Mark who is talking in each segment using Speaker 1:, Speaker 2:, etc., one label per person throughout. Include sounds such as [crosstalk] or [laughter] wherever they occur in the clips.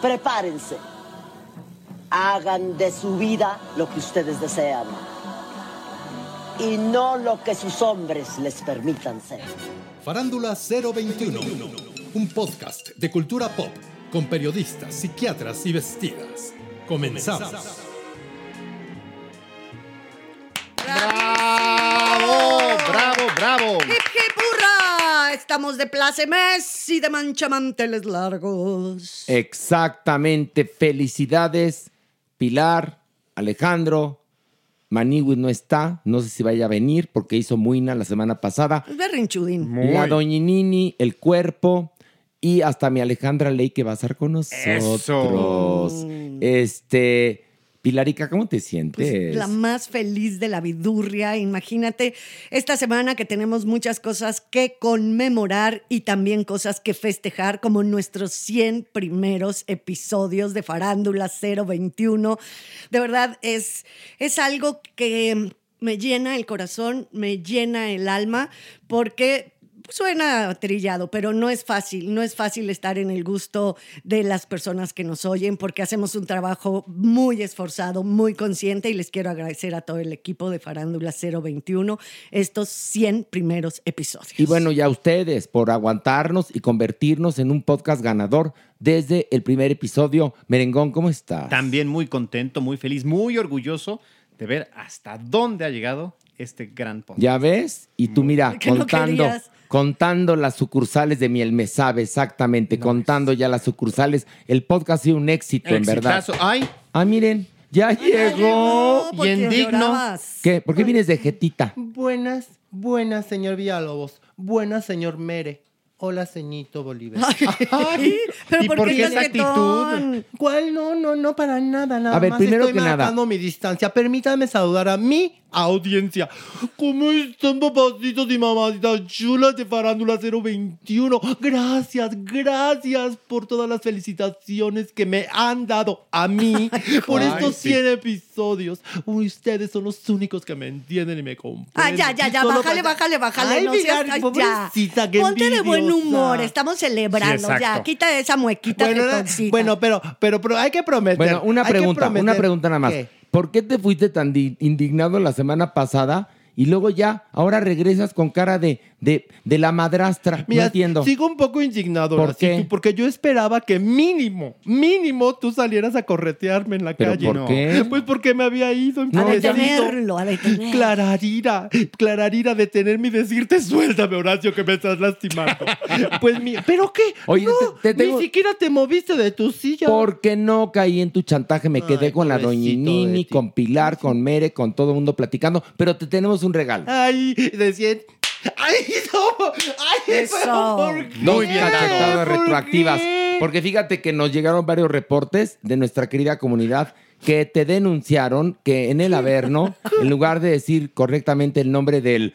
Speaker 1: prepárense, hagan de su vida lo que ustedes desean y no lo que sus hombres les permitan ser.
Speaker 2: Farándula 021, un podcast de cultura pop con periodistas, psiquiatras y vestidas. Comenzamos.
Speaker 3: ¡Bravo! ¡Bravo, bravo!
Speaker 4: ¡Hip, hip, hurra! Estamos de plácemes y de manchamanteles largos.
Speaker 3: Exactamente. Felicidades, Pilar, Alejandro. Maniwis no está, no sé si vaya a venir porque hizo Muina la semana pasada.
Speaker 4: Berrinchudín.
Speaker 3: La Doñinini, el cuerpo y hasta mi Alejandra Ley que va a estar con nosotros. Este, Pilarica, ¿cómo te sientes?
Speaker 4: Pues, La más feliz de la vidurria. Imagínate, esta semana que tenemos muchas cosas que conmemorar y también cosas que festejar, como nuestros 100 primeros episodios de Farándula 021. De verdad, es, es algo que me llena el corazón, me llena el alma, porque Suena trillado, pero no es fácil, no es fácil estar en el gusto de las personas que nos oyen porque hacemos un trabajo muy esforzado, muy consciente y les quiero agradecer a todo el equipo de Farándula 021 estos 100 primeros episodios.
Speaker 3: Y bueno, ya ustedes por aguantarnos y convertirnos en un podcast ganador desde el primer episodio. Merengón, ¿cómo estás?
Speaker 5: También muy contento, muy feliz, muy orgulloso de ver hasta dónde ha llegado este gran podcast.
Speaker 3: ¿Ya ves? Y tú mira,
Speaker 4: [laughs] Que no
Speaker 3: contando,
Speaker 4: querías.
Speaker 3: contando las sucursales de Miel Me Sabe, exactamente, contando ya las sucursales. El podcast ha sido un éxito, en verdad.
Speaker 5: Exitazo. Ay,
Speaker 3: Ah, miren, ya llegó.
Speaker 5: llegó.
Speaker 4: porque
Speaker 5: y indigno.
Speaker 4: llorabas.
Speaker 3: ¿Qué? ¿Por qué vienes de jetita?
Speaker 6: Buenas, buenas, señor Villalobos. Buenas, señor Mere. Hola, señorito Bolívar.
Speaker 4: Ay, pero
Speaker 5: ¿Y
Speaker 4: ¿por
Speaker 5: por
Speaker 4: qué
Speaker 5: qué esa
Speaker 4: casquetón?
Speaker 6: ¿Cuál? No, no, no, para nada, nada
Speaker 3: A ver,
Speaker 6: más
Speaker 3: primero
Speaker 6: estoy
Speaker 3: que nada.
Speaker 6: marcando mi distancia. Permítanme saludar a mi audiencia. ¿Cómo están, papacitos y mamacitas chulas de Farándula 021? Gracias, gracias por todas las felicitaciones que me han dado a mí por estos 100 episodios. Ustedes son los únicos que me entienden y me comprenden.
Speaker 4: Ah, ya, ya, ya,
Speaker 6: Solo
Speaker 4: bájale,
Speaker 6: para-
Speaker 4: bájale, bájale.
Speaker 6: Ay,
Speaker 4: no seas-
Speaker 6: Pilar,
Speaker 4: ay, ya.
Speaker 6: pobrecita, qué
Speaker 4: Ponte de buen
Speaker 6: envidiosa.
Speaker 4: humor, estamos celebrando.
Speaker 5: Sí,
Speaker 4: ya,
Speaker 5: exacto.
Speaker 4: quita esa muequita.
Speaker 6: Ah, Bueno, na-
Speaker 4: jetoncita.
Speaker 6: bueno, pero, pero, pero hay que prometer.
Speaker 3: Bueno, una
Speaker 6: hay que
Speaker 3: pregunta, una
Speaker 6: prometer.
Speaker 3: pregunta nada más.
Speaker 6: ¿Qué?
Speaker 3: ¿Por qué te fuiste tan di- indignado la semana pasada y luego ya, ahora regresas con cara de, de, de la madrastra?
Speaker 6: Mira,
Speaker 3: no entiendo.
Speaker 6: sigo un poco indignado,
Speaker 3: ¿Por
Speaker 6: Racito,
Speaker 3: qué?
Speaker 6: porque yo esperaba que mínimo, mínimo tú salieras a corretearme en la
Speaker 3: ¿Pero
Speaker 6: calle.
Speaker 3: por
Speaker 6: No.
Speaker 3: qué?
Speaker 6: Pues porque me había ido.
Speaker 4: A
Speaker 3: No, ya-
Speaker 4: detenerlo, a detenerlo.
Speaker 6: Clararira, Clararira, detenerme y decirte, suéltame, Horacio, que me estás
Speaker 3: [laughs]
Speaker 6: lastimando. pues mi, ¿pero qué?
Speaker 3: Oye,
Speaker 6: No,
Speaker 3: te- te tengo-
Speaker 6: ni siquiera te moviste de tu silla.
Speaker 3: Porque no caí en tu chantaje, me
Speaker 6: Ay,
Speaker 3: quedé con la
Speaker 6: pobrecito de
Speaker 3: doñinini,
Speaker 6: ti.
Speaker 3: con Pilar, con Mere, con todo el mundo platicando, pero te tenemos un regalo.
Speaker 6: Ay, decían, ¡Ay, no! ¡Ay, pero
Speaker 4: Eso.
Speaker 6: por qué!
Speaker 3: Dos cachetadas
Speaker 6: ¿Por
Speaker 3: retroactivas.
Speaker 6: qué?
Speaker 3: Porque fíjate que nos llegaron varios reportes de nuestra querida comunidad que te denunciaron que en el Averno, en lugar de decir correctamente el nombre del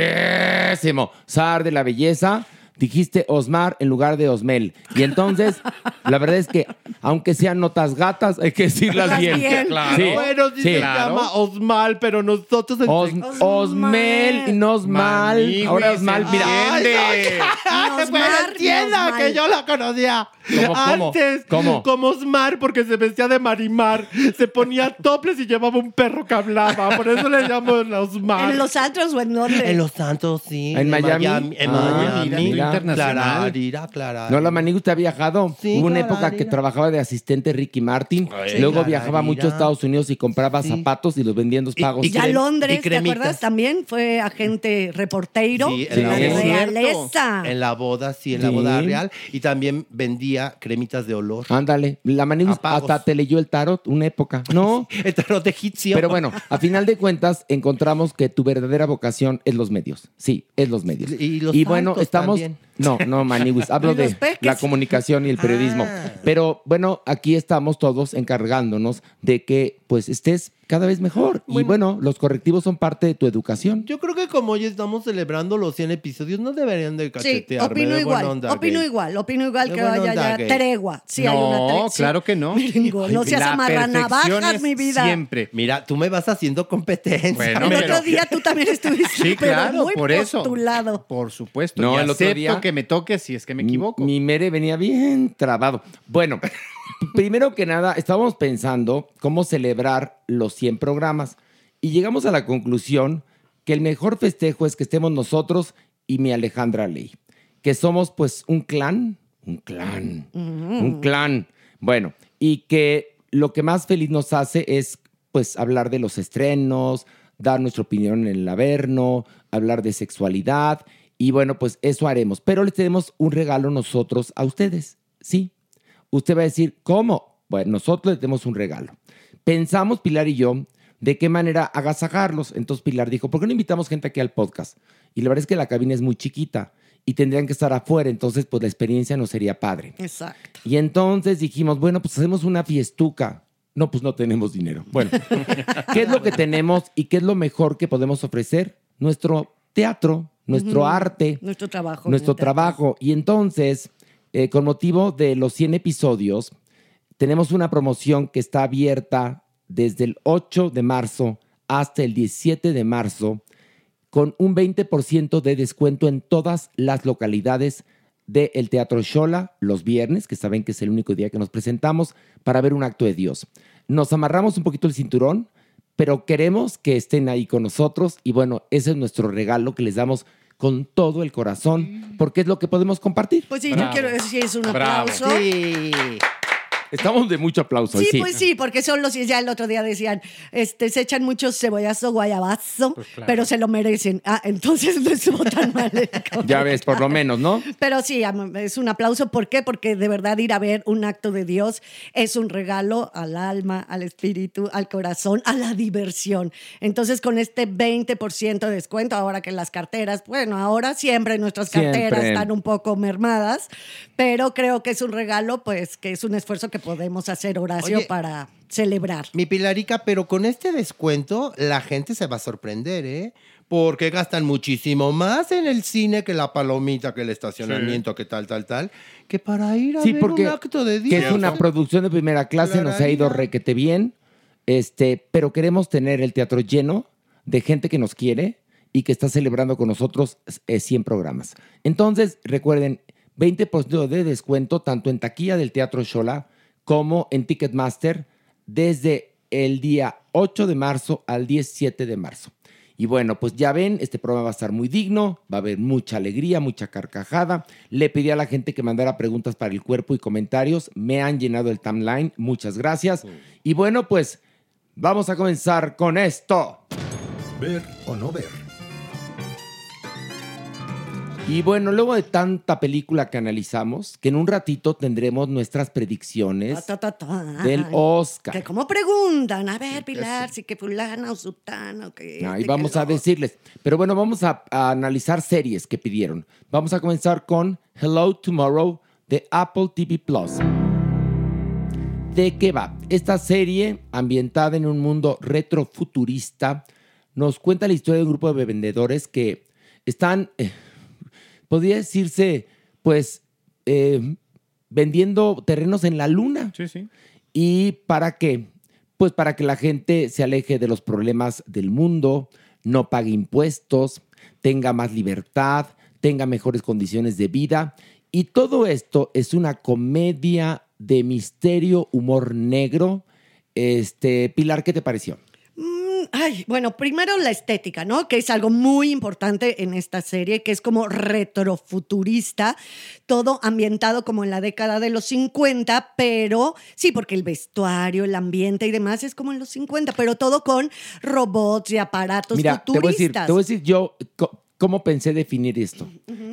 Speaker 3: guapísimo zar de la belleza, dijiste Osmar en lugar de Osmel. Y entonces, la verdad es que, aunque sean notas gatas, hay que decirlas
Speaker 4: Las
Speaker 3: bien.
Speaker 4: bien. Claro.
Speaker 3: Sí,
Speaker 6: Bueno, sí,
Speaker 3: sí.
Speaker 6: se llama Osmal, pero nosotros...
Speaker 3: Os- Osmel y no Osmal.
Speaker 5: Manigüis,
Speaker 3: Ahora Osmal, mira.
Speaker 5: entiende.
Speaker 6: [laughs] ¡Ay,
Speaker 4: Osmar,
Speaker 6: pero entienda
Speaker 4: Osmal.
Speaker 6: que yo la conocía!
Speaker 3: ¿Cómo, cómo?
Speaker 6: Antes,
Speaker 3: ¿Cómo?
Speaker 6: como Osmar, porque se vestía de marimar, se ponía toples y llevaba un perro que hablaba. Por eso le llamo la Osmar.
Speaker 4: ¿En los antros o en dónde?
Speaker 6: En Los Santos, sí.
Speaker 3: ¿En Miami?
Speaker 6: En
Speaker 3: Ah,
Speaker 6: Miami.
Speaker 3: mira, tú
Speaker 5: internacional.
Speaker 6: Clararira, clararira.
Speaker 3: No, la Maniguis te ha viajado.
Speaker 6: Sí,
Speaker 3: Hubo una
Speaker 6: claro,
Speaker 3: época
Speaker 6: mira.
Speaker 3: que trabajaba de asistente Ricky Martin. Luego
Speaker 6: claro,
Speaker 3: viajaba
Speaker 6: mira.
Speaker 3: mucho a Estados Unidos y compraba zapatos y los vendía en dos
Speaker 6: Y-
Speaker 3: pagos.
Speaker 6: y
Speaker 4: Y a
Speaker 6: crem-
Speaker 4: Londres,
Speaker 6: y
Speaker 4: ¿te
Speaker 6: cremitas.
Speaker 4: acuerdas? También fue agente reportero
Speaker 6: Sí,
Speaker 4: de
Speaker 6: en
Speaker 4: la
Speaker 6: la boda.
Speaker 4: realeza.
Speaker 6: En la boda, sí, en la
Speaker 3: Sí.
Speaker 6: boda real. Y también vendía cremitas de olor.
Speaker 3: Ándale, la Maniguis
Speaker 6: A pagos.
Speaker 3: hasta te leyó el tarot una
Speaker 6: [laughs]
Speaker 3: época. No,
Speaker 6: El tarot egipcio.
Speaker 3: pero bueno, a final de cuentas encontramos que tu verdadera vocación es los medios. Sí, es los medios.
Speaker 6: Y los
Speaker 3: bueno,
Speaker 6: santos
Speaker 3: estamos...
Speaker 6: también.
Speaker 3: No, no,
Speaker 4: [laughs]
Speaker 3: Maniguis, hablo
Speaker 4: Y los
Speaker 3: de
Speaker 4: peques. Ah.
Speaker 3: la comunicación y el periodismo. Pero bueno, aquí estamos todos encargándonos de que pues estés cada vez mejor. y bueno, los correctivos son parte de tu educación.
Speaker 6: Yo creo que como hoy estamos celebrando los 100 episodios, no deberían de
Speaker 4: Sí,
Speaker 6: cachetearme.
Speaker 4: opino
Speaker 6: de
Speaker 4: igual,
Speaker 6: buena onda,
Speaker 4: opino
Speaker 6: gay.
Speaker 4: igual, opino igual
Speaker 6: De
Speaker 4: que
Speaker 6: buena
Speaker 4: vaya
Speaker 6: onda,
Speaker 4: ya
Speaker 6: gay.
Speaker 4: tregua. Sí, hay una
Speaker 5: no,
Speaker 4: tregua. sí.
Speaker 5: claro que
Speaker 4: [laughs]
Speaker 5: no.
Speaker 4: Miringo, no seas
Speaker 5: La perfección
Speaker 4: amarranavajas,
Speaker 5: es
Speaker 4: mi vida.
Speaker 5: Siempre.
Speaker 6: Mira, tú me vas haciendo competencia. [laughs]
Speaker 5: Bueno,
Speaker 4: El
Speaker 6: pero-
Speaker 4: otro día tú también estuviste
Speaker 5: Sí,
Speaker 4: pero
Speaker 5: claro,
Speaker 4: muy
Speaker 5: por eso.
Speaker 4: tu lado.
Speaker 5: Por supuesto.
Speaker 3: No,
Speaker 5: No,
Speaker 3: el otro
Speaker 5: acepto
Speaker 3: día-
Speaker 5: que me toque si es que me equivoco.
Speaker 3: Mi mere venía bien trabado.
Speaker 5: [laughs]
Speaker 3: Bueno, primero que nada, estábamos pensando cómo celebrar los 100 programas y llegamos a la conclusión que el mejor festejo es que estemos nosotros y mi Alejandra Ley, que somos pues un clan, un clan,
Speaker 4: Mm-hmm.
Speaker 3: un clan. Bueno, y que lo que más feliz nos hace es pues hablar de los estrenos, dar nuestra opinión en el averno, hablar de sexualidad y bueno, pues eso haremos. Pero les tenemos un regalo nosotros a ustedes, ¿sí? Usted va a decir, ¿cómo? Bueno, nosotros les tenemos un regalo. Pensamos, Pilar y yo, de qué manera agasajarlos. Entonces Pilar dijo, ¿por qué no invitamos gente aquí al podcast? Y la verdad es que la cabina es muy chiquita y tendrían que estar afuera, entonces pues la experiencia no sería padre.
Speaker 4: Exacto.
Speaker 3: Y entonces dijimos, bueno, pues hacemos una fiestuca. No, pues no tenemos dinero. Bueno, ¿qué es lo que tenemos y qué es lo mejor que podemos ofrecer? Nuestro teatro, nuestro arte,
Speaker 4: Nuestro trabajo.
Speaker 3: nuestro
Speaker 4: neta.
Speaker 3: trabajo. Y entonces, eh, con motivo de los 100 episodios, tenemos una promoción que está abierta desde el 8 de marzo hasta el 17 de marzo con un 20% de descuento en todas las localidades del Teatro Xola los viernes, que saben que es el único día que nos presentamos, para ver un acto de Dios. Nos amarramos un poquito el cinturón, pero queremos que estén ahí con nosotros y bueno, ese es nuestro regalo que les damos con todo el corazón, porque es lo que podemos compartir.
Speaker 4: Mm. Pues sí, yo
Speaker 5: Bravo.
Speaker 4: quiero decir, es un
Speaker 5: Bravo.
Speaker 4: aplauso.
Speaker 6: Sí.
Speaker 3: Estamos de mucho aplauso.
Speaker 4: Sí, pues sí, porque son los ya el otro día decían, este, se echan muchos cebollazo, guayabazo, pero se lo merecen. Ah, entonces [laughs] no estuvo tan mal. el
Speaker 3: Ya ves, por lo menos, ¿no?
Speaker 4: Pero sí, am- es un aplauso. ¿Por qué? Porque de verdad ir a ver un acto de Dios es un regalo al alma, al espíritu, al corazón, a la diversión. Entonces, con este 20% de descuento, ahora que las carteras, bueno, ahora siempre nuestras carteras
Speaker 3: Siempre.
Speaker 4: están un poco mermadas, pero creo que es un regalo, pues, que es un esfuerzo que podemos hacer, Horacio,
Speaker 6: Oye.
Speaker 4: para celebrar.
Speaker 6: Mi Pilarica, pero con este descuento la gente se va a sorprender, ¿eh? Porque gastan muchísimo más en el cine que la palomita, que el estacionamiento, que tal, tal, tal, que para ir a
Speaker 3: Sí,
Speaker 6: ver
Speaker 3: porque
Speaker 6: un acto de
Speaker 3: que
Speaker 6: Dios.
Speaker 3: es una producción de primera clase, nos ha ido
Speaker 6: Clararía.
Speaker 3: requete bien, este, pero queremos tener el teatro lleno de gente que nos quiere y que está celebrando con nosotros eh, 100 programas. Entonces, recuerden, 20% de descuento tanto en taquilla del Teatro Shola como en Ticketmaster desde el día 8 de marzo al 17 de marzo. Y bueno, pues ya ven, este programa va a estar muy digno, va a haber mucha alegría, mucha carcajada. Le pedí a la gente que mandara preguntas para el cuerpo y comentarios. Me han llenado el timeline, muchas gracias. Y bueno, pues vamos a comenzar con esto.
Speaker 2: Ver o no ver.
Speaker 3: Y bueno, luego de tanta película que analizamos, que en un ratito tendremos nuestras predicciones
Speaker 4: Ta, ta, ta, ta.
Speaker 3: del Oscar.
Speaker 4: Que como preguntan, a ver, Pilar, si que fulana o sutana o que...
Speaker 3: Ahí Ah,
Speaker 4: este, que
Speaker 3: vamos
Speaker 4: el
Speaker 3: a
Speaker 4: otro.
Speaker 3: decirles. Pero bueno, vamos a, a analizar series que pidieron. Vamos a comenzar con Hello Tomorrow de Apple TV Plus. ¿De qué va? Esta serie, ambientada en un mundo retrofuturista, nos cuenta la historia de un grupo de vendedores que están, eh, podría decirse, pues, eh, vendiendo terrenos en la luna.
Speaker 5: Sí, sí.
Speaker 3: ¿Y para qué? Pues para que la gente se aleje de los problemas del mundo, no pague impuestos, tenga más libertad, tenga mejores condiciones de vida. Y todo esto es una comedia de misterio, humor negro. Este, Pilar, ¿qué te pareció?
Speaker 4: Mm, Ay, bueno, primero la estética, ¿no? Que es algo muy importante en esta serie, que es como retrofuturista, todo ambientado como en la década de los 50, pero sí, porque el vestuario, el ambiente y demás es como en los 50, pero todo con robots y aparatos
Speaker 3: Mira, te voy, a decir,
Speaker 4: futuristas.
Speaker 3: te voy a decir yo co- cómo pensé definir esto.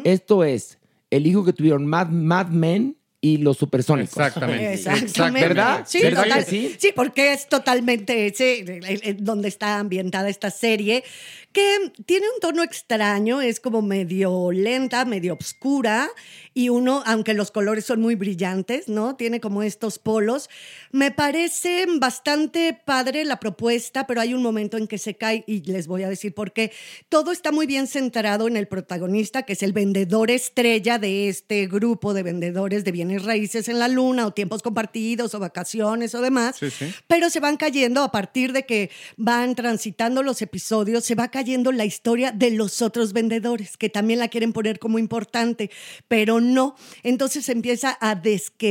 Speaker 3: Esto es el hijo que tuvieron Mad, Mad Men y los supersónicos.
Speaker 5: Exactamente.
Speaker 4: Exactamente.
Speaker 3: ¿Verdad?
Speaker 4: Sí,
Speaker 3: ¿Verdad
Speaker 4: total-
Speaker 3: que sí?
Speaker 4: [laughs] sí, porque es totalmente ese el- el- el- donde está ambientada esta serie, que tiene un tono extraño, es como medio lenta, medio oscura, y uno, aunque los colores son muy brillantes, ¿no? Tiene como estos polos. Me parece bastante padre la propuesta, pero hay un momento en que se cae, y les voy a decir por qué. Todo está muy bien centrado en el protagonista, que es el vendedor estrella de este grupo de vendedores de bienes raíces en la luna, o tiempos compartidos, o vacaciones, o demás
Speaker 5: Sí, sí.
Speaker 4: pero se van cayendo a partir de que van transitando los episodios, se va cayendo la historia de los otros vendedores, que también la quieren poner como importante, pero no. Entonces se empieza a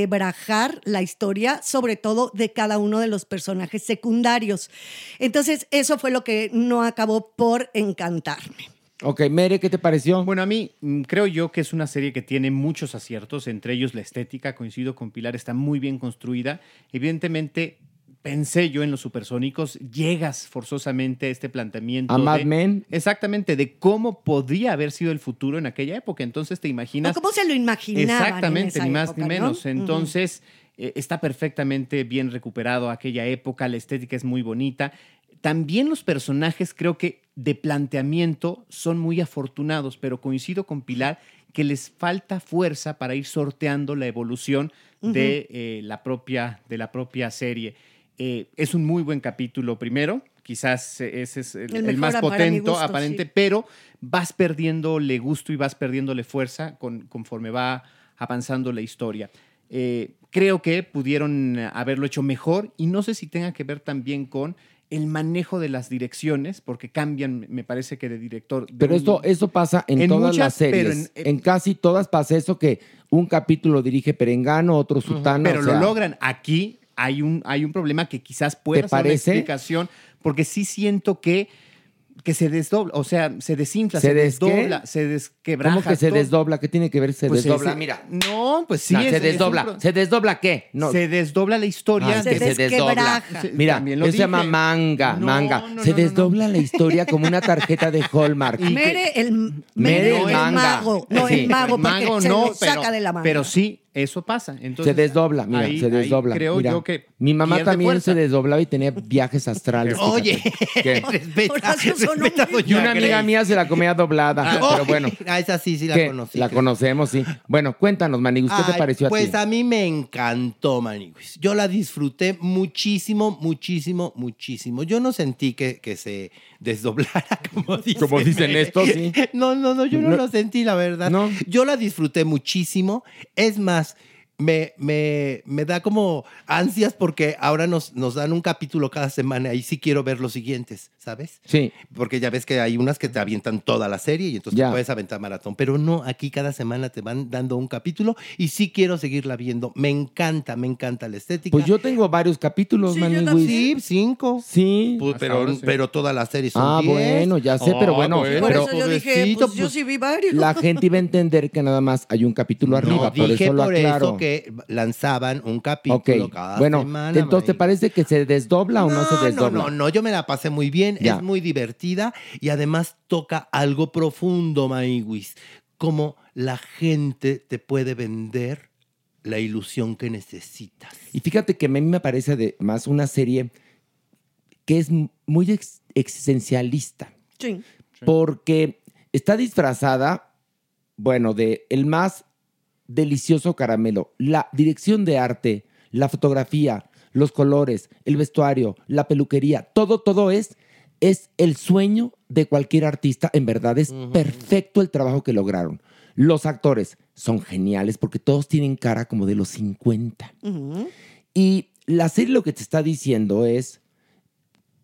Speaker 4: desquebrajar la historia, sobre todo de cada uno de los personajes secundarios. Entonces eso fue lo que no acabó por encantarme.
Speaker 3: Ok, Mere, ¿qué te pareció?
Speaker 5: Bueno, a mí mm, creo yo que es una serie que tiene muchos aciertos, entre ellos la estética, coincido con Pilar, está muy bien construida. Evidentemente, pensé yo en los supersónicos, llegas forzosamente a este planteamiento.
Speaker 3: A
Speaker 5: de-
Speaker 3: Mad Men.
Speaker 5: Exactamente, de cómo podría haber sido el futuro en aquella época. Entonces te
Speaker 4: ¿O
Speaker 5: imaginas...
Speaker 4: ¿Cómo se lo imaginaban? en
Speaker 5: Exactamente,
Speaker 4: esa
Speaker 5: ni más
Speaker 4: época,
Speaker 5: ni
Speaker 4: no?
Speaker 5: menos.
Speaker 4: Ujú.
Speaker 5: Entonces, eh, está perfectamente bien recuperado aquella época, la estética es muy bonita. También los personajes creo que de planteamiento son muy afortunados, pero coincido con Pilar que les falta fuerza para ir sorteando la evolución de, eh, la, propia, de la propia serie. Eh, es un muy buen capítulo primero, quizás eh, ese es el,
Speaker 4: El
Speaker 5: el
Speaker 4: mejor
Speaker 5: más
Speaker 4: a- para mi
Speaker 5: potente,
Speaker 4: gusto,
Speaker 5: aparente,
Speaker 4: sí.
Speaker 5: pero vas perdiéndole gusto y vas perdiéndole fuerza con- conforme va avanzando la historia. Eh, creo que pudieron haberlo hecho mejor y no sé si tenga que ver también con el manejo de las direcciones, porque cambian, me parece que de director. de
Speaker 3: Pero
Speaker 5: un-
Speaker 3: esto, eso pasa en,
Speaker 5: En
Speaker 3: todas
Speaker 5: muchas,
Speaker 3: las
Speaker 5: pero
Speaker 3: series. En,
Speaker 5: en- eh,
Speaker 3: casi todas pasa eso que un capítulo dirige Perengano, otro Sutano.
Speaker 5: pero
Speaker 3: o
Speaker 5: lo
Speaker 3: sea,
Speaker 5: logran. Aquí hay un, hay un problema que quizás pueda
Speaker 3: ¿Te
Speaker 5: ser una
Speaker 3: parece?
Speaker 5: explicación, porque sí siento que, que se desdobla, o sea, se desinfla,
Speaker 3: ¿Se
Speaker 5: se,
Speaker 3: des qué?
Speaker 5: desdobla, se desquebraja.
Speaker 3: ¿Cómo que se
Speaker 5: todo.
Speaker 3: desdobla? ¿Qué tiene que ver se
Speaker 5: Pues se
Speaker 3: desdobla?
Speaker 5: des-
Speaker 3: Mira,
Speaker 5: No, pues sí.
Speaker 3: no,
Speaker 5: es-
Speaker 3: se
Speaker 5: es un
Speaker 3: desdobla.
Speaker 5: pro-
Speaker 3: ¿Se desdobla qué? No.
Speaker 5: se desdobla la historia.
Speaker 3: Ah,
Speaker 4: se
Speaker 5: de-
Speaker 4: des- desquebraja.
Speaker 5: Se-
Speaker 3: Mira,
Speaker 5: también lo
Speaker 3: eso se
Speaker 5: dije.
Speaker 3: llama manga,
Speaker 5: No,
Speaker 3: manga.
Speaker 5: no,
Speaker 3: se
Speaker 5: no, no,
Speaker 3: desdobla la historia como una tarjeta de
Speaker 5: [laughs]
Speaker 3: Hallmark.
Speaker 4: Mere el,
Speaker 3: Mere
Speaker 4: Mere
Speaker 3: el
Speaker 4: el
Speaker 3: manga.
Speaker 4: mago, no
Speaker 3: Sí.
Speaker 4: el mago, porque
Speaker 5: Mago
Speaker 4: se
Speaker 5: no,
Speaker 4: lo
Speaker 5: pero,
Speaker 4: saca de la mano.
Speaker 5: pero sí, eso pasa. Entonces,
Speaker 3: se desdobla, mira,
Speaker 5: ahí-
Speaker 3: se
Speaker 5: ahí
Speaker 3: desdobla.
Speaker 5: creo
Speaker 3: mira.
Speaker 5: yo que
Speaker 3: Mi mamá
Speaker 5: pierde
Speaker 3: también
Speaker 5: fuerza.
Speaker 3: se desdoblaba y tenía
Speaker 5: [laughs]
Speaker 3: viajes astrales.
Speaker 6: Oye,
Speaker 3: fíjate. ¿Qué?
Speaker 6: [laughs] respeta,
Speaker 4: Horacio sonó
Speaker 6: respeta,
Speaker 4: muy-
Speaker 3: Y
Speaker 6: doña
Speaker 3: una amiga
Speaker 6: Grace.
Speaker 3: mía se la comía doblada,
Speaker 6: Ah,
Speaker 3: pero
Speaker 6: oh,
Speaker 3: bueno.
Speaker 6: Ah, esa sí, sí la
Speaker 3: ¿Qué?
Speaker 6: conocí.
Speaker 3: La
Speaker 6: claro.
Speaker 3: conocemos, sí. Bueno, cuéntanos, Manigus, ¿qué te
Speaker 6: Ay,
Speaker 3: pareció
Speaker 6: pues
Speaker 3: a ti?
Speaker 6: a mí me encantó, Maniguis. Yo la disfruté muchísimo, muchísimo, muchísimo. Yo no sentí que, que se [laughs] desdoblara, como dicen.
Speaker 3: Como dicen estos, sí.
Speaker 6: [laughs] No, no, no, yo no,
Speaker 3: No.
Speaker 6: lo sentí, la verdad.
Speaker 3: No.
Speaker 6: Yo la disfruté muchísimo. Es más, me, me, me da como ansias porque ahora nos, nos dan un capítulo cada semana y sí quiero ver los siguientes, ¿sabes?
Speaker 3: Sí.
Speaker 6: Porque ya ves que hay unas que te avientan toda la serie y entonces
Speaker 3: Ya.
Speaker 6: te puedes aventar maratón. Pero no, aquí cada semana te van dando un capítulo y sí quiero seguirla viendo. Me encanta, me encanta la estética.
Speaker 3: Pues yo tengo varios capítulos,
Speaker 4: Sí, yo
Speaker 3: Manigus.
Speaker 4: también.
Speaker 6: Sí, cinco.
Speaker 3: Sí.
Speaker 6: Pues,
Speaker 5: Hasta
Speaker 6: pero,
Speaker 5: ahora sí.
Speaker 6: pero todas las series son
Speaker 3: Ah,
Speaker 6: diez.
Speaker 3: bueno, ya sé, pero
Speaker 5: Ah,
Speaker 3: bueno.
Speaker 5: bueno.
Speaker 4: Por
Speaker 3: pero-
Speaker 4: eso yo dije,
Speaker 6: pobrecito,
Speaker 4: pues, yo
Speaker 6: pues,
Speaker 4: sí vi varios.
Speaker 3: la gente iba a entender que nada más hay un capítulo arriba,
Speaker 6: No,
Speaker 3: por
Speaker 6: dije
Speaker 3: eso lo
Speaker 6: por
Speaker 3: aclaro.
Speaker 6: eso que lanzaban un capítulo
Speaker 3: Ok,
Speaker 6: cada
Speaker 3: bueno,
Speaker 6: semana.
Speaker 3: entonces ¿te
Speaker 6: María.
Speaker 3: parece que se desdobla o no se desdobla?
Speaker 6: No, no, no, yo me la pasé muy bien,
Speaker 3: Ya.
Speaker 6: es muy divertida y además toca algo profundo, Maywis. cómo la gente te puede vender la ilusión que necesitas.
Speaker 3: Y fíjate que a mí me parece de más una serie que es m- muy ex- existencialista,
Speaker 4: Sí.
Speaker 3: porque está disfrazada, bueno, de el más delicioso caramelo, la dirección de arte, la fotografía, los colores, el vestuario, la peluquería, todo, todo es, es el sueño de cualquier artista, en verdad, es perfecto el trabajo que lograron. Los actores son geniales porque todos tienen cara como de los 50.
Speaker 4: Ujú.
Speaker 3: Y la serie lo que te está diciendo es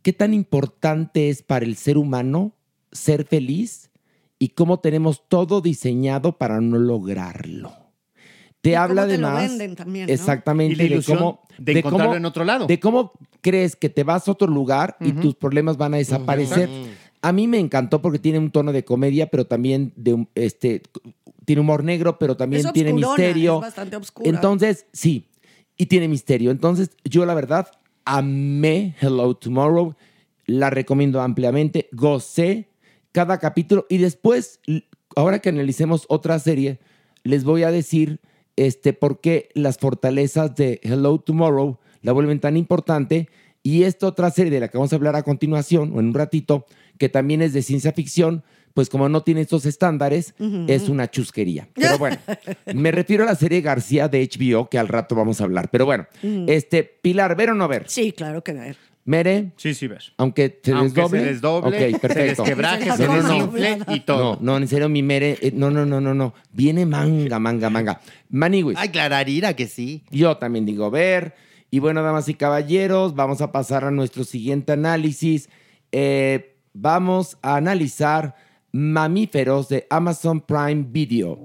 Speaker 3: qué tan importante es para el ser humano ser feliz y cómo tenemos todo diseñado para no lograrlo. Te
Speaker 4: Y [laughs] cómo
Speaker 3: habla
Speaker 4: te lo
Speaker 3: además
Speaker 4: venden también, ¿no?
Speaker 3: exactamente
Speaker 5: Y la ilusión
Speaker 3: de cómo
Speaker 5: de encontrarlo en otro lado.
Speaker 3: de cómo crees que te vas a otro lugar y tus problemas van a desaparecer. A mí me encantó porque tiene un tono de comedia, pero también de un- este tiene humor negro, pero también
Speaker 4: Es
Speaker 3: tiene
Speaker 4: obscurona,
Speaker 3: misterio.
Speaker 4: es bastante obscura.
Speaker 3: Entonces, sí, y tiene misterio. Entonces, yo la verdad amé Hello Tomorrow, la recomiendo ampliamente, gocé cada capítulo y después, l- ahora que analicemos otra serie, les voy a decir este, por qué las fortalezas de Hello Tomorrow la vuelven tan importante y esta otra serie de la que vamos a hablar a continuación o en un ratito, que también es de ciencia ficción, pues como no tiene estos estándares, es una chusquería. Pero bueno, me refiero a la serie García de HBO, que al rato vamos a hablar. Pero bueno, este, Pilar, ¿ver o no ver?
Speaker 4: Sí, claro que ver.
Speaker 3: Mere,
Speaker 5: Sí, sí, ver.
Speaker 3: aunque se
Speaker 5: Aunque
Speaker 3: desdoble.
Speaker 5: se desdoble,
Speaker 3: Ok, perfecto.
Speaker 5: se desquebraje,
Speaker 4: No,
Speaker 5: se
Speaker 4: no, no.
Speaker 5: desinfle y todo.
Speaker 3: No, no, en serio, mi Mere, eh, no, no, no, no, no. Viene manga, manga, manga. Maniwis.
Speaker 6: Clararira, que sí.
Speaker 3: Yo también digo ver. Y bueno, damas y caballeros, vamos a pasar a nuestro siguiente análisis. Eh, vamos a analizar Mamíferos de Amazon Prime Video.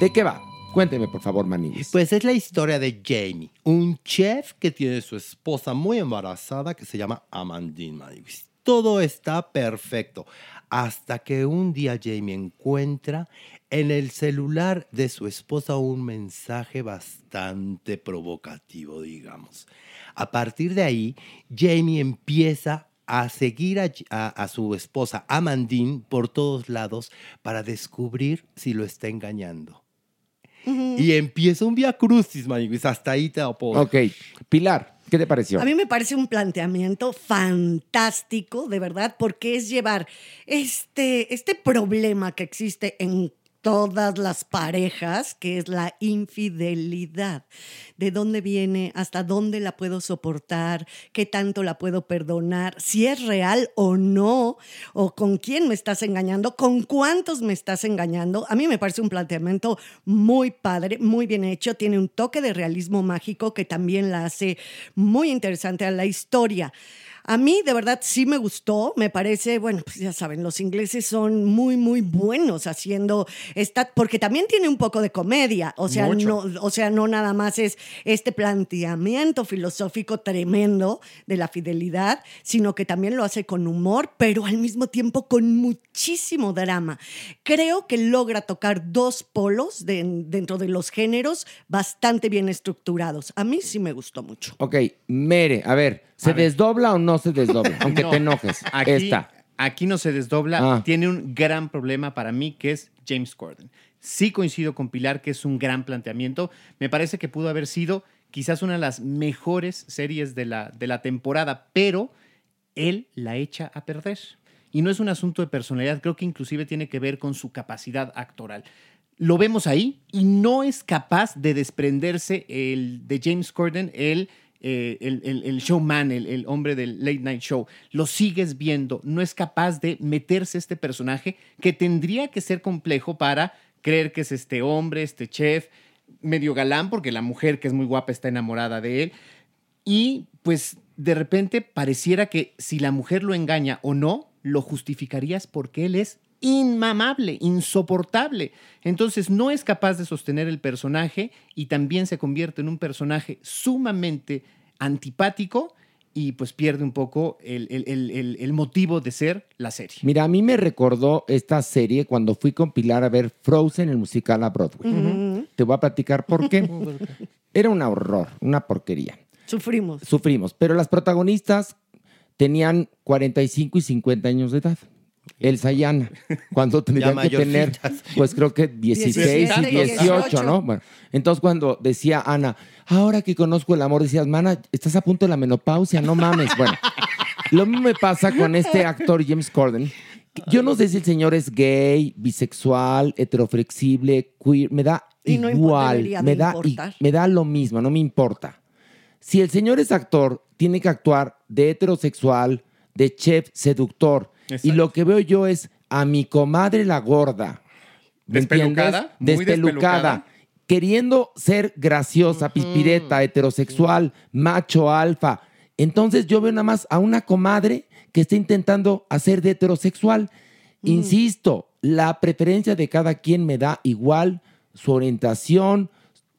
Speaker 3: ¿De qué va? Cuénteme, por favor, Maniguis.
Speaker 6: Pues es la historia de Jamie, un chef que tiene su esposa muy embarazada que se llama Amandine Maniwis. Todo está perfecto hasta que un día Jamie encuentra en el celular de su esposa un mensaje bastante provocativo, digamos. A partir de ahí, Jamie empieza a seguir a, a- a su esposa Amandine por todos lados para descubrir si lo está engañando. Y empieza un via crucis, maniguis. Hasta ahí te apodo.
Speaker 3: ok, Pilar, ¿qué te pareció?
Speaker 4: A mí me parece un planteamiento fantástico, de verdad, porque es llevar este, este problema que existe en todas las parejas, que es la infidelidad. ¿De dónde viene? ¿Hasta dónde la puedo soportar? ¿Qué tanto la puedo perdonar? ¿Si es real o no? ¿O con quién me estás engañando? ¿Con cuántos me estás engañando? A mí me parece un planteamiento muy padre, muy bien hecho. Tiene un toque de realismo mágico que también la hace muy interesante a la historia. A mí de verdad sí me gustó, me parece, bueno, pues ya saben, los ingleses son muy, muy buenos haciendo esta, porque también tiene un poco de comedia, o sea, no, o sea, no nada más es este planteamiento filosófico tremendo de la fidelidad, sino que también lo hace con humor, pero al mismo tiempo con muchísimo drama. Creo que logra tocar dos polos de- dentro de los géneros bastante bien estructurados. A mí sí me gustó mucho.
Speaker 3: Ok, Mere, a ver, ¿se
Speaker 5: A ver.
Speaker 3: desdobla o no se
Speaker 5: [laughs]
Speaker 3: desdobla? Aunque
Speaker 5: No,
Speaker 3: te enojes.
Speaker 5: Aquí,
Speaker 3: Esta.
Speaker 5: aquí no se desdobla.
Speaker 3: Ah.
Speaker 5: Tiene un gran problema para mí, que es James Corden. Sí coincido con Pilar, que es un gran planteamiento. Me parece que pudo haber sido quizás una de las mejores series de la, de la temporada, pero él la echa a perder. Y no es un asunto de personalidad, creo que inclusive tiene que ver con su capacidad actoral. Lo vemos ahí y no es capaz de desprenderse el, de James Corden, el, eh, el, el- el showman, el, el hombre del late night show. Lo sigues viendo, no es capaz de meterse este personaje que tendría que ser complejo para creer que es este hombre, este chef, medio galán, porque la mujer que es muy guapa está enamorada de él. Y pues de repente pareciera que si la mujer lo engaña o no, lo justificarías porque él es inmamable, insoportable. Entonces no es capaz de sostener el personaje y también se convierte en un personaje sumamente antipático y pues pierde un poco el, el- el- el- el motivo de ser la serie.
Speaker 3: Mira, a mí me recordó esta serie cuando fui con Pilar a ver Frozen, el musical a Broadway. Te voy a platicar por
Speaker 6: [laughs]
Speaker 4: [laughs]
Speaker 3: qué. Era un horror, una porquería.
Speaker 4: Sufrimos.
Speaker 3: Sufrimos, pero las protagonistas tenían 45 y 50 años de edad. El Sayana, cuando tendría que tener,
Speaker 6: mayorcitas.
Speaker 3: pues creo que 16 y
Speaker 4: 17,
Speaker 3: 18, ¿no? Bueno, entonces cuando decía Ana, ahora que conozco el amor, decías, Mana, estás a punto de la menopausia, no mames. Bueno, lo mismo me pasa con este actor James Corden. que Yo no sé si el señor es gay, bisexual, heteroflexible, queer, me da
Speaker 4: Y no importa,
Speaker 3: igual,
Speaker 4: debería de
Speaker 3: me, da, i-
Speaker 4: importar.
Speaker 3: me da lo mismo, no me importa. Si el señor es actor, tiene que actuar de heterosexual, de chef seductor.
Speaker 5: Exacto.
Speaker 3: Y lo que veo yo es a mi comadre la gorda. ¿me
Speaker 5: Despelucada,
Speaker 3: entiendes?
Speaker 5: muy despelucada.
Speaker 3: despelucada. Queriendo ser graciosa, pispireta, heterosexual, macho alfa. Entonces yo veo nada más a una comadre que está intentando hacer de heterosexual. Insisto, la preferencia de cada quien me da igual, su orientación,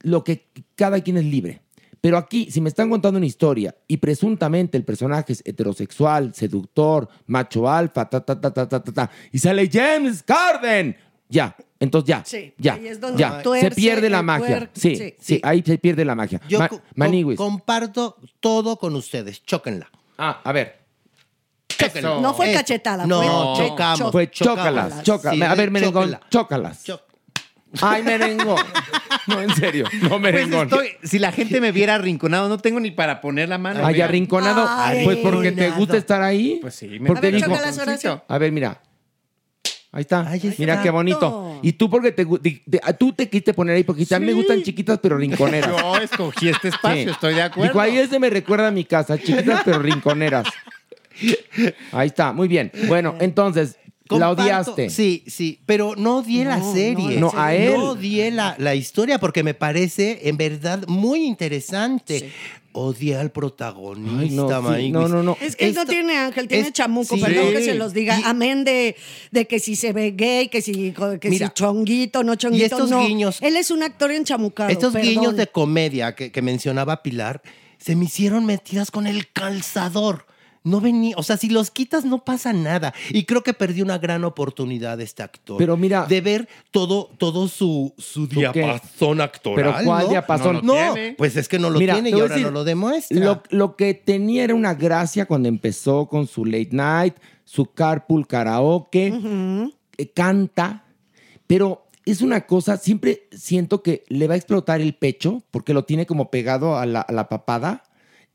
Speaker 3: lo que cada quien es libre. Pero aquí, si me están contando una historia y presuntamente el personaje es heterosexual, seductor, macho alfa, ta, ta, ta, ta, ta, ta, ta, y sale James Corden, ya, entonces ya,
Speaker 4: Sí,
Speaker 3: ya,
Speaker 4: ahí es donde
Speaker 3: ya,
Speaker 4: tuerce
Speaker 3: se pierde la
Speaker 4: el
Speaker 3: magia.
Speaker 4: puer-
Speaker 3: sí,
Speaker 4: sí.
Speaker 3: sí, ahí se pierde la magia.
Speaker 6: Yo
Speaker 3: Ma-
Speaker 6: co-
Speaker 3: Maniwis.
Speaker 6: com- comparto todo con ustedes. Chóquenla.
Speaker 3: Ah, a ver.
Speaker 6: Chóquenla.
Speaker 3: Eso.
Speaker 4: No fue
Speaker 6: Eso.
Speaker 4: cachetada,
Speaker 6: No,
Speaker 4: fue cho-
Speaker 6: chocamos.
Speaker 4: cho-
Speaker 3: Fue
Speaker 6: chócalas.
Speaker 3: chócalas, chócalas.
Speaker 6: Sí,
Speaker 3: a ver,
Speaker 6: chóquenla.
Speaker 3: merengón, chócalas.
Speaker 6: Chó-
Speaker 3: Ay, merengón. No, en serio, no
Speaker 5: Pues
Speaker 3: merengón.
Speaker 5: estoy, si la gente me viera arrinconado, no tengo ni para poner la mano.
Speaker 3: Ay,
Speaker 5: mira.
Speaker 3: arrinconado.
Speaker 4: Ay,
Speaker 3: pues porque te
Speaker 4: arrinconado.
Speaker 3: gusta estar ahí.
Speaker 5: Pues sí, me-
Speaker 3: Porque
Speaker 4: A ver,
Speaker 3: dijo,
Speaker 4: chócalas ahora sí.
Speaker 3: A ver, mira. Ahí está.
Speaker 6: Ahí está.
Speaker 3: Mira qué bonito. Y tú porque te, gu- te- te- a- tú te quisiste poner ahí porque también me gustan chiquitas pero rinconeras.
Speaker 5: Yo escogí este espacio,
Speaker 3: Sí.
Speaker 5: estoy de acuerdo.
Speaker 3: Dijo, ahí ese me recuerda a mi casa, chiquitas pero rinconeras.
Speaker 4: [laughs]
Speaker 3: Ahí está, muy bien. Bueno, entonces, la
Speaker 6: Comparto-
Speaker 3: odiaste.
Speaker 6: Sí, sí, pero no odié la serie.
Speaker 3: no, a él.
Speaker 6: No odié la, la historia porque me parece en verdad muy interesante. Odié al protagonista,
Speaker 3: Ay, no, sí.
Speaker 6: Maíguis.
Speaker 3: No, no, no.
Speaker 4: Es que él no
Speaker 6: Esto-
Speaker 4: tiene ángel, tiene
Speaker 6: es-
Speaker 4: chamuco,
Speaker 6: sí.
Speaker 4: perdón que
Speaker 6: Sí.
Speaker 4: se los diga.
Speaker 6: Y-
Speaker 4: Amén de, de que si se ve gay, que si, que
Speaker 6: Mira,
Speaker 4: si chonguito, no chonguito.
Speaker 6: y estos
Speaker 4: no.
Speaker 6: guiños-
Speaker 4: Él es un actor enchamucado.
Speaker 6: Estos
Speaker 4: perdón.
Speaker 6: guiños de comedia que, que mencionaba Pilar se me hicieron metidas con el calzador. No venía, o sea, si los quitas no pasa nada. Y creo que perdí una gran oportunidad este actor.
Speaker 3: Pero mira-
Speaker 6: De ver todo, todo su, su
Speaker 3: qué?
Speaker 6: diapasón actoral.
Speaker 3: ¿Pero cuál
Speaker 6: ¿no?
Speaker 3: diapasón?
Speaker 6: No,
Speaker 5: No
Speaker 6: no,
Speaker 5: lo tiene.
Speaker 6: pues es que no lo
Speaker 3: Mira,
Speaker 6: tiene
Speaker 3: te
Speaker 6: y
Speaker 3: voy a
Speaker 6: ahora
Speaker 3: decir,
Speaker 6: no lo demuestra.
Speaker 3: Lo, lo que tenía era una gracia cuando empezó con su late night, su carpool karaoke, eh, canta, pero es una cosa, siempre siento que le va a explotar el pecho porque lo tiene como pegado a la, a la papada.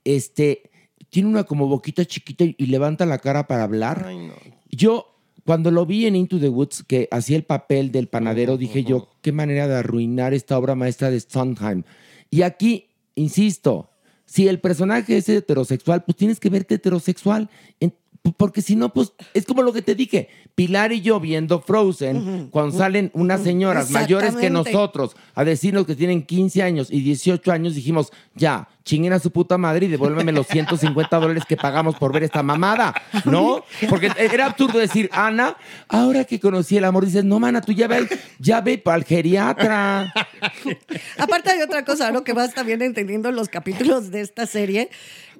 Speaker 3: Este, tiene una como boquita chiquita y, y levanta la cara para hablar.
Speaker 6: Ay, no.
Speaker 3: Yo, cuando lo vi en Into the Woods, que hacía el papel del panadero, dije yo, qué manera de arruinar esta obra maestra de Sondheim. Y aquí, insisto, si el personaje es heterosexual, pues tienes que verte heterosexual. En- porque si no, pues es como lo que te dije. Pilar y yo viendo Frozen, cuando salen unas señoras mayores que
Speaker 4: Exactamente.
Speaker 3: nosotros a decirnos que tienen 15 años y 18 años, dijimos, ya, chinguen a su puta madre y devuélveme los 150 dólares que pagamos por ver esta mamada,
Speaker 5: [laughs]
Speaker 3: ¿no? Porque era absurdo decir, Ana, ahora que conocí el amor, dices, no, mana, tú ya ve, ya ve para el
Speaker 5: [laughs]
Speaker 3: geriatra.
Speaker 4: Aparte hay otra cosa, ¿no? Que vas también entendiendo en los capítulos de esta serie,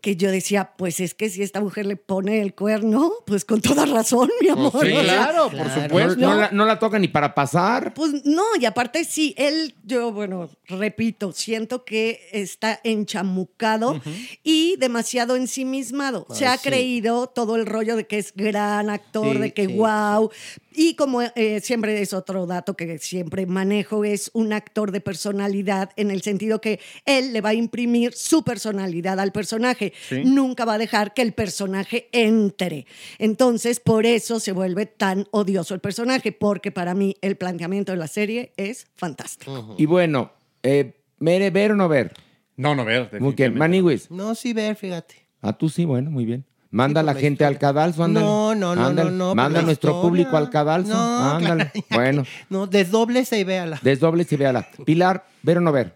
Speaker 4: que yo decía, pues es que si esta mujer le pone el cuerno, pues con toda razón, mi
Speaker 3: Pues
Speaker 4: amor.
Speaker 5: Pues Sí,
Speaker 4: O sea,
Speaker 5: claro, por
Speaker 3: No,
Speaker 5: supuesto.
Speaker 3: no la, no la toca ni para pasar.
Speaker 4: Pues no, y aparte sí, él, yo, bueno, repito, siento que está enchamucado y demasiado ensimismado. Se ha creído todo el rollo de que es gran actor,
Speaker 6: Sí,
Speaker 4: de que
Speaker 6: sí.
Speaker 4: wow. Y como eh, siempre es otro dato que siempre manejo, es un actor de personalidad en el sentido que él le va a imprimir su personalidad al personaje. Nunca va a dejar que el personaje entre. Entonces, por eso se vuelve tan odioso el personaje, porque para mí el planteamiento de la serie es fantástico.
Speaker 3: Y bueno, eh, mere, ver o no ver.
Speaker 5: No, no, ver.
Speaker 3: Muy bien,
Speaker 5: definitivamente.
Speaker 3: Maniwis.
Speaker 6: No, sí, ver, fíjate.
Speaker 3: Ah, tú sí, bueno, muy bien. Manda
Speaker 6: por
Speaker 3: la
Speaker 6: la
Speaker 3: gente al cadalso, ándale.
Speaker 6: No, no, no,
Speaker 3: Ándale.
Speaker 6: no, no.
Speaker 3: Manda a
Speaker 6: por la
Speaker 3: nuestro
Speaker 6: historia.
Speaker 3: público al cadalso.
Speaker 6: No,
Speaker 3: ándale.
Speaker 6: claro.
Speaker 3: Bueno,
Speaker 6: No, desdóblese y véala.
Speaker 3: desdobles y véala. Pilar, ¿ver o no ver?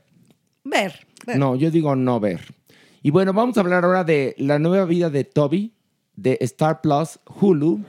Speaker 4: Ver, ver.
Speaker 3: No, yo digo no ver. Y bueno, vamos a hablar ahora de la nueva vida de Toby, de Star Plus, Hulu.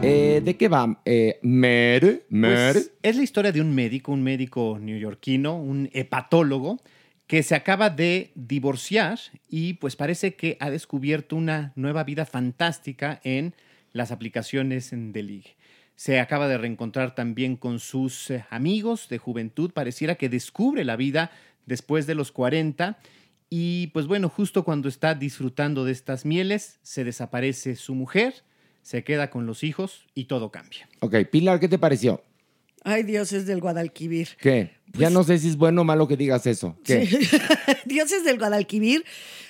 Speaker 3: Eh, ¿De qué va? Eh, Mer, Mer.
Speaker 5: Pues, es la historia de un médico, un médico neoyorquino, un hepatólogo, que se acaba de divorciar y pues parece que ha descubierto una nueva vida fantástica en las aplicaciones en- de ligue. Se acaba de reencontrar también con sus eh, amigos de juventud, pareciera que descubre la vida después de los 40 Y pues bueno, justo cuando está disfrutando de estas mieles, se desaparece su mujer, se queda con los hijos y todo cambia.
Speaker 3: Ok, Pilar, ¿qué te pareció?
Speaker 4: Ay, Dioses del Guadalquivir.
Speaker 3: ¿Qué?
Speaker 6: pues
Speaker 3: ya no sé si es bueno o malo que digas eso. ¿Qué?
Speaker 4: [laughs] Dioses del Guadalquivir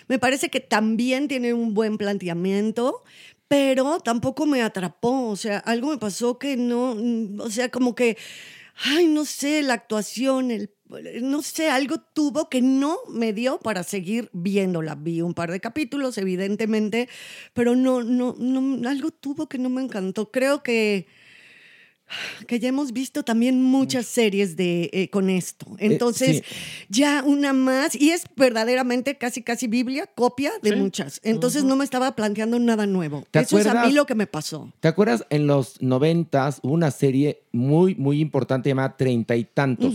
Speaker 4: me parece que también tiene un buen planteamiento, pero tampoco me atrapó. O sea, algo me pasó que no, mm, o sea, como que, ay, no sé, la actuación, el, no sé, algo tuvo que no me dio para seguir viéndola. Vi un par de capítulos, evidentemente, pero no, no, no, algo tuvo que no me encantó. Creo que que ya hemos visto también muchas series de eh, con esto. Entonces,
Speaker 3: Mm. sí.
Speaker 4: ya una más, y es verdaderamente casi, casi Biblia, copia de muchas. Entonces, no me estaba planteando nada nuevo.
Speaker 3: ¿Te
Speaker 4: Eso es a
Speaker 3: acuerdas?
Speaker 4: mí lo que me pasó.
Speaker 3: ¿Te acuerdas? En los noventas hubo una serie muy, muy importante llamada Treinta y Tantos.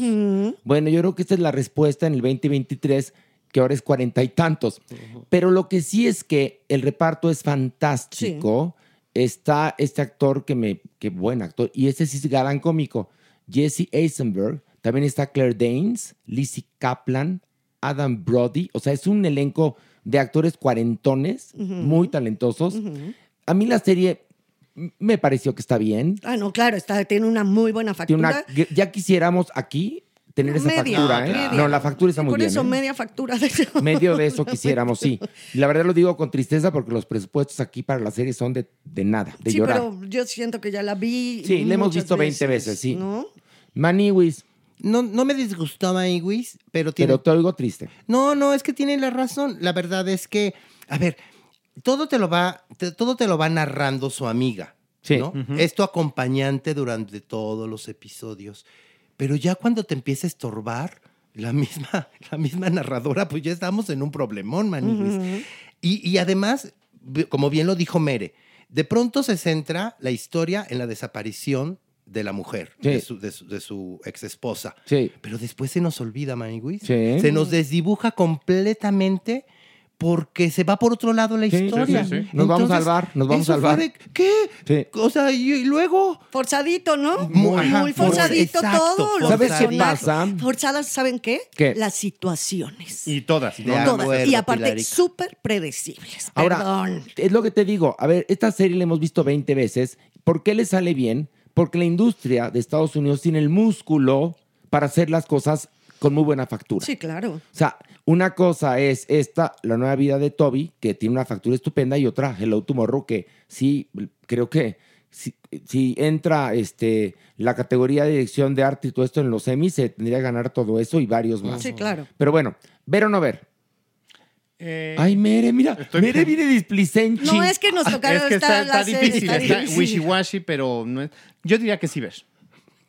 Speaker 3: Bueno, yo creo que esta es la respuesta en el 2023, que ahora es Cuarenta y Tantos. Pero lo que sí es que el reparto es fantástico. Está este actor que me... Qué buen actor. Y este sí es galán cómico. Jesse Eisenberg. También está Claire Danes, Lizzie Kaplan, Adam Brody. O sea, es un elenco de actores cuarentones, muy talentosos. A mí la serie m- me pareció que está bien.
Speaker 4: Ah, no, claro, está, tiene una muy buena
Speaker 3: Tiene
Speaker 4: factura.
Speaker 3: una, ya quisiéramos aquí tener esa
Speaker 4: Media,
Speaker 3: factura, ¿eh?
Speaker 4: media.
Speaker 3: No, la factura está muy
Speaker 4: Por
Speaker 3: bien.
Speaker 4: eso,
Speaker 3: ¿eh?
Speaker 4: media factura de [laughs] eso.
Speaker 3: Medio de eso quisiéramos, sí. La verdad lo digo con tristeza porque los presupuestos aquí para la serie son de, de nada, de
Speaker 4: sí,
Speaker 3: llorar.
Speaker 4: pero yo siento que ya la vi.
Speaker 3: Sí, la hemos
Speaker 4: muchas
Speaker 3: visto 20 veces, sí.
Speaker 4: ¿no?
Speaker 3: Maniwis,
Speaker 6: No, no me disgustaba Iwis, pero tiene.
Speaker 3: pero te oigo triste.
Speaker 6: No, no, es que tiene la razón. La verdad es que, a ver, todo te lo va, te- todo te lo va narrando su amiga.
Speaker 3: Sí.
Speaker 6: ¿no? Es tu acompañante durante todos los episodios. Pero ya cuando te empieza a estorbar la misma, [laughs] la misma narradora, pues ya estamos en un problemón, Maniwis. y, y además, b- como bien lo dijo Mere, de pronto se centra la historia en la desaparición de la mujer,
Speaker 3: Sí.
Speaker 6: de, su, de, su, de su exesposa.
Speaker 3: Sí.
Speaker 6: Pero después se nos olvida, Maniwis.
Speaker 3: Sí.
Speaker 6: Se nos desdibuja completamente porque se va por otro lado la
Speaker 3: Sí,
Speaker 6: historia.
Speaker 3: sí, sí, sí. Nos vamos
Speaker 6: Entonces,
Speaker 3: al bar, nos vamos
Speaker 6: eso
Speaker 3: al
Speaker 6: fue
Speaker 3: bar.
Speaker 6: de, ¿Qué?
Speaker 3: Sí.
Speaker 6: O sea, y, y luego.
Speaker 4: Forzadito, ¿no?
Speaker 6: Mu-
Speaker 4: Muy,
Speaker 6: ajá, for-
Speaker 4: forzadito
Speaker 6: exacto,
Speaker 4: todo. los
Speaker 3: ¿Sabes qué
Speaker 4: personajes.
Speaker 3: pasa?
Speaker 4: Forzadas, ¿saben qué?
Speaker 3: ¿Qué?
Speaker 4: Las situaciones.
Speaker 5: Y todas.
Speaker 6: De
Speaker 5: ¿no?
Speaker 4: Todas.
Speaker 6: acuerdo,
Speaker 4: y aparte,
Speaker 6: Pilarica.
Speaker 4: súper predecibles.
Speaker 3: Ahora,
Speaker 4: Perdón.
Speaker 3: es lo que te digo. A ver, esta serie la hemos visto 20 veces. ¿Por qué le sale bien? Porque la industria de Estados Unidos tiene el músculo para hacer las cosas con muy buena factura.
Speaker 4: Sí, claro.
Speaker 3: O sea, una cosa es esta, la nueva vida de Toby, que tiene una factura estupenda, y otra, Hello Tomorrow, que sí, creo que si, si entra este, la categoría de dirección de arte y todo esto en los semis, se tendría que ganar todo eso y varios más.
Speaker 4: Sí, claro.
Speaker 3: Pero bueno, ver o no ver.
Speaker 5: Eh,
Speaker 3: Ay, Mere, mira, Mere viene displicente.
Speaker 4: No es que nos tocaron
Speaker 5: Ah, es que está,
Speaker 4: estar en la
Speaker 5: está
Speaker 4: serie,
Speaker 5: difícil,
Speaker 4: está
Speaker 5: está
Speaker 4: difícil.
Speaker 5: wishy-washy, pero no es- yo diría que sí ver.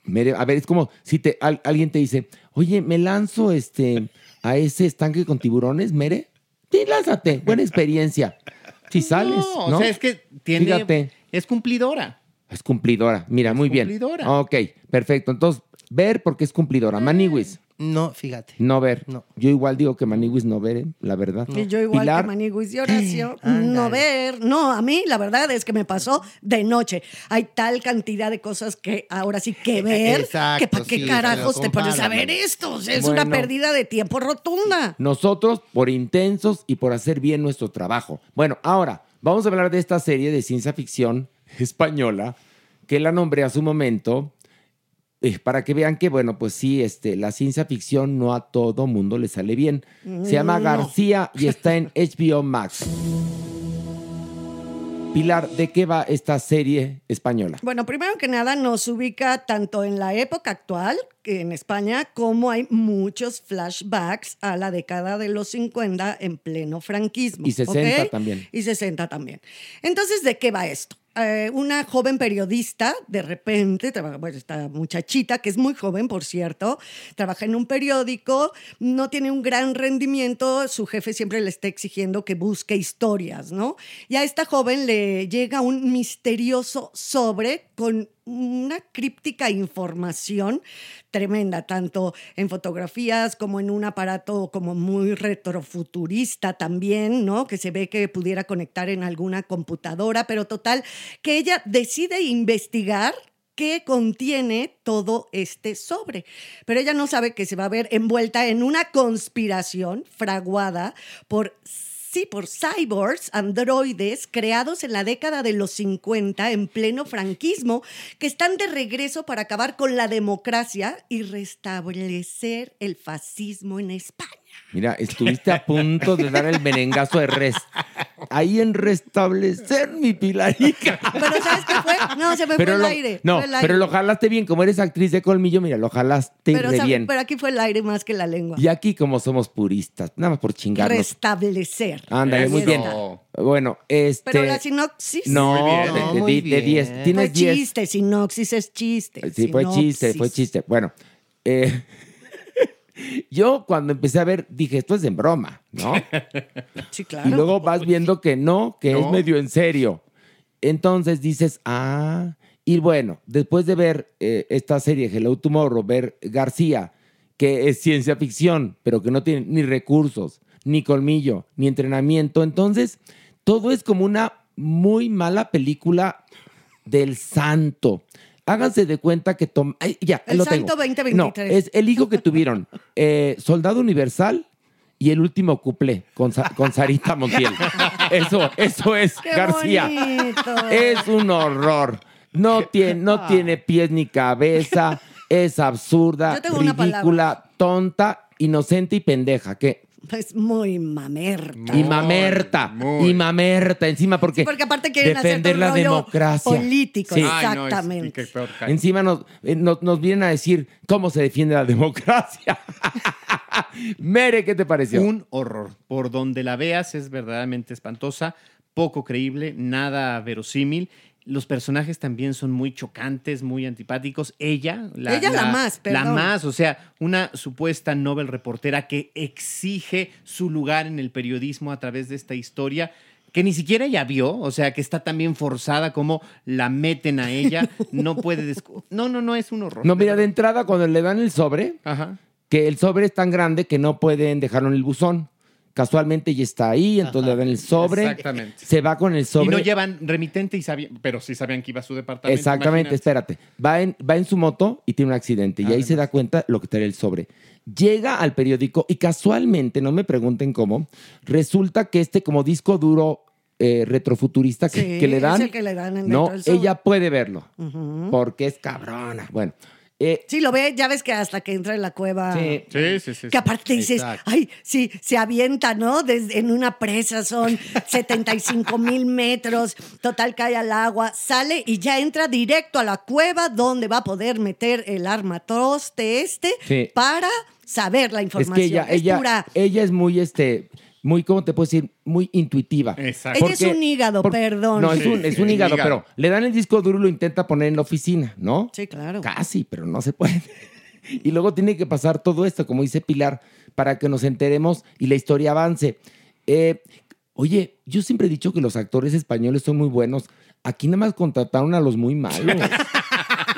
Speaker 3: Mere, a ver, es como si te, al- alguien te dice, oye, me lanzo este, a ese estanque con tiburones, Mere. Sí, lánzate, buena experiencia. Si sales,
Speaker 5: No,
Speaker 3: ¿no?
Speaker 5: o sea, es que tiene...
Speaker 3: Fíjate.
Speaker 5: Es cumplidora.
Speaker 3: Es cumplidora. Mira, muy bien.
Speaker 5: cumplidora. Mm.
Speaker 3: Ok, perfecto. Entonces, ver porque es cumplidora. Maniwis,
Speaker 6: No, fíjate.
Speaker 3: no ver.
Speaker 6: No.
Speaker 3: Yo igual digo que Maniwis no ver, eh, la verdad.
Speaker 4: Y yo igual
Speaker 3: Pilar,
Speaker 4: que Maniguis
Speaker 3: [clears throat]
Speaker 4: y Horacio,
Speaker 6: Ándale.
Speaker 4: no ver, no, a mí la verdad es que me pasó de noche. Hay tal cantidad de cosas que ahora sí
Speaker 3: Eh,
Speaker 4: que ver,
Speaker 6: Exacto,
Speaker 4: que para qué
Speaker 6: sí, pero
Speaker 4: carajos te pones a
Speaker 6: compáralo.
Speaker 4: ver esto, O sea, es
Speaker 3: Bueno.
Speaker 4: una pérdida de tiempo rotunda.
Speaker 3: Nosotros por intensos y por hacer bien nuestro trabajo. Bueno, ahora vamos a hablar de esta serie de ciencia ficción española que la nombré a su momento eh, para que vean que, bueno, pues sí, este, la ciencia ficción no a todo mundo le sale bien. Se llama García y está en HBO Max. Pilar, ¿de qué va esta serie española?
Speaker 4: Bueno, primero que nada nos ubica tanto en la época actual, que en España, como hay muchos flashbacks a la década de los 50 en pleno franquismo.
Speaker 3: Y 60
Speaker 4: ¿ok?
Speaker 3: también.
Speaker 4: Y 60 también. Entonces, ¿de qué va esto? Eh, una joven periodista, de repente, trabaja, bueno, esta muchachita, que es muy joven, por cierto, trabaja en un periódico, no tiene un gran rendimiento, su jefe siempre le está exigiendo que busque historias, ¿no? Y a esta joven le llega un misterioso sobre con una críptica información tremenda, tanto en fotografías como en un aparato como muy retrofuturista también, ¿no? Que se ve que pudiera conectar en alguna computadora, pero total, que ella decide investigar que contiene todo este sobre. Pero ella no sabe que se va a ver envuelta en una conspiración fraguada por Sí, por cyborgs, androides, creados en la década de los 50 en pleno franquismo, que están de regreso para acabar con la democracia y restablecer el fascismo en España.
Speaker 3: Mira, estuviste a punto de dar el merengazo de res. Ahí en restablecer mi pilarica.
Speaker 4: Pero ¿sabes qué fue? No, se me fue
Speaker 3: lo,
Speaker 4: el aire.
Speaker 3: No,
Speaker 4: fue el aire.
Speaker 3: pero lo jalaste bien. Como eres actriz de colmillo, mira, lo jalaste
Speaker 4: Pero,
Speaker 3: re
Speaker 4: ¿sabe?
Speaker 3: bien.
Speaker 4: Pero aquí fue el aire más que la lengua.
Speaker 3: Y aquí, como somos puristas, nada más por chingarnos.
Speaker 4: Restablecer.
Speaker 3: Ándale, muy
Speaker 4: Eso.
Speaker 3: bien. Bueno, este.
Speaker 4: Pero la sinopsis.
Speaker 3: No,
Speaker 6: Muy bien.
Speaker 3: de-
Speaker 6: No,
Speaker 3: de-
Speaker 6: muy
Speaker 3: de de 10.
Speaker 6: bien.
Speaker 4: Fue
Speaker 3: Tienes 10.
Speaker 4: chiste, sinopsis es chiste.
Speaker 3: Sí, fue chiste,
Speaker 4: sinopsis.
Speaker 3: fue chiste. Bueno, eh, [laughs] yo cuando empecé a ver, dije, esto es en broma, ¿no?
Speaker 4: Sí,
Speaker 3: Y
Speaker 4: claro.
Speaker 3: luego vas viendo que no, que es
Speaker 6: No.
Speaker 3: medio en serio. Entonces dices, ah, y bueno, después de ver eh, esta serie Hello Tomorrow, ver García, que es ciencia ficción, pero que no tiene ni recursos, ni colmillo, ni entrenamiento, entonces todo es como una muy mala película del santo. Háganse de cuenta que tom- Ay, ya,
Speaker 4: El
Speaker 3: lo tengo.
Speaker 4: santo 2023.
Speaker 3: No, es el hijo que
Speaker 4: [laughs]
Speaker 3: tuvieron, eh, Soldado Universal y el último cuplé con, Sa- con Sarita
Speaker 6: [laughs]
Speaker 3: Montiel. Eso, eso es
Speaker 4: Qué
Speaker 3: García.
Speaker 4: bonito.
Speaker 3: [laughs] Es un horror. No tiene, no tiene pies ni cabeza. Es absurda,
Speaker 4: Yo tengo una
Speaker 3: ridícula, tonta, inocente y pendeja. ¿Qué?
Speaker 4: Es muy mamerta.
Speaker 3: y mamerta.
Speaker 6: muy.
Speaker 3: Y mamerta encima porque,
Speaker 4: Porque aparte quieren hacer todo
Speaker 3: defender
Speaker 4: un
Speaker 3: la
Speaker 4: rollo
Speaker 3: democracia.
Speaker 4: político,
Speaker 3: Sí.
Speaker 6: Ay, no, es- y
Speaker 4: exactamente.
Speaker 6: qué peor cae.
Speaker 3: Encima nos, eh, nos, nos vienen a decir cómo se defiende la
Speaker 6: [laughs]
Speaker 3: democracia. Mere, ¿qué te pareció?
Speaker 5: Un horror. Por donde la veas es verdaderamente espantosa, poco creíble, nada verosímil. Los personajes también son muy chocantes, muy antipáticos. Ella, la,
Speaker 4: Ella la más,
Speaker 5: La
Speaker 4: perdón.
Speaker 5: más, o sea, una supuesta Nobel reportera que exige su lugar en el periodismo a través de esta historia que ni siquiera ella vio, o sea, que está también forzada como la meten a
Speaker 4: [laughs]
Speaker 5: ella, no puede... descu- No, no, no, es un horror.
Speaker 3: No, mira, de entrada, cuando le dan el sobre,
Speaker 5: Ajá.
Speaker 3: que el sobre es tan grande que no pueden dejarlo en el buzón. Casualmente ya está ahí, entonces le dan el sobre.
Speaker 5: exactamente.
Speaker 3: Se va con el sobre.
Speaker 5: Y no llevan remitente y sabían, pero sí sabían que iba a su departamento.
Speaker 3: Exactamente,
Speaker 5: imagínate.
Speaker 3: espérate. Va en, va en su moto y tiene un accidente. y ahí
Speaker 5: Ah,
Speaker 3: se da cuenta lo que trae el sobre. Llega al periódico y casualmente, no me pregunten cómo, resulta que este como disco duro eh, retrofuturista que,
Speaker 4: Sí,
Speaker 3: que le dan.
Speaker 4: ese que le dan en
Speaker 3: no,
Speaker 4: dentro del sobre.
Speaker 3: ella puede verlo. Porque es cabrona. Bueno. eh,
Speaker 4: Sí, lo ve, ya ves que hasta que entra en la cueva.
Speaker 3: Sí.
Speaker 5: Sí, sí, sí.
Speaker 4: Que aparte dices, ay, sí, se avienta, ¿no? Desde, en una
Speaker 3: [laughs]
Speaker 4: presa son 75 mil metros, total cae al agua, sale y ya entra directo a la cueva donde va a poder meter el armatoste este
Speaker 3: Sí.
Speaker 4: para saber la
Speaker 3: es
Speaker 4: información.
Speaker 3: que ella, ella,
Speaker 4: pura.
Speaker 3: ella es muy, este, muy, ¿cómo te puedo decir? Muy intuitiva.
Speaker 5: Exacto.
Speaker 4: Ella es un hígado, perdón.
Speaker 3: No, es
Speaker 4: Sí,
Speaker 3: un, es un
Speaker 6: sí,
Speaker 3: hígado,
Speaker 6: hígado.
Speaker 3: pero le dan el disco duro y lo intenta poner en la oficina, ¿no?
Speaker 4: Sí, claro.
Speaker 3: Casi, pero no se puede. [laughs] Y luego tiene que pasar todo esto, como dice Pilar, para que nos enteremos y la historia avance. Eh, oye, yo siempre he dicho que los actores españoles son muy buenos. Aquí nada más contrataron a los muy malos.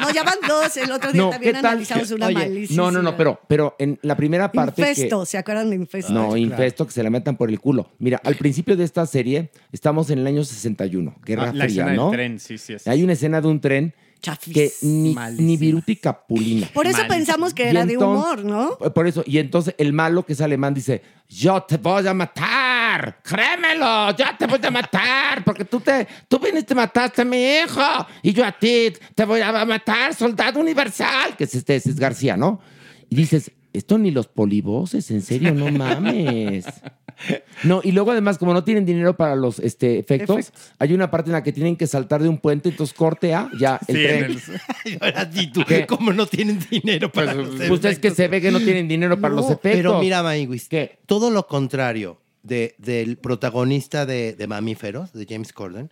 Speaker 4: No, ya van dos, el [laughs] otro día también analizamos una
Speaker 3: Oye,
Speaker 4: malísima.
Speaker 3: no, no, no, pero, pero en la primera parte. que-
Speaker 4: Infesto, ¿se acuerdan de Infesto?
Speaker 3: no, infesto que se la metan por el culo. Mira, al principio de esta serie estamos en el año 61, Guerra
Speaker 5: Ah, la
Speaker 3: Fría,
Speaker 5: escena
Speaker 3: ¿no?
Speaker 5: del tren, pues. sí, sí. sí.
Speaker 3: Hay una escena de un tren
Speaker 4: Chafis.
Speaker 3: que ni,
Speaker 5: Malísima.
Speaker 3: ni Viruti Capulina.
Speaker 4: Por eso
Speaker 5: Mal.
Speaker 4: pensamos que
Speaker 3: Y
Speaker 4: era de
Speaker 3: enton-
Speaker 4: humor, ¿no?
Speaker 3: Por eso, y entonces el malo que es alemán dice, yo te voy a matar, créemelo, yo te voy a matar, porque tú te, tú viniste y mataste a mi hijo, y yo a ti te voy a matar, soldado universal, que es este, ese es García, ¿no? Y dices, esto ni los polivoces, en serio, no mames. No, y luego además, como no tienen dinero para los este, efectos, hay una parte en la que tienen que saltar de un puente, entonces corte A, ya el
Speaker 6: Sí,
Speaker 3: tren. [laughs]
Speaker 6: en el- Ahora sí, tú,
Speaker 3: ¿Qué?
Speaker 6: como no tienen dinero para
Speaker 5: Pues,
Speaker 6: los
Speaker 5: pues,
Speaker 3: Pues es que se ve que no tienen dinero para
Speaker 6: No,
Speaker 3: los efectos.
Speaker 6: Pero mira, Maywis,
Speaker 3: ¿Qué?
Speaker 6: todo lo contrario de- del protagonista de, de Mamíferos, de James Corden,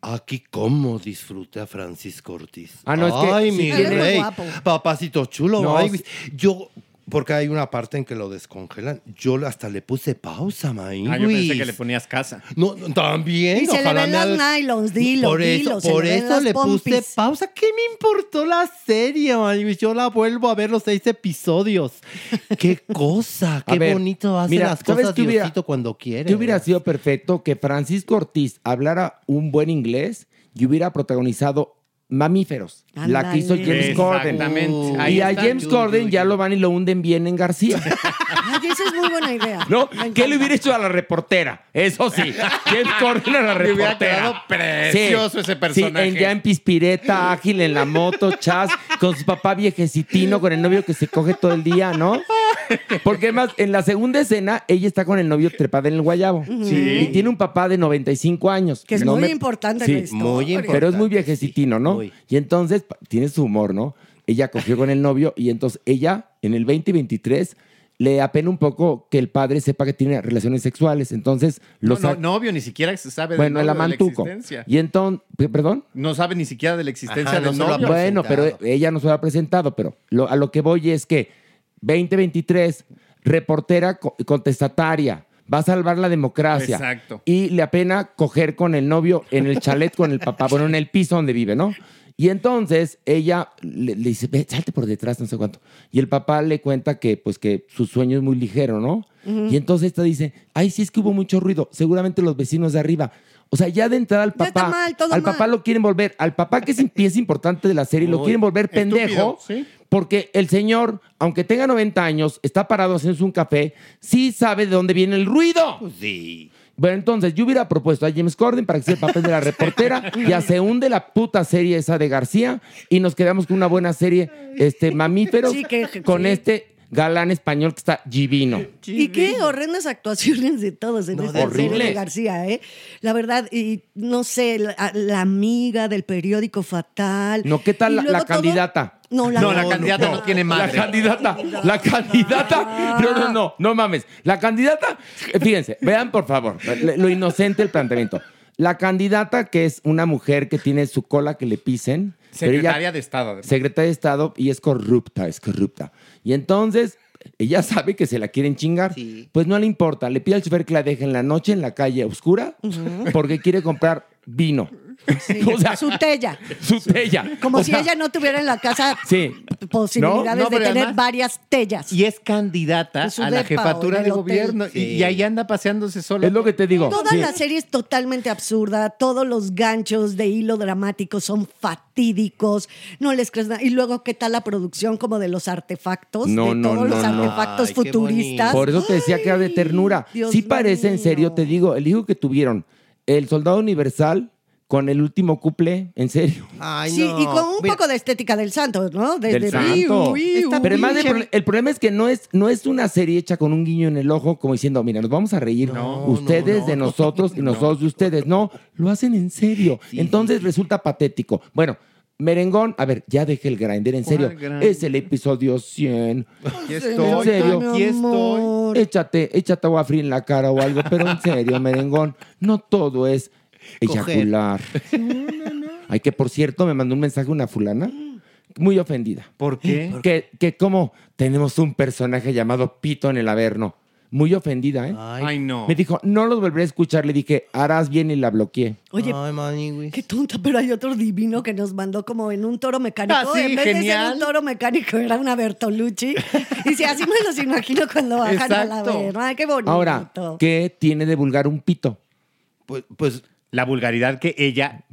Speaker 6: aquí cómo disfruté a Francisco Ortiz.
Speaker 3: Ah, no, es que
Speaker 6: Ay,
Speaker 3: sí
Speaker 6: mi
Speaker 4: tiene-
Speaker 6: rey,
Speaker 4: Guapo.
Speaker 6: papacito chulo,
Speaker 3: No,
Speaker 6: Maywis. Yo, porque hay una parte en que lo descongelan, yo hasta le puse pausa, Maywis.
Speaker 5: Ah, yo pensé que le ponías casa.
Speaker 6: No, no, también.
Speaker 4: Y se le
Speaker 6: ojalá
Speaker 4: ven
Speaker 6: me
Speaker 4: las
Speaker 6: hagas-
Speaker 4: nylons, dilo,
Speaker 6: Por eso,
Speaker 4: dilo, se
Speaker 6: por
Speaker 4: le ven
Speaker 6: eso
Speaker 4: las
Speaker 6: le puse
Speaker 4: pompis.
Speaker 6: pausa. ¿Qué me importó la serie, Maywis? Yo la vuelvo a ver los seis episodios.
Speaker 3: [laughs]
Speaker 6: Qué cosa,
Speaker 3: A
Speaker 6: qué
Speaker 3: ver,
Speaker 6: bonito hace
Speaker 3: mira,
Speaker 6: las
Speaker 3: ¿sabes
Speaker 6: cosas
Speaker 3: qué hubiera-
Speaker 6: Diosito cuando quiere.
Speaker 3: ¿Qué hubiera sido perfecto que Francisco Ortiz hablara un buen inglés y hubiera protagonizado Mamíferos, la que hizo
Speaker 4: Ándale.
Speaker 3: James Corden.
Speaker 5: Exactamente. Ahí
Speaker 3: Y a
Speaker 5: está.
Speaker 3: James
Speaker 5: Yo-
Speaker 3: Corden
Speaker 5: yo-
Speaker 3: ya lo van y lo hunden bien en
Speaker 6: [laughs]
Speaker 3: García.
Speaker 4: Ay, esa es muy buena idea.
Speaker 3: ¿No?
Speaker 4: Me
Speaker 3: ¿Qué le
Speaker 4: encanta.
Speaker 3: hubiera hecho a la reportera? Eso sí,
Speaker 4: [laughs]
Speaker 3: James Corden a la
Speaker 5: Le hubiera
Speaker 3: reportera.
Speaker 5: quedado precioso ese personaje.
Speaker 3: Sí, en, ya en pispireta, ágil en la moto, chas, con su papá viejecitino, con el novio que se coge todo el día, ¿no? Porque además, en la segunda escena, ella está con el novio trepada en el guayabo.
Speaker 5: Sí.
Speaker 3: Y tiene un papá de 95 años.
Speaker 4: Que es
Speaker 3: No
Speaker 4: muy
Speaker 3: me-
Speaker 4: importante en la
Speaker 3: Sí,
Speaker 4: historia.
Speaker 6: muy importante.
Speaker 3: pero es muy viejecitino, ¿no?
Speaker 6: Muy.
Speaker 3: Y entonces pa- tiene su humor, ¿no? Ella cogió con el novio y entonces ella, en el 2023, le apena un poco que el padre sepa que tiene relaciones sexuales. Entonces,
Speaker 5: No,
Speaker 3: los
Speaker 5: no,
Speaker 3: ac-
Speaker 5: novio ni siquiera se sabe del
Speaker 3: bueno, el
Speaker 5: novio, de la
Speaker 3: amantuco.
Speaker 5: existencia.
Speaker 3: Y entonces, perdón.
Speaker 5: No sabe ni siquiera de la existencia
Speaker 6: Ajá,
Speaker 5: del
Speaker 6: no se lo
Speaker 5: novio.
Speaker 3: Bueno, pero
Speaker 6: presentado.
Speaker 3: ella no se lo ha presentado, pero lo- a lo que voy es que 2023, reportera co- contestataria, va a salvar la democracia.
Speaker 5: Exacto.
Speaker 3: Y le apena coger con el novio en el chalet con el papá, bueno, en el piso donde vive, ¿no? Y entonces ella le, le dice, ve, salte por detrás, no sé cuánto. Y el papá le cuenta que, pues, que su sueño es muy ligero, ¿no? Y entonces esta dice, ay, sí es que hubo mucho ruido, seguramente los vecinos de arriba. O sea, ya de entrada al
Speaker 4: Ya
Speaker 3: papá,
Speaker 4: está mal, todo
Speaker 3: al
Speaker 4: mal.
Speaker 3: papá lo quieren volver, al papá que es im- pieza importante de la serie, lo
Speaker 5: Muy
Speaker 3: quieren volver pendejo,
Speaker 5: estúpido, sí.
Speaker 3: porque el señor, aunque tenga 90 años, está parado haciéndose un café, sí sabe de dónde viene el ruido.
Speaker 5: Pues
Speaker 6: Sí.
Speaker 3: Bueno, entonces yo hubiera propuesto a James Corden para que sea el papel de la reportera, ya se hunde la puta serie esa de García y nos quedamos con una buena serie este, mamíferos
Speaker 4: Sí, que-
Speaker 3: con
Speaker 4: sí.
Speaker 3: este galán español que está divino.
Speaker 4: Y qué horrendas actuaciones de todos en
Speaker 6: No,
Speaker 4: esta serie
Speaker 3: horrible.
Speaker 4: de García, ¿eh? La verdad, y no sé, la, la amiga del periódico fatal.
Speaker 3: No, ¿qué tal
Speaker 4: Y
Speaker 3: la-
Speaker 4: luego
Speaker 3: la
Speaker 4: [laughs]
Speaker 3: candidata?
Speaker 4: No, la,
Speaker 5: No, la candidata no, tiene
Speaker 3: La
Speaker 5: madre.
Speaker 4: [laughs]
Speaker 3: candidata, la candidata. No, no, no, no mames. La candidata, eh, fíjense, vean por favor le- lo inocente el planteamiento. La candidata que es una mujer que tiene su cola que le pisen. pero ella-
Speaker 5: Secretaria de Estado. además.
Speaker 3: secretaria de Estado y es corrupta, es corrupta. Y entonces ella sabe que se la quieren chingar.
Speaker 6: Sí.
Speaker 3: Pues no le importa, le pide al chofer que la deje en la noche en la calle oscura porque quiere comprar vino.
Speaker 4: Sí,
Speaker 3: [laughs] o sea,
Speaker 4: su tella.
Speaker 3: [laughs] su tella.
Speaker 4: Como
Speaker 3: O
Speaker 4: si
Speaker 3: sea,
Speaker 4: ella no tuviera en
Speaker 3: [laughs]
Speaker 4: la casa
Speaker 3: Sí.
Speaker 4: posibilidades
Speaker 5: No, no,
Speaker 4: de
Speaker 5: pero
Speaker 4: tener
Speaker 5: además-
Speaker 4: varias tellas.
Speaker 5: Y es candidata
Speaker 4: En su
Speaker 5: a la
Speaker 4: depa o
Speaker 5: jefatura
Speaker 4: en el
Speaker 5: de
Speaker 4: hotel.
Speaker 5: gobierno. y- Y, ahí anda paseándose sola.
Speaker 3: Es lo que te digo.
Speaker 4: Toda
Speaker 3: Sí.
Speaker 4: la serie es totalmente absurda, todos los ganchos de hilo dramático son fatídicos, no les crees nada. Y luego, ¿qué tal la producción como de los artefactos?
Speaker 3: No,
Speaker 4: de
Speaker 3: no,
Speaker 4: todos
Speaker 3: no,
Speaker 4: los
Speaker 3: no.
Speaker 4: artefactos
Speaker 6: Ay, qué
Speaker 4: futuristas.
Speaker 3: Por eso te decía que era de
Speaker 4: Ay,
Speaker 3: ternura.
Speaker 4: Dios
Speaker 3: sí parece, en serio,
Speaker 4: mío.
Speaker 3: te digo, el hijo que tuvieron, el soldado universal con el último cuple, en serio.
Speaker 6: Ay,
Speaker 4: Sí,
Speaker 6: no.
Speaker 4: y con un
Speaker 6: Mira,
Speaker 4: poco de estética del santo, ¿no? Desde
Speaker 3: del santo. Pero además el, pro- el problema es que no es, no es una serie hecha con un guiño en el ojo, como diciendo, mira, nos vamos a reír ustedes de nosotros y nosotros de ustedes. No, lo hacen en serio. Entonces resulta patético. Bueno. Merengón, a ver, ya dejé el grinder, en serio.
Speaker 5: grinder?
Speaker 3: Es el episodio 100. [laughs]
Speaker 5: Aquí
Speaker 3: En
Speaker 5: estoy.
Speaker 3: serio.
Speaker 5: Aquí estoy.
Speaker 3: Échate, échate agua fría en la cara o algo, pero en
Speaker 5: [laughs]
Speaker 3: serio, merengón, no todo es
Speaker 6: Coger.
Speaker 3: eyacular. Ay, que por cierto, me mandó un mensaje una fulana muy ofendida.
Speaker 5: ¿Eh? ¿Por qué?
Speaker 3: Que, que como tenemos un personaje llamado Pito en el Averno. Muy ofendida, ¿eh?
Speaker 5: Ay, no.
Speaker 3: Me dijo, no los volveré a escuchar. Le dije, harás bien y la bloqueé.
Speaker 4: Oye,
Speaker 6: Ay, mani, güey.
Speaker 4: qué tonta, pero hay otro divino que nos mandó como en un toro mecánico.
Speaker 5: Ah, sí,
Speaker 4: en vez de ser
Speaker 5: genial.
Speaker 4: un toro mecánico, era una Bertolucci. y si así me los imagino cuando bajan a la
Speaker 5: Exacto.
Speaker 4: ver. Ay, qué bonito.
Speaker 3: Ahora, ¿qué tiene de vulgar un pito?
Speaker 6: Pues, pues
Speaker 5: La vulgaridad que ella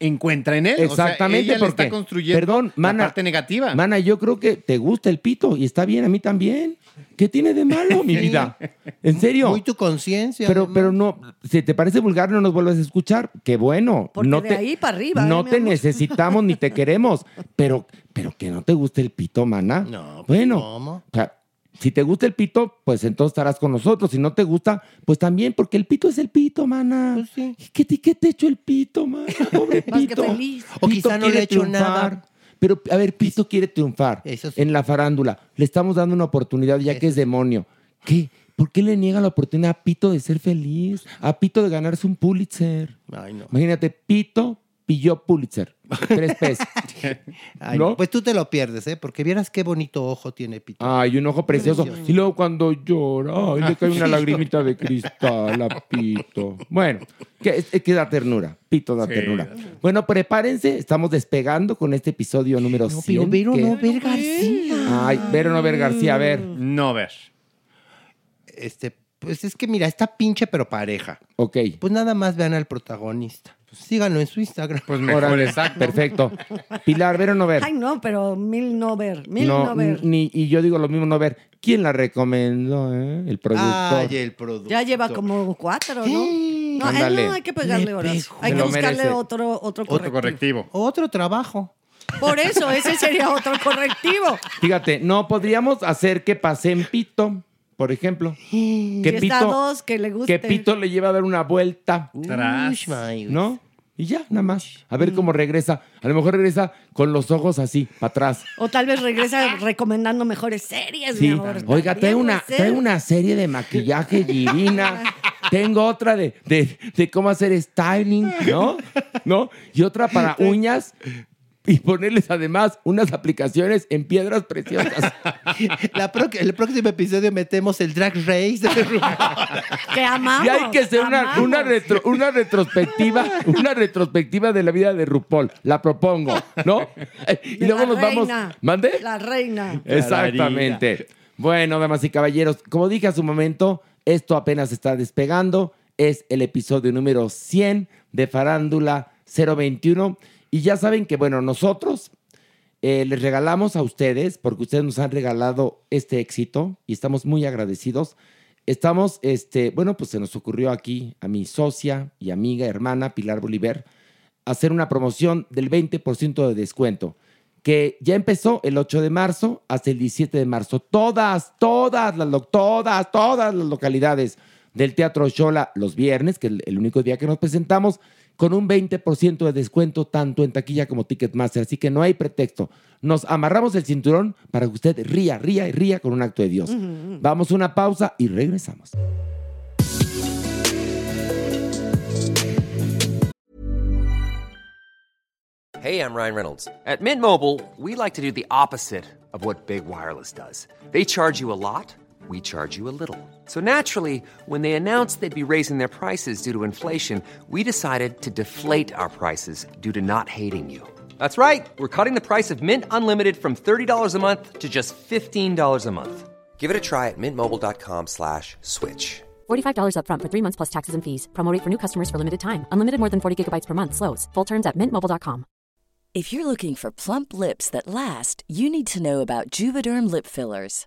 Speaker 5: encuentra en él.
Speaker 3: Exactamente,
Speaker 5: O sea, ella le
Speaker 3: porque-
Speaker 5: está construyendo
Speaker 3: perdón, mana,
Speaker 5: la parte negativa.
Speaker 3: Mana, yo creo que te gusta el pito y está bien, a mí también. ¿Qué tiene de malo,
Speaker 5: [laughs]
Speaker 3: mi vida? En serio.
Speaker 6: muy tu conciencia.
Speaker 3: Pero,
Speaker 6: además.
Speaker 3: pero no, si te parece vulgar, no nos vuelvas a escuchar. Qué bueno.
Speaker 4: Porque
Speaker 3: no
Speaker 4: de ahí para arriba,
Speaker 3: No
Speaker 4: ¿eh, mi
Speaker 3: te
Speaker 4: amor?
Speaker 3: necesitamos ni te
Speaker 4: [laughs]
Speaker 3: queremos. Pero, pero que no te guste el pito, mana.
Speaker 6: No, pues,
Speaker 3: bueno.
Speaker 6: ¿cómo?
Speaker 3: O sea, si te gusta el pito, pues entonces estarás con nosotros. Si no te gusta, pues también, porque el pito es el pito, mana.
Speaker 6: Pues sí.
Speaker 3: ¿Qué, te- qué te echó el pito,
Speaker 6: [laughs]
Speaker 3: mana? Pobre
Speaker 4: Más que
Speaker 3: pito.
Speaker 4: feliz.
Speaker 6: O
Speaker 3: Pito
Speaker 6: quizá no le
Speaker 3: quiere
Speaker 6: echó nada.
Speaker 3: triunfar. Pero, a ver, Pito quiere triunfar
Speaker 6: Eso sí.
Speaker 3: en la farándula. Le estamos dando una oportunidad ya que es demonio. ¿Qué? ¿Por qué le niega la oportunidad a Pito de ser feliz? A Pito de ganarse un Pulitzer.
Speaker 6: Ay, no.
Speaker 3: Imagínate, Pito pilló
Speaker 6: [laughs]
Speaker 3: Pulitzer. Tres [laughs] pesos.
Speaker 6: Ay,
Speaker 3: ¿No?
Speaker 6: no. Pues tú te lo pierdes, ¿eh? Porque vieras qué bonito ojo tiene Pito.
Speaker 3: Ay, un ojo precioso. Y luego cuando llora, ay, le cae una lagrimita de cristal a Pito. Bueno, que, es que da ternura. Pito da ternura. Bueno, prepárense. Estamos despegando con este episodio número 100.
Speaker 6: pero Vero
Speaker 3: que-
Speaker 6: no ver García.
Speaker 3: Ay, ver o no ver García, a ver.
Speaker 5: No ver.
Speaker 6: Este, pues es que mira, está pinche pero pareja.
Speaker 3: Ok.
Speaker 6: Pues nada más vean al protagonista. síganlo en su Instagram.
Speaker 7: Pues mejor,
Speaker 3: Órale,
Speaker 7: exacto.
Speaker 3: Perfecto. Pilar, ver o no ver.
Speaker 4: Ay, no, pero mil no ver, mil no,
Speaker 3: no,
Speaker 4: ver.
Speaker 3: Ni, y yo digo lo mismo, no ver. ¿Quién la recomendó? eh? El productor.
Speaker 6: Ay, el producto.
Speaker 4: Ya lleva como cuatro, ¿no?
Speaker 6: Sí.
Speaker 4: No, ay,
Speaker 3: Ándale.
Speaker 4: no, hay que pegarle
Speaker 6: Le
Speaker 4: horas.
Speaker 6: pego.
Speaker 4: Hay
Speaker 3: Se
Speaker 4: que
Speaker 3: lo
Speaker 4: buscarle
Speaker 3: merece.
Speaker 4: otro, otro correctivo.
Speaker 7: Otro correctivo.
Speaker 6: Otro trabajo.
Speaker 4: Por eso, ese sería
Speaker 7: [laughs]
Speaker 4: otro correctivo.
Speaker 3: Fíjate, no podríamos hacer que pase en Pito, por ejemplo. Que
Speaker 4: está dos, que le guste.
Speaker 3: Que Pito le lleva a dar una vuelta,
Speaker 7: Tras.
Speaker 3: ¿no? Y ya, nada más. A ver cómo regresa. A lo mejor regresa con los ojos así, para atrás.
Speaker 4: O tal vez regresa recomendando mejores series,
Speaker 3: Sí.
Speaker 4: mi amor. pues,
Speaker 3: Oiga,
Speaker 4: También
Speaker 3: trae una,
Speaker 4: puede ser.
Speaker 3: trae una serie de maquillaje divina. Tengo otra de, de, de cómo hacer styling, ¿no? ¿No? Y otra para uñas y ponerles además unas aplicaciones en piedras preciosas.
Speaker 6: La pro- el próximo episodio metemos el drag race de
Speaker 4: [laughs] Que amamos.
Speaker 3: Y hay que hacer una,
Speaker 4: amamos.
Speaker 3: una, retro- una retrospectiva, una retrospectiva de la vida de RuPaul. La propongo, ¿no? Y
Speaker 4: De
Speaker 3: luego
Speaker 4: la
Speaker 3: nos vamos.
Speaker 4: reina.
Speaker 3: ¿Mande?
Speaker 4: La reina.
Speaker 3: Exactamente. Bueno, damas y caballeros, como dije hace un momento, esto apenas está despegando. Es el episodio número 100 de Farándula 021. Y ya saben que, bueno, nosotros eh, les regalamos a ustedes, porque ustedes nos han regalado este éxito y estamos muy agradecidos. Estamos, este, bueno, pues se nos ocurrió aquí a mi socia y amiga, hermana Pilar Bolívar, hacer una promoción del 20% de descuento, que ya empezó el 8 de marzo hasta el 17 de marzo. Todas, todas, las, lo- todas, todas las localidades del Teatro Xola los viernes, que es el único día que nos presentamos, con un 20% de descuento tanto en taquilla como Ticketmaster. Así que no hay pretexto. Nos amarramos el cinturón para que usted ría, ría y ría con un acto de Dios. Vamos a una pausa y regresamos.
Speaker 8: Hey, I'm Ryan Reynolds. At Mint Mobile, we like to do the opposite of what Big Wireless does. They charge you a lot, we charge you a little. So naturally, when they announced they'd be raising their prices due to inflation, we decided to deflate our prices due to not hating you. That's right. We're cutting the price of Mint Unlimited from $30 a month to just $15 a month. Give it a try at mintmobile.com slash switch.
Speaker 9: $45 upfront for three months plus taxes and fees. Promo rate for new customers for limited time. Unlimited more than 40 gigabytes per month. Slows. Full terms at mintmobile.com.
Speaker 10: If you're looking for plump lips that last, you need to know about Juvederm lip fillers.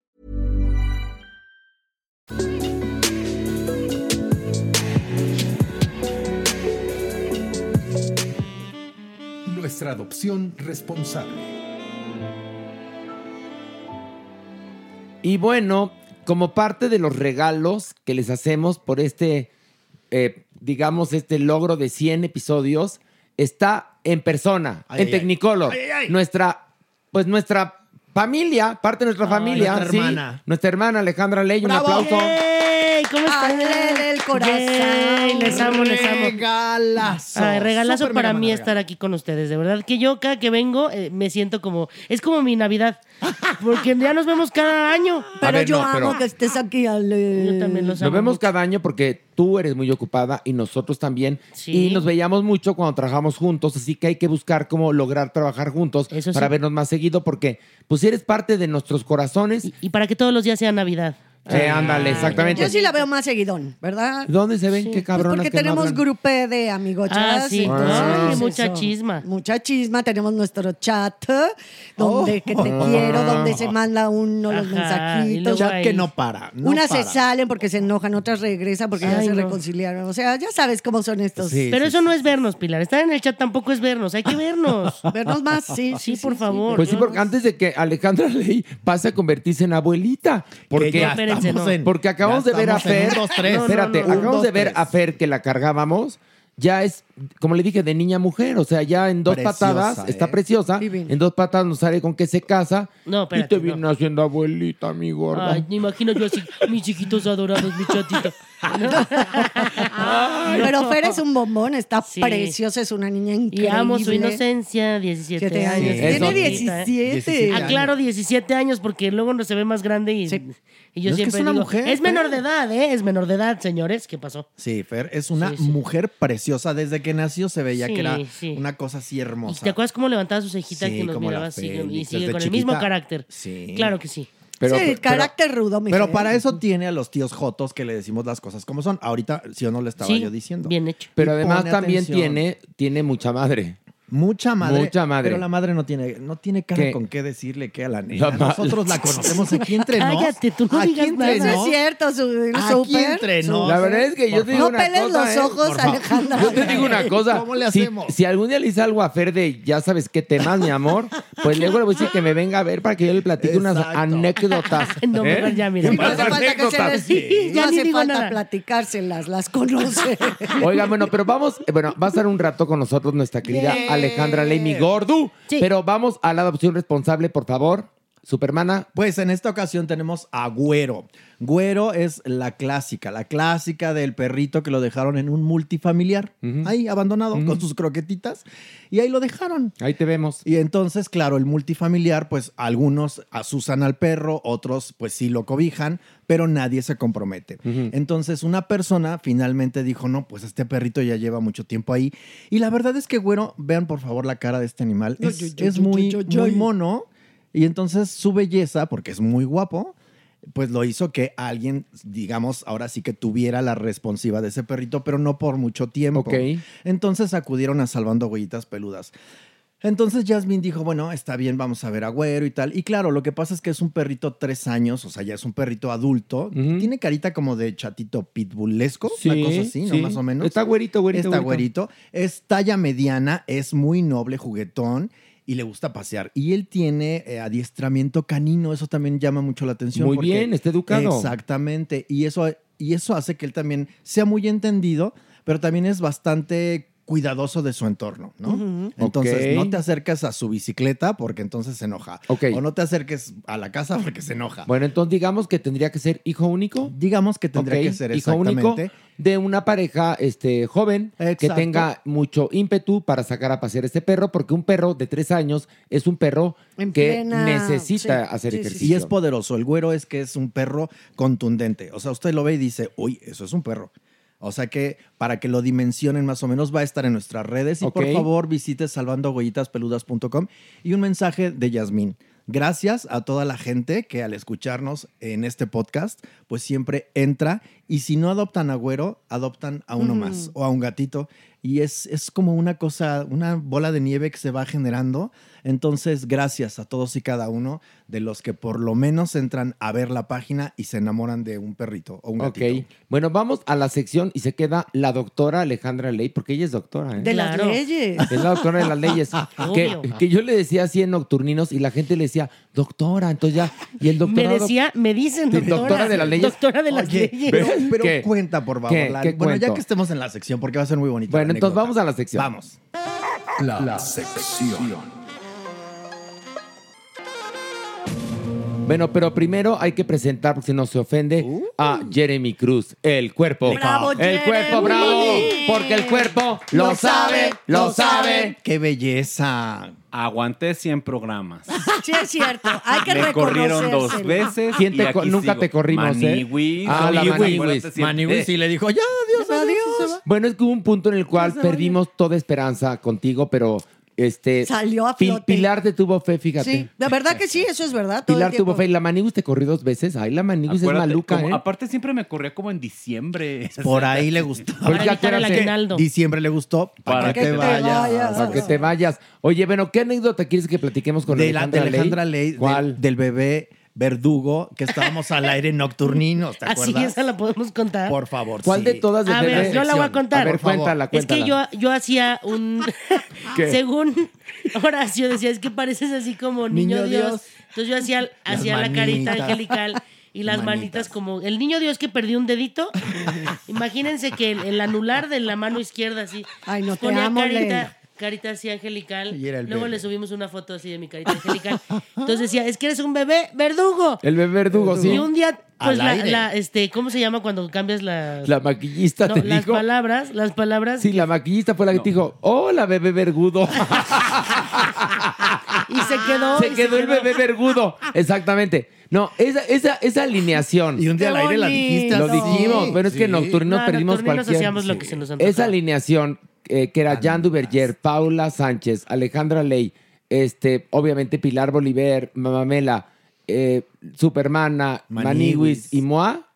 Speaker 2: Nuestra adopción responsable.
Speaker 3: Y bueno, como parte de los regalos que les hacemos por este, eh, digamos, este logro de 100 episodios, está en persona,
Speaker 6: Ay,
Speaker 3: en
Speaker 6: ay, ay.
Speaker 3: Technicolor.
Speaker 6: Ay, ay, ay.
Speaker 3: Nuestra, pues nuestra familia, parte de nuestra
Speaker 6: Ah,
Speaker 3: familia,
Speaker 6: nuestra
Speaker 3: sí.
Speaker 6: hermana.
Speaker 3: Nuestra hermana Alejandra Ley, un aplauso.
Speaker 6: ¡Yay!
Speaker 7: ¿cómo están?
Speaker 4: Ale del corazón.
Speaker 7: Yay, les amo, les amo.
Speaker 11: Regalazo.
Speaker 7: Ay, regalazo
Speaker 11: Súper
Speaker 7: para
Speaker 11: mega
Speaker 7: mí
Speaker 11: mega
Speaker 7: estar aquí con ustedes, de verdad. Que yo cada que vengo eh, me siento como. Es como mi
Speaker 4: [laughs]
Speaker 7: Navidad. Porque ya nos vemos cada año.
Speaker 4: Pero
Speaker 3: ver,
Speaker 4: yo
Speaker 3: no,
Speaker 4: amo
Speaker 3: pero-
Speaker 4: que estés aquí, Ale.
Speaker 7: Yo también los
Speaker 3: Nos
Speaker 7: amo
Speaker 3: vemos
Speaker 7: mucho.
Speaker 3: cada año porque tú eres muy ocupada y nosotros también.
Speaker 7: Sí.
Speaker 3: Y nos veíamos mucho cuando trabajamos juntos, así que hay que buscar cómo lograr trabajar juntos
Speaker 7: Eso
Speaker 3: para
Speaker 7: sí.
Speaker 3: vernos más seguido porque pues eres parte de nuestros corazones.
Speaker 7: Y para que todos los días sea Navidad.
Speaker 3: Eh, ándale, exactamente.
Speaker 4: Yo sí la veo más seguidón, ¿verdad?
Speaker 3: ¿Dónde se ven? Qué
Speaker 4: Pues
Speaker 3: cabronas
Speaker 4: porque
Speaker 3: que no
Speaker 4: tenemos
Speaker 3: hablan.
Speaker 4: grupo de amigochas.
Speaker 7: Ah, sí.
Speaker 4: entonces,
Speaker 3: Ah.
Speaker 7: Ay,
Speaker 4: eso.
Speaker 7: mucha chisma.
Speaker 4: Mucha chisma. Tenemos nuestro chat, donde que
Speaker 3: [laughs]
Speaker 4: te
Speaker 3: Oh.
Speaker 4: quiero, donde se manda uno los
Speaker 7: Ajá, y
Speaker 4: mensajitos.
Speaker 7: luego
Speaker 11: Ya
Speaker 7: ahí.
Speaker 11: que no para. no
Speaker 4: Unas
Speaker 11: para.
Speaker 4: se salen porque se enojan, otras regresan porque ya
Speaker 7: Ay,
Speaker 4: se
Speaker 7: no.
Speaker 4: reconciliaron. O sea, ya sabes cómo son estos.
Speaker 11: Sí.
Speaker 7: Pero eso no es vernos, Pilar. Estar en el chat tampoco es vernos. Hay que vernos.
Speaker 4: [laughs] Vernos más, sí.
Speaker 7: Sí, por favor.
Speaker 3: Pues sí,
Speaker 7: Yo
Speaker 3: porque
Speaker 7: no-
Speaker 3: antes de que Alejandra [laughs] Ley pase a convertirse en abuelita.
Speaker 11: Que
Speaker 3: Porque,
Speaker 11: ya
Speaker 7: Espérense,
Speaker 11: estamos
Speaker 7: no.
Speaker 11: en-
Speaker 3: porque acabamos
Speaker 11: ya
Speaker 3: de ver a
Speaker 11: estamos en
Speaker 3: Fer.
Speaker 11: un, dos, tres.
Speaker 7: No, no,
Speaker 3: espérate,
Speaker 7: no, no.
Speaker 3: acabamos
Speaker 11: Un,
Speaker 3: de
Speaker 11: dos,
Speaker 3: ver
Speaker 11: tres.
Speaker 3: a Fer que la cargábamos. Ya es, como le dije, de niña a mujer. O sea, ya en dos
Speaker 11: Preciosa,
Speaker 3: patadas,
Speaker 11: ¿eh?
Speaker 3: está preciosa.
Speaker 4: Divina.
Speaker 3: En dos patadas nos sale con que se casa.
Speaker 7: No,
Speaker 3: y
Speaker 7: espérate,
Speaker 3: te viene
Speaker 7: no.
Speaker 3: haciendo abuelita, mi gorda.
Speaker 7: Ay, me imagino yo así, [laughs] mis chiquitos adorados, mi chatito.
Speaker 4: Pero Fer es un bombón, está
Speaker 7: Sí.
Speaker 4: preciosa, es una niña
Speaker 7: Y
Speaker 4: increíble.
Speaker 7: amo su inocencia, 17
Speaker 4: Siete años.
Speaker 7: años.
Speaker 3: Sí, eso.
Speaker 4: Tiene
Speaker 7: Bonita, ¿eh?
Speaker 4: 17.
Speaker 11: años.
Speaker 7: Aclaro, 17 años, porque luego no se ve más grande y,
Speaker 4: Sí.
Speaker 7: y yo
Speaker 11: No, es que
Speaker 7: siempre
Speaker 11: es una
Speaker 7: digo,
Speaker 11: mujer,
Speaker 7: es menor de
Speaker 11: pero-
Speaker 7: edad, ¿eh? Es menor de edad, señores. ¿Qué pasó?
Speaker 11: Sí, Fer es una
Speaker 7: Sí, sí.
Speaker 11: mujer preciosa. Desde que nació se veía
Speaker 7: Sí,
Speaker 11: que era
Speaker 7: sí.
Speaker 11: una cosa así
Speaker 7: ¿Y
Speaker 11: hermosa.
Speaker 7: te acuerdas cómo levantaba su cejita
Speaker 11: Ah. Sí,
Speaker 7: que nos
Speaker 11: como
Speaker 7: miraba
Speaker 11: la
Speaker 7: así? Y
Speaker 11: Félix,
Speaker 7: sigue
Speaker 11: desde
Speaker 7: con el mismo
Speaker 11: chiquita.
Speaker 7: carácter.
Speaker 11: Sí.
Speaker 7: Claro que sí.
Speaker 4: sí, carácter rudo, mi
Speaker 11: Pero
Speaker 4: Fer.
Speaker 11: para eso tiene a los tíos Jotos que le decimos las cosas como son. Ahorita, si o no le estaba
Speaker 7: Sí,
Speaker 11: yo diciendo.
Speaker 7: bien hecho.
Speaker 3: Pero
Speaker 11: Y
Speaker 3: además
Speaker 11: pone
Speaker 3: también
Speaker 11: atención.
Speaker 3: tiene, tiene mucha madre.
Speaker 11: Mucha madre.
Speaker 3: Mucha madre.
Speaker 11: Pero la madre no tiene, no tiene cara
Speaker 3: ¿Qué?
Speaker 11: con qué decirle que a la nena.
Speaker 3: La ma-
Speaker 11: Nosotros
Speaker 3: [laughs]
Speaker 11: la conocemos aquí entre nos.
Speaker 7: Cállate, tú no
Speaker 11: Aquí
Speaker 7: digas
Speaker 11: entre
Speaker 7: nada.
Speaker 4: Eso es
Speaker 11: nos.
Speaker 4: cierto, su,
Speaker 11: Aquí
Speaker 4: súper,
Speaker 11: entre
Speaker 4: su-
Speaker 11: nos.
Speaker 3: La verdad es que yo
Speaker 11: Por
Speaker 3: te digo
Speaker 4: No
Speaker 3: una
Speaker 4: peles
Speaker 3: cosa,
Speaker 4: los
Speaker 3: ¿eh?
Speaker 4: ojos,
Speaker 3: Por favor.
Speaker 4: Alejandra.
Speaker 3: Yo te digo una cosa.
Speaker 11: ¿Cómo le
Speaker 3: si-
Speaker 11: hacemos?
Speaker 3: Si, algún día le hice algo a Fer de ya sabes qué temas, mi amor, pues luego le voy a decir que me venga a ver para que yo le platique unas
Speaker 11: Exacto.
Speaker 3: anécdotas.
Speaker 7: [laughs] No,
Speaker 3: ¿Eh?
Speaker 7: ¿verdad? Ya, mira.
Speaker 3: ¿Qué
Speaker 4: No hace
Speaker 3: pasa,
Speaker 4: falta que se
Speaker 3: anécdotas?
Speaker 4: les-
Speaker 7: Sí,
Speaker 4: no
Speaker 7: ya ni
Speaker 4: hace
Speaker 7: digo
Speaker 4: falta
Speaker 7: nada.
Speaker 4: platicárselas, las
Speaker 3: [laughs]
Speaker 4: conoce.
Speaker 3: Oigan, bueno, pero vamos, eh, bueno, va a estar un rato con nosotros nuestra querida Alejandra Leimi Gordu.
Speaker 7: Sí.
Speaker 3: Pero vamos a la adopción responsable, por favor. Supermana.
Speaker 11: Pues en esta ocasión tenemos a Güero. Güero es la clásica, la clásica del perrito que lo dejaron en un multifamiliar, ahí abandonado, con sus croquetitas, y ahí lo dejaron.
Speaker 3: Ahí te vemos.
Speaker 11: Y entonces, claro, el multifamiliar, pues algunos asusan al perro, otros pues sí lo cobijan, pero nadie se compromete. Entonces, una persona finalmente dijo, no, pues este perrito ya lleva mucho tiempo ahí. Y la verdad es que, güero, vean por favor la cara de este animal.
Speaker 4: Yo,
Speaker 11: es
Speaker 4: yo, yo,
Speaker 11: es
Speaker 4: yo,
Speaker 11: muy,
Speaker 4: yo, yo,
Speaker 11: muy
Speaker 4: yo.
Speaker 11: mono. Y entonces su belleza, porque es muy guapo, pues lo hizo que alguien, digamos, ahora sí que tuviera la responsiva de ese perrito, pero no por mucho tiempo.
Speaker 3: Ok.
Speaker 11: Entonces acudieron a Salvando Huellitas Peludas. Entonces Jasmine dijo, bueno, está bien, vamos a ver a Güero y tal. Y claro, lo que pasa es que es un perrito tres años, o sea, ya es un perrito adulto. Tiene carita como de chatito pitbullesco, una cosa así, ¿no?
Speaker 3: sí.
Speaker 11: Más o menos.
Speaker 3: Está güerito, güerito,
Speaker 11: Está
Speaker 3: güerito.
Speaker 11: güerito. Es talla mediana, es muy noble, juguetón y le gusta pasear. Y él tiene eh, adiestramiento canino, eso también llama mucho la atención.
Speaker 3: Muy
Speaker 11: porque-
Speaker 3: bien, está educado.
Speaker 11: Exactamente. Y eso, y eso hace que él también sea muy entendido, pero también es bastante cuidadoso de su entorno, ¿no? Entonces,
Speaker 3: Ok.
Speaker 11: no te acercas a su bicicleta porque entonces se enoja.
Speaker 3: Ok.
Speaker 11: O no te acerques a la casa porque se enoja.
Speaker 3: Bueno, entonces digamos que tendría que ser hijo único.
Speaker 11: Digamos que tendría
Speaker 3: Ok,
Speaker 11: que ser
Speaker 3: hijo único
Speaker 11: exactamente.
Speaker 3: de una pareja este, joven que
Speaker 11: Exacto.
Speaker 3: tenga mucho ímpetu para sacar a pasear a este perro, porque un perro de tres años es un perro
Speaker 4: En
Speaker 3: que
Speaker 4: plena-
Speaker 3: necesita
Speaker 4: sí,
Speaker 3: hacer
Speaker 4: sí, sí,
Speaker 3: ejercicio.
Speaker 11: Y es poderoso. El güero es que es un perro contundente. O sea, usted lo ve y dice, uy, eso es un perro. O sea que para que lo dimensionen más o menos va a estar en nuestras redes. Y
Speaker 3: Ok.
Speaker 11: por favor visite salvandogollitaspeludas.com y un mensaje de Yasmín. Gracias a toda la gente que al escucharnos en este podcast, pues siempre entra y si no adoptan a güero, adoptan a uno más o a un gatito. Y es, es como una cosa, una bola de nieve que se va generando. Entonces, gracias a todos y cada uno de los que por lo menos entran a ver la página y se enamoran de un perrito o un
Speaker 3: Ok.
Speaker 11: gatito.
Speaker 3: Bueno, vamos a la sección y se queda la doctora Alejandra Ley, porque ella es doctora, ¿eh?
Speaker 4: De
Speaker 7: Claro.
Speaker 4: las leyes.
Speaker 3: Es la doctora de las leyes.
Speaker 7: [laughs]
Speaker 3: que,
Speaker 7: Obvio.
Speaker 3: que yo le decía así en Nocturninos y la gente le decía, doctora, entonces ya. Y el doctor.
Speaker 7: me decía, me dicen
Speaker 3: Sí,
Speaker 7: doctora.
Speaker 3: doctora de las leyes.
Speaker 7: Doctora de las
Speaker 11: Oye,
Speaker 7: leyes.
Speaker 11: pero,
Speaker 3: ¿Ves?
Speaker 11: pero
Speaker 3: ¿Qué?
Speaker 11: cuenta, por favor.
Speaker 3: ¿Qué?
Speaker 11: la-
Speaker 3: ¿Qué
Speaker 11: bueno, ya
Speaker 3: cuento?
Speaker 11: que estemos en la sección, porque va a ser muy bonita.
Speaker 3: Bueno,
Speaker 11: la
Speaker 3: entonces
Speaker 11: anécdota.
Speaker 3: vamos a la sección.
Speaker 11: Vamos.
Speaker 12: La sección.
Speaker 3: Bueno, pero primero hay que presentar, porque si no se ofende,
Speaker 11: Uh.
Speaker 3: a Ah, Jeremy Cruz, el cuerpo.
Speaker 13: Bravo,
Speaker 3: el
Speaker 13: Jeremy.
Speaker 3: cuerpo, bravo. Porque el cuerpo lo sabe, lo sabe.
Speaker 11: ¡Qué belleza! Aguanté 100 programas.
Speaker 4: Sí, es cierto. Hay que
Speaker 11: Me corrieron dos
Speaker 4: reconocérselo.
Speaker 11: veces.
Speaker 3: ¿Quién te
Speaker 11: y aquí
Speaker 3: co- nunca
Speaker 11: sigo.
Speaker 3: te corrimos, eh?
Speaker 11: Maniwis.
Speaker 3: Ah, la
Speaker 11: Maniwis.
Speaker 3: Maniwis.
Speaker 11: Acuérdate,
Speaker 3: Maniwis,
Speaker 11: eh,
Speaker 3: sí le dijo, ya,
Speaker 11: adiós, adiós.
Speaker 3: Bueno, es que hubo un punto en el cual
Speaker 4: se vaya.
Speaker 3: perdimos toda esperanza contigo, pero este.
Speaker 4: Salió a
Speaker 3: Pil-
Speaker 4: flote.
Speaker 3: Pilar te tuvo fe, fíjate.
Speaker 4: Sí, la verdad que sí, eso es verdad. Todo
Speaker 3: Pilar
Speaker 4: el tiempo.
Speaker 3: tuvo fe. Y la Manigus te corrió dos veces. Ay, la Manigus es
Speaker 11: Acuérdate,
Speaker 3: maluca,
Speaker 11: como-
Speaker 3: ¿eh?
Speaker 11: Aparte siempre me corría como en diciembre.
Speaker 3: Por ahí
Speaker 11: le gustaba.
Speaker 3: Porque acuérdate-
Speaker 11: diciembre le gustó. Para,
Speaker 3: Para
Speaker 11: que, te vayas.
Speaker 3: Para que te vayas. Oye, bueno, ¿qué anécdota quieres que platiquemos con
Speaker 11: De la-
Speaker 3: Alejandra,
Speaker 11: de Alejandra
Speaker 3: Ley?
Speaker 11: Ley, de-
Speaker 3: ¿Cuál?
Speaker 11: del bebé verdugo que estábamos al aire nocturninos, ¿te
Speaker 7: [laughs] [laughs] Así
Speaker 11: acuerdas?
Speaker 7: esa la podemos contar.
Speaker 11: Por favor.
Speaker 3: ¿Cuál
Speaker 11: sí.
Speaker 3: de todas de
Speaker 7: A ver, yo la voy a contar.
Speaker 3: A ver, cuéntala, cuéntala.
Speaker 7: Es que yo, yo hacía un...
Speaker 3: [laughs] ¿Qué?
Speaker 7: Según Horacio decía, es que pareces así como niño,
Speaker 11: Niño
Speaker 7: Dios.
Speaker 11: Dios.
Speaker 7: Entonces yo hacía, hacía la carita
Speaker 11: manitas.
Speaker 7: angelical y las manitas. como... El niño Dios que perdió un dedito.
Speaker 3: [laughs]
Speaker 7: Imagínense que el, el anular de la mano izquierda así. Ay, no
Speaker 4: te amo, Lela.
Speaker 7: carita, carita así angelical.
Speaker 3: Y era el
Speaker 7: Luego
Speaker 3: bebé.
Speaker 7: le subimos una foto así de mi carita angelical. Entonces decía, es que eres un bebé verdugo.
Speaker 3: El bebé verdugo, sí.
Speaker 7: Y un día, pues
Speaker 3: Al
Speaker 7: la,
Speaker 3: aire.
Speaker 7: la, este, ¿cómo se llama cuando cambias la,
Speaker 3: La maquillista
Speaker 7: No,
Speaker 3: te
Speaker 7: las
Speaker 3: dijo.
Speaker 7: palabras, las palabras
Speaker 3: Sí, la maquillista fue la que te dijo, hola, bebé vergudo.
Speaker 7: [laughs] y se quedó
Speaker 3: se quedó el bebé vergudo. Exactamente. No, esa, esa, esa alineación. Y un
Speaker 11: día al aire la dijiste,
Speaker 3: Lo
Speaker 11: ¿no?
Speaker 3: dijimos,
Speaker 11: Sí,
Speaker 3: pero es que
Speaker 11: sí.
Speaker 3: nocturnos
Speaker 7: No,
Speaker 3: perdimos
Speaker 7: nocturninos
Speaker 3: cualquier.
Speaker 7: hacíamos lo que se nos antojaba.
Speaker 3: esa alineación eh, que era Jan Duverger, Paula Sánchez, Alejandra Ley, este, obviamente Pilar Bolívar, Mamamela, eh, Supermana, Maniwis y Moa.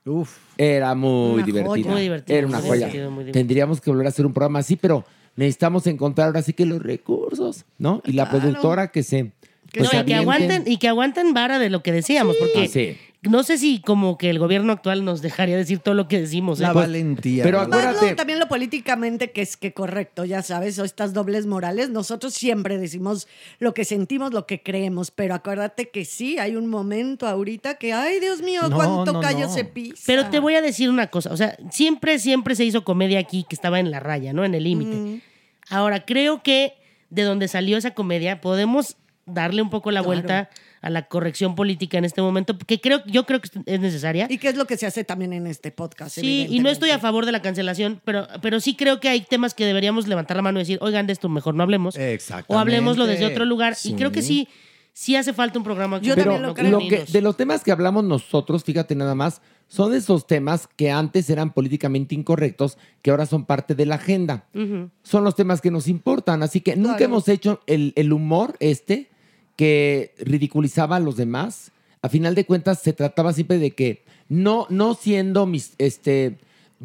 Speaker 3: Era muy
Speaker 7: Una
Speaker 3: divertida.
Speaker 7: joya. Muy divertido,
Speaker 3: Era una
Speaker 7: muy
Speaker 3: joya.
Speaker 7: divertido, muy divertido.
Speaker 3: Tendríamos que volver a hacer un programa así, pero necesitamos encontrar ahora sí que los recursos, ¿no? Y la productora que se. pues,
Speaker 7: No, y que
Speaker 3: aviente.
Speaker 7: aguanten y que aguanten vara de lo que decíamos porque
Speaker 3: Sí.
Speaker 7: no sé si como que el gobierno actual nos dejaría decir todo lo que decimos
Speaker 11: La
Speaker 7: ¿eh?
Speaker 11: valentía. Pero
Speaker 4: Más lo- también lo políticamente que es que correcto, ya sabes, o estas dobles morales. Nosotros siempre decimos lo que sentimos, lo que creemos, pero acuérdate que sí, hay un momento ahorita que, ay, Dios mío,
Speaker 7: No,
Speaker 4: cuánto
Speaker 7: no,
Speaker 4: callo
Speaker 7: no.
Speaker 4: se pisa.
Speaker 7: pero te voy a decir una cosa o sea siempre siempre se hizo comedia aquí que estaba en la raya no en el
Speaker 4: Mm.
Speaker 7: límite ahora creo que de donde salió esa comedia podemos darle un poco la
Speaker 4: Claro.
Speaker 7: vuelta a la corrección política en este momento que creo yo creo que es necesaria
Speaker 4: ¿Y qué es lo que se hace también en este podcast?
Speaker 7: Sí, y no estoy a favor de la cancelación, pero, pero sí creo que hay temas que deberíamos levantar la mano y decir, oigan, de esto mejor no hablemos.
Speaker 11: Exactamente.
Speaker 7: O hablemoslo desde otro lugar.
Speaker 3: Sí.
Speaker 7: Y creo que sí, sí hace falta un programa. como
Speaker 3: Pero
Speaker 7: Los
Speaker 3: que,
Speaker 7: Unidos.
Speaker 3: de los temas que hablamos nosotros, fíjate nada más, son esos temas que antes eran políticamente incorrectos, que ahora son parte de la agenda.
Speaker 7: Ujú.
Speaker 3: Son los temas que nos importan. Así que nunca
Speaker 7: Claro.
Speaker 3: hemos hecho el, el humor este que ridiculizaba a los demás. A final de cuentas, se trataba siempre de que no, no siendo mis, este,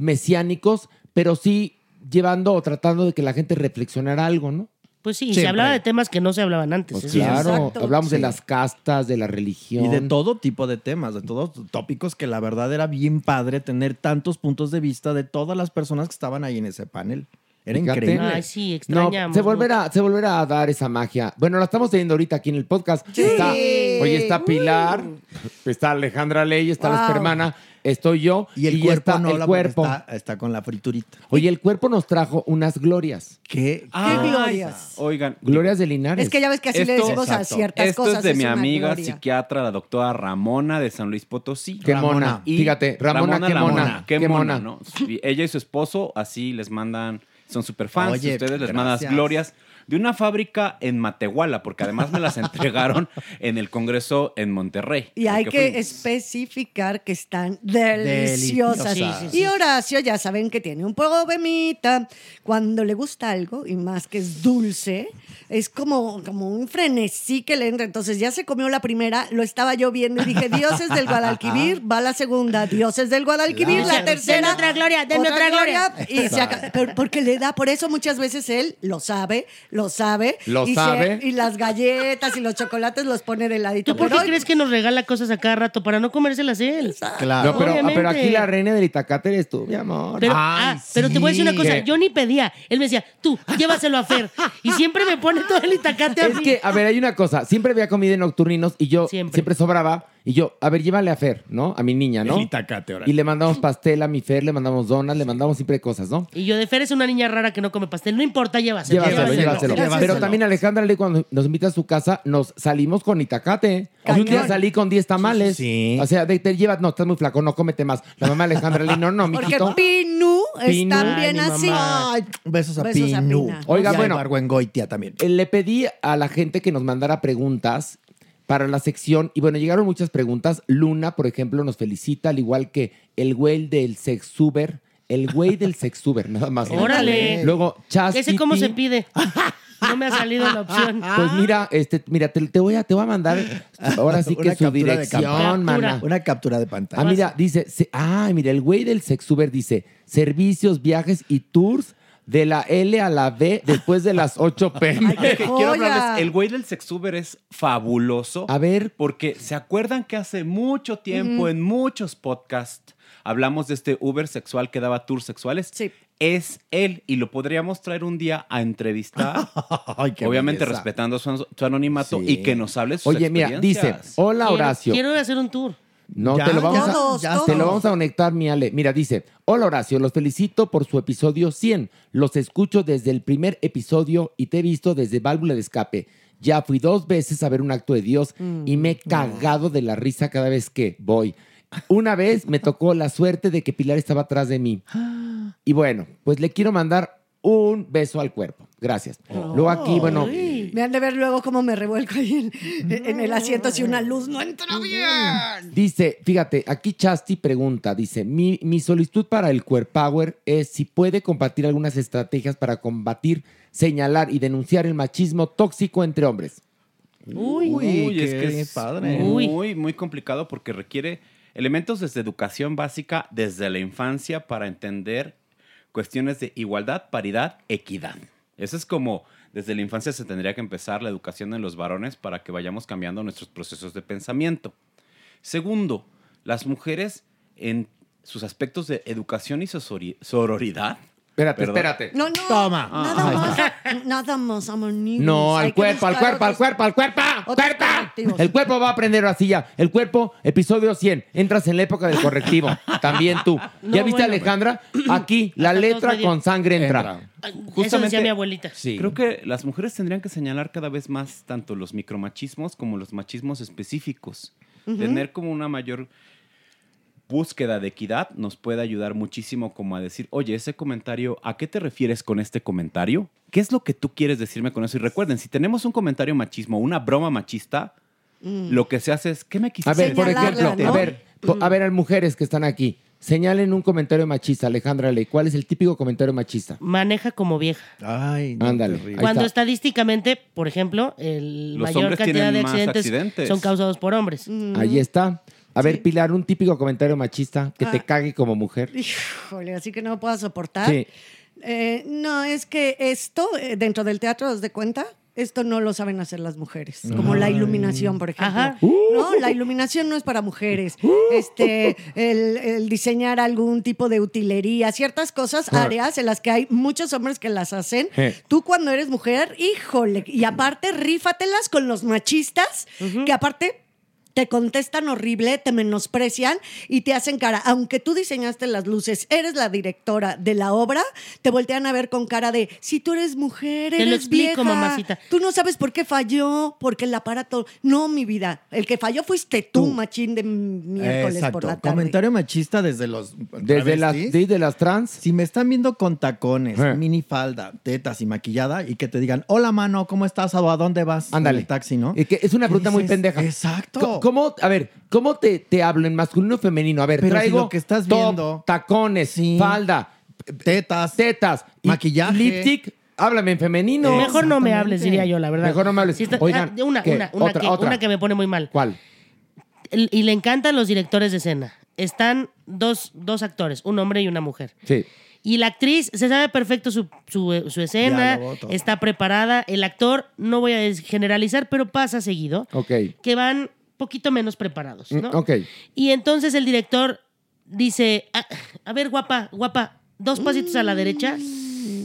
Speaker 3: mesiánicos, pero sí llevando o tratando de que la gente reflexionara algo, ¿no?
Speaker 7: Pues sí, se
Speaker 3: Siempre.
Speaker 7: hablaba de temas que no se hablaban antes. ¿eh?
Speaker 3: Pues
Speaker 7: eso es
Speaker 3: claro,
Speaker 7: exacto.
Speaker 3: hablamos de
Speaker 7: Sí.
Speaker 3: las castas, de la religión.
Speaker 11: Y de todo tipo de temas, de todos tópicos que la verdad era bien padre tener tantos puntos de vista de todas las personas que estaban ahí en ese panel. Era
Speaker 3: Fíjate.
Speaker 11: increíble.
Speaker 7: Ay, sí,
Speaker 3: No,
Speaker 7: extrañamos.
Speaker 3: se volverá, se volverá a dar esa magia. Bueno, la estamos teniendo ahorita aquí en el podcast. Está, oye,
Speaker 7: Uh.
Speaker 3: está Pilar, está Alejandra Ley, está
Speaker 11: Wow.
Speaker 3: nuestra hermana, estoy yo.
Speaker 11: Y el
Speaker 3: ya
Speaker 11: cuerpo
Speaker 3: está
Speaker 11: no
Speaker 3: el
Speaker 11: habla porque
Speaker 3: cuerpo.
Speaker 11: Está, está con la friturita.
Speaker 3: Oye, el cuerpo nos trajo unas glorias. Ah,
Speaker 11: ¿Qué?
Speaker 4: glorias?
Speaker 11: Oigan.
Speaker 3: Glorias de Linares.
Speaker 4: Es que ya ves que así le decimos a ciertas
Speaker 13: Esto
Speaker 4: cosas.
Speaker 13: es de mi
Speaker 4: una
Speaker 13: amiga
Speaker 4: gloria.
Speaker 13: psiquiatra, la doctora Ramona de San Luis Potosí.
Speaker 3: Qué mona. Fíjate, Ramona, qué
Speaker 13: la
Speaker 3: mona,
Speaker 13: Qué,
Speaker 3: qué
Speaker 13: mona,
Speaker 3: mona.
Speaker 13: ¿no? Y ella y su esposo así les mandan, son super fans.
Speaker 11: Oye,
Speaker 13: ustedes les mandan las
Speaker 11: gracias.
Speaker 13: glorias de una fábrica en Matehuala, porque además me las [laughs] entregaron en el Congreso en Monterrey.
Speaker 4: Y hay
Speaker 13: Porque
Speaker 4: que
Speaker 13: fuimos.
Speaker 4: especificar que están deliciosas.
Speaker 13: Deliciosas. Sí, sí,
Speaker 4: Y Horacio, ya saben que tiene un problemita. Cuando le gusta algo, y más que es dulce, es como, como un frenesí que le entra. Entonces ya se comió la primera, lo estaba yo viendo y dije, Dios es del Guadalquivir, va la segunda, Dios es del Guadalquivir,
Speaker 7: Claro.
Speaker 4: la tercera.
Speaker 7: Denme otra gloria, denme otra gloria.
Speaker 4: Y se acaba- pero- porque le da, por eso muchas veces él lo sabe, lo sabe.
Speaker 7: Lo
Speaker 4: y se-
Speaker 7: sabe.
Speaker 4: y las galletas y los chocolates los pone de ladito.
Speaker 7: ¿Tú por
Speaker 4: Pero
Speaker 7: qué
Speaker 4: hoy-
Speaker 7: crees que nos regala cosas a cada rato para no comérselas él?
Speaker 3: No, pero,
Speaker 7: Obviamente.
Speaker 3: pero aquí la reina del Itacate eres tú, mi amor.
Speaker 7: Pero, ah, pero te voy a decir una cosa,
Speaker 3: ¿Qué?
Speaker 7: yo ni pedía. Él me decía, tú, llévaselo a Fer. Y siempre me pone todo el itacate
Speaker 3: [laughs]
Speaker 7: a
Speaker 3: Es
Speaker 7: mí.
Speaker 3: que, a ver, hay una cosa. Siempre había comida en nocturninos y yo siempre, sobraba. Y yo, a ver, llévale a Fer, ¿no? A mi niña, ¿no?
Speaker 7: El itacate, órale.
Speaker 3: y le mandamos pastel a mi Fer, le mandamos donas, le mandamos siempre cosas, ¿no?
Speaker 7: Y yo de Fer es una niña rara que no come pastel. No importa, llévaselo.
Speaker 3: Llévaselo, llévaselo. Pero también Alejandra Lee, cuando nos invita a su casa, nos salimos con itacate. O sea, un día
Speaker 4: Cañón.
Speaker 3: salí con 10 tamales. O sea, de, te llevas, no, estás muy flaco, no cómete más. La mamá de Alejandra Lee, no, no,
Speaker 4: Porque
Speaker 3: mijito.
Speaker 4: Pinu
Speaker 3: Pinu.
Speaker 4: están bien
Speaker 3: Ay, mi
Speaker 4: así.
Speaker 3: mamá.
Speaker 11: Besos a
Speaker 4: Besos a
Speaker 11: Pinu.
Speaker 4: Pina.
Speaker 3: Oiga,
Speaker 11: Y a
Speaker 3: bueno.
Speaker 11: Ibargüengoitia también.
Speaker 3: Eh, Le pedí a la gente que nos mandara preguntas para la sección. Y bueno, llegaron muchas preguntas. Luna, por ejemplo, nos felicita, al igual que el güey del sexuber. El güey del sexuber, nada más.
Speaker 7: Órale.
Speaker 3: Luego, Chastity.
Speaker 7: Ese cómo se pide. No me ha salido la opción.
Speaker 3: [laughs]
Speaker 11: Ah.
Speaker 3: Pues mira, este, mira, te, te voy a, te voy
Speaker 11: [laughs]
Speaker 3: a mandar ahora sí que
Speaker 11: Una
Speaker 3: su
Speaker 11: captura de campa-
Speaker 3: dirección, mana.
Speaker 11: Una captura de
Speaker 3: Ah,
Speaker 11: pantalla.
Speaker 3: mira, dice, se- ah, mira, el güey del Sexuber dice, servicios, viajes y tours de la L a la B después de las 8 pm.
Speaker 13: Es
Speaker 3: [laughs]
Speaker 13: que quiero
Speaker 3: joya!
Speaker 13: hablarles, el güey del sexuber es fabuloso.
Speaker 3: A ver.
Speaker 13: Porque se acuerdan que hace mucho tiempo,
Speaker 3: Ujú.
Speaker 13: en muchos podcasts, hablamos de este Uber sexual que daba tours sexuales. Sí. Es él y lo podríamos traer un día a
Speaker 3: [laughs]
Speaker 13: entrevistar.
Speaker 11: qué
Speaker 13: Obviamente
Speaker 11: belleza.
Speaker 13: respetando su, su anonimato y que nos hable sus
Speaker 3: Oye, mira, dice,
Speaker 13: experiencias.
Speaker 3: hola
Speaker 7: Quiero-
Speaker 3: Horacio.
Speaker 7: Quiero ir a hacer un tour.
Speaker 3: No,
Speaker 7: Ya,
Speaker 3: te lo vamos
Speaker 7: ya,
Speaker 3: a
Speaker 7: todos,
Speaker 3: te
Speaker 7: todos.
Speaker 3: lo vamos a conectar, mi Ale. Mira, dice, hola Horacio, los felicito por su episodio 100. Los escucho desde el primer episodio y te he visto desde Válvula de Escape. Ya fui dos veces a ver un acto de Dios
Speaker 7: Mm,
Speaker 3: y me he cagado de la risa cada vez que voy. Una vez me tocó la suerte de que Pilar estaba atrás de mí. Y bueno, pues le quiero mandar un beso al cuerpo. Gracias. Luego aquí, bueno,
Speaker 4: Me han de ver luego cómo me revuelco ahí en, en el asiento si una luz no entra bien.
Speaker 3: Dice, fíjate, aquí Chasti pregunta, dice, mi, mi solicitud para el Queer Power es si puede compartir algunas estrategias para combatir, señalar y denunciar el machismo tóxico entre hombres.
Speaker 7: Uy,
Speaker 13: Uy, es
Speaker 7: qué
Speaker 13: que es
Speaker 7: padre.
Speaker 13: muy, muy complicado porque requiere elementos desde educación básica, desde la infancia, para entender cuestiones de igualdad, paridad, equidad. Eso es como desde la infancia se tendría que empezar la educación en los varones para que vayamos cambiando nuestros procesos de pensamiento. Segundo, las mujeres en sus aspectos de educación y sosori- sororidad.
Speaker 3: Espérate,
Speaker 13: Perdón.
Speaker 3: espérate.
Speaker 4: No, no.
Speaker 3: Toma.
Speaker 4: Nada más. Nada más, amornitos.
Speaker 3: No,
Speaker 4: Hay
Speaker 3: al
Speaker 4: que
Speaker 3: cuerpo, al
Speaker 4: buscar
Speaker 3: cuerpo, al
Speaker 4: otros-
Speaker 3: cuerpo, al cuerpo.
Speaker 4: otros colectivos.
Speaker 3: El cuerpo va a aprender así ya. El cuerpo, episodio 100. Entras en la época del correctivo. También tú.
Speaker 7: No,
Speaker 3: ¿Ya viste,
Speaker 7: bueno.
Speaker 3: Alejandra? Aquí, la
Speaker 7: Hasta todos
Speaker 3: letra
Speaker 7: medio-
Speaker 3: con sangre entra.
Speaker 7: Eso decía mi abuelita.
Speaker 13: Creo que las mujeres tendrían que señalar cada vez más tanto los micromachismos como los machismos específicos.
Speaker 7: Ujú.
Speaker 13: Tener como una mayor búsqueda de equidad nos puede ayudar muchísimo como a decir, oye, ese comentario, ¿a qué te refieres con este comentario? ¿Qué es lo que tú quieres decirme con eso? Y recuerden, si tenemos un comentario machismo, una broma machista,
Speaker 7: Mm.
Speaker 13: lo que se hace es, ¿qué me quisiste
Speaker 3: A ver, por ejemplo,
Speaker 13: decir?
Speaker 3: a ver, po- a ver, a mujeres que están aquí, señalen un comentario machista, Alejandra Ley. ¿Cuál es el típico comentario machista?
Speaker 7: Mm. Maneja como vieja.
Speaker 11: Ay,
Speaker 3: Ándale. ahí
Speaker 7: Cuando
Speaker 3: está.
Speaker 7: estadísticamente, por ejemplo, el
Speaker 3: Los
Speaker 7: mayor
Speaker 3: hombres
Speaker 7: cantidad
Speaker 3: tienen
Speaker 7: de
Speaker 3: más
Speaker 7: accidentes,
Speaker 3: accidentes.
Speaker 7: son causados por hombres.
Speaker 3: Mm. Ahí está. A ver, Pilar, un típico comentario machista que te
Speaker 4: Ah.
Speaker 3: cague como mujer.
Speaker 4: Híjole, así que no puedo soportar.
Speaker 3: Sí.
Speaker 4: Eh, no, es que esto, eh, dentro del teatro, ¿os de cuenta? Esto no lo saben hacer las mujeres, como la
Speaker 7: Ay.
Speaker 4: iluminación, por ejemplo.
Speaker 7: Ajá.
Speaker 4: No, la iluminación no es para mujeres.
Speaker 7: Uh.
Speaker 4: Este, el, el diseñar algún tipo de utilería, ciertas cosas,
Speaker 7: Ah.
Speaker 4: áreas en las que hay muchos hombres que las hacen.
Speaker 7: Eh.
Speaker 4: Tú cuando eres mujer, híjole, y aparte rífatelas con los machistas, que aparte te contestan horrible, te menosprecian y te hacen cara. Aunque tú diseñaste las luces, eres la directora de la obra, te voltean a ver con cara de, si tú eres mujer,
Speaker 7: Te lo
Speaker 4: eres
Speaker 7: explico,
Speaker 4: vieja,
Speaker 7: mamacita.
Speaker 4: Tú no sabes por qué falló, porque el aparato... No, mi vida, el que falló fuiste tú, machín de miércoles por la tarde.
Speaker 11: Comentario machista desde los
Speaker 3: Desde las- desde las trans. Eh.
Speaker 11: Si me están viendo con tacones, minifalda, tetas y maquillada y que te digan, "Hola, mano, ¿cómo estás? ¿O a dónde vas?"
Speaker 3: Ándale.
Speaker 11: En el taxi, ¿no?
Speaker 3: Es, que es una pregunta muy
Speaker 11: dices?
Speaker 3: pendeja.
Speaker 11: Exacto.
Speaker 3: Co- ¿Cómo, a ver, ¿cómo te, te hablo en masculino o femenino? A ver,
Speaker 11: Pero si
Speaker 3: traigo
Speaker 11: lo que estás
Speaker 3: top,
Speaker 11: viendo-
Speaker 3: tacones, falda,
Speaker 11: tetas,
Speaker 3: tetas, maquillaje, lipstick. Háblame en femenino.
Speaker 7: Mejor no me hables, diría yo, la verdad.
Speaker 3: Mejor no me hables.
Speaker 7: Si está-
Speaker 3: Oigan,
Speaker 7: ah, una,
Speaker 3: ¿qué?
Speaker 7: una, una
Speaker 3: Otra,
Speaker 7: que,
Speaker 3: otra.
Speaker 7: una que me pone muy mal.
Speaker 3: ¿Cuál?
Speaker 7: Y le encantan los directores de escena. Están dos, dos actores, un hombre y una mujer.
Speaker 3: Sí.
Speaker 7: Y la actriz se sabe perfecto su, su- eh, su escena,
Speaker 3: Diálogo, todo.
Speaker 7: está preparada. El actor, no voy a des- generalizar, pero pasa seguido,
Speaker 3: Ok.
Speaker 7: que van poquito menos
Speaker 11: Pues,
Speaker 7: preparados, ¿no?
Speaker 3: Mm, Ok.
Speaker 7: Y entonces el director dice, "Ah, a, ver, guapa, guapa, dos pasitos a la derecha.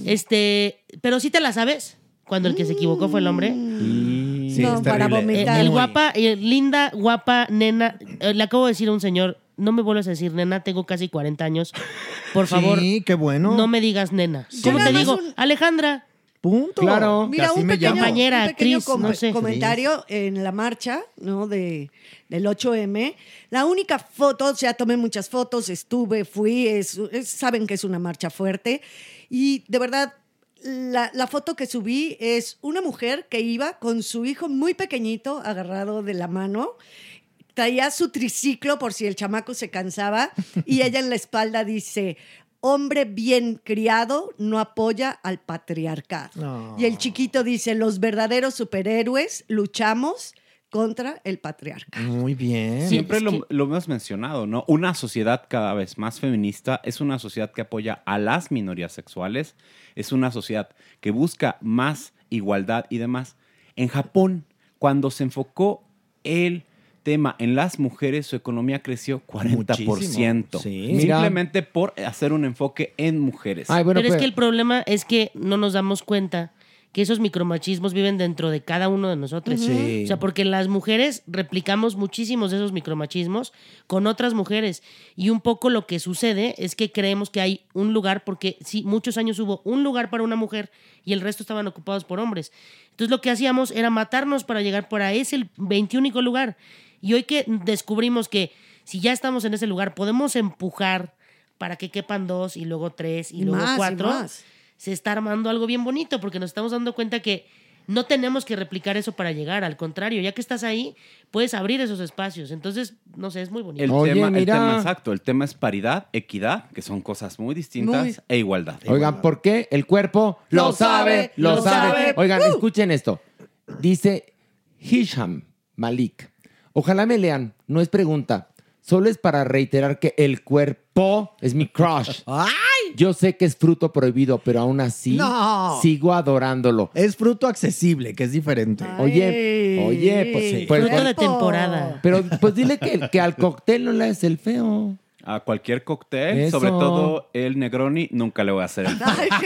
Speaker 7: Este, pero si te la sabes, cuando el que se equivocó fue el hombre.
Speaker 11: Sí, No, es para terrible. vomitar.
Speaker 7: Eh, el
Speaker 11: Muy-
Speaker 7: guapa, eh, linda, guapa, nena. eh, le acabo de decir a un señor, no me vuelvas a decir nena, tengo casi 40 años. Por favor,
Speaker 11: Sí, qué bueno.
Speaker 7: no me digas nena.
Speaker 11: Yo
Speaker 7: ¿Cómo
Speaker 11: nada
Speaker 7: te
Speaker 11: más
Speaker 7: digo? Alejandra.
Speaker 11: Punto.
Speaker 4: Claro. Mira,
Speaker 7: Así
Speaker 4: un
Speaker 7: me
Speaker 4: pequeño,
Speaker 7: llamo. Compañera,
Speaker 4: un pequeño
Speaker 7: actriz,
Speaker 4: com-
Speaker 7: no sé.
Speaker 4: comentario en la marcha ¿no? de, del 8M. La única foto, o sea, tomé muchas fotos, estuve, fui, es- es- saben que es una marcha fuerte. Y de verdad, la, la foto que subí es una mujer que iba con su hijo muy pequeñito agarrado de la mano. Traía su triciclo por si el chamaco se cansaba
Speaker 7: [laughs]
Speaker 4: y ella en la espalda dice, hombre bien criado no apoya al patriarcado.
Speaker 11: No.
Speaker 4: Y el chiquito dice, los verdaderos superhéroes luchamos contra el patriarca.
Speaker 11: Muy bien.
Speaker 13: Siempre lo, lo hemos mencionado, ¿no? Una sociedad cada vez más feminista es una sociedad que apoya a las minorías sexuales, es una sociedad que busca más igualdad y demás. En Japón, cuando se enfocó el tema en las mujeres, su economía creció 40%.
Speaker 11: Muchísimo, sí.
Speaker 13: Simplemente por hacer un enfoque en mujeres.
Speaker 7: pero,
Speaker 11: pues,
Speaker 7: es que el problema es que no nos damos cuenta que esos micromachismos viven dentro de cada uno de nosotros.
Speaker 13: Ujú. Sí.
Speaker 7: O sea, porque las mujeres replicamos muchísimos de esos micromachismos con otras mujeres. Y un poco lo que sucede es que creemos que hay un lugar, porque sí, muchos años hubo un lugar para una mujer y el resto estaban ocupados por hombres. Entonces lo que hacíamos era matarnos para llegar por ahí. Es el 21 lugar. Y hoy que descubrimos que si ya estamos en ese lugar, podemos empujar para que quepan dos y luego tres y,
Speaker 4: Y
Speaker 7: luego
Speaker 4: más, y
Speaker 7: cuatro,
Speaker 4: más.
Speaker 7: se está armando algo bien bonito porque nos estamos dando cuenta que no tenemos que replicar eso para llegar, al contrario, ya que estás ahí, puedes abrir esos espacios. Entonces, no sé, es muy bonito.
Speaker 13: El, tema, el tema exacto, el tema es paridad, equidad, que son cosas muy distintas,
Speaker 7: Muy.
Speaker 13: e igualdad.
Speaker 3: Oigan, ¿por qué? El cuerpo lo,
Speaker 13: Lo
Speaker 3: sabe,
Speaker 13: sabe,
Speaker 3: lo
Speaker 13: lo
Speaker 3: sabe.
Speaker 13: sabe.
Speaker 3: Oigan,
Speaker 13: ¡Uh!
Speaker 3: escuchen esto. Dice Hisham Malik. Ojalá me lean, no es pregunta. Solo es para reiterar que el cuerpo es
Speaker 11: [laughs]
Speaker 3: mi crush. Yo sé que es fruto prohibido, pero aún así
Speaker 11: No.
Speaker 3: sigo adorándolo.
Speaker 11: Es fruto accesible, que es diferente.
Speaker 3: Oye,
Speaker 11: Ay.
Speaker 3: oye, pues,
Speaker 11: Sí.
Speaker 3: pues-
Speaker 11: Fruto de
Speaker 7: temporada.
Speaker 3: Pero pues dile que, que al cóctel no le hace el feo.
Speaker 13: A cualquier cóctel,
Speaker 3: Eso.
Speaker 13: sobre todo el Negroni, nunca le voy a hacer. el- [laughs]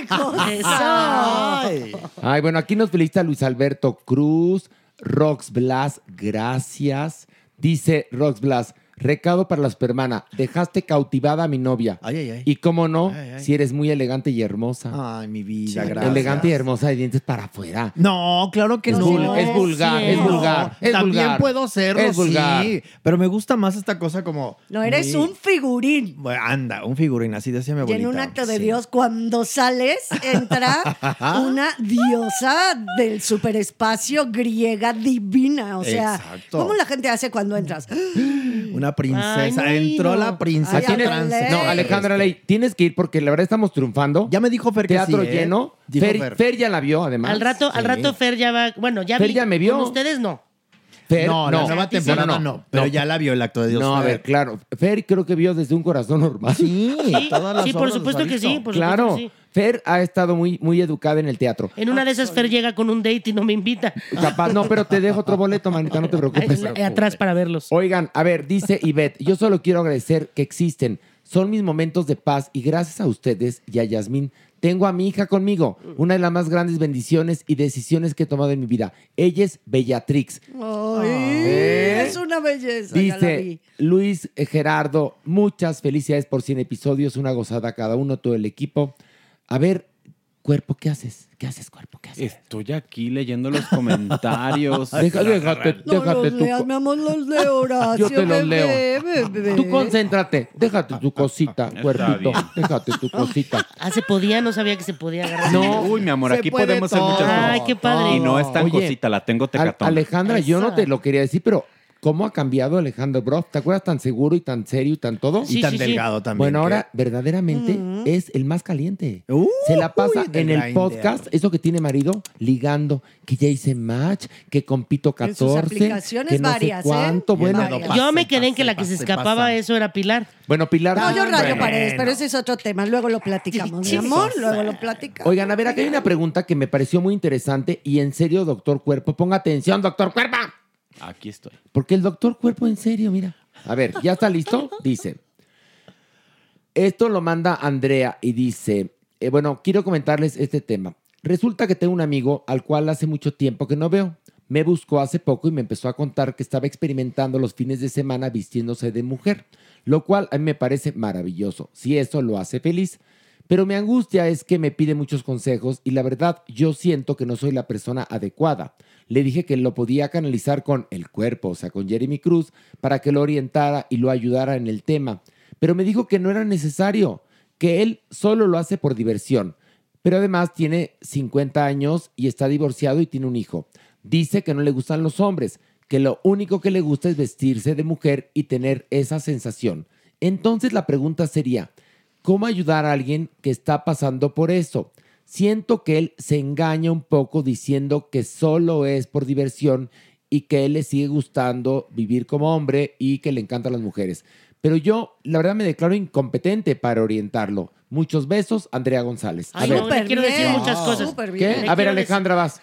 Speaker 3: Ay, bueno, aquí nos felicita Luis Alberto Cruz, Rox Blas, gracias. Dice Rox Blas, recado para la supermana, dejaste cautivada a mi novia.
Speaker 11: Ay, ay, ay.
Speaker 3: Y cómo no,
Speaker 11: Ay, ay.
Speaker 3: si eres muy elegante y hermosa.
Speaker 11: Ay, mi vida,
Speaker 3: Sí,
Speaker 11: gracias.
Speaker 3: Elegante y hermosa y dientes para afuera.
Speaker 11: No, claro que
Speaker 3: Es
Speaker 11: no.
Speaker 3: vul- es vulgar, es
Speaker 11: No,
Speaker 3: vulgar, es
Speaker 11: También
Speaker 3: vulgar.
Speaker 11: puedo serlo,
Speaker 3: Es vulgar.
Speaker 11: sí. Pero me gusta más esta cosa como...
Speaker 4: No, eres
Speaker 11: muy-
Speaker 4: un figurín.
Speaker 11: Bueno, anda, un figurín, así decía mi
Speaker 4: Y
Speaker 11: abuelita.
Speaker 4: en un acto
Speaker 11: [laughs]
Speaker 4: de Dios, cuando sales,
Speaker 3: [laughs]
Speaker 4: entra
Speaker 3: ¿Ah?
Speaker 4: una diosa del superespacio griega divina. O sea,
Speaker 11: Exacto.
Speaker 4: ¿cómo la gente hace
Speaker 3: [gasps]
Speaker 4: cuando entras?
Speaker 11: Una princesa.
Speaker 4: Ay, no he
Speaker 11: Entró
Speaker 4: ido.
Speaker 11: la princesa
Speaker 4: Ay, Tienes-
Speaker 11: trans.
Speaker 3: No, Alejandra Ley, tienes que ir porque la verdad estamos triunfando. Ya
Speaker 11: me dijo Fer
Speaker 7: que
Speaker 3: Teatro
Speaker 7: sí, ¿eh?
Speaker 3: lleno.
Speaker 7: Dijo
Speaker 3: Fer,
Speaker 7: Fer.
Speaker 3: Fer ya la vio, además.
Speaker 7: al rato, al
Speaker 3: Sí.
Speaker 7: rato Fer ya va, bueno, ya
Speaker 3: Fer
Speaker 7: vi-
Speaker 3: ya me vio.
Speaker 7: Con ustedes no.
Speaker 3: Fer,
Speaker 11: No, la nueva temporada no, pero ya la vio el acto de Dios,
Speaker 3: No, a
Speaker 11: Fer.
Speaker 3: ver, claro. Fer creo que vio desde un corazón normal. Sí,
Speaker 7: todas las sí, por obras supuesto las ha que visto. sí, por supuesto
Speaker 3: claro.
Speaker 7: que sí.
Speaker 3: Fer ha estado muy, muy educada en el teatro.
Speaker 7: En una de
Speaker 4: Ah,
Speaker 7: esas Fer llega con un date y no
Speaker 3: [laughs]
Speaker 7: me invita.
Speaker 3: Capaz, no, pero te dejo otro boleto, manita, no te preocupes.
Speaker 7: Ay, atrás
Speaker 3: para
Speaker 7: verlos.
Speaker 3: Oigan, a ver, dice Ivette, yo solo quiero agradecer que existen. Son mis momentos de paz y gracias a ustedes y a Yasmín tengo a mi hija conmigo. Una de las más grandes bendiciones y decisiones que he tomado en mi vida. Ella es Bellatrix.
Speaker 4: Ay,
Speaker 3: ¿Eh?
Speaker 4: Es una belleza. ya la vi.
Speaker 3: Dice Luis Gerardo, muchas felicidades por 100 episodios, una gozada cada uno, todo el equipo. A ver, cuerpo, ¿qué haces? ¿Qué haces, cuerpo? ¿Qué haces?
Speaker 13: Estoy aquí leyendo los
Speaker 3: [laughs]
Speaker 13: comentarios.
Speaker 3: Deja- déjate,
Speaker 4: No
Speaker 3: déjate
Speaker 4: los
Speaker 3: tu
Speaker 4: leas,
Speaker 3: co-
Speaker 4: mi amor, los de
Speaker 3: [laughs]
Speaker 4: Horacio.
Speaker 3: Yo te los
Speaker 4: bebé,
Speaker 3: leo.
Speaker 4: bebé.
Speaker 3: Tú concéntrate, déjate [laughs] tu cosita, cuerpito,
Speaker 7: bien.
Speaker 3: déjate tu cosita.
Speaker 7: Ah, se podía, no sabía que se podía agarrar.
Speaker 3: No.
Speaker 13: Uy, mi amor,
Speaker 7: Se
Speaker 13: aquí
Speaker 7: puede
Speaker 13: podemos hacer muchas
Speaker 7: todo,
Speaker 13: cosas.
Speaker 7: Ay, qué padre.
Speaker 13: Y no es tan
Speaker 3: Oye,
Speaker 13: cosita, la tengo
Speaker 3: Al-
Speaker 13: tecatón.
Speaker 3: Alejandra, yo no te lo quería decir, pero ¿cómo ha cambiado Alejandro Broff? ¿Te acuerdas tan seguro y tan serio y tan todo?
Speaker 11: Sí, Y tan sí, sí. delgado también,
Speaker 3: Bueno,
Speaker 11: que-
Speaker 3: ahora verdaderamente es el más caliente. Se la pasa
Speaker 11: del
Speaker 3: en el
Speaker 11: Grindr.
Speaker 3: podcast, eso que tiene marido, ligando, que ya hice match, que compito
Speaker 7: En sus
Speaker 3: 14.
Speaker 7: aplicaciones
Speaker 3: que no
Speaker 7: varias,
Speaker 3: sé cuánto.
Speaker 7: ¿eh?
Speaker 3: Bueno,
Speaker 7: Yo me quedé en que la que se
Speaker 3: pase,
Speaker 7: escapaba
Speaker 3: pase.
Speaker 7: eso era Pilar.
Speaker 3: bueno, Pilar.
Speaker 4: No, yo rayo
Speaker 3: Bueno.
Speaker 4: paredes, pero ese es otro tema. Luego lo platicamos, mi
Speaker 7: Sí,
Speaker 4: amor.
Speaker 7: sí.
Speaker 4: Luego lo platicamos.
Speaker 3: Oigan, a ver, aquí hay una pregunta que me pareció muy interesante y en serio, doctor Cuerpo, ponga atención, doctor Cuerpo.
Speaker 13: Aquí estoy.
Speaker 3: Porque el doctor cuerpo en serio, mira. A ver, ¿ya está listo? Dice. Esto lo manda Andrea y dice, eh, bueno, quiero comentarles este tema. Resulta que tengo un amigo al cual hace mucho tiempo que no veo. me buscó hace poco y me empezó a contar que estaba experimentando los fines de semana vistiéndose de mujer, lo cual a mí me parece maravilloso, si eso lo hace feliz. Pero mi angustia es que me pide muchos consejos y la verdad yo siento que no soy la persona adecuada. Le dije que lo podía canalizar con el cuerpo, o sea, con Jeremy Cruz, para que lo orientara y lo ayudara en el tema. Pero me dijo que no era necesario, que él solo lo hace por diversión. Pero además tiene 50 años y está divorciado y tiene un hijo. Dice que no le gustan los hombres, que lo único que le gusta es vestirse de mujer y tener esa sensación. Entonces la pregunta sería, ¿cómo ayudar a alguien que está pasando por eso? Siento que él se engaña un poco diciendo que solo es por diversión y que él le sigue gustando vivir como hombre y que le encantan las mujeres. Pero yo, la verdad, me declaro incompetente para orientarlo. Muchos besos, Andrea González.
Speaker 7: Ay, no, le quiero decir muchas cosas.
Speaker 3: ¿Qué?
Speaker 7: Le
Speaker 3: A
Speaker 7: quiero
Speaker 3: ver,
Speaker 7: decir-
Speaker 3: Alejandra, vas.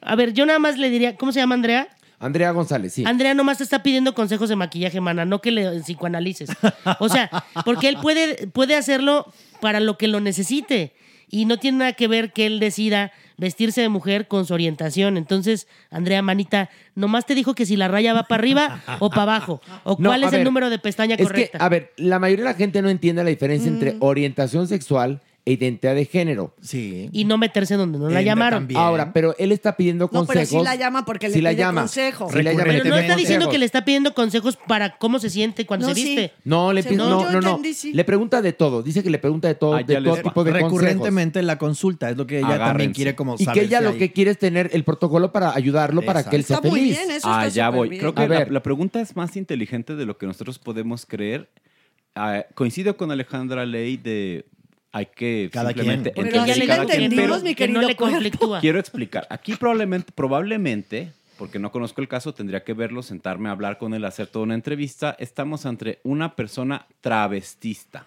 Speaker 7: A ver, yo nada más le diría, ¿cómo se llama Andrea?
Speaker 3: Andrea González, sí.
Speaker 7: Andrea nomás te está pidiendo consejos de maquillaje, mana, no que le psicoanalices. O sea, porque él puede, puede hacerlo para lo que lo necesite. Y no tiene nada que ver que él decida vestirse de mujer con su orientación. Entonces, Andrea Manita, nomás te dijo que si la raya va para arriba o para abajo. O
Speaker 3: No,
Speaker 7: cuál
Speaker 3: a
Speaker 7: es el
Speaker 3: ver,
Speaker 7: número de pestaña
Speaker 3: es
Speaker 7: correcta. Mm.
Speaker 3: que, a ver, la mayoría de la gente no entiende la diferencia entre orientación sexual e identidad de género.
Speaker 11: Sí.
Speaker 7: y no meterse donde no la llamaron.
Speaker 3: Ahora, pero él está pidiendo
Speaker 7: No,
Speaker 3: consejos.
Speaker 7: pero sí la llama porque le
Speaker 3: Sí la
Speaker 7: pide
Speaker 3: llama.
Speaker 7: consejo.
Speaker 3: Sí la llama, le
Speaker 7: Pero no
Speaker 3: pide
Speaker 7: está diciendo
Speaker 3: consejos.
Speaker 7: que le está pidiendo consejos para cómo se siente cuando
Speaker 3: No,
Speaker 7: se
Speaker 3: sí.
Speaker 7: viste.
Speaker 3: No, le pide-
Speaker 7: Según
Speaker 3: no,
Speaker 7: yo
Speaker 3: no, no.
Speaker 7: entendí, sí.
Speaker 3: Le pregunta de todo. Dice que le pregunta de todo,
Speaker 11: Ah, ya
Speaker 3: de
Speaker 11: le
Speaker 3: todo
Speaker 11: sé.
Speaker 3: tipo de consejos.
Speaker 11: Recurrentemente en la consulta, es lo que ella también
Speaker 3: Agárrense.
Speaker 11: quiere como
Speaker 3: Y
Speaker 11: saber
Speaker 3: que ella
Speaker 11: si
Speaker 3: lo
Speaker 11: hay-
Speaker 3: que quiere es tener el protocolo para ayudarlo para que él sea feliz.
Speaker 13: ah, ya voy. Creo que
Speaker 3: A
Speaker 13: la,
Speaker 3: ver,
Speaker 13: la pregunta es más inteligente de lo que nosotros podemos creer. Ah, coincido con Alejandra Ley de hay que
Speaker 11: Cada
Speaker 13: simplemente
Speaker 11: quien.
Speaker 13: entender
Speaker 11: Pero así la
Speaker 13: cada quien,
Speaker 11: entendimos,
Speaker 13: pero
Speaker 11: mi Que no querido le cuerpo. conflictúa.
Speaker 13: [laughs] Quiero explicar. Aquí probablemente, probablemente, porque no conozco el caso, tendría que verlo, sentarme a hablar con él, hacer toda una entrevista. Estamos ante una persona travestista.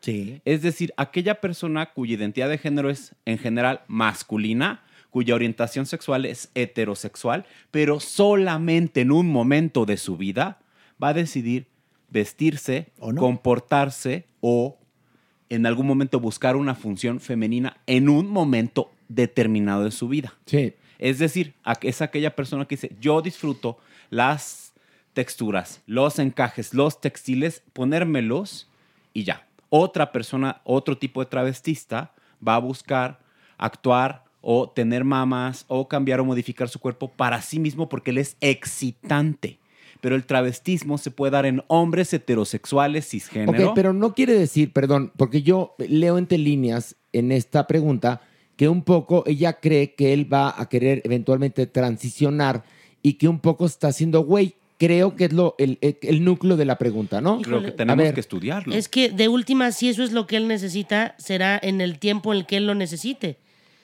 Speaker 11: Sí.
Speaker 13: Es decir, aquella persona cuya identidad de género es en general masculina, cuya orientación sexual es heterosexual, pero solamente en un momento de su vida va a decidir vestirse, comportarse o en algún momento buscar una función femenina en un momento determinado de su vida.
Speaker 3: Sí.
Speaker 13: Es decir, aqu- es aquella persona que dice, yo disfruto las texturas, los encajes, los textiles, ponérmelos y ya. Otra persona, otro tipo de travestista va a buscar actuar o tener mamas o cambiar o modificar su cuerpo para sí mismo porque él es excitante. Pero el travestismo se puede dar en hombres heterosexuales cisgénero.
Speaker 3: ok, pero no quiere decir, perdón, porque yo leo entre líneas en esta pregunta que un poco ella cree que él va a querer eventualmente transicionar y que un poco está haciendo güey. Creo que es lo, el, el- el núcleo de la pregunta, ¿no?
Speaker 13: Creo que
Speaker 3: A
Speaker 13: tenemos
Speaker 3: ver,
Speaker 13: que estudiarlo.
Speaker 7: Es que de última, si eso es lo que él necesita, será en el tiempo en el que él lo necesite.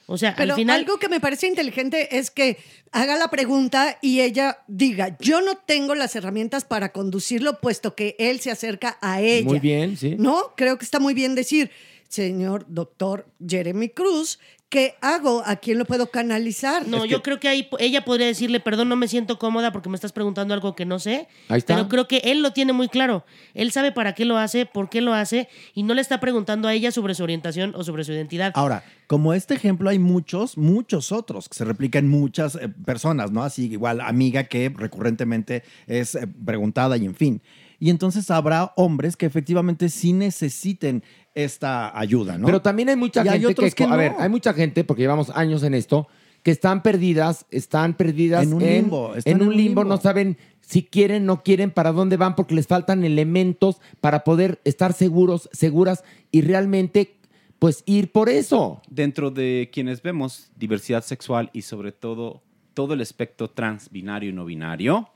Speaker 7: O sea,
Speaker 4: Pero
Speaker 7: al final.
Speaker 4: algo que me parece inteligente es que haga la pregunta y ella diga, yo no tengo las herramientas para conducirlo, puesto que él se acerca a ella.
Speaker 3: Muy bien, sí.
Speaker 4: No, creo que está muy bien decir, señor doctor Jeremy Cruz, ¿qué hago? ¿A quién lo puedo canalizar?
Speaker 7: No, yo creo que ahí po- ella podría decirle, perdón, no me siento cómoda porque me estás preguntando algo que no sé.
Speaker 3: Ahí está.
Speaker 7: Pero creo que él lo tiene muy claro. Él sabe para qué lo hace, por qué lo hace y no le está preguntando a ella sobre su orientación o sobre su identidad.
Speaker 11: Ahora, como este ejemplo hay muchos, muchos otros que se replican en muchas eh, personas, ¿no? Así igual amiga que recurrentemente es eh, preguntada y en fin. Y entonces habrá hombres que efectivamente sí necesiten esta ayuda, ¿no?
Speaker 3: Pero también hay mucha
Speaker 11: Y
Speaker 3: gente
Speaker 11: otros
Speaker 3: que, a
Speaker 11: no.
Speaker 3: ver, hay mucha gente porque llevamos años en esto que están perdidas, están perdidas
Speaker 11: En un limbo, están
Speaker 3: en un limbo, no saben si quieren, no quieren, para dónde van porque les faltan elementos para poder estar seguros, seguras y realmente pues ir por eso.
Speaker 13: dentro de quienes vemos diversidad sexual y sobre todo todo el espectro trans, binario y no binario,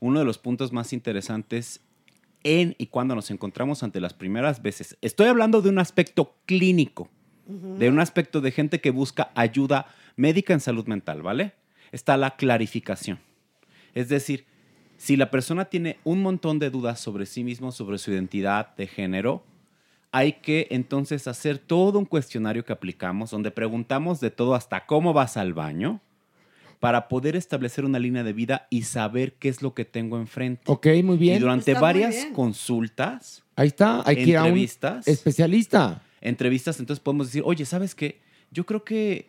Speaker 13: uno de los puntos más interesantes en y cuando nos encontramos ante las primeras veces. Estoy hablando de un aspecto clínico, de un aspecto de gente que busca ayuda médica en salud mental, ¿vale? Está la clarificación. Es decir, si la persona tiene un montón de dudas sobre sí mismo, sobre su identidad de género, hay que entonces hacer todo un cuestionario que aplicamos, donde preguntamos de todo hasta cómo vas al baño, para poder establecer una línea de vida y saber qué es lo que tengo enfrente.
Speaker 3: Ok, muy bien.
Speaker 13: Y durante
Speaker 3: Está muy
Speaker 13: varias
Speaker 3: bien.
Speaker 13: consultas,
Speaker 3: Ahí está, hay que ir a un
Speaker 13: Entrevistas.
Speaker 3: especialista.
Speaker 13: entrevistas, entonces podemos decir, oye, ¿sabes qué? Yo creo que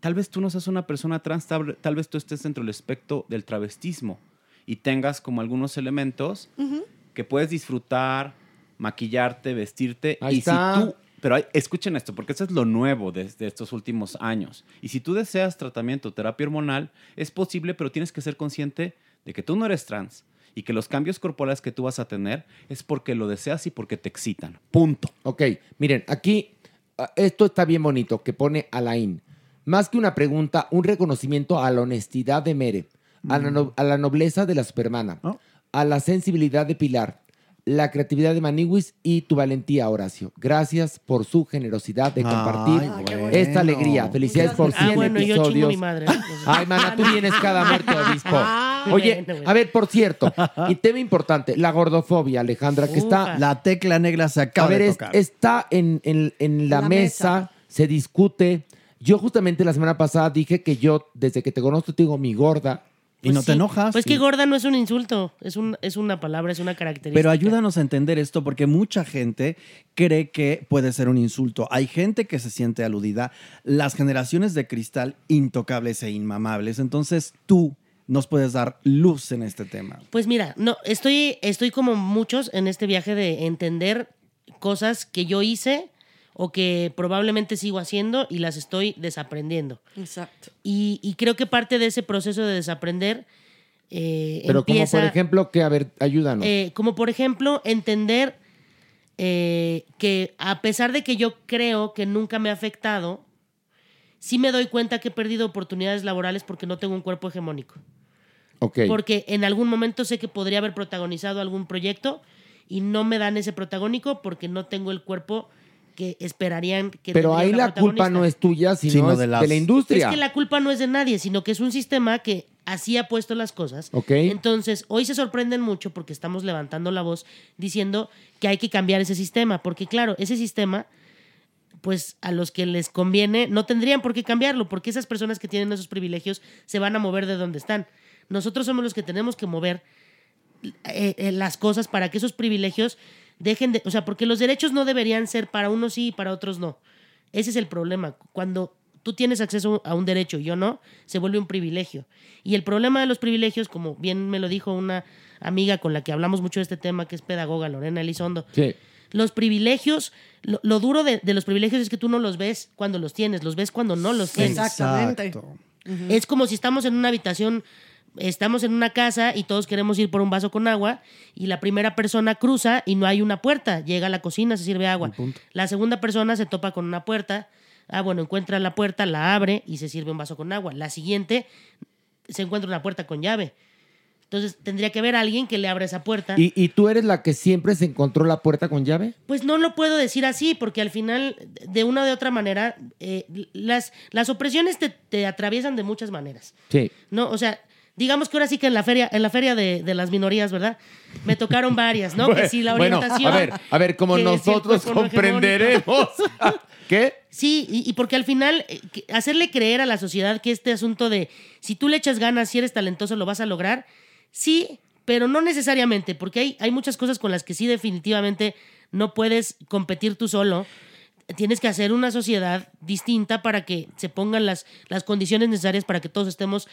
Speaker 13: tal vez tú no seas una persona trans, tal, tal vez tú estés dentro del espectro del travestismo y tengas como algunos elementos
Speaker 9: Uhum,
Speaker 14: Ujú.
Speaker 13: que puedes disfrutar, maquillarte, vestirte.
Speaker 3: Ahí
Speaker 13: y
Speaker 3: está.
Speaker 13: si tú. Pero hay- escuchen esto, porque eso es lo nuevo de, de estos últimos años. Y si tú deseas tratamiento, terapia hormonal, es posible, pero tienes que ser consciente de que tú no eres trans y que los cambios corporales que tú vas a tener es porque lo deseas y porque te excitan.
Speaker 3: Punto. Ok, miren, aquí ah, esto está bien bonito que pone Alain. Más que una pregunta, un reconocimiento a la honestidad de Mere, a,
Speaker 11: Mm.
Speaker 3: la no- a la nobleza de la supermana,
Speaker 11: Oh.
Speaker 3: a la sensibilidad de Pilar, la creatividad de Maniwis y tu valentía, Horacio. Gracias por su generosidad de compartir
Speaker 11: Ay, qué bueno.
Speaker 3: esta alegría. Felicidades por 100
Speaker 7: Ah, bueno, yo
Speaker 3: episodios.
Speaker 7: chingo a
Speaker 11: [laughs]
Speaker 7: mi madre.
Speaker 3: Ay, mana, tú vienes cada muerto
Speaker 7: [laughs]
Speaker 3: obispo.
Speaker 7: Ah,
Speaker 3: Oye,
Speaker 7: Bueno, bueno.
Speaker 3: a ver,
Speaker 11: [laughs]
Speaker 3: por cierto, y tema importante, la gordofobia, Alejandra, que está...
Speaker 11: La tecla negra se acaba
Speaker 3: A ver,
Speaker 11: de
Speaker 3: es-
Speaker 11: tocar.
Speaker 3: está en, en- en la,
Speaker 11: La
Speaker 3: mesa,
Speaker 11: mesa.
Speaker 3: se discute. Yo justamente la semana pasada dije que yo, desde que te conozco, te digo mi gorda.
Speaker 11: Y no te enojas.
Speaker 7: Pues que gorda no es un insulto, es, un, es una palabra, es una característica.
Speaker 11: Pero ayúdanos a entender esto porque mucha gente cree que puede ser un insulto. Hay gente que se siente aludida. Las generaciones de cristal intocables e inmamables. Entonces tú nos puedes dar luz en este tema.
Speaker 7: Pues mira, no, estoy, estoy como muchos en este viaje de entender cosas que yo hice o que probablemente sigo haciendo y las estoy desaprendiendo.
Speaker 4: Exacto.
Speaker 7: Y, y creo que parte de ese proceso de desaprender eh,
Speaker 3: Pero
Speaker 7: empieza...
Speaker 3: como por ejemplo, que, a ver, ayúdanos.
Speaker 7: Eh, como por ejemplo, entender eh, que a pesar de que yo creo que nunca me ha afectado, sí me doy cuenta que he perdido oportunidades laborales porque no tengo un cuerpo hegemónico.
Speaker 3: ok.
Speaker 7: Porque en algún momento sé que podría haber protagonizado algún proyecto y no me dan ese protagónico porque no tengo el cuerpo que esperarían que
Speaker 3: Pero
Speaker 7: tendría
Speaker 3: ahí
Speaker 7: una
Speaker 3: la culpa
Speaker 7: protagonista.
Speaker 3: no es tuya, sino, es de, la industria.
Speaker 7: Es que la culpa no es de nadie, sino que es un sistema que así ha puesto las cosas.
Speaker 3: Ok.
Speaker 7: Entonces, hoy se sorprenden mucho porque estamos levantando la voz diciendo que hay que cambiar ese sistema, porque claro, ese sistema pues a los que les conviene no tendrían por qué cambiarlo, porque esas personas que tienen esos privilegios se van a mover de donde están. Nosotros somos los que tenemos que mover eh, eh, las cosas para que esos privilegios dejen de, o sea, porque los derechos no deberían ser para unos sí y para otros no. Ese es el problema. Cuando tú tienes acceso a un derecho y yo no, se vuelve un privilegio. Y el problema de los privilegios, como bien me lo dijo una amiga con la que hablamos mucho de este tema, que es pedagoga Lorena Elizondo,
Speaker 3: Sí.
Speaker 7: los privilegios, lo, lo duro de, de los privilegios es que tú no los ves cuando los tienes, los ves cuando no los tienes.
Speaker 4: Exactamente.
Speaker 7: Es como si estamos en una habitación, estamos en una casa y todos queremos ir por un vaso con agua y la primera persona cruza y no hay una puerta, llega a la cocina, se sirve agua. La segunda persona se topa con una puerta, ah, bueno, encuentra la puerta, la abre y se sirve un vaso con agua. La siguiente se encuentra una puerta con llave. Entonces tendría que haber alguien que le abra esa puerta.
Speaker 3: ¿Y, y tú eres la que siempre se encontró la puerta con llave?
Speaker 7: Pues no lo puedo decir así, porque al final, de una o de otra manera, eh, las, las opresiones te, te atraviesan de muchas maneras.
Speaker 3: Sí.
Speaker 7: No, o sea, digamos que ahora sí que en la feria, en la feria de, de las minorías, ¿verdad? Me tocaron varias, ¿no? que sí,
Speaker 3: [laughs]
Speaker 7: la
Speaker 3: Bueno,
Speaker 7: orientación.
Speaker 3: a ver, a ver, como
Speaker 7: que si el
Speaker 3: nosotros
Speaker 7: cuerpo no [laughs]
Speaker 3: comprenderemos. ¿Qué?
Speaker 7: Sí, y, y porque al final eh, que- hacerle creer a la sociedad que este asunto de si tú le echas ganas, si eres talentoso, lo vas a lograr, sí, pero no necesariamente, porque hay, hay muchas cosas con las que sí definitivamente no puedes competir tú solo. Tienes que hacer una sociedad distinta para que se pongan las, las condiciones necesarias para que todos estemos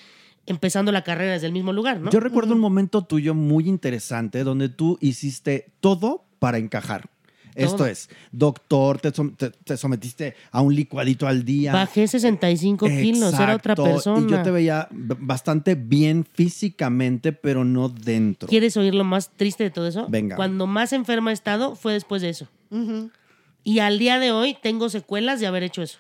Speaker 7: empezando la carrera desde el mismo lugar, ¿no?
Speaker 11: Yo recuerdo un momento tuyo muy interesante donde tú hiciste todo para encajar. Esto
Speaker 7: Todo.
Speaker 11: es, doctor, te, som- te- te sometiste a un licuadito al día.
Speaker 7: Bajé 65 kilos, era otra
Speaker 11: Exacto,
Speaker 7: persona.
Speaker 11: Y yo te veía b- bastante bien físicamente, pero no dentro.
Speaker 7: ¿Quieres oír lo más triste de todo eso?
Speaker 11: Venga.
Speaker 7: Cuando más enferma he estado fue después de eso. Y al día de hoy tengo secuelas de haber hecho eso.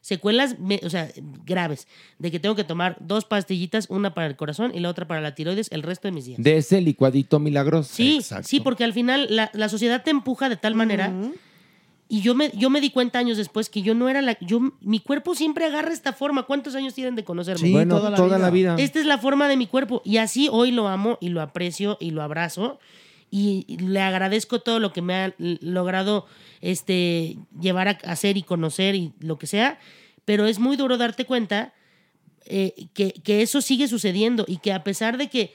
Speaker 7: Secuelas, me- o sea, graves. De que tengo que tomar dos pastillitas, una para el corazón y la otra para la tiroides, el resto de mis días.
Speaker 3: De ese licuadito milagroso.
Speaker 7: Sí, sí, porque al final la, la sociedad te empuja de tal manera. Y yo me, yo me di cuenta años después que yo no era la. Yo, mi cuerpo siempre agarra esta forma. ¿Cuántos años tienen de conocerme?
Speaker 3: Sí, Bueno, toda la toda vida. la vida.
Speaker 7: Esta es la forma de mi cuerpo. Y así hoy lo amo y lo aprecio y lo abrazo. Y le agradezco todo lo que me ha l- logrado este, llevar a hacer y conocer y lo que sea. Pero es muy duro darte cuenta eh, que, que eso sigue sucediendo y que a pesar de que,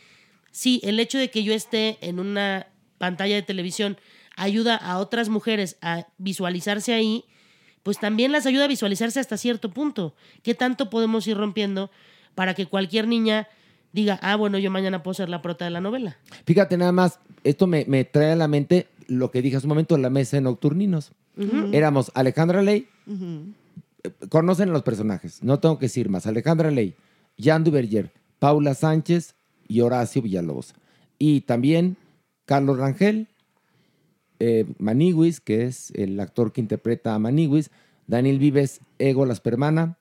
Speaker 7: sí, el hecho de que yo esté en una pantalla de televisión ayuda a otras mujeres a visualizarse ahí, pues también las ayuda a visualizarse hasta cierto punto. ¿Qué tanto podemos ir rompiendo para que cualquier niña diga, ah, bueno, yo mañana puedo ser la prota de la novela?
Speaker 3: Fíjate nada más, esto me, me trae a la mente lo que dije hace un momento en la mesa de Nocturninos.
Speaker 7: Ujú.
Speaker 3: Éramos Alejandra Ley, conocen a los personajes, no tengo que decir más. Alejandra Ley, Jan Duverger, Paula Sánchez y Horacio Villalobos. Y también Carlos Rangel, eh, Maniguis, que es el actor que interpreta a Maniguis, Daniel Vives, Ego Las Permana,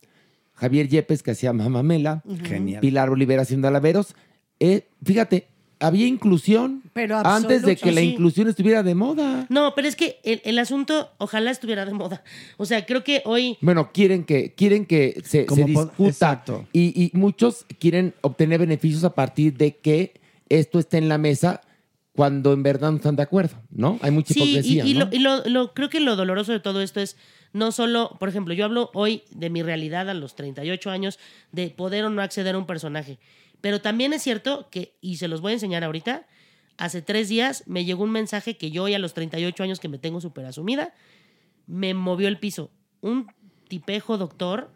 Speaker 3: Javier Yepes, que hacía Mamamela,
Speaker 4: Ujú. Genial.
Speaker 3: Pilar Olivera haciendo Alaveros. Eh, fíjate, había inclusión
Speaker 7: Pero
Speaker 3: antes de
Speaker 7: absoluta.
Speaker 3: que la
Speaker 7: Sí.
Speaker 3: inclusión estuviera de moda.
Speaker 7: No, pero es que el, el asunto ojalá estuviera de moda. O sea, creo que hoy
Speaker 3: Bueno, quieren que, quieren que se,
Speaker 7: Como
Speaker 3: se
Speaker 7: po-
Speaker 3: discuta. Y, y muchos quieren obtener beneficios a partir de que esto esté en la mesa cuando en verdad no están de acuerdo, ¿no? Hay mucha
Speaker 7: Sí, y,
Speaker 3: hipocresía,
Speaker 7: y
Speaker 3: ¿no?
Speaker 7: lo, y lo- lo- creo que lo doloroso de todo esto es no solo, por ejemplo, yo hablo hoy de mi realidad a los 38 años de poder o no acceder a un personaje, pero también es cierto que, y se los voy a enseñar ahorita, hace tres días me llegó un mensaje que yo hoy a los 38 años que me tengo súper asumida, me movió el piso. Un tipejo doctor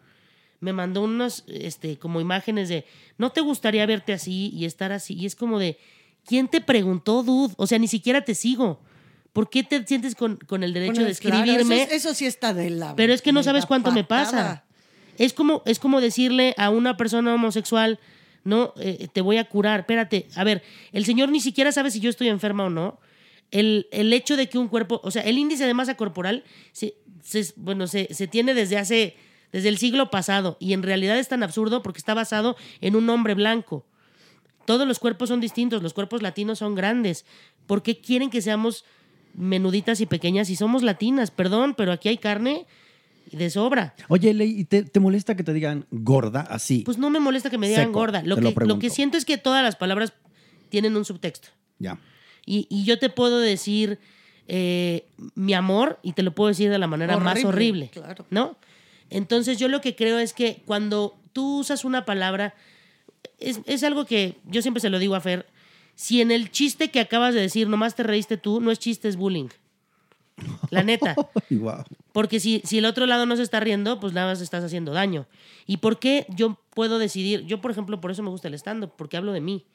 Speaker 7: me mandó unas este, como imágenes de, ¿no te gustaría verte así y estar así? Y es como de, ¿quién te preguntó, dude? O sea, ni siquiera te sigo. ¿Por qué te sientes con, con el derecho de
Speaker 4: Bueno, claro,
Speaker 7: escribirme?
Speaker 4: eso, eso sí está de la.
Speaker 7: Pero es que no
Speaker 4: de
Speaker 7: sabes
Speaker 4: la
Speaker 7: cuánto me pasa.
Speaker 4: patada.
Speaker 7: Es como, es como decirle a una persona homosexual, no, eh, te voy a curar, espérate. A ver, el señor ni siquiera sabe si yo estoy enferma o no. El, el hecho de que un cuerpo, o sea, el índice de masa corporal, se, se- bueno, se, se tiene desde hace, desde el siglo pasado. Y en realidad es tan absurdo porque está basado en un hombre blanco. Todos los cuerpos son distintos, los cuerpos latinos son grandes. ¿Por qué quieren que seamos menuditas y pequeñas si somos latinas? Perdón, pero aquí hay carne de sobra.
Speaker 11: Oye, Ley, ¿y te, te molesta que te digan gorda así?
Speaker 7: Pues no me molesta que me digan
Speaker 11: Seco,
Speaker 7: gorda. Lo
Speaker 11: te lo
Speaker 7: que, lo,
Speaker 11: pregunto.
Speaker 7: que siento es que todas las palabras tienen un subtexto.
Speaker 11: Ya.
Speaker 7: Y, y yo te puedo decir eh, mi amor y te lo puedo decir de la manera más horrible.
Speaker 4: Claro.
Speaker 7: ¿no? Entonces yo lo que creo es que cuando tú usas una palabra, es, es algo que yo siempre se lo digo a Fer, si en el chiste que acabas de decir nomás te reíste tú, no es chiste, es bullying.
Speaker 3: [laughs]
Speaker 7: La neta.
Speaker 11: Ay, guau.
Speaker 7: Porque si, si el otro lado no se está riendo, pues nada más estás haciendo daño. ¿Y por qué yo puedo decidir? Yo, por ejemplo, por eso me gusta el stand-up, porque hablo de mí.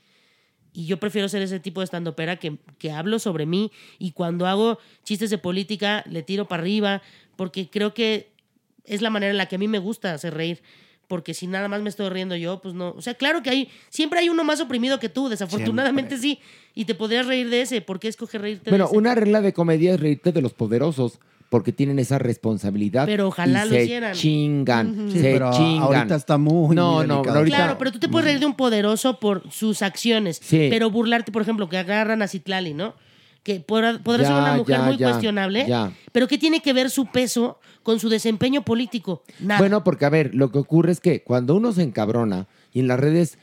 Speaker 7: Y yo prefiero ser ese tipo de stand-upera que, que hablo sobre mí y cuando hago chistes de política le tiro para arriba, porque creo que es la manera en la que a mí me gusta hacer reír. Porque si nada más me estoy riendo yo, pues no. O sea, claro que hay, siempre hay uno más oprimido que tú, desafortunadamente sí. Y te podrías reír de ese. ¿Por qué escoger reírte
Speaker 3: Bueno,
Speaker 7: de ese?
Speaker 3: una regla de comedia es reírte de los poderosos porque tienen esa responsabilidad.
Speaker 7: Pero ojalá
Speaker 3: y
Speaker 7: lo
Speaker 3: se
Speaker 7: hicieran.
Speaker 3: Chingan,
Speaker 7: Ujú.
Speaker 3: se
Speaker 7: Sí, pero
Speaker 3: chingan.
Speaker 11: ahorita está muy,
Speaker 3: No,
Speaker 11: muy
Speaker 3: no,
Speaker 11: delicado.
Speaker 3: ahorita-
Speaker 7: Claro, pero tú te puedes reír de un poderoso por sus acciones.
Speaker 3: Sí.
Speaker 7: Pero burlarte, por ejemplo, que agarran a Citlali, ¿no? Que podrá, podrá ser
Speaker 3: Ya,
Speaker 7: una mujer
Speaker 3: ya,
Speaker 7: muy
Speaker 3: ya,
Speaker 7: cuestionable,
Speaker 3: ya.
Speaker 7: pero ¿qué tiene que ver su peso con su desempeño político? Nada.
Speaker 3: Bueno, porque a ver, lo que ocurre es que cuando uno se encabrona y en las redes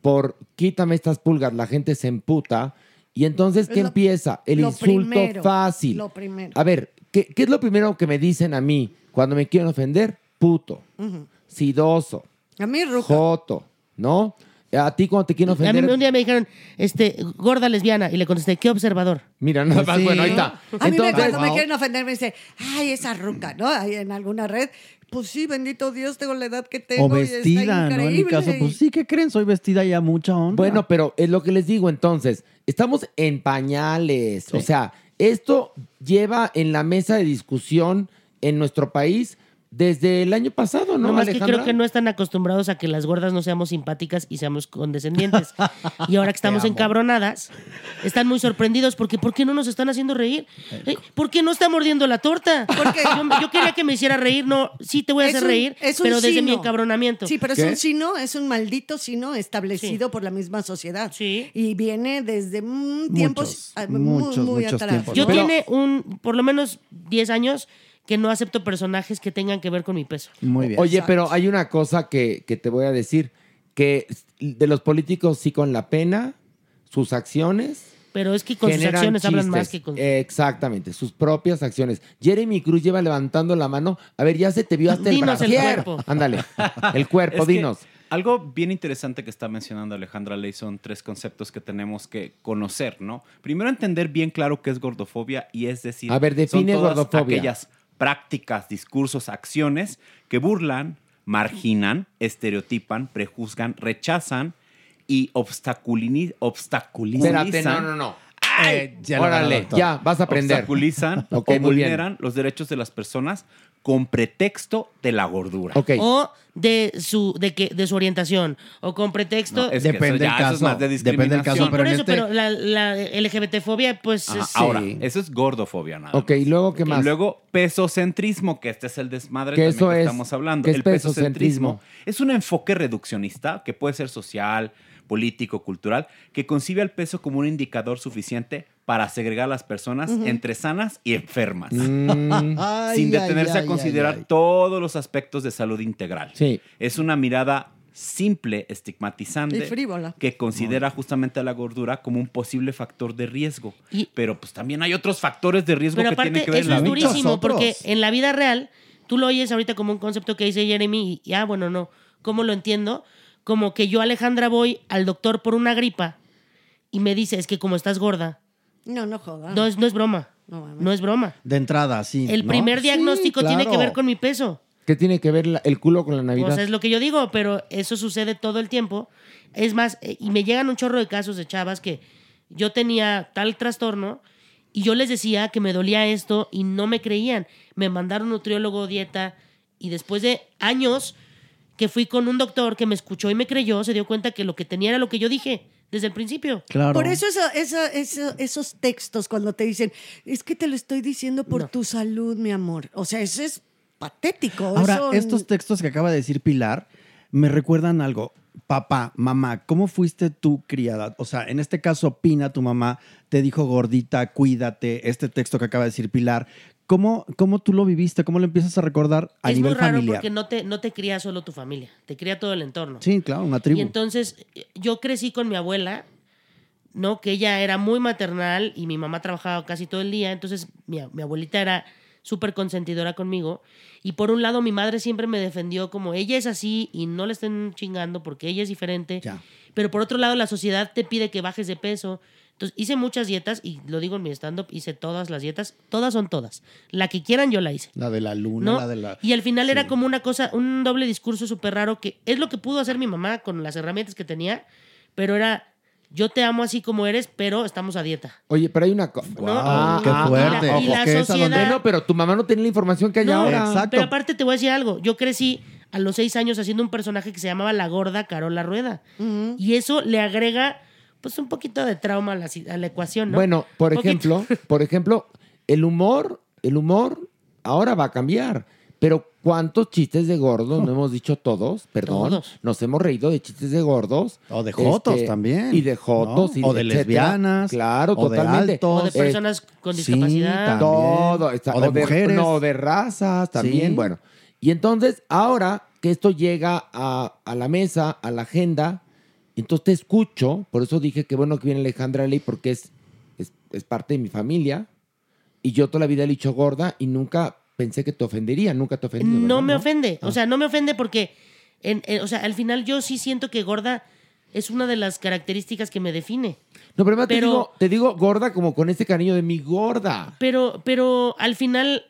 Speaker 3: por quítame estas pulgas, la gente se emputa y entonces ¿qué
Speaker 4: Es lo-
Speaker 3: empieza? El
Speaker 4: lo
Speaker 3: insulto
Speaker 4: primero,
Speaker 3: fácil.
Speaker 4: Lo primero.
Speaker 3: A ver, ¿qué, qué es lo primero que me dicen a mí cuando me quieren ofender? Puto,
Speaker 4: Ujú.
Speaker 3: sidoso,
Speaker 4: A mí, Ruca.
Speaker 3: joto, ¿no? A ti cuando te quieren
Speaker 7: A mí un
Speaker 3: ofender...
Speaker 7: día me dijeron, este, gorda lesbiana, y le contesté, ¿qué observador?
Speaker 3: Mira, nada más, bueno, ahí está.
Speaker 4: Pues A mí me,
Speaker 3: Entonces-
Speaker 4: cuando me quieren ofender me dice, ay, esa ruca, ¿no? Ahí en alguna red. Pues sí, bendito Dios, tengo la edad que tengo.
Speaker 11: O
Speaker 4: y está
Speaker 11: vestida, ¿no? En mi
Speaker 4: increíble".
Speaker 11: caso, pues sí, ¿qué creen? Soy vestida ya mucha onda.
Speaker 3: Bueno, pero es lo que les digo entonces. Estamos en pañales. O sea, esto lleva en la mesa de discusión en nuestro país desde el año pasado, ¿no,
Speaker 7: No, más que
Speaker 3: Alejandra?
Speaker 7: creo que no están acostumbrados a que las gordas no seamos simpáticas y seamos condescendientes. y ahora que estamos
Speaker 3: [laughs] Te amo.
Speaker 7: encabronadas, están muy sorprendidos porque ¿por qué no nos están haciendo reír? Eh, ¿Por qué no está mordiendo la torta? Porque yo, yo quería que me hiciera reír, no, sí te voy a
Speaker 4: Es
Speaker 7: hacer
Speaker 4: un-
Speaker 7: reír,
Speaker 4: es un
Speaker 7: pero desde mi
Speaker 4: sino.
Speaker 7: encabronamiento.
Speaker 4: Sí, pero es un sino, es un maldito sino establecido por la misma sociedad. Y viene desde mm, tiempos
Speaker 7: Muchos,
Speaker 4: ah, muy,
Speaker 7: muchos,
Speaker 4: muy
Speaker 7: muchos
Speaker 4: atrás.
Speaker 7: Yo
Speaker 4: ¿no?
Speaker 7: tiene un, por lo menos 10 años que no acepto personajes que tengan que ver con mi peso.
Speaker 11: Muy
Speaker 7: bien.
Speaker 3: Oye,
Speaker 7: Exacto.
Speaker 3: pero hay una cosa que, que te voy a decir, que de los políticos sí con la pena, sus acciones...
Speaker 7: Pero es que con sus
Speaker 3: generan
Speaker 7: acciones hablan
Speaker 3: chistes.
Speaker 7: más que con...
Speaker 3: Eh, Exactamente, sus propias acciones. Jeremy Cruz lleva levantando la mano. A ver, ya se te vio hasta
Speaker 7: Dinos
Speaker 3: el
Speaker 7: el
Speaker 3: brasier.
Speaker 7: cuerpo.
Speaker 3: Ándale, el cuerpo,
Speaker 13: [laughs] Es que
Speaker 3: dinos.
Speaker 13: Algo bien interesante que está mencionando Alejandra Ley son tres conceptos que tenemos que conocer, ¿no? Primero, entender bien claro qué es gordofobia y es decir,
Speaker 3: A ver, define
Speaker 13: son todas
Speaker 3: gordofobia.
Speaker 13: aquellas prácticas, discursos, acciones que burlan, marginan, estereotipan, prejuzgan, rechazan y obstaculini- obstaculizan.
Speaker 3: Espérate, no, no, no.
Speaker 13: ¡Ay!
Speaker 3: Eh, ya la Órale, ganó, doctor. ya, vas a aprender.
Speaker 13: Obstaculizan
Speaker 3: [laughs] Ok,
Speaker 13: o
Speaker 3: muy bien.
Speaker 13: vulneran los derechos de las personas con pretexto de la gordura.
Speaker 7: O de su, de que, de su orientación. O con pretexto.
Speaker 13: No, es que eso Depende ya, el eso es caso, más de depende del caso,
Speaker 7: Sí, por
Speaker 13: pero en
Speaker 7: eso,
Speaker 13: este-
Speaker 7: pero la, la LGBTfobia, pues.
Speaker 13: Ajá,
Speaker 7: es-
Speaker 13: Ahora,
Speaker 7: sí.
Speaker 13: eso es gordofobia nada
Speaker 3: Ok, ¿y luego qué
Speaker 13: Y
Speaker 3: más?
Speaker 13: luego pesocentrismo, que este es el desmadre
Speaker 3: Que
Speaker 13: también
Speaker 3: eso
Speaker 13: que
Speaker 3: es-
Speaker 13: estamos hablando.
Speaker 3: ¿qué es
Speaker 13: el pesocentrismo
Speaker 3: pesocentrismo?
Speaker 13: es un enfoque reduccionista que puede ser social, político, cultural, que concibe al peso como un indicador suficiente para segregar a las personas
Speaker 11: Ujú.
Speaker 13: entre sanas y enfermas,
Speaker 11: Mm. Ay,
Speaker 13: sin
Speaker 11: ay,
Speaker 13: detenerse
Speaker 11: ay,
Speaker 13: a considerar
Speaker 11: ay, ay.
Speaker 13: todos los aspectos de salud integral.
Speaker 3: Sí.
Speaker 13: Es una mirada simple, estigmatizante,
Speaker 4: Y frívola.
Speaker 13: que considera justamente a la gordura como un posible factor de riesgo. pero pues también hay otros factores de riesgo
Speaker 7: Pero
Speaker 13: que tienen
Speaker 7: aparte,
Speaker 13: que ver
Speaker 7: eso es durísimo, porque en la vida real, tú lo oyes ahorita como un concepto que dice Jeremy, y ah, bueno, no, ¿cómo lo entiendo? Como que yo, Alejandra, voy al doctor por una gripa y me dice, es que como estás gorda,
Speaker 4: No, no jodas.
Speaker 7: no es, no es broma,
Speaker 4: No,
Speaker 7: no es broma.
Speaker 11: De entrada, sí.
Speaker 7: El
Speaker 11: ¿no?
Speaker 7: primer
Speaker 11: Sí,
Speaker 7: diagnóstico tiene que
Speaker 11: claro.
Speaker 7: ver con mi peso.
Speaker 3: ¿Qué tiene que ver la- el culo con la Navidad?
Speaker 7: Pues es lo que yo digo, pero eso sucede todo el tiempo. Es más, eh, y me llegan un chorro de casos de chavas que yo tenía tal trastorno y yo les decía que me dolía esto y no me creían. Me mandaron nutriólogo, dieta y después de años que fui con un doctor que me escuchó y me creyó, se dio cuenta que lo que tenía era lo que yo dije desde el principio.
Speaker 4: Por eso, eso- eso- eso- esos textos cuando te dicen, es que te lo estoy diciendo por tu salud, mi amor. O sea, eso es patético.
Speaker 11: Ahora,
Speaker 4: eso-
Speaker 11: estos textos que acaba de decir Pilar me recuerdan algo. Papá, mamá, ¿cómo fuiste tú criada? O sea, en este caso, Pina, tu mamá, te dijo gordita, cuídate, este texto que acaba de decir Pilar. ¿Cómo, cómo tú lo viviste? ¿Cómo lo empiezas a recordar a
Speaker 7: es
Speaker 11: nivel
Speaker 7: muy raro
Speaker 11: familiar?
Speaker 7: porque no te, no te cría solo tu familia, te cría todo el entorno.
Speaker 11: Sí, claro, una tribu.
Speaker 7: Y entonces eh, yo crecí con mi abuela, ¿no? Que ella era muy maternal y mi mamá trabajaba casi todo el día. Entonces mi, a- mi abuelita era súper consentidora conmigo. Y por un lado mi madre siempre me defendió como ella es así y no le estén chingando porque ella es diferente. Pero por otro lado la sociedad te pide que bajes de peso. Entonces hice muchas dietas y lo digo en mi stand-up, hice todas las dietas. Todas son todas. La que quieran yo la hice.
Speaker 11: La de la luna,
Speaker 7: ¿no?
Speaker 11: la de la...
Speaker 7: Y al final era como una cosa, un doble discurso súper raro que es lo que pudo hacer mi mamá con las herramientas que tenía, pero era yo te amo así como eres, pero estamos a dieta.
Speaker 3: Oye, pero hay una Ah, cosa.
Speaker 7: qué fuerte. y la sociedad-
Speaker 3: Eh, No, pero tu mamá no tenía la información que hay
Speaker 7: No,
Speaker 3: ahora.
Speaker 7: Pero aparte te voy a decir algo, yo crecí a los seis años haciendo un personaje que se llamaba La Gorda Carola Rueda. Y eso le agrega pues un poquito de trauma a la, si- a la ecuación, ¿no?
Speaker 3: Bueno, por
Speaker 7: Poquito.
Speaker 3: ejemplo, por ejemplo, el humor, el humor ahora va a cambiar. Pero ¿cuántos chistes
Speaker 11: [laughs]
Speaker 3: de gordos? No hemos dicho todos, perdón.
Speaker 11: Todos.
Speaker 3: Nos hemos reído de chistes de gordos. O de
Speaker 11: jotos también,
Speaker 3: Y de jotos.
Speaker 11: ¿no?
Speaker 3: y
Speaker 11: O de
Speaker 3: etcétera.
Speaker 11: lesbianas,
Speaker 3: Claro,
Speaker 11: o de
Speaker 3: totalmente.
Speaker 11: altos. O de personas
Speaker 7: con
Speaker 3: sí,
Speaker 7: discapacidad. también.
Speaker 3: todo. está-
Speaker 11: O de mujeres.
Speaker 3: no, de razas también.
Speaker 11: Sí.
Speaker 3: Bueno. Y entonces, ahora que esto llega a, a la mesa, a la agenda, entonces te escucho, por eso dije que bueno que viene Alejandra Ley porque es, es, es parte de mi familia y yo toda la vida le he dicho gorda y nunca pensé que te ofendería, nunca te ofendí.
Speaker 7: No me ofende.
Speaker 3: Ah.
Speaker 7: O sea, no me ofende porque, en- en- o sea, al final yo sí siento que gorda es una de las características que me define.
Speaker 3: No, pero, además te,
Speaker 7: pero-
Speaker 3: digo, te digo gorda como con ese cariño de mi gorda.
Speaker 7: Pero, pero al final,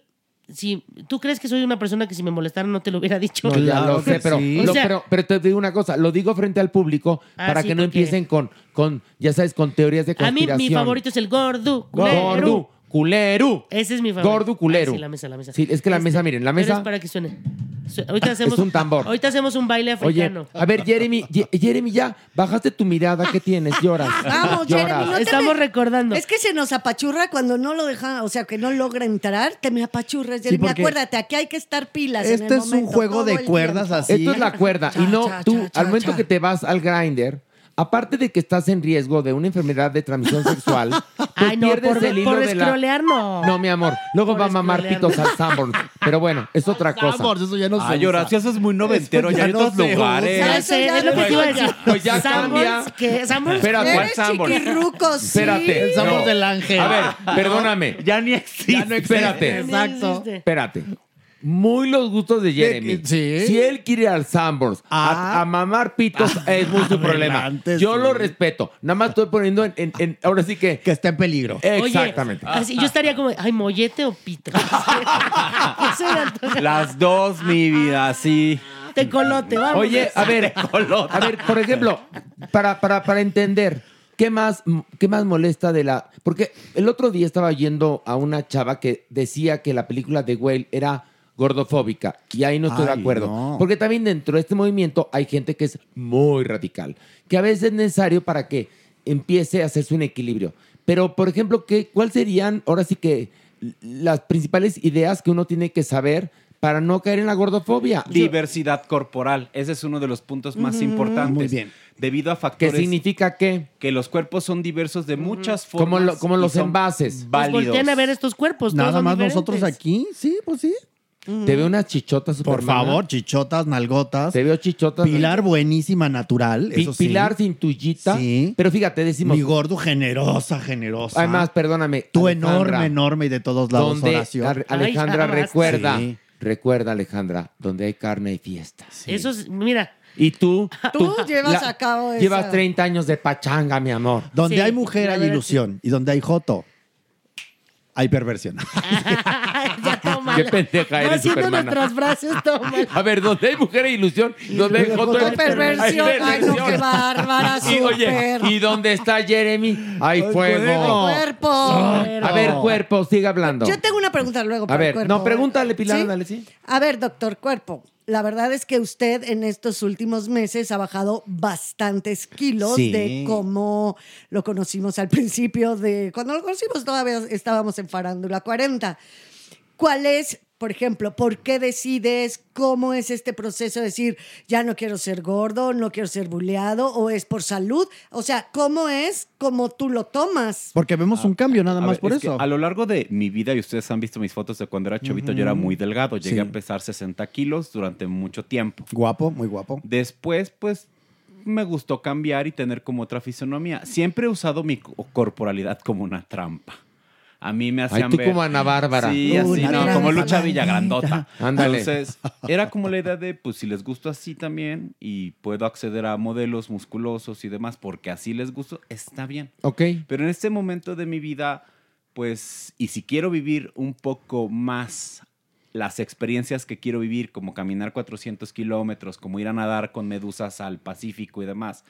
Speaker 7: si tú crees que soy una persona que si me molestara no te lo hubiera dicho.
Speaker 3: No, ya lo sé, pero,
Speaker 7: O
Speaker 3: lo-
Speaker 7: sea,
Speaker 3: pero, pero te digo una cosa, lo digo frente al público
Speaker 7: Ah,
Speaker 3: para
Speaker 7: sí,
Speaker 3: que no
Speaker 7: porque-
Speaker 3: empiecen con, con, ya sabes, con teorías de
Speaker 7: a mí
Speaker 3: conspiración.
Speaker 7: mi favorito es el gordo.
Speaker 3: Gordu,
Speaker 7: culero.
Speaker 3: culero.
Speaker 7: Ese es mi favorito.
Speaker 3: Gordu, culero.
Speaker 7: Ay, sí, la mesa, la mesa.
Speaker 3: Sí, es que la
Speaker 7: Este,
Speaker 3: mesa, miren, la
Speaker 7: pero
Speaker 3: mesa. Ah,
Speaker 7: es para que suene. Su- Ahorita hacemos,
Speaker 3: un tambor.
Speaker 7: Ahorita hacemos un baile
Speaker 3: Oye,
Speaker 7: africano.
Speaker 3: a ver, Jeremy, Ye- Jeremy, ya, bajaste tu mirada, ¿qué tienes? Lloras. [laughs]
Speaker 4: Vamos, Jeremy,
Speaker 3: lloras.
Speaker 4: no te me-
Speaker 7: recordando.
Speaker 4: Es que se nos apachurra cuando no lo deja, o sea, que no logra entrar, te me apachurras. Jeremy.
Speaker 3: porque-
Speaker 4: acuérdate, aquí hay que estar pilas. en
Speaker 11: Este
Speaker 4: el
Speaker 11: es un
Speaker 4: momento,
Speaker 11: juego
Speaker 4: todo
Speaker 11: de
Speaker 4: el
Speaker 11: cuerdas
Speaker 4: tiempo.
Speaker 11: así.
Speaker 3: Esto es la cuerda. y no,
Speaker 4: cha,
Speaker 3: tú,
Speaker 4: cha,
Speaker 3: al momento que te vas al grinder, aparte de que estás en riesgo de una enfermedad de transmisión sexual, tú
Speaker 7: Ay, no,
Speaker 3: pierdes
Speaker 7: por,
Speaker 3: el hilo
Speaker 7: por
Speaker 3: de la...
Speaker 7: scrollear, no.
Speaker 3: No, mi amor. Luego va a mamar
Speaker 7: escrolear,
Speaker 3: pitos
Speaker 7: no.
Speaker 3: al Sanborns. Pero bueno, es otra cosa.
Speaker 11: Sanborns, eso ya no se
Speaker 13: Ay,
Speaker 11: usa.
Speaker 13: Horacio, eso es muy noventero,
Speaker 11: Eso
Speaker 13: ya, hay
Speaker 11: ya no
Speaker 13: otros
Speaker 11: se
Speaker 13: lugares.
Speaker 11: usa.
Speaker 7: Ya sé, es lo que te iba a decir.
Speaker 3: Pues ya
Speaker 7: Sanborns,
Speaker 3: cambia.
Speaker 7: ¿qué? Sanborns,
Speaker 3: Espérate,
Speaker 7: ¿qué?
Speaker 3: ¿cuál Sanborns?
Speaker 4: Chiquirrucos,
Speaker 3: Espérate.
Speaker 4: sí.
Speaker 3: no. A ver, perdóname.
Speaker 13: Ya ni existe.
Speaker 3: Espérate.
Speaker 7: Exacto.
Speaker 3: Espérate. Muy los gustos de Jeremy.
Speaker 11: ¿Sí?
Speaker 3: Si él quiere ir al Sanborns a- a, mamar pitos, es muy su problema.
Speaker 11: Adelante,
Speaker 3: Yo
Speaker 11: sí.
Speaker 3: lo respeto. Nada más estoy poniendo en, en- en- Ahora sí que. Que
Speaker 11: está en peligro.
Speaker 7: Oye,
Speaker 3: Exactamente.
Speaker 7: así, yo estaría como, ay, mollete o pito. [laughs] Eso me antoja.
Speaker 13: Las dos, mi vida, sí.
Speaker 7: Te colote, vamos.
Speaker 3: Oye, a
Speaker 7: [laughs]
Speaker 3: ver, a ver, por ejemplo, para, para, para entender, ¿qué más, ¿qué más molesta de la...? Porque el otro día estaba yendo a una chava que decía que la película de Whale era gordofóbica, y ahí no estoy
Speaker 11: Ay,
Speaker 3: de acuerdo.
Speaker 11: no.
Speaker 3: Porque también dentro de este movimiento hay gente que es muy radical, que a veces es necesario para que empiece a hacerse un equilibrio. Pero, por ejemplo, ¿qué, ¿cuál serían ahora sí que l- las principales ideas que uno tiene que saber para no caer en la gordofobia? Yo-
Speaker 13: Diversidad corporal. Ese es uno de los puntos más
Speaker 3: Ujú.
Speaker 13: importantes.
Speaker 3: Muy bien.
Speaker 13: Debido a
Speaker 3: ¿Qué
Speaker 13: factores.
Speaker 3: significa qué?
Speaker 13: Que los cuerpos son diversos de muchas formas.
Speaker 3: Como, lo- como
Speaker 13: y
Speaker 3: los
Speaker 13: son
Speaker 3: envases.
Speaker 13: Válidos.
Speaker 7: Voltean a ver estos cuerpos.
Speaker 11: Nada
Speaker 7: todos son
Speaker 11: más
Speaker 7: diferentes.
Speaker 11: nosotros aquí, sí, pues sí.
Speaker 3: Te veo unas chichotas
Speaker 11: Por
Speaker 3: supermana.
Speaker 11: favor, chichotas, nalgotas.
Speaker 3: Te veo chichotas.
Speaker 11: Pilar buenísima, natural.
Speaker 3: Pi-
Speaker 11: eso sí.
Speaker 3: Pilar sin tuyita.
Speaker 11: Sí.
Speaker 3: Pero fíjate, decimos.
Speaker 11: Mi gordo, generosa, generosa.
Speaker 3: Además, perdóname.
Speaker 11: Tú
Speaker 3: Alejandra,
Speaker 11: enorme, enorme y de todos lados,
Speaker 3: donde-
Speaker 11: Horacio.
Speaker 3: Ale- Alejandra,
Speaker 7: Ay, ya
Speaker 3: recuerda.
Speaker 11: Sí.
Speaker 3: Recuerda, Alejandra, donde hay carne y fiesta.
Speaker 7: Eso es, mira,
Speaker 3: Y tú.
Speaker 4: Tú llevas
Speaker 3: la-
Speaker 4: a cabo
Speaker 3: Llevas
Speaker 4: esa-
Speaker 3: 30 años de pachanga, mi amor.
Speaker 11: Donde
Speaker 7: Sí,
Speaker 11: hay mujer
Speaker 7: la
Speaker 11: hay
Speaker 7: verdad
Speaker 11: ilusión. Y donde hay joto, hay perversión.
Speaker 7: ya toma.
Speaker 3: Qué [laughs] pendeja
Speaker 7: No
Speaker 3: eres,
Speaker 7: haciendo
Speaker 3: supermana.
Speaker 7: nuestras frases,
Speaker 3: [laughs]
Speaker 7: toma.
Speaker 3: A ver, donde hay mujer e ilusión, donde hay joto
Speaker 4: Joto,
Speaker 3: hay-
Speaker 4: perversión.
Speaker 3: hay
Speaker 4: Ay, no, qué
Speaker 3: e perversión.
Speaker 4: bárbara,
Speaker 3: [laughs] Y, oye,
Speaker 4: súper.
Speaker 3: y donde está Jeremy, hay fuego. Ah,
Speaker 4: Cuerpo.
Speaker 3: A ver, cuerpo, sigue hablando.
Speaker 4: Yo tengo una pregunta luego para
Speaker 3: A
Speaker 4: el
Speaker 3: ver,
Speaker 4: cuerpo. ¿eh?
Speaker 3: no, pregúntale, Pilar,
Speaker 4: ¿Sí?
Speaker 3: ándale, sí.
Speaker 4: A ver, doctor Cuerpo, la verdad es que usted en estos últimos meses ha bajado bastantes kilos
Speaker 11: Sí.
Speaker 4: de cómo lo conocimos al principio de cuando lo conocimos todavía estábamos en Farándula 40. ¿Cuál es, por ejemplo, por qué decides cómo es este proceso de decir, ya no quiero ser gordo, no quiero ser buleado o es por salud? O sea, ¿cómo es como tú lo tomas?
Speaker 11: Porque
Speaker 3: Ah.
Speaker 11: vemos un cambio nada
Speaker 13: A
Speaker 11: más
Speaker 13: ver,
Speaker 11: por
Speaker 13: es que
Speaker 11: eso.
Speaker 13: a lo largo de mi vida, y ustedes han visto mis fotos de cuando era chavito, yo era muy delgado. Llegué
Speaker 11: Sí.
Speaker 13: a pesar 60 kilos durante mucho tiempo.
Speaker 11: Guapo, muy guapo.
Speaker 13: Después, pues, me gustó cambiar y tener como otra fisonomía. Siempre he usado mi co- corporalidad como una trampa. A mí me hacían
Speaker 3: tú
Speaker 13: ver-
Speaker 3: como Ana Bárbara.
Speaker 13: Sí,
Speaker 11: Una
Speaker 13: así, no,
Speaker 11: Uh, trampa
Speaker 13: como Lucha
Speaker 11: maldita.
Speaker 13: Villagrandota.
Speaker 3: Ándale.
Speaker 13: Entonces, era como la idea de, pues, si les gusto así también y puedo acceder a modelos musculosos y demás porque así les gusto, está bien.
Speaker 3: Ok.
Speaker 13: Pero en este momento de mi vida, pues, y si quiero vivir un poco más las experiencias que quiero vivir, como caminar 400 kilómetros, como ir a nadar con medusas al Pacífico y demás,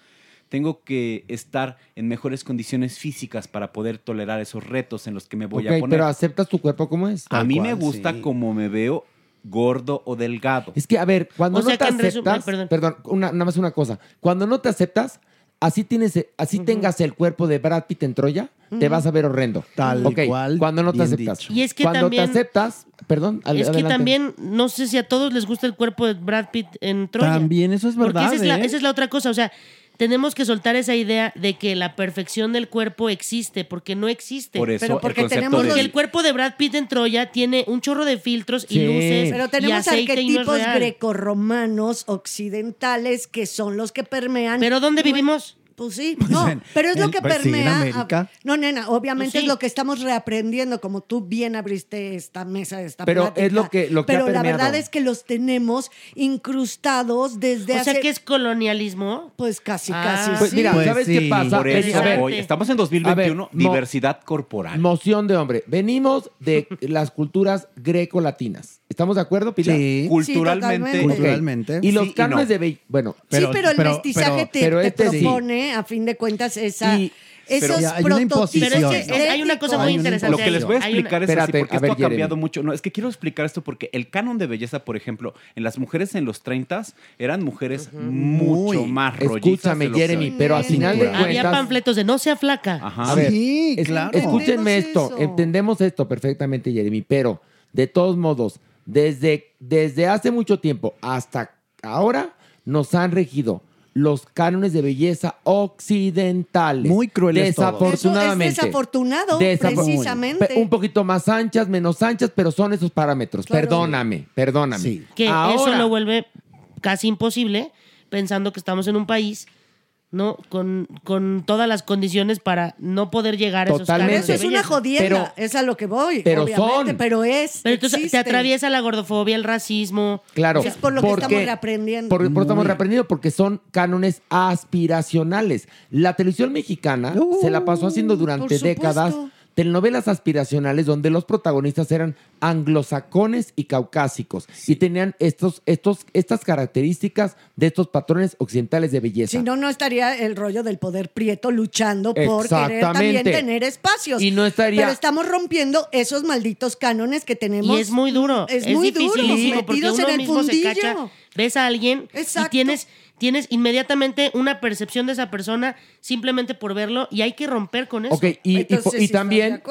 Speaker 13: tengo que estar en mejores condiciones físicas para poder tolerar esos retos en los que me voy a
Speaker 3: ok,
Speaker 13: poner.
Speaker 3: pero
Speaker 13: A,
Speaker 3: aceptas tu cuerpo como es.
Speaker 13: mí
Speaker 11: cual,
Speaker 13: me gusta
Speaker 11: sí.
Speaker 13: como me veo gordo o delgado.
Speaker 3: Es que, a ver, cuando
Speaker 7: O
Speaker 3: no
Speaker 7: sea
Speaker 3: te
Speaker 7: que en
Speaker 3: aceptas.
Speaker 7: resumen- ay,
Speaker 3: perdón,
Speaker 7: perdón.
Speaker 3: una- nada más una cosa. Cuando no te aceptas, así tienes, así tengas el cuerpo de Brad Pitt en Troya, te vas a ver horrendo.
Speaker 11: Tal
Speaker 3: Ok,
Speaker 11: cual,
Speaker 3: Cuando no te
Speaker 11: bien
Speaker 3: aceptas.
Speaker 11: dicho.
Speaker 7: Y es que
Speaker 3: cuando
Speaker 7: también-
Speaker 3: te aceptas, perdón, al-
Speaker 7: Es que
Speaker 3: adelante.
Speaker 7: también, no sé si a todos les gusta el cuerpo de Brad Pitt en Troya.
Speaker 11: También, eso es verdad.
Speaker 7: Porque esa es, la,
Speaker 11: ¿eh?
Speaker 7: esa es la otra cosa. O sea, tenemos que soltar esa idea de que la perfección del cuerpo existe, porque no existe.
Speaker 13: Por eso
Speaker 4: pero porque
Speaker 13: el concepto
Speaker 4: tenemos
Speaker 13: de-
Speaker 7: Porque el cuerpo de Brad Pitt en Troya tiene un chorro de filtros
Speaker 3: Sí.
Speaker 7: y luces.
Speaker 4: Pero
Speaker 7: y
Speaker 4: tenemos
Speaker 7: aceite y no es
Speaker 4: arquetipos
Speaker 7: real.
Speaker 4: grecorromanos occidentales que son los que permean.
Speaker 7: Pero ¿dónde
Speaker 4: nue-
Speaker 7: vivimos?
Speaker 4: Pues sí, no,
Speaker 11: en-
Speaker 4: pero es lo
Speaker 11: en-
Speaker 4: que
Speaker 11: pues sí, en
Speaker 4: permea.
Speaker 11: América.
Speaker 4: a- no, nena,
Speaker 7: Pues
Speaker 4: obviamente
Speaker 7: sí.
Speaker 4: es lo que estamos reaprendiendo, como tú bien abriste esta mesa, esta
Speaker 3: Pero
Speaker 4: plática.
Speaker 3: es lo que- lo que ha
Speaker 4: Pero la
Speaker 3: permeado.
Speaker 4: verdad es que los tenemos incrustados desde
Speaker 7: O
Speaker 4: hace.
Speaker 7: sea, que es colonialismo.
Speaker 4: Pues casi,
Speaker 7: Ah.
Speaker 4: casi.
Speaker 3: Pues
Speaker 4: sí.
Speaker 3: mira,
Speaker 11: Pues
Speaker 3: ¿sabes qué
Speaker 11: sí.
Speaker 3: pasa?
Speaker 13: Por
Speaker 3: Es-
Speaker 13: eso,
Speaker 3: a ver,
Speaker 13: hoy- estamos en 2021,
Speaker 3: A ver, mo-
Speaker 13: diversidad corporal.
Speaker 3: Moción de hombre. Venimos
Speaker 7: [laughs]
Speaker 3: de las culturas greco-latinas. ¿Estamos de acuerdo, Pilar?
Speaker 11: Sí.
Speaker 13: culturalmente,
Speaker 4: totalmente.
Speaker 3: Ok.
Speaker 11: Culturalmente.
Speaker 3: Y los
Speaker 13: Sí y
Speaker 3: carnes
Speaker 13: no.
Speaker 3: de bello. Bueno,
Speaker 4: sí, pero el
Speaker 11: pero-
Speaker 4: mestizaje
Speaker 11: pero-
Speaker 4: te,
Speaker 3: pero
Speaker 4: te
Speaker 3: este sí.
Speaker 4: propone, a fin de cuentas, esa,
Speaker 3: Y-
Speaker 4: esos
Speaker 11: pero- Hay una
Speaker 4: prototipos.
Speaker 7: Pero
Speaker 11: imposición.
Speaker 7: es que es- hay una cosa muy
Speaker 11: Hay una
Speaker 7: interesante.
Speaker 13: Lo que les voy a
Speaker 7: ahí. Hay una-
Speaker 13: explicar es
Speaker 3: Espérate,
Speaker 13: así, porque
Speaker 3: a
Speaker 13: esto
Speaker 3: ver,
Speaker 13: ha cambiado
Speaker 3: Jeremy.
Speaker 13: mucho. No, es que quiero explicar esto porque el canon de belleza, por ejemplo, en las mujeres en los 30 eran mujeres mucho
Speaker 11: Muy.
Speaker 13: más rollizas. de
Speaker 3: escúchame,
Speaker 13: lo que-
Speaker 3: Jeremy, pero al final de
Speaker 11: Había
Speaker 7: Había
Speaker 3: cuentas.
Speaker 7: panfletos de no sea flaca.
Speaker 13: Ajá.
Speaker 3: A ver,
Speaker 11: Sí,
Speaker 3: es-
Speaker 11: claro.
Speaker 3: escúchenme
Speaker 4: Entendemos
Speaker 3: esto,
Speaker 4: eso.
Speaker 3: entendemos esto perfectamente, Jeremy, pero de todos modos, desde, desde hace mucho tiempo hasta ahora nos han regido los cánones de belleza occidentales.
Speaker 11: Muy crueles todos.
Speaker 3: Desafortunadamente.
Speaker 4: Eso es desafortunado,
Speaker 3: Desafo-
Speaker 4: precisamente.
Speaker 3: Pe- Un poquito más anchas, menos anchas, pero son esos parámetros.
Speaker 4: Claro.
Speaker 3: Perdóname, perdóname.
Speaker 11: Sí.
Speaker 7: que eso
Speaker 3: Ahora-
Speaker 7: lo vuelve casi imposible pensando que estamos en un país ¿no? Con, con todas las condiciones para no poder llegar
Speaker 3: Totalmente.
Speaker 7: a esos
Speaker 3: Eso
Speaker 7: cánones
Speaker 3: es una jodienda, Pero-
Speaker 7: es a lo que voy,
Speaker 3: pero obviamente, son.
Speaker 7: Pero es, entonces te
Speaker 4: existe.
Speaker 7: atraviesa la gordofobia, el racismo.
Speaker 3: Claro.
Speaker 7: O sea, es por lo que
Speaker 3: porque-
Speaker 7: estamos reaprendiendo.
Speaker 3: Por, por lo que estamos
Speaker 7: Muy.
Speaker 3: reaprendiendo, porque son cánones aspiracionales. La televisión mexicana se la pasó haciendo durante
Speaker 14: supuesto.
Speaker 3: décadas telenovelas aspiracionales donde los protagonistas eran anglosacones y caucásicos y tenían estos, estos, estas características de estos patrones occidentales de belleza.
Speaker 4: Si no, no estaría el rollo del poder prieto luchando por querer también
Speaker 3: Exactamente.
Speaker 4: tener espacios.
Speaker 3: Y no estaría-
Speaker 4: Pero estamos rompiendo esos malditos cánones que tenemos. Mm,
Speaker 7: Y es muy duro.
Speaker 4: Es, muy duro.
Speaker 7: dificilísimo, porque
Speaker 4: Metidos
Speaker 7: uno
Speaker 4: en el
Speaker 7: mismo se
Speaker 4: fundillo.
Speaker 7: cacha, ves a alguien y tienes, tienes inmediatamente una percepción de esa persona simplemente por verlo y hay que romper con eso.
Speaker 3: Ok, y- y, po- y también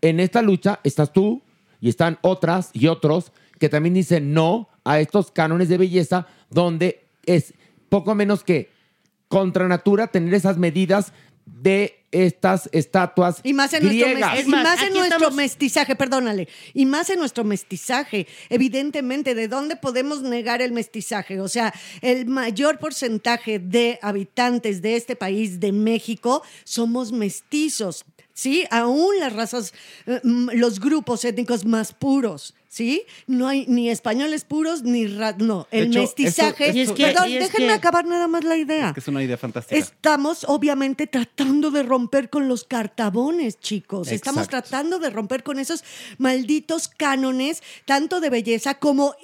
Speaker 3: en esta lucha estás tú y están otras y otros que también dicen no a estos cánones de belleza donde es poco menos que contra natura tener esas medidas de estas estatuas
Speaker 4: Y más en nuestro,
Speaker 3: griegas.
Speaker 4: mez- y más en nuestro mestizaje, perdónale, y más en nuestro mestizaje. Evidentemente, ¿de dónde podemos negar el mestizaje? O sea, el mayor porcentaje de habitantes de este país, de México, somos mestizos, ¿sí? Aún las razas, eh, mm, los grupos étnicos más puros. ¿Sí? No hay ni españoles puros ni ra- no,
Speaker 13: De
Speaker 4: el
Speaker 13: hecho,
Speaker 4: mestizaje.
Speaker 13: eso- Y es que-
Speaker 4: perdón,
Speaker 13: y es
Speaker 4: déjenme
Speaker 13: que-
Speaker 4: acabar nada más la idea.
Speaker 13: Es que es una idea fantástica.
Speaker 4: Estamos obviamente tratando de romper con los cartabones, chicos. Estamos
Speaker 13: Exacto.
Speaker 4: tratando de romper con esos malditos cánones, tanto de belleza como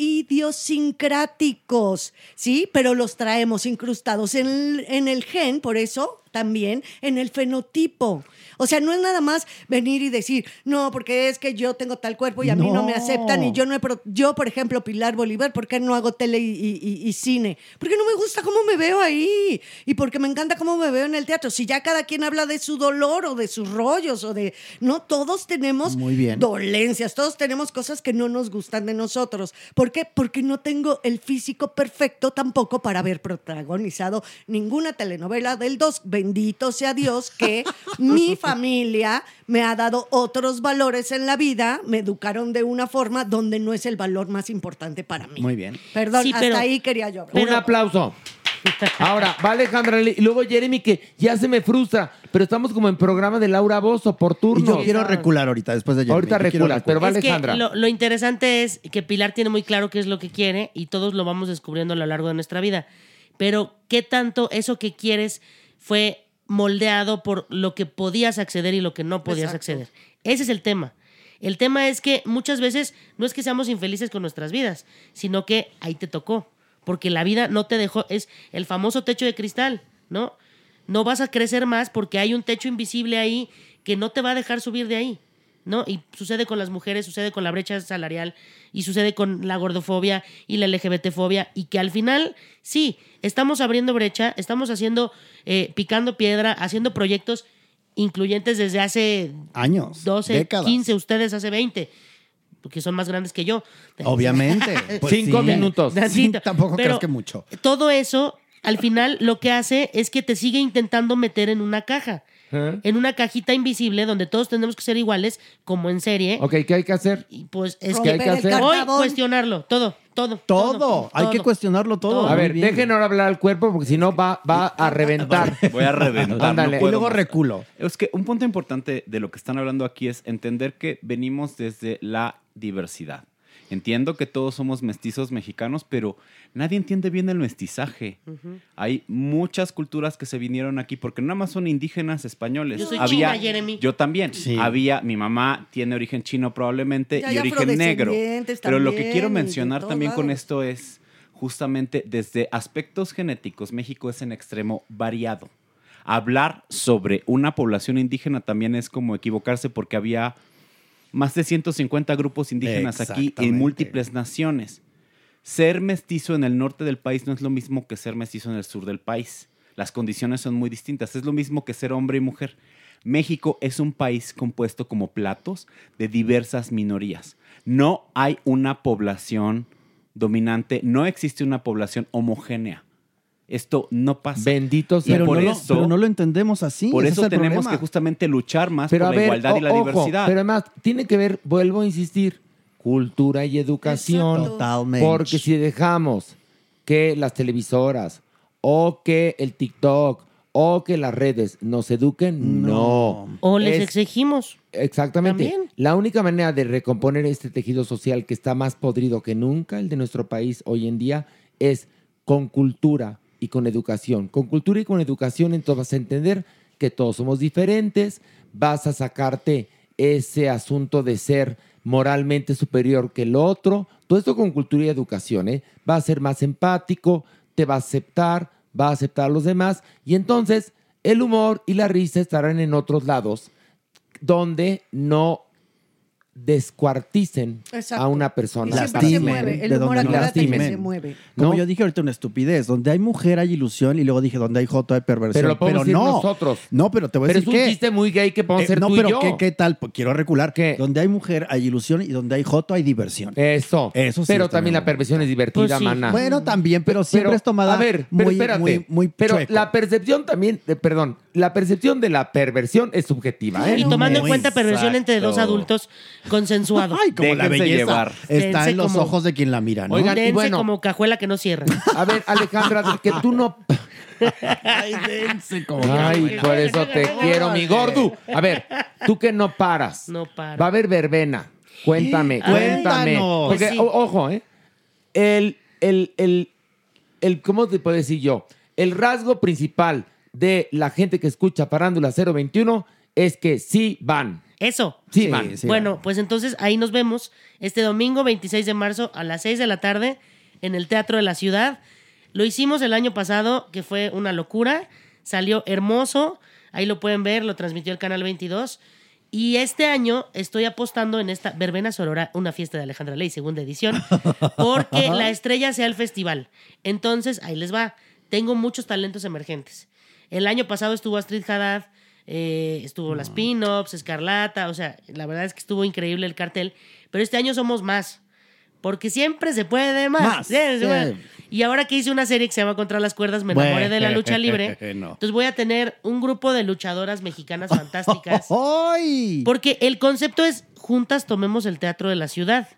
Speaker 4: idiosincráticos, ¿sí? Pero los traemos incrustados en el, en el gen, por eso también en el fenotipo. O sea, no es nada más venir y decir, no, porque es que yo tengo tal cuerpo y a mí no me
Speaker 15: No.
Speaker 4: aceptan y yo no he pro- yo, por ejemplo, Pilar Bolívar, ¿por qué no hago tele y, y- y- y cine? Porque no me gusta cómo me veo ahí y porque me encanta cómo me veo en el teatro. Si ya cada quien habla de su dolor o de sus rollos o de no todos tenemos
Speaker 11: Muy bien.
Speaker 4: dolencias, todos tenemos cosas que no nos gustan de nosotros. ¿Por qué? Porque no tengo el físico perfecto tampoco para haber protagonizado ninguna telenovela del 2. Bendito sea Dios
Speaker 7: [laughs]
Speaker 4: que mi familia me ha dado otros valores en la vida, me educaron de una forma donde no es el valor más importante para mí.
Speaker 3: Muy bien.
Speaker 4: Perdón,
Speaker 7: Sí,
Speaker 4: hasta
Speaker 7: pero-
Speaker 4: ahí quería yo hablar.
Speaker 3: Un aplauso. Ahora, va Alejandra Lee, y luego Jeremy que ya se me frustra, pero estamos como en programa de Laura Bozo por turno.
Speaker 11: Yo quiero recular ahorita, después de ayer.
Speaker 3: Ahorita reculas, pero va
Speaker 7: Es que
Speaker 3: Alejandra.
Speaker 7: lo, lo interesante es que Pilar tiene muy claro qué es lo que quiere y todos lo vamos descubriendo a lo largo de nuestra vida. Pero qué tanto eso que quieres fue moldeado por lo que podías acceder y lo que no podías
Speaker 16: Exacto.
Speaker 7: acceder. Ese es el tema. El tema es que muchas veces no es que seamos infelices con nuestras vidas, sino que ahí te tocó, porque la vida no te dejó, es el famoso techo de cristal, ¿no? No vas a crecer más porque hay un techo invisible ahí que no te va a dejar subir de ahí. ¿no? Y sucede con las mujeres, sucede con la brecha salarial y sucede con la gordofobia y la LGBTfobia y que al final, sí, estamos abriendo brecha, estamos haciendo, eh, picando piedra, haciendo proyectos incluyentes desde hace
Speaker 11: Años.
Speaker 7: 12,
Speaker 11: décadas.
Speaker 7: 15, ustedes hace 20, porque son más grandes que yo.
Speaker 11: Obviamente.
Speaker 7: [laughs]
Speaker 11: Pues
Speaker 3: Cinco
Speaker 11: sí.
Speaker 3: minutos.
Speaker 11: Sí, tampoco
Speaker 7: Pero-
Speaker 11: creas que mucho.
Speaker 7: Todo eso, al final, lo que hace es que te sigue intentando meter en una caja.
Speaker 3: ¿Eh?
Speaker 7: En una cajita invisible donde todos tenemos que ser iguales, como en serie.
Speaker 3: Ok, ¿qué hay que hacer?
Speaker 7: Pues es
Speaker 3: Romper
Speaker 7: que
Speaker 3: el cartabón.
Speaker 7: hoy cuestionarlo, todo, todo.
Speaker 11: Todo, hay que cuestionarlo todo.
Speaker 3: A
Speaker 11: Muy
Speaker 3: ver,
Speaker 11: bien.
Speaker 3: dejen ahora hablar al cuerpo porque si no va, va a reventar.
Speaker 13: Voy a reventar.
Speaker 3: Ándale.
Speaker 13: no puedo
Speaker 3: Y luego
Speaker 13: más.
Speaker 3: reculo.
Speaker 13: Es que un punto importante de lo que están hablando aquí es entender que venimos desde la diversidad. Entiendo que todos somos mestizos mexicanos, pero nadie entiende bien el mestizaje. Hay muchas culturas que se vinieron aquí porque nada más son indígenas españoles.
Speaker 7: Yo soy
Speaker 13: Había,
Speaker 7: china, Jeremy.
Speaker 13: Yo también. Había, mi mamá tiene origen chino probablemente
Speaker 7: Y hay
Speaker 13: y origen negro.
Speaker 7: afrodescendientes
Speaker 13: Pero lo que
Speaker 7: también,
Speaker 13: quiero
Speaker 7: y de
Speaker 13: mencionar
Speaker 7: todos
Speaker 13: también con
Speaker 7: lados.
Speaker 13: esto es justamente desde aspectos genéticos, México es en extremo variado. Hablar sobre una población indígena también es como equivocarse porque había más de 150 grupos indígenas aquí en
Speaker 11: Exactamente.
Speaker 13: múltiples naciones. Ser mestizo en el norte del país no es lo mismo que ser mestizo en el sur del país. Las condiciones son muy distintas. Es lo mismo que ser hombre y mujer. México es un país compuesto como platos de diversas minorías. No hay una población dominante, no existe una población homogénea. Esto no pasa. Bendito
Speaker 11: Pero, no lo, pero no lo entendemos así.
Speaker 13: por
Speaker 11: ese
Speaker 13: eso
Speaker 11: es el
Speaker 13: tenemos
Speaker 11: problema.
Speaker 13: que justamente luchar más
Speaker 3: Pero
Speaker 13: por
Speaker 3: a
Speaker 13: la
Speaker 3: ver,
Speaker 13: igualdad y
Speaker 3: o-
Speaker 13: la
Speaker 3: ojo,
Speaker 13: diversidad.
Speaker 3: Pero además, tiene que ver, vuelvo a insistir, cultura y educación.
Speaker 11: Exacto. Totalmente.
Speaker 3: Porque si dejamos que las televisoras o que el TikTok o que las redes nos eduquen, no.
Speaker 7: O les
Speaker 3: Es-
Speaker 7: exigimos.
Speaker 3: Exactamente.
Speaker 7: También.
Speaker 3: La única manera de recomponer este tejido social que está más podrido que nunca, el de nuestro país hoy en día, es con cultura y con educación. Con cultura y con educación, entonces vas a entender que todos somos diferentes, vas a sacarte ese asunto de ser moralmente superior que el otro. Todo esto con cultura y educación, ¿eh? Va a ser más empático, te va a aceptar, va a aceptar a los demás y entonces el humor y la risa estarán en otros lados donde no descuarticen
Speaker 4: Exacto.
Speaker 3: a una persona.
Speaker 4: Y siempre se mueve. El humor acuérdate que se mueve.
Speaker 11: Como yo dije ahorita una estupidez, donde hay mujer hay ilusión y luego dije donde hay joto hay perversión.
Speaker 3: Pero lo podemos decir
Speaker 11: no.
Speaker 3: nosotros.
Speaker 11: No, pero te voy a
Speaker 3: Pero es
Speaker 11: decir
Speaker 3: un
Speaker 11: que Eh,
Speaker 3: chiste muy gay que podemos hacer
Speaker 11: no,
Speaker 3: tú y
Speaker 11: pero
Speaker 3: yo.
Speaker 11: ¿qué, qué tal? Pues quiero recular que donde hay mujer hay ilusión y donde hay joto hay diversión.
Speaker 3: Eso.
Speaker 11: Eso sí.
Speaker 3: pero
Speaker 11: está
Speaker 3: también
Speaker 11: bien.
Speaker 3: la perversión es divertida,
Speaker 11: Pues sí.
Speaker 3: mana.
Speaker 11: Bueno, también, pero siempre es tomada
Speaker 3: A ver, pero
Speaker 11: muy-
Speaker 3: espérate.
Speaker 11: muy- muy
Speaker 3: pero
Speaker 11: chueco.
Speaker 3: la percepción también, eh, perdón, la percepción de la perversión es subjetiva, ¿eh?
Speaker 7: Y tomando en
Speaker 3: Muy
Speaker 7: cuenta perversión entre dos
Speaker 3: exacto.
Speaker 7: adultos consensuado.
Speaker 3: Ay, como la Déjense belleza llevar.
Speaker 11: Está
Speaker 7: Dense
Speaker 11: en los
Speaker 7: como-
Speaker 11: ojos de quien la mira, ¿no?
Speaker 7: Oigan, Dense como cajuela que no cierra.
Speaker 3: A ver, Alejandra, que tú
Speaker 7: [laughs]
Speaker 3: no.
Speaker 7: Ay,
Speaker 3: Ay, por eso te quiero, mi gordu. A ver, tú que no paras.
Speaker 7: No para.
Speaker 3: Va a haber verbena. Cuéntame,
Speaker 7: Ay.
Speaker 3: cuéntame.
Speaker 7: Cuéntanos.
Speaker 3: Porque,
Speaker 7: Sí.
Speaker 3: o- ojo, ¿eh? El, el, el, el, ¿cómo te puedo decir yo? El rasgo principal de la gente que escucha Parándula 021 es que sí van.
Speaker 7: Eso.
Speaker 3: Sí, Sí, man. sí,
Speaker 7: bueno, pues entonces ahí nos vemos este domingo 26 de marzo a las 6 de la tarde en el Teatro de la Ciudad. Lo hicimos el año pasado, que fue una locura. Salió hermoso. Ahí lo pueden ver, lo transmitió el Canal 22. Y este año estoy apostando en esta verbena sorora, una fiesta de Alejandra Ley, segunda
Speaker 3: [laughs]
Speaker 7: edición, porque la estrella sea el festival. Entonces, ahí les va. Tengo muchos talentos emergentes. El año pasado estuvo Astrid Haddad, eh, estuvo las pin-ups, Escarlata, o sea, la verdad es que estuvo increíble el cartel, pero este año somos más, porque siempre se puede más.
Speaker 11: Más,
Speaker 7: Siempre se puede.
Speaker 11: sí.
Speaker 7: Y ahora que hice una serie que se llama Contra las cuerdas, me enamoré de la lucha libre. [laughs]
Speaker 11: [laughs] No.
Speaker 7: Entonces voy a tener un grupo de
Speaker 11: [laughs]
Speaker 7: luchadoras mexicanas fantásticas. Porque el concepto es juntas tomemos el teatro de la ciudad.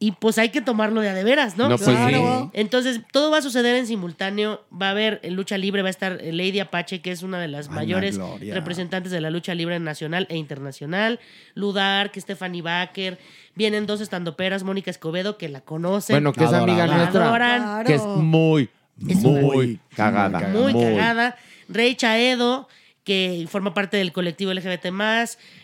Speaker 7: Y pues hay que tomarlo de a de veras, ¿no?
Speaker 3: No, pues, Claro.
Speaker 7: Entonces, todo va a suceder en simultáneo. Va a haber eh, lucha libre, va a estar eh, Lady Apache, que es una de las
Speaker 14: Ana
Speaker 7: mayores
Speaker 14: Gloria.
Speaker 7: representantes de la lucha libre nacional e internacional. Ludar, que Stephanie Baker. Vienen dos estandoperas, Mónica Escobedo, que la conocen.
Speaker 3: Bueno, que es amiga
Speaker 7: La
Speaker 3: nuestra.
Speaker 7: adoran.
Speaker 3: Que es muy, muy cagada.
Speaker 7: Muy, cagada. Rey Chaedo, que forma parte del colectivo LGBT,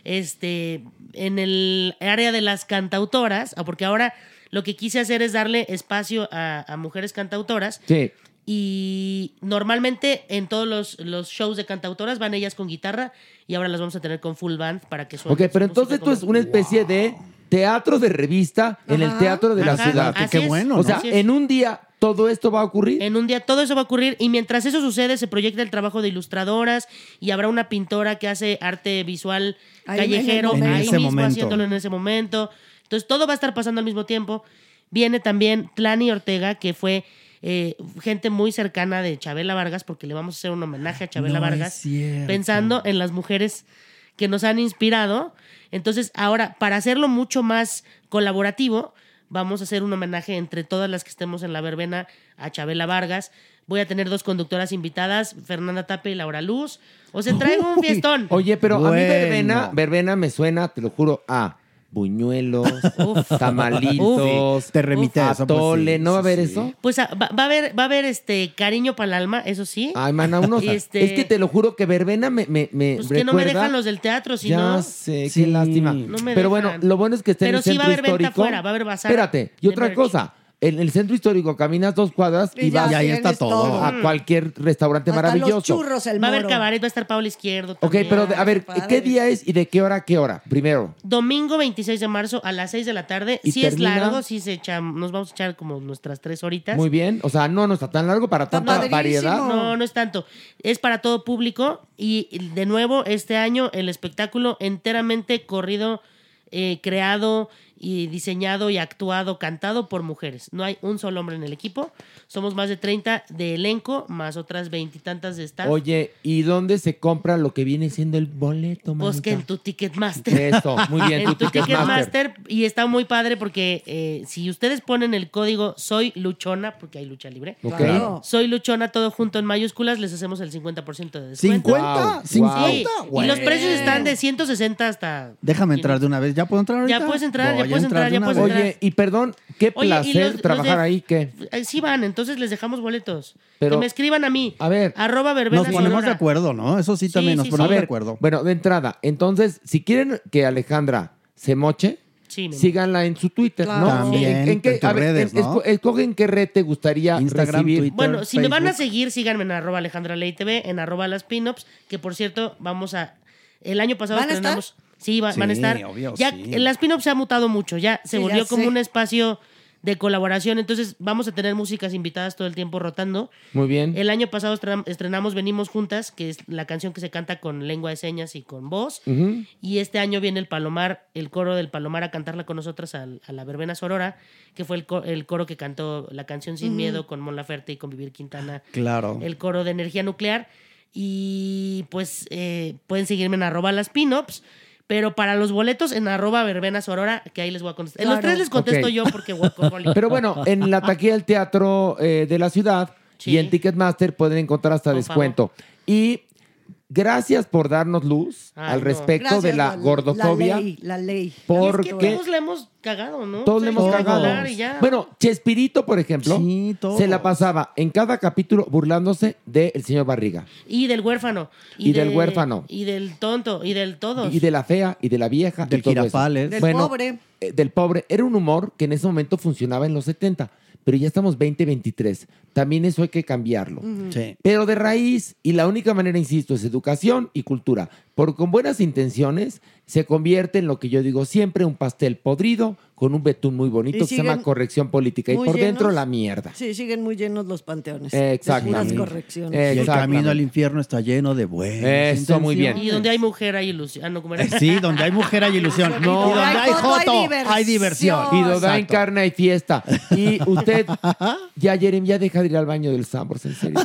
Speaker 7: este, en el área de las cantautoras, ah, porque ahora lo que quise hacer es darle espacio a, a mujeres cantautoras.
Speaker 3: Sí.
Speaker 7: Y normalmente en todos los, los shows de cantautoras van ellas con guitarra y ahora las vamos a tener con full band para que suene.
Speaker 3: Ok, pero entonces esto es una especie de teatro de revista en el
Speaker 7: Ajá.
Speaker 3: teatro de la
Speaker 7: Ajá,
Speaker 3: ciudad.
Speaker 7: así Qué es, bueno,
Speaker 3: O
Speaker 7: ¿no?
Speaker 3: sea,
Speaker 7: así es.
Speaker 3: en un día todo esto va a ocurrir.
Speaker 7: En un día todo eso va a ocurrir y mientras eso sucede se proyecta el trabajo de ilustradoras y habrá una pintora que hace arte visual
Speaker 14: Ahí
Speaker 7: callejero
Speaker 14: en el
Speaker 7: ahí
Speaker 14: momento.
Speaker 7: mismo
Speaker 14: En ese
Speaker 7: haciéndolo
Speaker 14: momento.
Speaker 7: en ese momento. Entonces todo va a estar pasando al mismo tiempo. Viene también Tlani Ortega que fue eh, gente muy cercana de Chabela Vargas porque le vamos a hacer un homenaje a Chabela
Speaker 14: No es
Speaker 7: Vargas
Speaker 14: cierto.
Speaker 7: pensando en las mujeres que nos han inspirado. Entonces, ahora, para hacerlo mucho más colaborativo, vamos a hacer un homenaje entre todas las que estemos en la verbena a Chabela Vargas. Voy a tener dos conductoras invitadas, Fernanda Tape y Laura Luz. O sea, traigo un fiestón.
Speaker 3: Oye, pero a mí
Speaker 7: Bueno.
Speaker 3: verbena, verbena me suena, te lo juro, a
Speaker 7: [laughs]
Speaker 3: buñuelos, tamalitos,
Speaker 11: Uf. Te remite a eso, pues,
Speaker 3: atole,
Speaker 11: sí,
Speaker 3: ¿no va a haber eso?
Speaker 7: Pues ah, va, va a haber, va a haber este cariño para el alma, eso sí.
Speaker 3: Ay, mana, uno.
Speaker 7: Este-
Speaker 3: Es que te lo juro que verbena me. me, me
Speaker 7: Pues que no me
Speaker 3: recuerda-
Speaker 7: dejan los del teatro, si
Speaker 3: ya
Speaker 7: no.
Speaker 3: sé, qué lástima.
Speaker 7: me
Speaker 3: Pero
Speaker 7: dejan.
Speaker 3: bueno, lo bueno es que está en
Speaker 7: Pero
Speaker 3: el
Speaker 7: sí va
Speaker 3: centro
Speaker 7: a haber venta
Speaker 3: histórico.
Speaker 7: afuera, va a haber bazar
Speaker 3: Espérate, y
Speaker 7: de
Speaker 3: otra
Speaker 7: merch.
Speaker 3: cosa. En el centro histórico caminas dos cuadras y,
Speaker 7: Y ya
Speaker 3: vas
Speaker 7: Y ahí está tienes todo. todo.
Speaker 3: a cualquier restaurante maravilloso.
Speaker 7: Va a haber cabaret, va a estar Pablo Izquierdo.
Speaker 3: Ok,
Speaker 7: también.
Speaker 3: pero de- a ver, ¿qué día es y de qué hora a qué hora? Primero.
Speaker 7: Domingo 26 de marzo a las 6 de la tarde.
Speaker 3: ¿Y
Speaker 7: Si es
Speaker 3: termina?
Speaker 7: largo, si se echa, nos vamos a echar como nuestras tres horitas.
Speaker 3: Muy bien. O sea, no, no está tan largo para tanta variedad.
Speaker 7: No, no es tanto. Es para todo público y de nuevo este año el espectáculo enteramente corrido, eh, creado y diseñado y actuado, cantado por mujeres. No hay un solo hombre en el equipo. Somos más de 30 de elenco, más otras veintitantas de staff.
Speaker 3: Oye, ¿y dónde se compra lo que viene siendo el boleto,
Speaker 7: Pues que
Speaker 3: manita?
Speaker 7: en tu Ticketmaster.
Speaker 3: Eso, muy bien,
Speaker 7: en
Speaker 3: tu
Speaker 7: tu
Speaker 3: Ticketmaster.
Speaker 7: Ticketmaster. Y está muy padre porque eh, si ustedes ponen el código Soy Luchona, porque hay lucha libre.
Speaker 3: Ok. Claro.
Speaker 7: Soy Luchona, todo junto en mayúsculas, les hacemos el 50% de descuento.
Speaker 11: ¿Cincuenta?
Speaker 7: Sí.
Speaker 11: ¿Cincuenta?
Speaker 7: Y los
Speaker 11: Bueno.
Speaker 7: precios están de 160 hasta...
Speaker 11: Déjame entrar de una vez. ¿Ya puedo entrar ahorita?
Speaker 7: Ya puedes entrar, ya
Speaker 11: Voy a
Speaker 7: puedes entrar,
Speaker 11: de
Speaker 7: ya
Speaker 11: una
Speaker 7: puedes
Speaker 11: vez.
Speaker 7: entrar.
Speaker 3: Oye, y perdón, qué
Speaker 7: Oye, y
Speaker 3: placer
Speaker 7: los- los
Speaker 3: trabajar
Speaker 7: de-
Speaker 3: ahí, que
Speaker 7: Eh, Sí van, entonces les dejamos boletos.
Speaker 3: Pero-
Speaker 7: que me escriban a mí.
Speaker 3: A ver.
Speaker 7: Arroba verbena
Speaker 3: Nos ponemos
Speaker 7: sonora.
Speaker 3: de
Speaker 11: acuerdo, ¿no? Eso sí
Speaker 7: también, Sí, nos sí, ponemos sí. de
Speaker 3: A ver,
Speaker 7: acuerdo.
Speaker 3: Bueno, de entrada, entonces, si quieren que Alejandra se moche,
Speaker 7: Sí, me-
Speaker 3: síganla en su Twitter,
Speaker 7: Claro.
Speaker 3: ¿no?
Speaker 7: También,
Speaker 3: ¿En, en qué,
Speaker 7: en tus
Speaker 3: a ver,
Speaker 7: redes,
Speaker 3: en-
Speaker 7: ¿no?
Speaker 3: esco- escogen qué red te gustaría recibir.
Speaker 7: bueno, si me van a seguir, síganme en arroba Alejandra Ley TV, en arroba las pinups, que por cierto, vamos a. El año pasado
Speaker 4: ¿Van a
Speaker 7: estrenamos. Sí, va-
Speaker 4: Sí,
Speaker 7: van a estar.
Speaker 4: obvio,
Speaker 7: ya
Speaker 4: sí.
Speaker 7: en las pinups se ha mutado mucho, ya se
Speaker 4: Sí,
Speaker 7: volvió
Speaker 4: ya
Speaker 7: como
Speaker 4: sé.
Speaker 7: un espacio de colaboración. Entonces, vamos a tener músicas invitadas todo el tiempo rotando.
Speaker 3: Muy bien.
Speaker 7: El año pasado estren- estrenamos Venimos Juntas, que es la canción que se canta con lengua de señas y con voz.
Speaker 3: Ujú.
Speaker 7: Y este año viene el Palomar, el coro del Palomar a cantarla con nosotras al- a, la verbena sorora, que fue el, co- el coro que cantó la canción Sin
Speaker 11: Ujú.
Speaker 7: Miedo con Mon Laferte y con Vivir Quintana.
Speaker 11: Claro.
Speaker 7: El coro de energía nuclear. Y pues eh, pueden seguirme en arroba las pinups. Pero para los boletos en arroba verbena sorora, que ahí les voy a contestar. En los
Speaker 3: Claro.
Speaker 7: tres les contesto
Speaker 3: Ok.
Speaker 7: yo porque
Speaker 3: [laughs]
Speaker 7: guacamole.
Speaker 3: Pero bueno, en la taquilla del teatro eh, de la ciudad y en Ticketmaster pueden encontrar hasta
Speaker 7: Por
Speaker 3: descuento. Y gracias por darnos luz
Speaker 7: Ay,
Speaker 3: al
Speaker 7: no.
Speaker 3: respecto de la, gordofobia.
Speaker 4: La ley, la ley.
Speaker 3: Porque-
Speaker 7: Es que todos la hemos cagado, ¿no?
Speaker 3: Todos le hemos
Speaker 7: Hay que
Speaker 3: cagado.
Speaker 7: hablar y ya.
Speaker 3: Bueno, Chespirito, por ejemplo, se la pasaba en cada capítulo burlándose del señor Barriga.
Speaker 7: [laughs] Y del huérfano.
Speaker 3: Y del huérfano.
Speaker 7: Y del tonto. Y del todos.
Speaker 3: Y de la fea, y de la vieja. Del
Speaker 11: jirafales.
Speaker 7: Del pobre.
Speaker 3: eh, del pobre. Era un humor que en ese momento funcionaba en los 70, pero ya estamos 2023. También eso hay que cambiarlo.
Speaker 11: Ujú. Sí.
Speaker 3: Pero de raíz, y la única manera, insisto, es educación y cultura. Porque con buenas intenciones se convierte en lo que yo digo siempre, un pastel podrido con un betún muy bonito
Speaker 4: Y
Speaker 3: que se llama
Speaker 4: siguen
Speaker 3: corrección política. Y
Speaker 4: muy
Speaker 3: por dentro
Speaker 4: llenos.
Speaker 3: la mierda.
Speaker 4: Sí, siguen muy llenos los panteones. de puras
Speaker 3: Exactamente.
Speaker 4: correcciones.
Speaker 11: Y el
Speaker 3: Exactamente.
Speaker 11: [laughs] camino al infierno está lleno de buenas
Speaker 3: Eso, muy bien.
Speaker 7: Y donde hay mujer hay ilusión. Ah, no, ¿cómo era?
Speaker 11: Sí,
Speaker 7: [laughs]
Speaker 11: donde hay mujer hay ilusión.
Speaker 3: No.
Speaker 11: Y donde hay
Speaker 7: joto, hay
Speaker 11: joto
Speaker 7: diversión.
Speaker 11: hay diversión.
Speaker 3: Y donde hay
Speaker 11: Exacto.
Speaker 3: carne y fiesta. Y
Speaker 11: [laughs]
Speaker 3: usted, ya Jerem, ya deja de ir al baño del Sambors, en serio.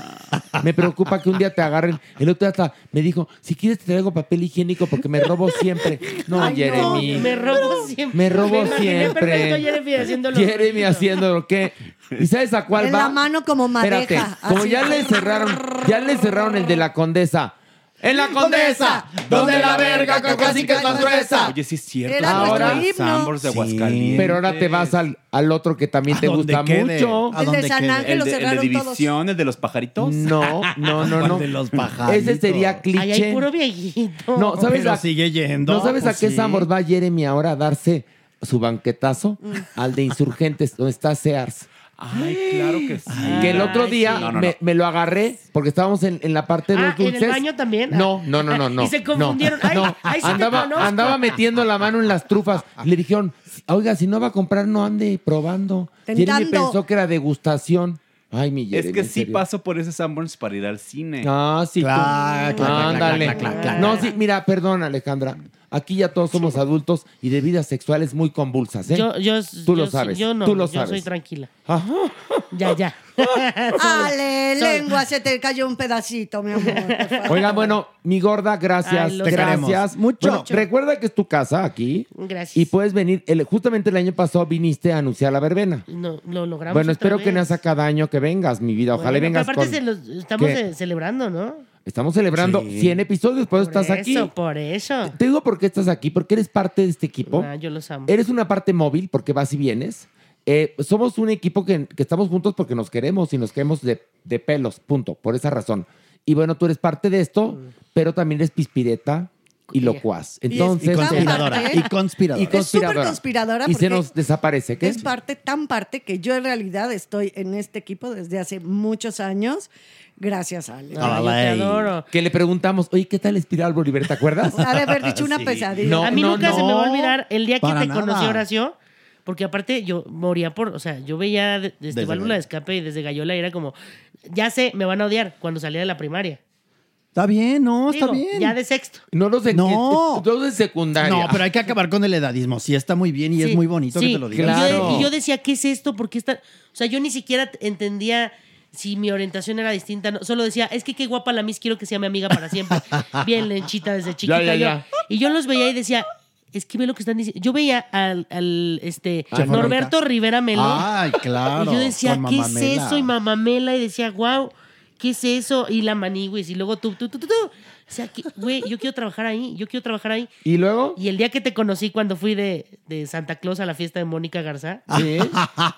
Speaker 3: Me preocupa que un día te agarren. El otro día hasta me dijo, si quieres te traigo papel higiénico porque me robo siempre. No,
Speaker 7: Ay,
Speaker 3: Jeremy.
Speaker 7: no, me
Speaker 16: [laughs]
Speaker 7: robo siempre.
Speaker 3: Me robo
Speaker 7: imaginé perfecto a
Speaker 3: siempre.
Speaker 7: Jeremy haciéndolo.
Speaker 3: Jeremy haciendo lo que. ¿Y sabes a cuál
Speaker 4: en
Speaker 3: va?
Speaker 4: la mano como madeja.
Speaker 3: Espérate, como
Speaker 4: así.
Speaker 3: ya le cerraron, ya le cerraron el de la condesa. En la condesa, donde la verga con cacique es más gruesa.
Speaker 13: Oye, sí es cierto.
Speaker 3: Era nuestro
Speaker 13: Ahora,
Speaker 3: himno.
Speaker 13: Sambors de Aguascalientes.
Speaker 3: Pero ahora te vas al, al otro que también te
Speaker 13: ¿Dónde
Speaker 3: gusta
Speaker 13: quede?
Speaker 3: mucho.
Speaker 13: ¿A dónde quede? el de, el de división, el de los pajaritos. [laughs]
Speaker 3: No, no, no, no.
Speaker 13: de los
Speaker 3: Ese sería cliché.
Speaker 7: Ahí hay puro viejito.
Speaker 3: No, ¿sabes
Speaker 7: Pero
Speaker 3: a,
Speaker 7: sí.
Speaker 3: ¿No sabes
Speaker 7: Pues
Speaker 3: a qué
Speaker 7: sí.
Speaker 3: Sambor va Jeremy ahora a darse su banquetazo al de Insurgentes, donde está Sears?
Speaker 13: Ay, claro que sí.
Speaker 7: Ah,
Speaker 3: que el otro día
Speaker 13: No, no, no.
Speaker 3: Me, me lo agarré porque estábamos en, en la parte de
Speaker 7: Ah,
Speaker 3: los
Speaker 7: ¿en el
Speaker 3: dulces.
Speaker 7: baño también?
Speaker 3: No, no, no, no. no
Speaker 7: Ah. [laughs] Y se
Speaker 3: no,
Speaker 7: confundieron. Ay,
Speaker 3: no.
Speaker 7: ay, sí te
Speaker 3: andaba,
Speaker 7: conozco.
Speaker 3: andaba metiendo la mano en las trufas. Le dijeron, oiga, si no va a comprar, no ande probando. Jeremy
Speaker 13: Tentando.
Speaker 3: pensó que era degustación. Ay, mi Jeremy.
Speaker 13: Es que
Speaker 3: en
Speaker 13: sí
Speaker 3: serio.
Speaker 13: paso por ese Sanborns para ir al cine.
Speaker 3: Ah, sí. tú.
Speaker 13: Clac, clac, clac,
Speaker 3: Ándale.
Speaker 13: clac, clac, clac,
Speaker 3: No,
Speaker 13: clac.
Speaker 3: sí, mira, perdón, Alejandra. Aquí ya todos somos adultos y de vidas sexuales muy convulsas, ¿eh?
Speaker 7: Yo, yo,
Speaker 3: Tú
Speaker 7: yo
Speaker 3: lo
Speaker 7: sí-
Speaker 3: sabes.
Speaker 7: Yo no,
Speaker 3: Tú lo
Speaker 7: yo soy
Speaker 3: sabes.
Speaker 7: tranquila.
Speaker 3: Ajá.
Speaker 7: Ya, ya.
Speaker 4: Ale,
Speaker 7: Sol.
Speaker 4: lengua, se te cayó un pedacito, mi amor.
Speaker 3: [laughs] Oigan, bueno, mi gorda, gracias.
Speaker 4: Ay, lo
Speaker 3: gracias.
Speaker 4: queremos.
Speaker 3: Mucho.
Speaker 4: Mucho.
Speaker 3: recuerda que es tu casa aquí.
Speaker 7: Gracias.
Speaker 3: Y puedes venir. El- justamente el año pasado viniste a anunciar la verbena.
Speaker 7: No, lo logramos.
Speaker 3: Bueno,
Speaker 7: otra
Speaker 3: espero que
Speaker 7: vez.
Speaker 3: no sea cada año que vengas, mi vida. Ojalá
Speaker 7: Bueno,
Speaker 3: vengas
Speaker 7: pero Aparte,
Speaker 3: con-
Speaker 7: se los- estamos
Speaker 3: ¿Qué?
Speaker 7: eh, celebrando, ¿no?
Speaker 3: Estamos celebrando
Speaker 7: Sí.
Speaker 3: 100 episodios, por eso
Speaker 7: Por
Speaker 3: estás aquí.
Speaker 7: eso, por eso.
Speaker 3: Te digo por qué estás aquí, porque eres parte de este equipo.
Speaker 7: Ah, yo los amo.
Speaker 3: Eres una parte móvil porque vas y vienes. Eh, somos un equipo que, que estamos juntos porque nos queremos y nos queremos de, de pelos, punto, por esa razón. Y bueno, tú eres parte de esto,
Speaker 7: Mm.
Speaker 3: pero también eres pispireta y locuaz.
Speaker 4: Y es-
Speaker 3: Entonces,
Speaker 4: y conspiradora,
Speaker 3: [laughs] eh,
Speaker 4: y conspiradora.
Speaker 3: Y
Speaker 4: Es súper conspiradora
Speaker 3: Y se
Speaker 4: porque
Speaker 3: nos desaparece. ¿qué?
Speaker 4: Es parte, tan parte que yo en realidad estoy en este equipo desde hace muchos años. Gracias, Ale.
Speaker 3: Ah, ley. Que le preguntamos, oye, ¿qué tal Espiral Bolívar? ¿Te
Speaker 7: [laughs]
Speaker 3: acuerdas?
Speaker 4: Ha de haber dicho una Sí. pesadilla.
Speaker 3: Ah, No,
Speaker 7: a mí
Speaker 3: no,
Speaker 7: nunca se
Speaker 3: no.
Speaker 7: me va a olvidar el día que
Speaker 3: Para
Speaker 7: te
Speaker 3: nada.
Speaker 7: conocí, Horacio, porque aparte yo moría por, o sea, yo veía de- desde,
Speaker 3: Desde
Speaker 7: válvula de escape y desde gallola y era como, ya sé, me van a odiar cuando salía de la primaria.
Speaker 11: Está bien, no, está
Speaker 7: Digo,
Speaker 11: bien.
Speaker 7: Ya de sexto.
Speaker 3: No los
Speaker 11: No.
Speaker 3: Todos de secundaria.
Speaker 11: No, pero hay que acabar con el edadismo. Sí, está muy bien y es
Speaker 7: Sí,
Speaker 11: muy bonito
Speaker 7: sí.
Speaker 11: que te lo digas.
Speaker 7: Y, yo, y yo decía, ¿qué es esto? ¿Por qué está? O sea, yo ni siquiera t- entendía si mi orientación era distinta. no. Solo decía, es que qué guapa la Miss, quiero que sea mi amiga
Speaker 3: [laughs]
Speaker 7: para siempre. Bien lenchita desde chiquita.
Speaker 3: ya,
Speaker 7: yo.
Speaker 3: ya.
Speaker 7: Y yo los veía y decía, es que ve lo que están diciendo. Yo veía al, al, este,
Speaker 11: Chef
Speaker 7: Norberto
Speaker 11: Norberto.
Speaker 7: Rivera Melo.
Speaker 11: Ay, claro,
Speaker 7: Y yo decía,
Speaker 11: con
Speaker 7: ¿qué es
Speaker 11: Mamamela".
Speaker 7: eso? Y Mamamela. Y decía, wow, ¿qué es eso? Y la manigüis. Y luego tú, tú, tú, tú, tú. O sea, que, güey, yo quiero trabajar ahí, yo quiero trabajar ahí.
Speaker 3: ¿Y luego?
Speaker 7: Y el día que te conocí cuando fui de, de Santa Claus a la fiesta de
Speaker 3: [laughs]
Speaker 7: Mónica Garzá,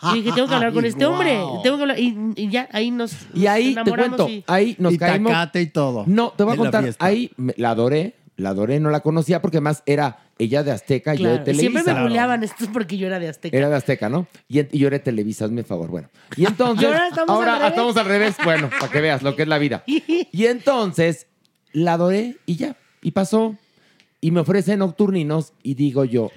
Speaker 7: yo dije, tengo que hablar con este hombre. Tengo que hablar. Y, y ya, ahí nos,
Speaker 3: Y ahí te
Speaker 7: enamoramos
Speaker 3: cuento,
Speaker 7: y-
Speaker 3: ahí nos
Speaker 11: Y
Speaker 3: caímos.
Speaker 11: tacate y todo.
Speaker 3: No, te voy a
Speaker 11: En la
Speaker 3: contar.
Speaker 11: fiesta.
Speaker 3: Ahí me- la adoré, la adoré, no la conocía porque más era ella de Azteca y yo de
Speaker 7: Claro, y
Speaker 3: Televisa.
Speaker 7: siempre me buleaban estos porque yo era de Azteca.
Speaker 3: Era de Azteca, ¿no? Y, en- y yo era de Televisa, hazme favor. Bueno,
Speaker 7: [laughs]
Speaker 3: y entonces.
Speaker 7: Y ahora estamos al
Speaker 3: ahora
Speaker 7: revés. [laughs]
Speaker 3: estamos al revés. Bueno, para que veas lo que es la vida. Y entonces la adoré y ya. Y pasó. Y me ofrece nocturninos y digo yo.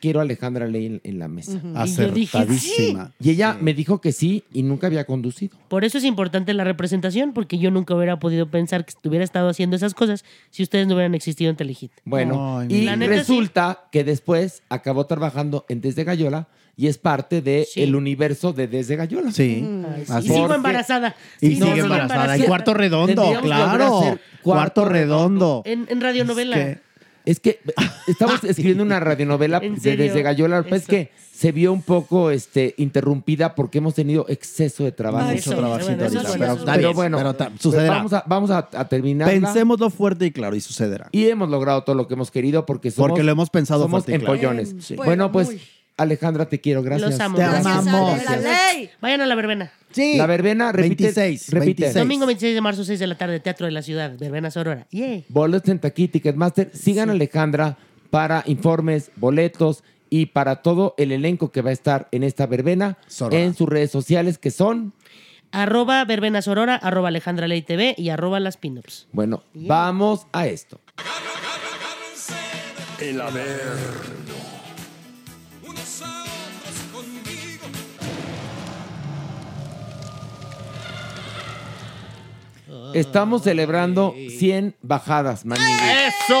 Speaker 3: Quiero a Alejandra Ley en, en la mesa.
Speaker 7: Ujú. Y yo dije, Acertadísima.
Speaker 3: Y ella me dijo que sí y nunca había conducido.
Speaker 7: Por eso es importante la representación, porque yo nunca hubiera podido pensar que hubiera estado haciendo esas cosas si ustedes no hubieran existido en Telehit.
Speaker 3: Bueno,
Speaker 7: Ay,
Speaker 3: y
Speaker 7: mira. La neta,
Speaker 3: resulta que después acabó trabajando en Desde Gallola y es parte del el universo de Desde Gallola.
Speaker 11: Sí.
Speaker 7: Ay, sí.
Speaker 3: Así
Speaker 7: Y sigo
Speaker 3: porque-
Speaker 7: embarazada.
Speaker 11: Y
Speaker 7: Sí,
Speaker 11: sigue
Speaker 7: no, sigo
Speaker 11: embarazada. Y
Speaker 7: embarazada.
Speaker 11: cuarto redondo,
Speaker 3: Tendríamos que volver a
Speaker 11: claro.
Speaker 3: hacer
Speaker 11: Cuarto,
Speaker 3: cuarto
Speaker 11: redondo.
Speaker 7: En, en radionovela.
Speaker 3: que- Es que
Speaker 7: [laughs]
Speaker 3: estamos escribiendo una radionovela
Speaker 7: ¿En
Speaker 3: de
Speaker 7: serio?
Speaker 3: Desde Gallola, pero es
Speaker 7: Eso.
Speaker 3: que se vio un poco este, interrumpida porque hemos tenido exceso de trabajo.
Speaker 7: Ah, Mucho eso, trabajito bueno, eso ahorita,
Speaker 3: pero,
Speaker 7: sí, pero eso está sí. bien,
Speaker 3: bueno,
Speaker 11: pero ta- sucederá.
Speaker 3: vamos a, vamos a, a terminarla.
Speaker 11: Pensémoslo fuerte y claro, y sucederá.
Speaker 3: Y hemos logrado todo lo que hemos querido porque somos,
Speaker 11: Porque lo hemos pensado
Speaker 3: somos
Speaker 11: fuerte y claro.
Speaker 3: empollones.
Speaker 11: Bien, Sí. pues,
Speaker 3: Bueno, pues,
Speaker 11: muy.
Speaker 3: Alejandra, te quiero. Gracias.
Speaker 7: Los amo.
Speaker 11: Te
Speaker 7: Gracias.
Speaker 11: amamos.
Speaker 7: Gracias.
Speaker 4: ley.
Speaker 7: Vayan a la verbena.
Speaker 11: Sí.
Speaker 3: La verbena, repite.
Speaker 11: 26,
Speaker 3: repite.
Speaker 11: 26.
Speaker 7: Domingo 26 de marzo, 6 de la tarde, Teatro de la Ciudad, Verbena Sorora. Yay.
Speaker 3: Boletos en Taquí, Ticketmaster. Sigan a Alejandra para informes, boletos y para todo el elenco que va a estar en esta verbena
Speaker 11: Sorora.
Speaker 3: en sus redes sociales que son.
Speaker 7: Arroba Verbena Sorora, arroba Alejandra Ley TV y arroba las pinups.
Speaker 3: Bueno, vamos a esto.
Speaker 14: El haber.
Speaker 15: unos a otros conmigo.
Speaker 3: Estamos celebrando 100 bajadas, maniguis.
Speaker 4: ¡Eso!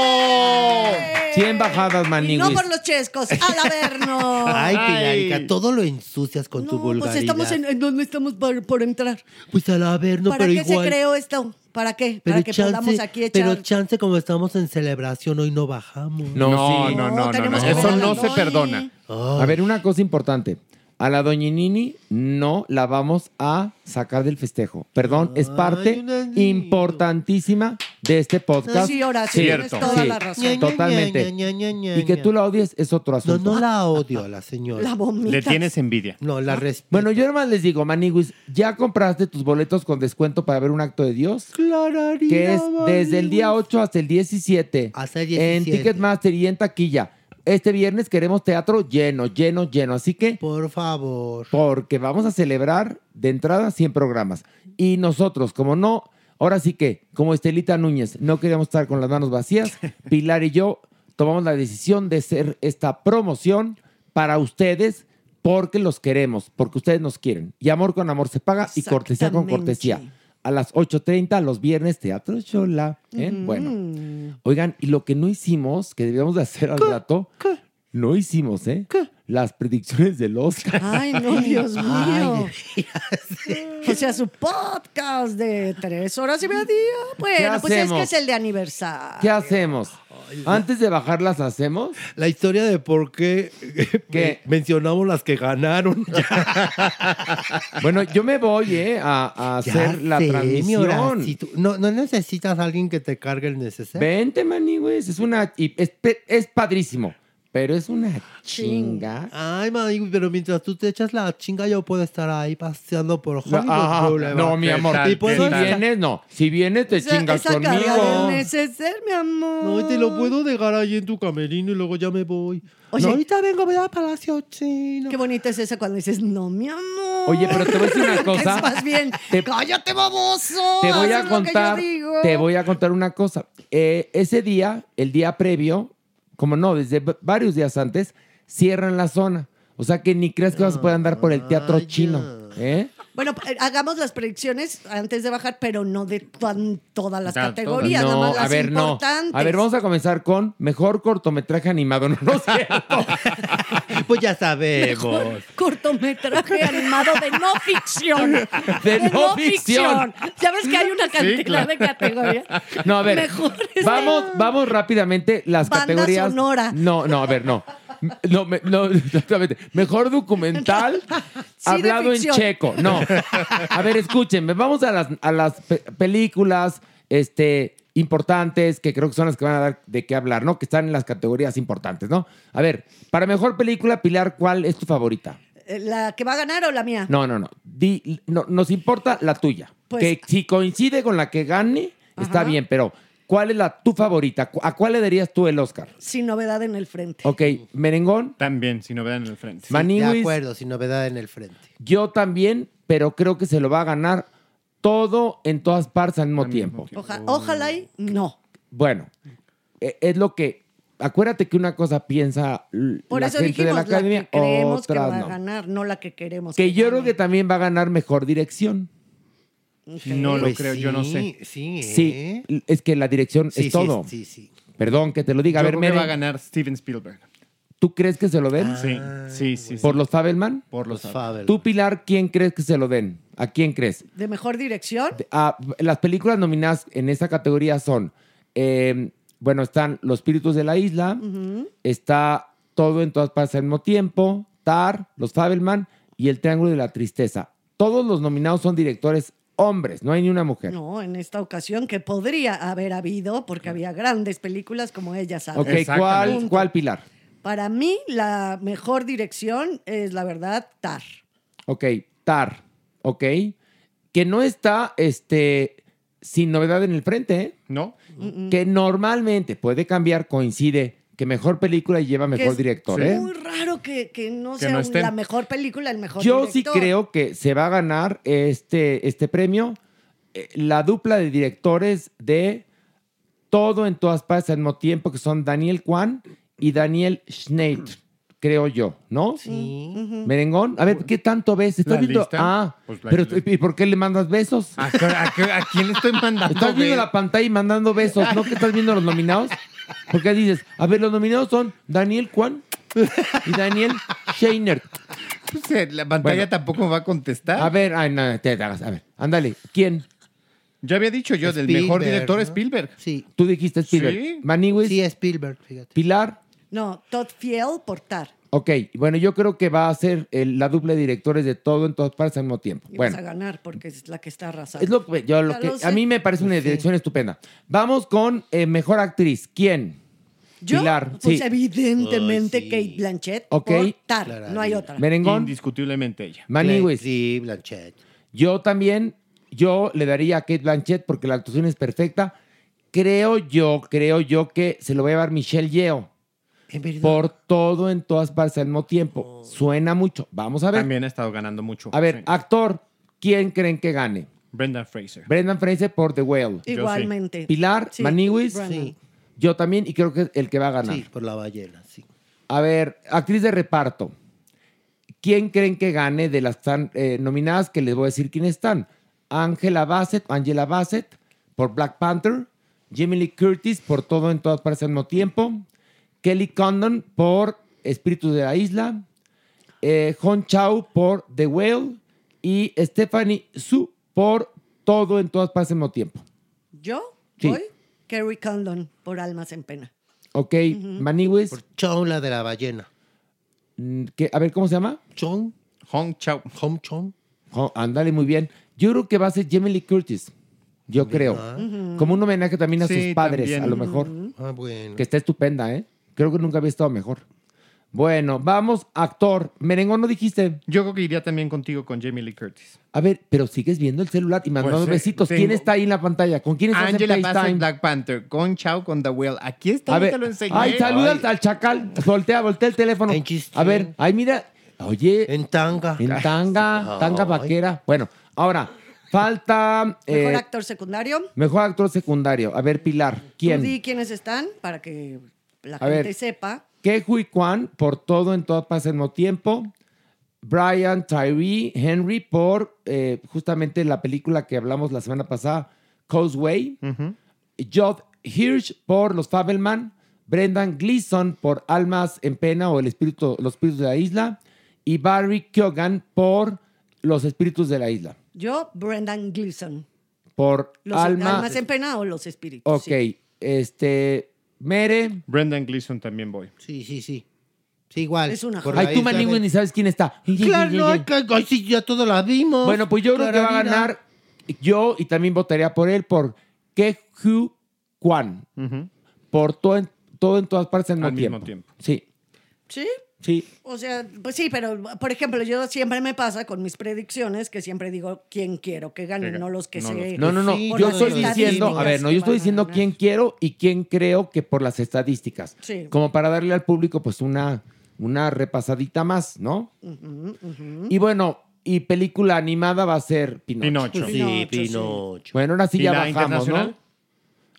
Speaker 3: 100 bajadas,
Speaker 4: No
Speaker 3: maniguis.
Speaker 4: por los chescos,
Speaker 3: [laughs]
Speaker 4: al averno.
Speaker 6: Ay, Pilarica, todo lo ensucias con tu vulgaridad.
Speaker 4: Pues estamos en, en donde estamos por, por entrar.
Speaker 6: Pues al averno,
Speaker 4: ¿Para
Speaker 6: pero
Speaker 4: qué
Speaker 6: igual.
Speaker 4: se creó esto? ¿Para qué?
Speaker 6: Pero
Speaker 4: Para que
Speaker 6: chance,
Speaker 4: podamos aquí echar.
Speaker 6: pero chance, como estamos en celebración, hoy no bajamos.
Speaker 3: No, No, sí. no, no, no,
Speaker 4: tenemos
Speaker 3: no.
Speaker 4: que
Speaker 3: Eso
Speaker 4: ver a la
Speaker 3: no se
Speaker 4: Doni.
Speaker 3: perdona. A ver, una cosa importante. A la doña Nini no la vamos a sacar del festejo. Perdón, es parte importantísima de este podcast.
Speaker 4: Sí, ahora sí, tienes Cierto. toda la razón. Ña, ña,
Speaker 3: Totalmente.
Speaker 6: ña, ña, ña, ña,
Speaker 3: Y que
Speaker 6: ña.
Speaker 3: tú la odies es otro asunto.
Speaker 6: No la odio a la señora.
Speaker 4: La vomitas. Le tienes
Speaker 3: envidia.
Speaker 6: No, la respeto.
Speaker 3: Ah, Bueno, yo nomás les digo, Maniguis, ¿ya compraste tus boletos con descuento para ver un acto de Dios?
Speaker 6: Clararía,
Speaker 3: que es desde el día 8 hasta el 17. En
Speaker 6: 17.
Speaker 3: Ticketmaster y en taquilla. Este viernes queremos teatro lleno, lleno, lleno. Así que.
Speaker 6: Por favor.
Speaker 3: Porque vamos a celebrar de entrada 100 programas. Y nosotros, como no. Ahora sí que, como Estelita Núñez, no queríamos estar con las manos
Speaker 6: [laughs]
Speaker 3: vacías. Pilar y yo tomamos la decisión de hacer esta promoción para ustedes porque los queremos, porque ustedes nos quieren. Y amor con amor se paga y cortesía con cortesía. A las 8.30 los viernes, Teatro Chola. ¿eh? Bueno. Oigan, y lo que no hicimos, que debíamos de hacer al rato, no hicimos, ¿eh? Las predicciones del Oscar. [laughs]
Speaker 4: Ay, no, Dios mío. O sea, su podcast de tres horas y media. Bueno, pues es
Speaker 3: hacemos?
Speaker 4: que es el de aniversario.
Speaker 3: ¿Qué hacemos? Antes de bajarlas, ¿hacemos?
Speaker 6: La historia de por qué
Speaker 3: [laughs]
Speaker 6: eh,
Speaker 3: ¿Qué?
Speaker 6: mencionamos las
Speaker 3: [laughs]
Speaker 6: que ganaron.
Speaker 3: bueno, yo me voy eh, a, a
Speaker 6: Ya
Speaker 3: hacer la
Speaker 6: sé, mi
Speaker 3: transmisión.
Speaker 6: Horacito. No, no necesitas a alguien que te cargue el necesario.
Speaker 3: Vente, maní, güey. Es una. y Es, pe- es padrísimo, pero es una chinga.
Speaker 6: Ay, mami, pero mientras tú te echas la chinga, yo puedo estar ahí paseando por Hollywood
Speaker 3: Ah,
Speaker 6: Boulevard.
Speaker 3: no, mi amor.
Speaker 6: Y puedo
Speaker 3: si
Speaker 6: estar-
Speaker 3: vienes, no. Si vienes, te
Speaker 4: Esa,
Speaker 3: chingas
Speaker 4: esa carga del
Speaker 3: conmigo.
Speaker 4: neceser, mi amor.
Speaker 6: No, y te lo puedo dejar ahí en tu camerino y luego ya me voy. No, ahorita vengo, voy a Palacio Chino.
Speaker 4: Qué bonito es eso cuando dices, no, mi amor.
Speaker 3: Oye, pero te voy a
Speaker 4: [laughs]
Speaker 3: decir una
Speaker 4: Porque
Speaker 3: cosa.
Speaker 4: Es más bien,
Speaker 3: Te-
Speaker 4: cállate, baboso.
Speaker 3: Te voy
Speaker 4: haz
Speaker 3: a
Speaker 4: lo que yo
Speaker 3: contar,
Speaker 4: digo".
Speaker 3: te voy a contar una cosa. Eh, ese día, el día previo, como no, desde v-
Speaker 4: Ah,
Speaker 3: varios días antes, cierran la zona. O sea que ni creas que vas a poder andar por el teatro chino. ¿Eh?
Speaker 4: Bueno, eh, hagamos las predicciones antes de bajar, pero no de tan- todas las
Speaker 3: Exacto.
Speaker 4: categorías,
Speaker 3: No,
Speaker 4: nada más las
Speaker 3: a ver, no.
Speaker 4: importantes.
Speaker 3: A ver, vamos a comenzar con mejor cortometraje animado. [laughs] No, no es cierto.
Speaker 11: [laughs] pues ya sabemos.
Speaker 4: Cortometraje animado de no ficción.
Speaker 3: De no ficción.
Speaker 4: Ya ves que hay una cantidad
Speaker 3: claro.
Speaker 4: de categorías.
Speaker 3: No, a ver.
Speaker 4: Mejor
Speaker 3: Vamos, vamos rápidamente las
Speaker 4: Banda
Speaker 3: categorías.
Speaker 4: sonora.
Speaker 3: No, no, a ver, no. No, me- no, [laughs] exactamente. Mejor
Speaker 4: [laughs]
Speaker 3: documental
Speaker 15: de
Speaker 3: hablado en
Speaker 15: ficción.
Speaker 3: checo. No. A ver, escúchenme. Vamos a las, a las pe- películas este, importantes que creo que son las que van a dar de qué hablar, ¿no? Que están en las categorías importantes, ¿no? A ver, para mejor película, Pilar, ¿cuál es tu favorita?
Speaker 4: Eh, [laughs] ¿La que va a ganar o la mía?
Speaker 3: No, no, no. Di- no, nos importa la tuya.
Speaker 4: Pues-
Speaker 3: que si coincide con la que gane, está bien, pero ¿cuál es la tu favorita? ¿Cu- ¿A cuál le darías tú el Oscar?
Speaker 4: Sin novedad en el frente.
Speaker 3: Ok, merengón.
Speaker 5: También, si no vean en el frente.
Speaker 3: Maniwis.
Speaker 14: De acuerdo, sin novedad en el frente.
Speaker 3: Yo también, pero creo que se lo va a ganar todo en todas partes al mismo tiempo.
Speaker 4: Oja- ojalá y
Speaker 3: Oh.
Speaker 4: no.
Speaker 3: Bueno, e- es lo que. Acuérdate que una cosa piensa l-
Speaker 4: Por
Speaker 3: la
Speaker 4: eso
Speaker 3: gente de
Speaker 4: dijimos
Speaker 3: la
Speaker 4: la,
Speaker 3: academia,
Speaker 4: que creemos que
Speaker 3: otras
Speaker 4: va a
Speaker 3: no.
Speaker 4: ganar, no la que queremos.
Speaker 3: Que yo creo que también va a ganar mejor dirección.
Speaker 4: Ok.
Speaker 5: No lo
Speaker 6: Pues
Speaker 5: creo, yo no sé.
Speaker 14: Sí,
Speaker 3: Sí, l- es que la dirección
Speaker 5: ¿eh? Sí,
Speaker 3: es
Speaker 5: sí,
Speaker 3: todo.
Speaker 5: sí,
Speaker 3: Perdón que te lo diga.
Speaker 5: Yo
Speaker 3: a ver,
Speaker 5: creo que va a
Speaker 3: Mere,
Speaker 5: ganar Steven Spielberg.
Speaker 3: ¿tú crees que se lo den?
Speaker 5: Sí, sí, sí.
Speaker 3: ¿Por los Fabelman?
Speaker 5: Ah, Por los Los Fabelman.
Speaker 3: ¿Tú, Pilar, quién crees que se lo den? ¿A quién crees?
Speaker 4: ¿De mejor dirección?
Speaker 3: Ah, las películas nominadas en esta categoría son, eh, bueno, están Los Espíritus de la Isla,
Speaker 4: Ujú.
Speaker 3: está Todo en todas partes al mismo tiempo, Tar, Los Fabelman y El Triángulo de la Tristeza. Todos los nominados son directores hombres, no hay ni una mujer.
Speaker 4: No, en esta ocasión que podría haber habido, porque había grandes películas como ella sabe.
Speaker 3: ok, ¿cuál, ¿cuál, Pilar?
Speaker 4: Para mí, la mejor dirección es, la verdad, Tar.
Speaker 3: Ok, Tar, ok. Que no está, este, sin novedad en el frente, ¿eh?
Speaker 5: No.
Speaker 4: Mm-mm.
Speaker 3: Que normalmente puede cambiar, coincide, que mejor película lleva
Speaker 4: Que
Speaker 3: mejor
Speaker 4: es
Speaker 3: director, ¿eh?
Speaker 4: Muy raro que, que no
Speaker 3: Que
Speaker 4: sea
Speaker 3: no
Speaker 4: un-
Speaker 3: estén.
Speaker 4: la mejor película, el mejor
Speaker 3: Yo sí
Speaker 4: director.
Speaker 3: creo que se va a ganar este, este premio eh, la dupla de directores de Todo en todas partes al mismo tiempo, que son Daniel Kwan y Daniel Schneider, creo yo, ¿no? Sí. Merengón, a ver, ¿qué tanto ves? ¿Estás
Speaker 5: ¿La
Speaker 3: viendo?
Speaker 5: lista?
Speaker 3: Ah,
Speaker 5: Pues la
Speaker 3: pero
Speaker 5: lista. Ah,
Speaker 3: ¿y por qué le mandas besos? ¿A, quién le
Speaker 6: [laughs]
Speaker 3: estoy mandando Estás viendo
Speaker 5: besos?
Speaker 3: la pantalla y mandando besos, ¿no? ¿Qué estás viendo los nominados? Porque dices, a ver, los nominados son Daniel Kwan y Daniel Scheiner.
Speaker 5: la pantalla tampoco me va a contestar.
Speaker 3: A ver, ay, no, te hagas, a ver, ándale, ¿quién?
Speaker 5: Ya había dicho yo, del mejor director es Spielberg.
Speaker 14: Sí.
Speaker 3: Tú dijiste Spielberg.
Speaker 5: Sí.
Speaker 3: Maniwis.
Speaker 14: Sí, Spielberg, fíjate.
Speaker 3: Pilar,
Speaker 4: No, Todd Field por Tar.
Speaker 3: ok. Bueno, yo creo que va a ser el- la dupla de directores de todo en todas partes al mismo tiempo.
Speaker 4: Y
Speaker 3: bueno,
Speaker 4: vas a ganar porque es la que está arrasando.
Speaker 3: es lo que, yo, lo
Speaker 4: Ya
Speaker 3: que
Speaker 4: lo sé.
Speaker 3: a mí me parece una dirección estupenda. Vamos con eh, mejor actriz. ¿Quién?
Speaker 4: Yo,
Speaker 3: Pilar.
Speaker 4: pues
Speaker 3: sí.
Speaker 4: evidentemente Kate Blanchett
Speaker 3: Ok.
Speaker 4: por Tar. no hay otra.
Speaker 3: Merengón.
Speaker 5: Indiscutiblemente ella.
Speaker 3: Maniwis.
Speaker 14: Sí, Blanchett.
Speaker 3: Yo también, yo le daría a Kate Blanchett porque la actuación es perfecta. Creo yo, creo yo que se lo va a llevar Michelle Yeo. Por todo en todas partes al mismo tiempo. Suena mucho. Vamos a ver.
Speaker 5: También ha estado ganando mucho.
Speaker 3: A ver,
Speaker 5: Sí.
Speaker 3: actor, ¿quién creen que gane?
Speaker 5: Brendan Fraser.
Speaker 3: Brendan Fraser por The Whale.
Speaker 4: Yo Igualmente. sí.
Speaker 3: Pilar,
Speaker 4: Sí,
Speaker 3: Maniwis.
Speaker 4: Brendan. Sí.
Speaker 3: Yo también, y creo que es el que va a ganar.
Speaker 14: Sí, por la ballena, sí.
Speaker 3: A ver, actriz de reparto. ¿Quién creen que gane de las que están eh, nominadas? Que les voy a decir quiénes están. Angela Bassett, Angela Bassett por Black Panther. Jamie Lee Curtis por Todo en Todas Partes al mismo tiempo. Kelly Condon por Espíritus de la Isla. eh, Hong Chao por The Whale. Y Stephanie Su por Todo en Todas Partes al mismo tiempo.
Speaker 4: Yo
Speaker 3: Sí.
Speaker 4: voy Kerry Condon por Almas en Pena.
Speaker 3: Ok, Maniwis. Mm,
Speaker 14: Chon, la de la ballena.
Speaker 3: ¿Qué? A ver, ¿cómo se llama?
Speaker 14: Chong.
Speaker 5: Hong Chao.
Speaker 14: Hong Chong.
Speaker 3: Oh, ándale, muy bien. Yo creo que va a ser Jamie Lee Curtis. Yo creo.
Speaker 14: Ujú.
Speaker 3: Como un homenaje también a
Speaker 14: Sí,
Speaker 3: sus padres,
Speaker 14: también.
Speaker 3: a lo mejor.
Speaker 14: Ah, bueno.
Speaker 3: Que está estupenda, ¿eh? Creo que nunca había estado mejor. Bueno, vamos, actor. Merengón, ¿no dijiste?
Speaker 5: Yo creo que iría también contigo con Jamie Lee Curtis.
Speaker 3: A ver, pero sigues viendo el celular y mandando
Speaker 5: sí,
Speaker 3: besitos.
Speaker 5: Pues, eh, tengo-
Speaker 3: ¿Quién está ahí en la pantalla? ¿Con quién estás
Speaker 5: Angela
Speaker 3: en
Speaker 5: Bassett,
Speaker 3: FaceTime?
Speaker 5: Black Panther, con Chao, con The Whale. Aquí está,
Speaker 3: A
Speaker 5: yo
Speaker 3: ver,
Speaker 5: te lo enseñé.
Speaker 3: ay, saluda al- al chacal. Voltea, voltea el teléfono. A ver, ay, mira. Oye.
Speaker 14: En tanga.
Speaker 3: En tanga, tanga vaquera. Bueno, ahora, falta...
Speaker 4: Mejor
Speaker 3: eh,
Speaker 4: actor secundario.
Speaker 3: Mejor actor secundario. A ver, Pilar,
Speaker 4: Tú
Speaker 3: ¿quién?
Speaker 4: di quiénes están para que la
Speaker 3: A
Speaker 4: gente
Speaker 3: ver.
Speaker 4: sepa.
Speaker 3: Ke Hui Kwan por todo en todas partes al mismo tiempo. Brian Tyree Henry por eh, justamente la película que hablamos la semana pasada, Causeway. Jod Hirsch por Los Fabelman. Brendan Gleeson por Almas en Pena o el espíritu, Los Espíritus de la Isla. Y Barry Keoghan por Los Espíritus de la Isla.
Speaker 4: Yo, Brendan Gleeson.
Speaker 3: Por
Speaker 4: ¿Los
Speaker 3: Alma.
Speaker 4: almas en pena o los espíritus?
Speaker 3: ok,
Speaker 4: sí.
Speaker 3: este. Mere.
Speaker 5: Brendan Gleeson también voy.
Speaker 14: Sí, sí, sí. Sí, igual.
Speaker 3: Es una
Speaker 14: Por
Speaker 3: joya.
Speaker 14: la
Speaker 3: Ay, tú,
Speaker 14: isla
Speaker 3: Manigua,
Speaker 14: de-
Speaker 3: ni sabes quién está.
Speaker 14: Claro, ay, ca- ay, sí, ya todos la vimos.
Speaker 3: Bueno, pues yo creo que va a
Speaker 14: Clararina.
Speaker 3: ganar yo y también votaría por él, por Ke Hu Kwan. Por todo en, todo en todas partes al,
Speaker 5: Al
Speaker 3: mismo,
Speaker 5: mismo
Speaker 3: tiempo. Sí,
Speaker 4: ¿Sí?
Speaker 3: sí.
Speaker 4: O sea, pues sí, pero por ejemplo, yo siempre me pasa con mis predicciones que siempre digo quién quiero que gane, no los que se.
Speaker 3: No, no, no.
Speaker 4: por
Speaker 3: yo
Speaker 4: las
Speaker 3: estoy diciendo, a
Speaker 4: estadísticas
Speaker 3: ver, no,
Speaker 4: que
Speaker 3: yo estoy
Speaker 4: van a
Speaker 3: diciendo
Speaker 4: ganar.
Speaker 3: quién quiero y quién creo que por las estadísticas.
Speaker 4: Sí.
Speaker 3: Como para darle al público, pues, una, una repasadita más, ¿no?
Speaker 4: Ujú, ujú.
Speaker 3: Y bueno, y película animada va a ser Pinocho.
Speaker 14: Pinocho. Sí, Pinocho, sí. Pinocho.
Speaker 3: Bueno, ahora sí ya
Speaker 14: ¿Y la
Speaker 3: bajamos, ¿no?
Speaker 14: internacional?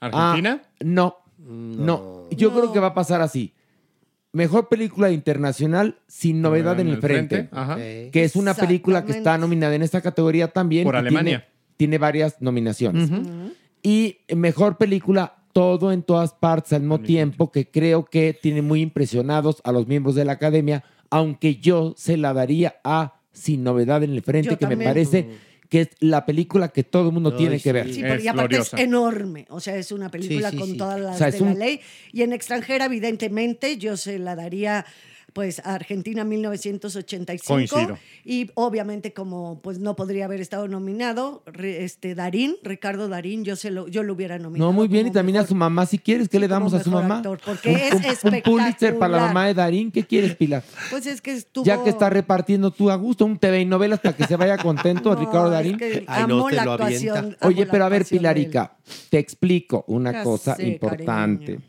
Speaker 14: ¿Argentina?
Speaker 3: Ah, no, no. Yo creo que va a pasar así. Mejor película internacional sin novedad en el frente.
Speaker 5: Ajá.
Speaker 3: Que es una película que está nominada en esta categoría también.
Speaker 5: Por
Speaker 3: y
Speaker 5: Alemania.
Speaker 3: Tiene, tiene varias nominaciones.
Speaker 5: Ujú.
Speaker 3: Y mejor película, todo en todas partes al mismo tiempo, que creo que tiene muy impresionados a los miembros de la academia, aunque yo se la daría a Sin Novedad en el Frente,
Speaker 4: Yo
Speaker 3: que me
Speaker 4: también.
Speaker 3: parece que es la película que todo el mundo
Speaker 4: Ay,
Speaker 3: tiene
Speaker 4: sí.
Speaker 3: que ver.
Speaker 4: Sí, pero y aparte es enorme. O sea, es una película
Speaker 3: Sí, sí,
Speaker 4: con
Speaker 3: sí.
Speaker 4: todas las
Speaker 3: O sea, es
Speaker 4: de
Speaker 3: un-
Speaker 4: la ley. Y en extranjera, evidentemente, yo se la daría pues a Argentina 1985
Speaker 5: Coincido.
Speaker 4: y obviamente como pues no podría haber estado nominado re- este Darín Ricardo Darín yo se lo yo lo hubiera nominado
Speaker 3: No, muy bien, y también a su mamá, si quieres, ¿qué le damos a su
Speaker 4: mejor
Speaker 3: mamá?
Speaker 4: actor, porque
Speaker 3: un,
Speaker 4: es
Speaker 3: un- un Pulitzer para la
Speaker 4: espectacular.
Speaker 3: mamá de Darín, ¿qué quieres, Pilar?
Speaker 4: pues es que estuvo
Speaker 3: Ya que está repartiendo tú a gusto un TV y novelas para que se vaya contento
Speaker 4: [laughs] No,
Speaker 3: Ricardo
Speaker 4: es
Speaker 3: Darín.
Speaker 4: que Ay, no, amo te la lo actuación, avienta. amo
Speaker 3: Oye,
Speaker 4: la
Speaker 3: pero a ver,
Speaker 4: actuación de
Speaker 3: Pilarica, te explico una
Speaker 4: Ya
Speaker 3: cosa
Speaker 4: sé,
Speaker 3: importante.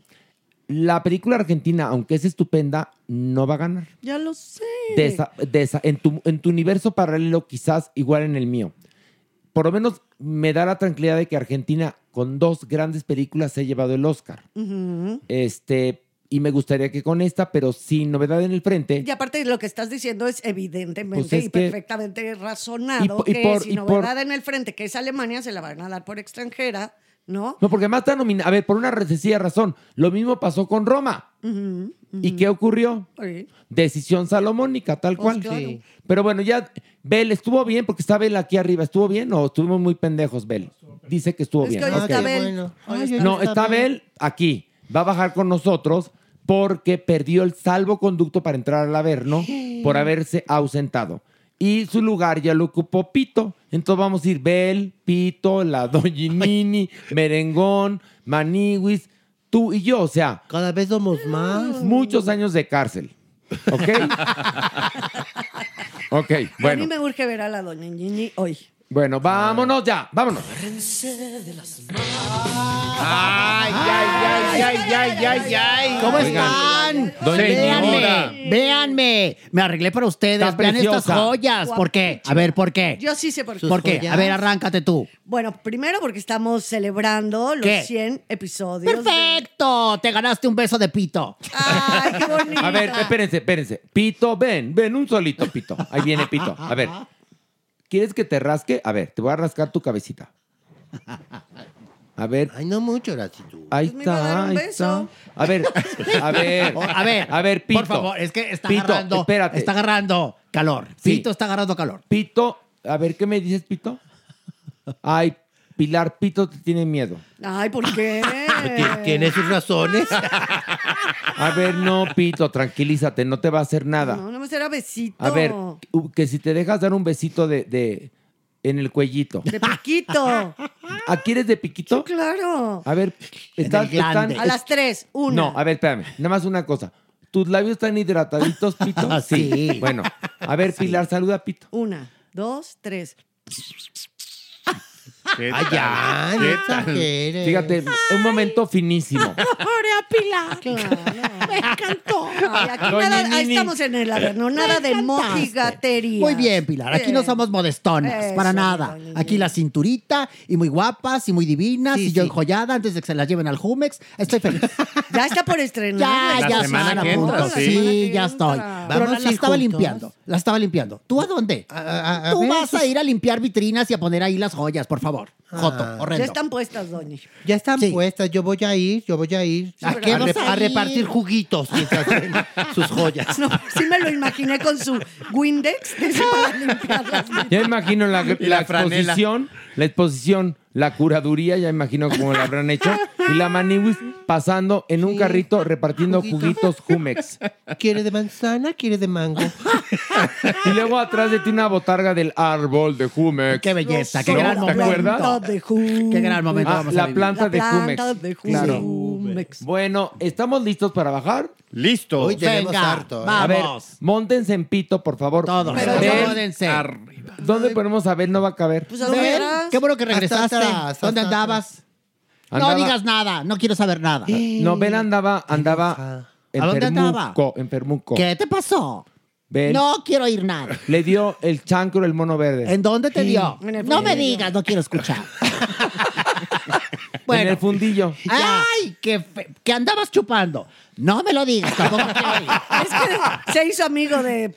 Speaker 3: La película argentina, aunque es estupenda, no va a ganar.
Speaker 4: ya lo sé
Speaker 3: De esa- de esa- en, tu, en tu universo paralelo, quizás igual en el mío. Por lo menos me da la tranquilidad de que Argentina, con dos grandes películas, se ha llevado el Oscar.
Speaker 9: uhum.
Speaker 4: Ujú.
Speaker 3: Este, y me gustaría que con esta, pero sin novedad en el frente.
Speaker 4: Y aparte lo que estás diciendo es evidentemente
Speaker 3: Eh, Pues es
Speaker 4: y
Speaker 3: que-
Speaker 4: perfectamente razonado
Speaker 3: Y po- y
Speaker 4: que
Speaker 3: por-
Speaker 4: si
Speaker 3: y por-
Speaker 4: novedad en el frente, que es Alemania, se la van a dar por extranjera, ¿no?
Speaker 3: No, porque además está nominada. A ver, por una sencilla razón. Lo mismo pasó con Roma.
Speaker 4: Ujú,
Speaker 3: ¿Y
Speaker 4: ujú.
Speaker 3: qué ocurrió?
Speaker 4: Oye,
Speaker 3: Decisión salomónica, tal
Speaker 4: Pues
Speaker 3: cual.
Speaker 4: claro. Sí.
Speaker 3: Pero bueno, ya, Bel, ¿estuvo bien? Porque está Bel aquí arriba. ¿Estuvo bien o estuvimos muy pendejos, Bel? Dice que estuvo
Speaker 4: Es
Speaker 3: bien.
Speaker 4: que hoy
Speaker 3: Ok.
Speaker 4: está Bel. Hoy está-
Speaker 3: No, está Bel aquí. Va a bajar con nosotros porque perdió el salvoconducto para entrar al Averno por haberse ausentado. Y su lugar ya lo ocupó Pito. Entonces vamos a ir Bel, Pito, la Doñinini, Merengón, Maniwis, tú y yo. O sea,
Speaker 14: cada vez somos más.
Speaker 3: Muchos años de cárcel.
Speaker 14: [laughs]
Speaker 3: ¿Ok? ok,
Speaker 4: A mí
Speaker 3: bueno.
Speaker 4: me urge ver a la doña Ñiñi hoy.
Speaker 3: Bueno, vámonos ya, vámonos. Ah.
Speaker 15: Ay, ay, ay, ay, ay, ay, ay.
Speaker 16: ¿Cómo
Speaker 15: Oigan,
Speaker 16: están?
Speaker 15: doña Dinora.
Speaker 16: Véanme, véanme. Me arreglé para ustedes.
Speaker 15: Está
Speaker 16: Vean estas
Speaker 15: preciosa.
Speaker 16: joyas. ¿Por qué? A ver, ¿por qué?
Speaker 4: Yo sí sé por qué.
Speaker 16: ¿Por qué? A ver, arráncate tú.
Speaker 4: Bueno, primero porque estamos celebrando los
Speaker 16: ¿Qué?
Speaker 4: 100 episodios.
Speaker 16: ¡Perfecto! Te ganaste un beso de pito. [laughs]
Speaker 4: Ay, qué bonito.
Speaker 3: A ver, espérense, espérense. Pito, ven, ven un solito, Pito. Ahí viene Pito. A ver. ¿Quieres que te rasque? A ver, te voy a rascar tu cabecita. A ver. Ay, no mucho, tú. Ahí
Speaker 16: Pues me iba a dar
Speaker 3: está,
Speaker 16: un
Speaker 3: ahí
Speaker 16: beso.
Speaker 3: está. A ver, a ver.
Speaker 16: [laughs] A ver,
Speaker 3: a ver, Pito.
Speaker 16: Por favor, es que está
Speaker 3: Pito,
Speaker 16: agarrando.
Speaker 3: espérate.
Speaker 16: Está agarrando calor.
Speaker 3: Sí.
Speaker 16: Pito está agarrando calor.
Speaker 3: Pito, a ver, ¿qué me dices, Pito? Ay, Pilar, Pito te tiene miedo.
Speaker 4: Ay, ¿por
Speaker 3: [laughs]
Speaker 4: qué?
Speaker 3: Tiene sus razones. A ver, no, Pito, tranquilízate, no te va a hacer nada.
Speaker 4: No, no me será besito.
Speaker 3: A ver, u- que si te dejas dar un besito de, de- en el cuellito. [laughs]
Speaker 4: De piquito.
Speaker 3: ¿A quieres de piquito?
Speaker 4: claro.
Speaker 3: A ver, están, están-
Speaker 4: a las 3, 1.
Speaker 3: No, a ver, espérame, nada más una cosa. ¿Tus labios están hidrataditos, Pito? Sí. Bueno, a ver, Pilar, saluda a Pito.
Speaker 4: Una, dos, tres.
Speaker 3: Ay, ya,
Speaker 14: no exageres.
Speaker 3: Fíjate, un momento finísimo.
Speaker 4: Ahora
Speaker 16: [laughs]
Speaker 4: Pilar. [laughs] Me encantó. Ay, aquí
Speaker 16: Doña
Speaker 4: nada- ahí
Speaker 16: Nini.
Speaker 4: estamos en el averno. Nada de mojigatería.
Speaker 16: Muy bien, Pilar. Aquí no somos modestonas,
Speaker 4: Eso,
Speaker 16: para
Speaker 4: mi
Speaker 16: nada. Aquí la cinturita y muy guapas y muy divinas y yo enjollada antes de que se las lleven al Jumex. Estoy feliz.
Speaker 4: Ya está por estrenar.
Speaker 16: Ya, ya, Sara, punto. Sí, ya estoy. Pero no,
Speaker 14: Vamos
Speaker 16: la
Speaker 14: a ir
Speaker 16: estaba
Speaker 14: juntos.
Speaker 16: limpiando. La estaba limpiando. ¿Tú a dónde?
Speaker 14: a
Speaker 16: Tú
Speaker 14: ver,
Speaker 16: vas a
Speaker 14: pues-
Speaker 16: ir a limpiar vitrinas y a poner ahí las joyas, por favor. Ah, Joto,
Speaker 4: Ya
Speaker 16: horrendo.
Speaker 4: están puestas, Doña.
Speaker 14: Ah, Ya están puestas, yo voy a ir, yo voy a ir.
Speaker 4: ¿A qué vas
Speaker 14: rep-
Speaker 4: a ir?
Speaker 14: repartir juguitos mientras ven sus joyas.
Speaker 4: No, sí me lo imaginé con su Windex. que se va a limpiar las manos.
Speaker 3: [laughs] Ya imagino la,
Speaker 4: Y
Speaker 3: la
Speaker 4: la franela.
Speaker 3: exposición, la exposición, la curaduría, ya imagino cómo la habrán hecho. Y la maniwis pasando en un carrito repartiendo
Speaker 14: Juguitos.
Speaker 3: juguitos [laughs] Jumex.
Speaker 14: ¿Quiere de manzana? ¿Quiere de mango?
Speaker 3: Y luego atrás de ti una botarga del árbol de Jumex. Qué
Speaker 16: belleza, qué gran momento.
Speaker 3: ¿Te acuerdas?
Speaker 4: De Jumex.
Speaker 16: Qué gran momento
Speaker 3: Ah,
Speaker 16: vamos a
Speaker 3: la
Speaker 16: vivir.
Speaker 3: planta de
Speaker 16: La
Speaker 3: Jumex.
Speaker 16: planta de
Speaker 3: Claro.
Speaker 16: Jumex.
Speaker 3: Bueno, ¿estamos listos para bajar?
Speaker 5: Listos.
Speaker 14: Uy, tenemos Venga, harto, ¿eh?
Speaker 3: A ver,
Speaker 14: vamos.
Speaker 3: montense en pito, por favor. Todos.
Speaker 14: Pero yo-
Speaker 3: ¿Dónde ponemos a ver? No va a caber.
Speaker 16: Pues, ¿Ven? Qué bueno que regresaste. ¿Dónde andabas?
Speaker 3: Andaba-
Speaker 16: No digas nada, no quiero saber nada.
Speaker 3: No, Bel andaba, andaba en
Speaker 16: ¿A dónde andaba?
Speaker 3: Permuco, en Permuco.
Speaker 16: ¿Qué te pasó?
Speaker 3: Bel
Speaker 16: No quiero oír nada.
Speaker 3: le dio el chancro el mono verde.
Speaker 16: ¿En dónde te dio?
Speaker 3: En el
Speaker 16: No me
Speaker 3: fundillo.
Speaker 16: digas, no quiero escuchar.
Speaker 3: En el
Speaker 16: [laughs]
Speaker 3: fundillo.
Speaker 16: ¡Ay! Que, fe- que andabas chupando. No me lo digas,
Speaker 14: [laughs]
Speaker 16: tampoco quiero oír.
Speaker 4: Es que se hizo amigo de.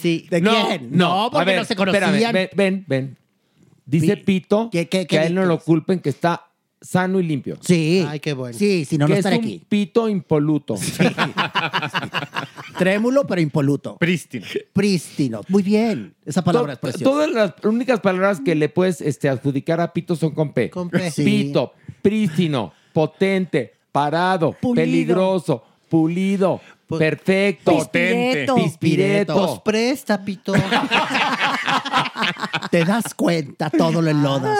Speaker 16: Sí. ¿De quién? No, porque
Speaker 3: a ver,
Speaker 16: no se conocían.
Speaker 3: espérame, ven, ven, ven. Dice Pito que a él no lo culpen, que está sano y limpio.
Speaker 16: Sí.
Speaker 14: Ay, qué bueno.
Speaker 16: Sí, si no, no
Speaker 3: Que
Speaker 16: estaré
Speaker 3: es un
Speaker 16: aquí.
Speaker 3: pito impoluto.
Speaker 16: [laughs] Trémulo, pero impoluto.
Speaker 5: Prístino.
Speaker 16: Prístino. Muy bien. Esa palabra es
Speaker 3: To-
Speaker 16: preciosa.
Speaker 3: Todas las únicas palabras que le puedes este, adjudicar a Pito son con P.
Speaker 16: Con P. Sí.
Speaker 3: Pito, prístino, potente, parado, peligroso, pulido, perfecto,
Speaker 14: Pispireto. Pues
Speaker 3: pispireto.
Speaker 14: presta, pito.
Speaker 16: Te das cuenta, todo lo enlodas.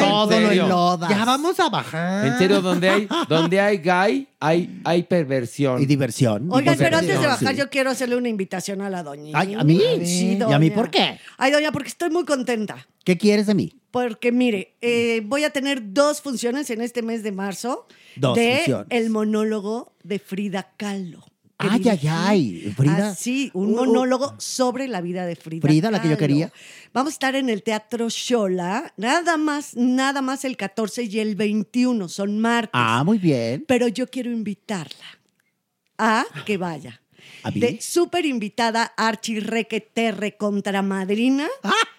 Speaker 16: todo
Speaker 3: ¿en
Speaker 16: lo
Speaker 3: serio?
Speaker 16: enlodas.
Speaker 14: Ya vamos a bajar.
Speaker 3: En serio, donde hay, donde hay gay, hay, hay perversión. Y
Speaker 16: diversión.
Speaker 4: Oigan, pero antes de
Speaker 3: Diversión,
Speaker 4: bajar,
Speaker 3: sí.
Speaker 4: yo quiero hacerle una invitación a la doña.
Speaker 16: Ay, ¿a mí?
Speaker 4: Sí,
Speaker 16: ¿Y a mí
Speaker 4: doña.
Speaker 16: por qué?
Speaker 4: Ay, doña, porque estoy muy contenta.
Speaker 16: ¿Qué quieres de mí?
Speaker 4: Porque mire, eh, voy a tener dos funciones en este mes de marzo
Speaker 16: Dos
Speaker 4: de
Speaker 16: funciones.
Speaker 4: el monólogo de Frida Kahlo. que
Speaker 16: Ay, ay,
Speaker 4: dirigí.
Speaker 16: ay. Frida.
Speaker 4: Ah, sí, un
Speaker 16: Uh, uh.
Speaker 4: monólogo sobre la vida de Frida.
Speaker 16: Frida, la que yo
Speaker 4: Kahlo.
Speaker 16: quería.
Speaker 4: Vamos a estar en el Teatro Shola, nada más, nada más el 14 y el 21, son martes.
Speaker 16: Ah, muy bien.
Speaker 4: Pero yo quiero invitarla a que vaya.
Speaker 16: ¿A mí?
Speaker 4: De súper invitada archirrequeterre contra
Speaker 16: [laughs]
Speaker 4: madrina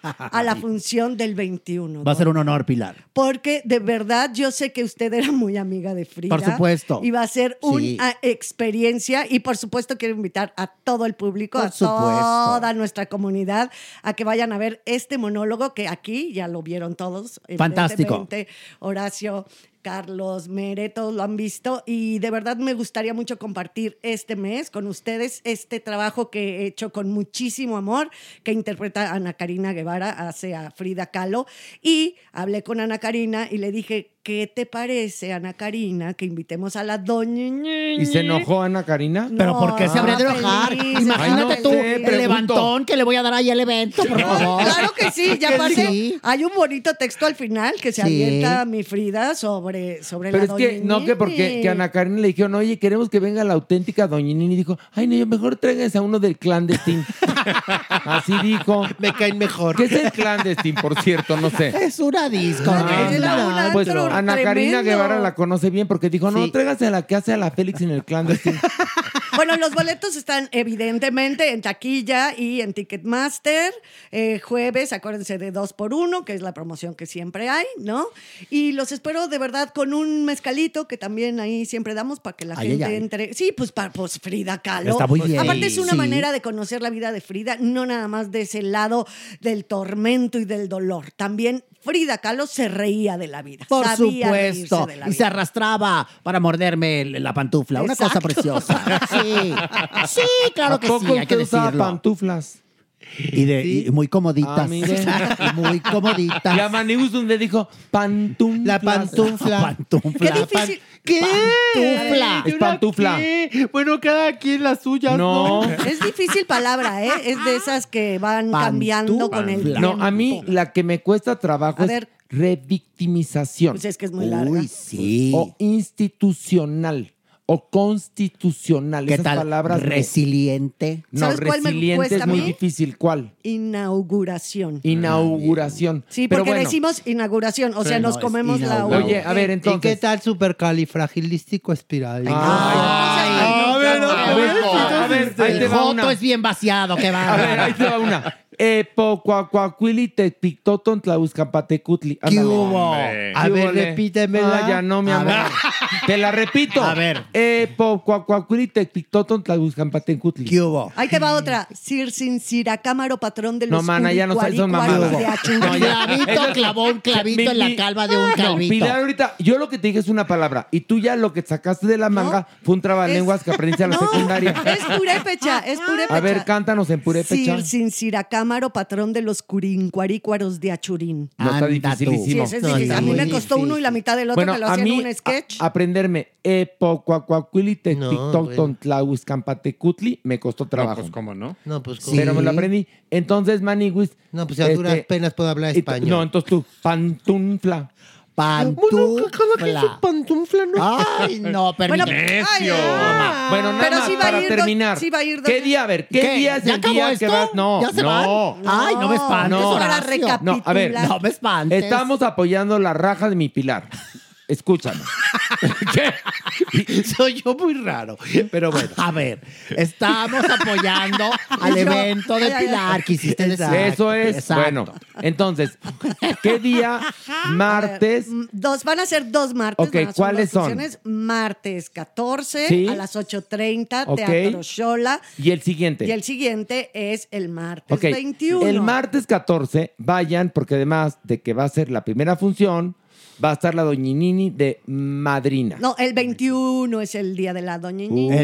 Speaker 4: a la función del 21.
Speaker 16: Va a ser
Speaker 4: ¿no?
Speaker 16: un honor, Pilar.
Speaker 4: Porque de verdad yo sé que usted era muy amiga de Frida.
Speaker 16: Por supuesto.
Speaker 4: Y va a ser
Speaker 16: Sí.
Speaker 4: una experiencia. Y por supuesto quiero invitar a todo el público,
Speaker 16: Por
Speaker 4: a
Speaker 16: supuesto.
Speaker 4: toda nuestra comunidad, a que vayan a ver este monólogo que aquí ya lo vieron todos.
Speaker 16: Fantástico.
Speaker 4: evidentemente. Horacio. Carlos, Mere, todos lo han visto y de verdad me gustaría mucho compartir este mes con ustedes este trabajo que he hecho con muchísimo amor, que interpreta Ana Karina Guevara, hace a Frida Kahlo y hablé con Ana Karina y le dije, ¿qué te parece Ana Karina que invitemos a la doña?
Speaker 3: ¿Y se enojó Ana Karina?
Speaker 4: Pero ¿por qué se habría de
Speaker 16: enojar?
Speaker 3: Imagínate
Speaker 16: tú, el levantón que le voy a dar ahí al evento, por
Speaker 4: [laughs]
Speaker 16: favor.
Speaker 4: Claro que sí, ya
Speaker 16: ¿Qué
Speaker 4: pasé.
Speaker 16: sí?
Speaker 4: Hay un bonito texto al final que se
Speaker 3: Sí.
Speaker 4: avienta mi Frida sobre, sobre
Speaker 3: Pero
Speaker 4: la
Speaker 3: es que,
Speaker 4: doña
Speaker 3: no, que porque
Speaker 4: Nini.
Speaker 3: que a Ana Karina le dijeron, oye, queremos que venga la auténtica Doña Nini. Dijo, ay, no, mejor tráiganse a uno del clandestino. Así dijo. Me caen mejor. ¿Qué es el clandestino, por cierto?
Speaker 14: [laughs]
Speaker 3: No sé.
Speaker 16: Es una disco.
Speaker 3: Ah,
Speaker 16: es una-
Speaker 3: pues
Speaker 16: tremendo.
Speaker 3: Ana Karina Guevara la conoce bien porque dijo, no, tráiganse a la que hace a la Félix en el clandestino.
Speaker 4: Bueno, los boletos están evidentemente en taquilla y en Ticketmaster. Eh, jueves, acuérdense de dos por uno, que es la promoción que siempre hay, ¿no? Y los espero de verdad con un mezcalito que también ahí siempre damos para que la
Speaker 16: Ay,
Speaker 4: gente
Speaker 16: ay, ay.
Speaker 4: entre. Sí, pues para pues, Frida Kahlo.
Speaker 16: Está muy bien.
Speaker 4: Aparte es una
Speaker 16: Sí.
Speaker 4: manera de conocer la vida de Frida, no nada más de ese lado del tormento y del dolor. También Frida Kahlo se reía de la vida.
Speaker 16: Por
Speaker 4: sabía reírse
Speaker 16: supuesto.
Speaker 4: de la
Speaker 16: Y se arrastraba para morderme el- la pantufla. Una cosa
Speaker 4: Exacto.
Speaker 16: preciosa. Sí. Sí,
Speaker 3: ¿A
Speaker 16: claro que
Speaker 3: poco
Speaker 16: sí, hay que
Speaker 3: usted usaba
Speaker 16: decirlo.
Speaker 3: pantuflas?
Speaker 16: Y, de, y muy comoditas.
Speaker 3: Ah,
Speaker 14: [laughs]
Speaker 3: mire.
Speaker 16: Y muy comoditas.
Speaker 3: Y a Manibus donde dijo, pantuflas. La
Speaker 16: pantufla.
Speaker 3: pantufla.
Speaker 16: difícil.
Speaker 6: ¿Qué?
Speaker 3: Pantufla. Es pantufla.
Speaker 6: ¿Qué? Bueno, cada quien las suyas.
Speaker 3: No.
Speaker 4: Es difícil palabra, ¿eh? Es de esas que van
Speaker 3: Pantufla.
Speaker 4: cambiando con el tiempo.
Speaker 3: No, a mí la que me cuesta trabajo
Speaker 4: A
Speaker 3: es
Speaker 4: ver.
Speaker 3: revictimización.
Speaker 4: Pues es que es muy larga. Uy,
Speaker 16: sí.
Speaker 3: O institucional. O constitucional.
Speaker 16: ¿Qué
Speaker 3: Esas
Speaker 16: tal?
Speaker 3: palabras. me-
Speaker 16: Resiliente.
Speaker 3: No,
Speaker 4: ¿Sabes cuál me
Speaker 3: resiliente
Speaker 4: cuesta
Speaker 3: es
Speaker 4: a
Speaker 3: muy
Speaker 4: mí?
Speaker 3: difícil. ¿Cuál?
Speaker 4: Inauguración.
Speaker 3: Inauguración.
Speaker 4: Sí,
Speaker 3: Pero
Speaker 4: porque
Speaker 3: bueno.
Speaker 4: decimos inauguración, o sea, nos comemos la U.
Speaker 3: Oye, a ver,
Speaker 14: ¿Y qué
Speaker 3: entonces.
Speaker 14: tal supercalifragilístico espiral?
Speaker 4: Ay,
Speaker 14: Ay,
Speaker 4: no,
Speaker 14: a ver,
Speaker 3: Bueno, a ver, entonces, ahí te
Speaker 14: el
Speaker 3: va
Speaker 14: joto
Speaker 3: una.
Speaker 14: es bien vaciado, qué va.
Speaker 3: A ver, ahí te va una. Epocuacuacuili te pictoton tlauscapatecutli. Ándale.
Speaker 14: hubo?
Speaker 3: Hombre.
Speaker 14: A
Speaker 3: ¿Qué
Speaker 14: ver,
Speaker 3: hubole?
Speaker 14: repítemela.
Speaker 3: Ah, ya no, mi
Speaker 14: A
Speaker 3: amor.
Speaker 14: ver.
Speaker 3: Te la repito. A ver. Epocuacuacuili te pictoton tlauscapatecutli. ¿Qué
Speaker 11: hubo?
Speaker 4: Ahí te va otra. Sir Sin Sira, cámaro patrón de los
Speaker 3: No, mana, ya no sal- son
Speaker 4: culicuaris
Speaker 3: mamadas.
Speaker 14: [laughs]
Speaker 4: de Achú.
Speaker 3: No, ya.
Speaker 14: Clavito, clavó un clavito en la calva de un
Speaker 3: No,
Speaker 14: calvito.
Speaker 3: Pilar, ahorita, yo lo que te dije es una palabra y tú ya lo que sacaste de la manga fue un trabalenguas que aprendiste a
Speaker 4: [laughs]
Speaker 3: la secundaria.
Speaker 4: Es purépecha, es purépecha.
Speaker 3: A ver, cántanos en purépecha.
Speaker 4: Sir Sin Sira, cámaro patrón de los curincuarícuaros de Achurín.
Speaker 3: No, está
Speaker 4: Sí,
Speaker 3: dificilísimo.
Speaker 4: ese es difícil. A mí me costó uno y la mitad del otro
Speaker 3: Bueno,
Speaker 4: que lo
Speaker 3: a
Speaker 4: hacía
Speaker 3: mí,
Speaker 4: en un sketch.
Speaker 3: a- aprenderme eh, epocuacuacuilite
Speaker 14: bueno.
Speaker 3: tictocton tlahuizcampatecutli me costó trabajo. pues cómo no.
Speaker 14: No, pues ¿cómo?
Speaker 3: Pero me lo aprendí. Entonces, Maniguis.
Speaker 14: No, pues, a duras
Speaker 3: penas
Speaker 14: puedo hablar español.
Speaker 3: No, entonces tú, pantunfla.
Speaker 14: Pantufla.
Speaker 4: Pantufla
Speaker 14: Ay, no,
Speaker 3: Bueno,
Speaker 14: permíteme.
Speaker 3: Necio. Bueno, nada
Speaker 14: Pero
Speaker 3: más
Speaker 14: sí va a
Speaker 3: para
Speaker 14: ir, don-
Speaker 3: terminar.
Speaker 14: sí va a ir, don-
Speaker 3: ¿Qué día? A ver, ¿qué,
Speaker 14: ¿Qué?
Speaker 3: día es
Speaker 14: ¿Ya
Speaker 3: el
Speaker 14: acabó
Speaker 3: día que
Speaker 14: esto?
Speaker 3: vas? No,
Speaker 14: ¿Ya se
Speaker 3: no.
Speaker 14: van? Ay, no me espantes,
Speaker 3: No,
Speaker 14: Horacio.
Speaker 3: no a ver.
Speaker 14: No me espantes.
Speaker 3: Estamos apoyando la raja de mi pilar.
Speaker 14: [laughs]
Speaker 3: Escúchame.
Speaker 14: Soy yo muy raro. Pero bueno. A ver, estamos apoyando al
Speaker 3: Yo-
Speaker 14: evento de
Speaker 3: Ay, ay, ay.
Speaker 14: Pilar que hiciste de
Speaker 3: Eso es.
Speaker 14: Exacto.
Speaker 3: Bueno, entonces,
Speaker 14: [laughs]
Speaker 3: ¿qué día? Martes.
Speaker 4: Mm, Dos, van a ser dos martes.
Speaker 3: Ok,
Speaker 4: van a ser
Speaker 3: ¿cuáles
Speaker 4: dos
Speaker 3: son?
Speaker 4: funciones. Martes 14
Speaker 3: Sí.
Speaker 4: a las 8.30,
Speaker 3: Ok.
Speaker 4: Teatro Shola.
Speaker 3: Y el siguiente.
Speaker 4: Y el siguiente es el martes
Speaker 3: Ok,
Speaker 4: 21.
Speaker 3: El martes 14, vayan, porque además de que va a ser la primera función, va a estar la doñinini de madrina.
Speaker 4: No, el 21 es el día de la doña
Speaker 3: Uh,
Speaker 4: Ñiñi.
Speaker 3: ya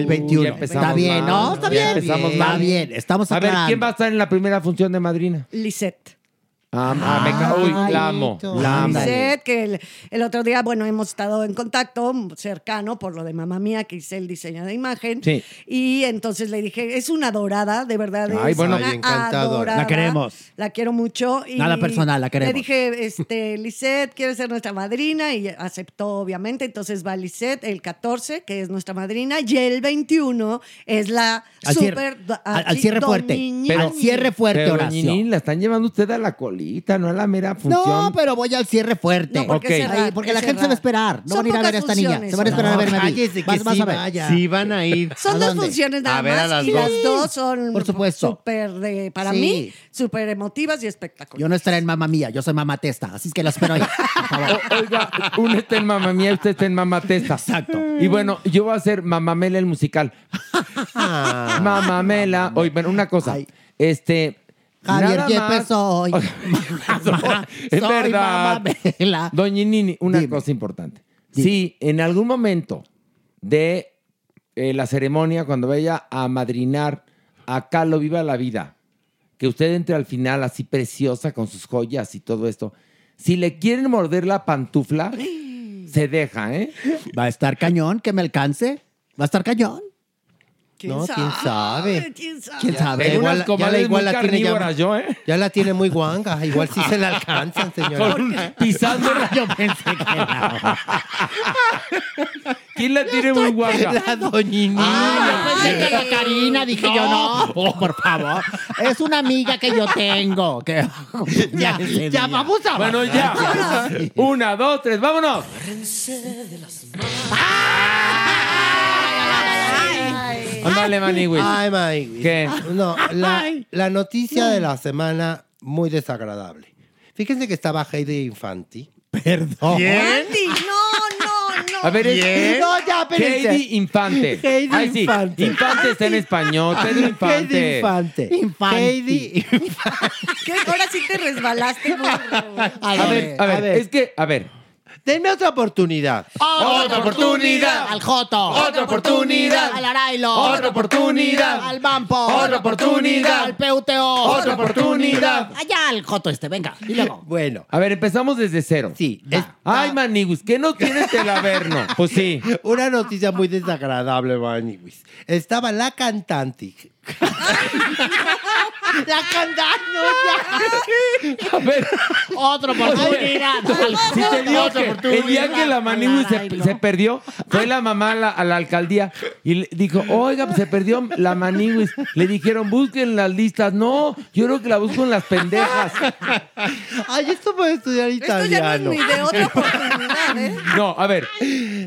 Speaker 3: empezamos
Speaker 14: Está bien,
Speaker 3: mal.
Speaker 14: ¿no? Está
Speaker 3: Ya
Speaker 14: bien.
Speaker 3: Empezamos
Speaker 14: Bien.
Speaker 3: mal.
Speaker 14: Está bien, estamos
Speaker 3: A ver,
Speaker 14: aclarando.
Speaker 3: ¿quién va a estar en la primera función de madrina?
Speaker 4: Lisette.
Speaker 3: Ah, ah, me ca- Uy, la amo. La amo.
Speaker 4: Lisette, que el, el otro día, bueno, hemos estado en contacto cercano por lo de mamá mía, que hice el diseño de imagen.
Speaker 3: Sí.
Speaker 4: Y entonces le dije, es una dorada, de verdad.
Speaker 14: Ay,
Speaker 4: es
Speaker 14: bueno.
Speaker 4: una
Speaker 14: Ay, encantadora.
Speaker 4: adorada.
Speaker 14: La queremos.
Speaker 4: La quiero mucho. Y
Speaker 14: Nada personal, la queremos.
Speaker 4: Le dije, este, Lisette, ¿quieres ser nuestra madrina? Y aceptó, obviamente. Entonces va Lisette el 14, que es nuestra madrina, y el 21 es la
Speaker 3: Al cierre-
Speaker 4: super. do-
Speaker 14: al- al cierre fuerte.
Speaker 4: doñiña.
Speaker 3: Pero- pero
Speaker 14: Horacio.
Speaker 3: doñinini la están llevando usted a la colita, no a la mera función.
Speaker 14: No, pero voy al cierre fuerte.
Speaker 3: No, porque es cerrar,
Speaker 14: Ay, porque
Speaker 3: es
Speaker 14: la gente se va a esperar. No
Speaker 4: Son
Speaker 14: van a ir a ver a
Speaker 4: pocas
Speaker 14: esta niña.
Speaker 4: funciones,
Speaker 14: Se van a esperar a
Speaker 5: [laughs]
Speaker 4: ¿no?
Speaker 14: verme a mí.
Speaker 4: Cállese, que
Speaker 14: Vas,
Speaker 4: sí
Speaker 14: vas a
Speaker 4: vaya.
Speaker 14: ver.
Speaker 4: Sí
Speaker 5: van a ir.
Speaker 4: Son dos funciones nada más y las dos son
Speaker 14: Por supuesto.
Speaker 4: súper de- para
Speaker 14: Sí.
Speaker 4: mí súper emotivas y espectaculares.
Speaker 14: Yo no estaré en mamá mía, yo soy mamá testa, así es que la espero ahí.
Speaker 3: Oiga, uno está en Mamá Mía, usted está en Mamá Testa. Exacto. Y bueno, yo voy a hacer Mamamela el musical.
Speaker 14: Ah.
Speaker 3: Mamamela. Oye, bueno, una cosa. Este.
Speaker 14: Javier
Speaker 3: nada más-
Speaker 14: Yepes
Speaker 3: [laughs]
Speaker 14: soy.
Speaker 3: Es
Speaker 14: Soy
Speaker 3: verdad. Doña Nini, una cosa importante. Si en algún momento de eh, la ceremonia, cuando vaya a madrinar a Calo Viva la Vida, que usted entre al final así preciosa con sus joyas y todo esto, si le quieren morder la
Speaker 14: [gasps]
Speaker 3: pantufla, se deja, ¿eh?
Speaker 14: Va a estar cañón, que me alcance. Va a estar cañón.
Speaker 4: ¿Quién
Speaker 14: no,
Speaker 4: sabe?
Speaker 14: quién sabe.
Speaker 4: ¿Quién sabe?
Speaker 14: ¿Quién sabe?
Speaker 3: Tengo
Speaker 14: Igual-
Speaker 3: unas comadres
Speaker 14: igual
Speaker 3: muy
Speaker 14: la tiene ya- [laughs]
Speaker 3: carnívoras yo, ¿eh?
Speaker 16: Ya la tiene muy guanga, igual sí
Speaker 3: [laughs]
Speaker 16: se la alcanzan, señora.
Speaker 3: Con un- pisando
Speaker 14: [laughs] Yo pensé que no.
Speaker 3: ¿Quién
Speaker 14: [laughs]
Speaker 3: la tiene muy guanga?
Speaker 16: La doñinini.
Speaker 14: Ah, yo pensé que era Karina, dije yo no. Oh, por favor. Es una amiga que yo tengo.
Speaker 3: [laughs]
Speaker 14: Que... ya, ya vamos a
Speaker 3: Bueno, ya. Una, dos, tres, vámonos. Ándale, Maniwis.
Speaker 16: Ay, Maniwis.
Speaker 3: ¿Qué?
Speaker 16: No, la, la noticia de la semana muy desagradable. Fíjense que estaba Heidi Infanti. Perdón.
Speaker 4: Andy, no, no, no.
Speaker 3: A ver, es
Speaker 16: No, ya, espérense.
Speaker 3: Heidi Infante.
Speaker 16: [laughs] Heidi
Speaker 3: Ay, sí.
Speaker 16: Infante.
Speaker 3: Infante está en español. Pedro Infante.
Speaker 16: Heidi
Speaker 14: [laughs]
Speaker 16: Infante. Heidi
Speaker 4: ¿Qué? Ahora sí te resbalaste. burro.
Speaker 3: A ver, a ver, es que, a ver. Ah,
Speaker 16: Denme otra oportunidad.
Speaker 14: Otra oportunidad. Al Joto.
Speaker 16: Otra oportunidad.
Speaker 14: Al Arailo.
Speaker 16: Otra oportunidad.
Speaker 14: Al Bampo.
Speaker 16: Otra oportunidad.
Speaker 14: Al PUTO.
Speaker 16: Otra oportunidad.
Speaker 14: Allá al Joto este, venga. Y
Speaker 3: [laughs]
Speaker 14: luego.
Speaker 16: Bueno.
Speaker 3: A ver, empezamos desde cero. Sí. Ay, Maniguis, ¿qué no tienes del averno? Pues sí.
Speaker 16: Una noticia muy desagradable, Maniwis. Estaba la cantante.
Speaker 14: La cantando.
Speaker 3: A ver.
Speaker 14: Otra oportunidad. Al
Speaker 3: Si te
Speaker 14: Joto.
Speaker 3: digo
Speaker 14: Otra
Speaker 3: que el día que la Maniwis se, se perdió, fue la mamá a la, a la alcaldía y le dijo, oiga, pues se perdió la Maniwis. Le dijeron, busquen las listas. No, yo creo que la busco en las pendejas.
Speaker 16: Ay, esto puede estudiar
Speaker 4: Esto ya no es
Speaker 16: italiano.
Speaker 3: [laughs]
Speaker 4: ni de otra oportunidad, ¿eh?
Speaker 3: No, a ver.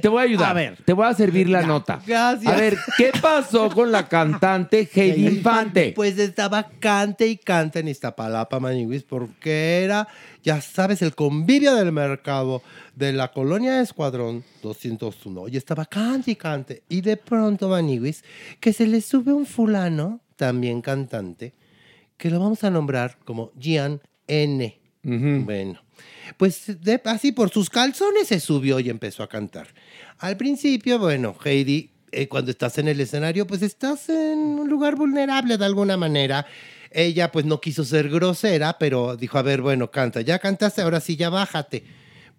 Speaker 3: te voy a ayudar.
Speaker 14: A ver.
Speaker 3: Te voy a servir la nota.
Speaker 16: Gracias.
Speaker 3: A ver, ¿qué
Speaker 16: [laughs]
Speaker 3: pasó con la cantante Heidi Infante?
Speaker 16: Pues estaba cante y cante en Iztapalapa, Maniwis, porque era, ya sabes, el convivio del mercado de la colonia Escuadrón 201. Y estaba cante y cante. Y de pronto, Maniwis, que se le sube un fulano, también cantante, que lo vamos a nombrar como Gian N. Bueno, pues de- así por sus calzones se subió y empezó a cantar. Al principio, bueno, Heidi, eh, cuando estás en el escenario, pues estás en un lugar vulnerable de alguna manera. Ella pues no quiso ser grosera, pero dijo, a ver, bueno, canta, ya cantaste, ahora sí, ya bájate.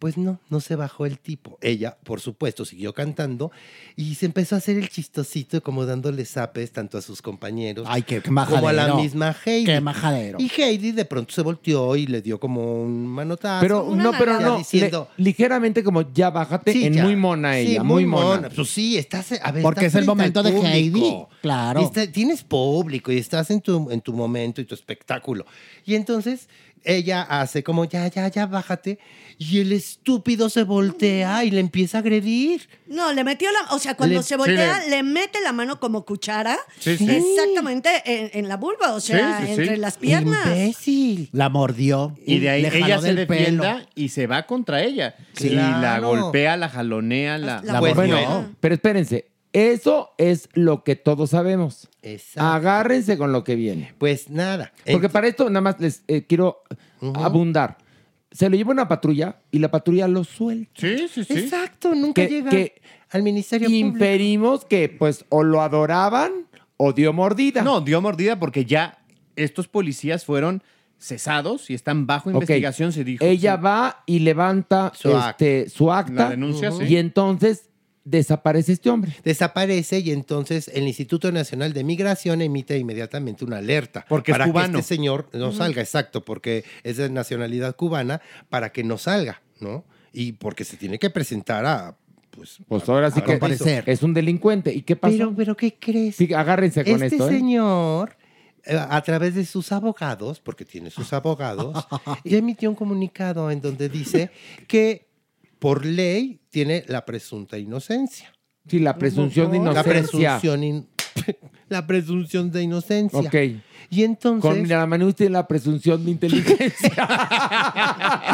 Speaker 16: Pues no, no se bajó el tipo. Ella, por supuesto, siguió cantando y se empezó a hacer el chistosito como dándole zapes tanto a sus compañeros
Speaker 11: Ay, qué- qué
Speaker 16: como a la
Speaker 11: majadero.
Speaker 16: misma Heidi.
Speaker 11: Qué majadero.
Speaker 16: Y Heidi de pronto se volteó y le dio como un manotazo.
Speaker 3: Pero no, pero
Speaker 16: Ya
Speaker 3: no.
Speaker 16: Diciendo,
Speaker 3: le- ligeramente como ya bájate
Speaker 16: Sí,
Speaker 3: en
Speaker 16: ya.
Speaker 3: muy mona
Speaker 16: Sí,
Speaker 3: ella. muy, mona.
Speaker 16: Pues sí, estás. A ver,
Speaker 3: Porque
Speaker 16: estás
Speaker 3: es el
Speaker 16: frente al
Speaker 3: momento de
Speaker 16: público.
Speaker 3: Heidi, claro.
Speaker 16: Y está- tienes público y estás en tu, en tu momento y tu espectáculo. Y entonces ella hace como ya, ya, ya, bájate. Y el estúpido se voltea y le empieza a agredir.
Speaker 4: No, le metió la. O sea, cuando
Speaker 16: Le-
Speaker 4: se voltea,
Speaker 16: sí,
Speaker 4: le mete la mano como cuchara.
Speaker 16: Sí, sí.
Speaker 4: Exactamente en, en la vulva, o sea,
Speaker 5: Sí, sí, sí.
Speaker 4: entre las piernas.
Speaker 11: La mordió.
Speaker 5: Y de ahí
Speaker 11: le jaló
Speaker 5: ella se
Speaker 11: del
Speaker 5: defienda
Speaker 11: pelo.
Speaker 5: y se va contra ella.
Speaker 11: Sí.
Speaker 5: Y la
Speaker 11: Claro.
Speaker 5: golpea, la jalonea, la...
Speaker 3: La bueno, pero espérense. Eso es lo que todos sabemos. Agárrense con lo que viene.
Speaker 16: Pues nada.
Speaker 3: Porque para esto nada más les eh, quiero abundar. Se lo lleva una patrulla y la patrulla lo suelta.
Speaker 5: Sí, sí,
Speaker 16: sí. Exacto, nunca llega al Ministerio
Speaker 3: Público. Inferimos que pues o lo adoraban o dio mordida.
Speaker 5: No, dio mordida porque ya estos policías fueron cesados y están bajo investigación, se dijo.
Speaker 3: Ella va y levanta
Speaker 5: Su
Speaker 3: su,
Speaker 5: acta.
Speaker 3: este, su acta.
Speaker 5: La denuncia, sí.
Speaker 3: Y entonces desaparece este hombre.
Speaker 16: Desaparece y entonces el Instituto Nacional de Migración emite inmediatamente una alerta.
Speaker 5: Porque es
Speaker 16: para
Speaker 5: cubano.
Speaker 16: que este señor no
Speaker 5: Ujú.
Speaker 16: salga, exacto, porque es de nacionalidad cubana, para que no salga, ¿no? Y porque se tiene que presentar a. Pues,
Speaker 3: Pues ahora sí
Speaker 16: a
Speaker 3: que
Speaker 16: comparecer.
Speaker 3: es un delincuente. ¿Y qué pasó?
Speaker 16: Pero, pero ¿qué crees?
Speaker 3: Sí, agárrense con
Speaker 16: este
Speaker 3: esto. ¿eh?
Speaker 16: señor, eh, a través de sus abogados, porque tiene
Speaker 3: [laughs]
Speaker 16: sus abogados, ya emitió un comunicado en donde dice que por ley tiene la presunta inocencia.
Speaker 3: Sí, la presunción de
Speaker 16: La
Speaker 3: inocencia.
Speaker 16: presunción, in- la presunción de inocencia.
Speaker 3: Ok.
Speaker 16: Y entonces.
Speaker 3: Con la mano usted la presunción de inteligencia.
Speaker 16: [laughs]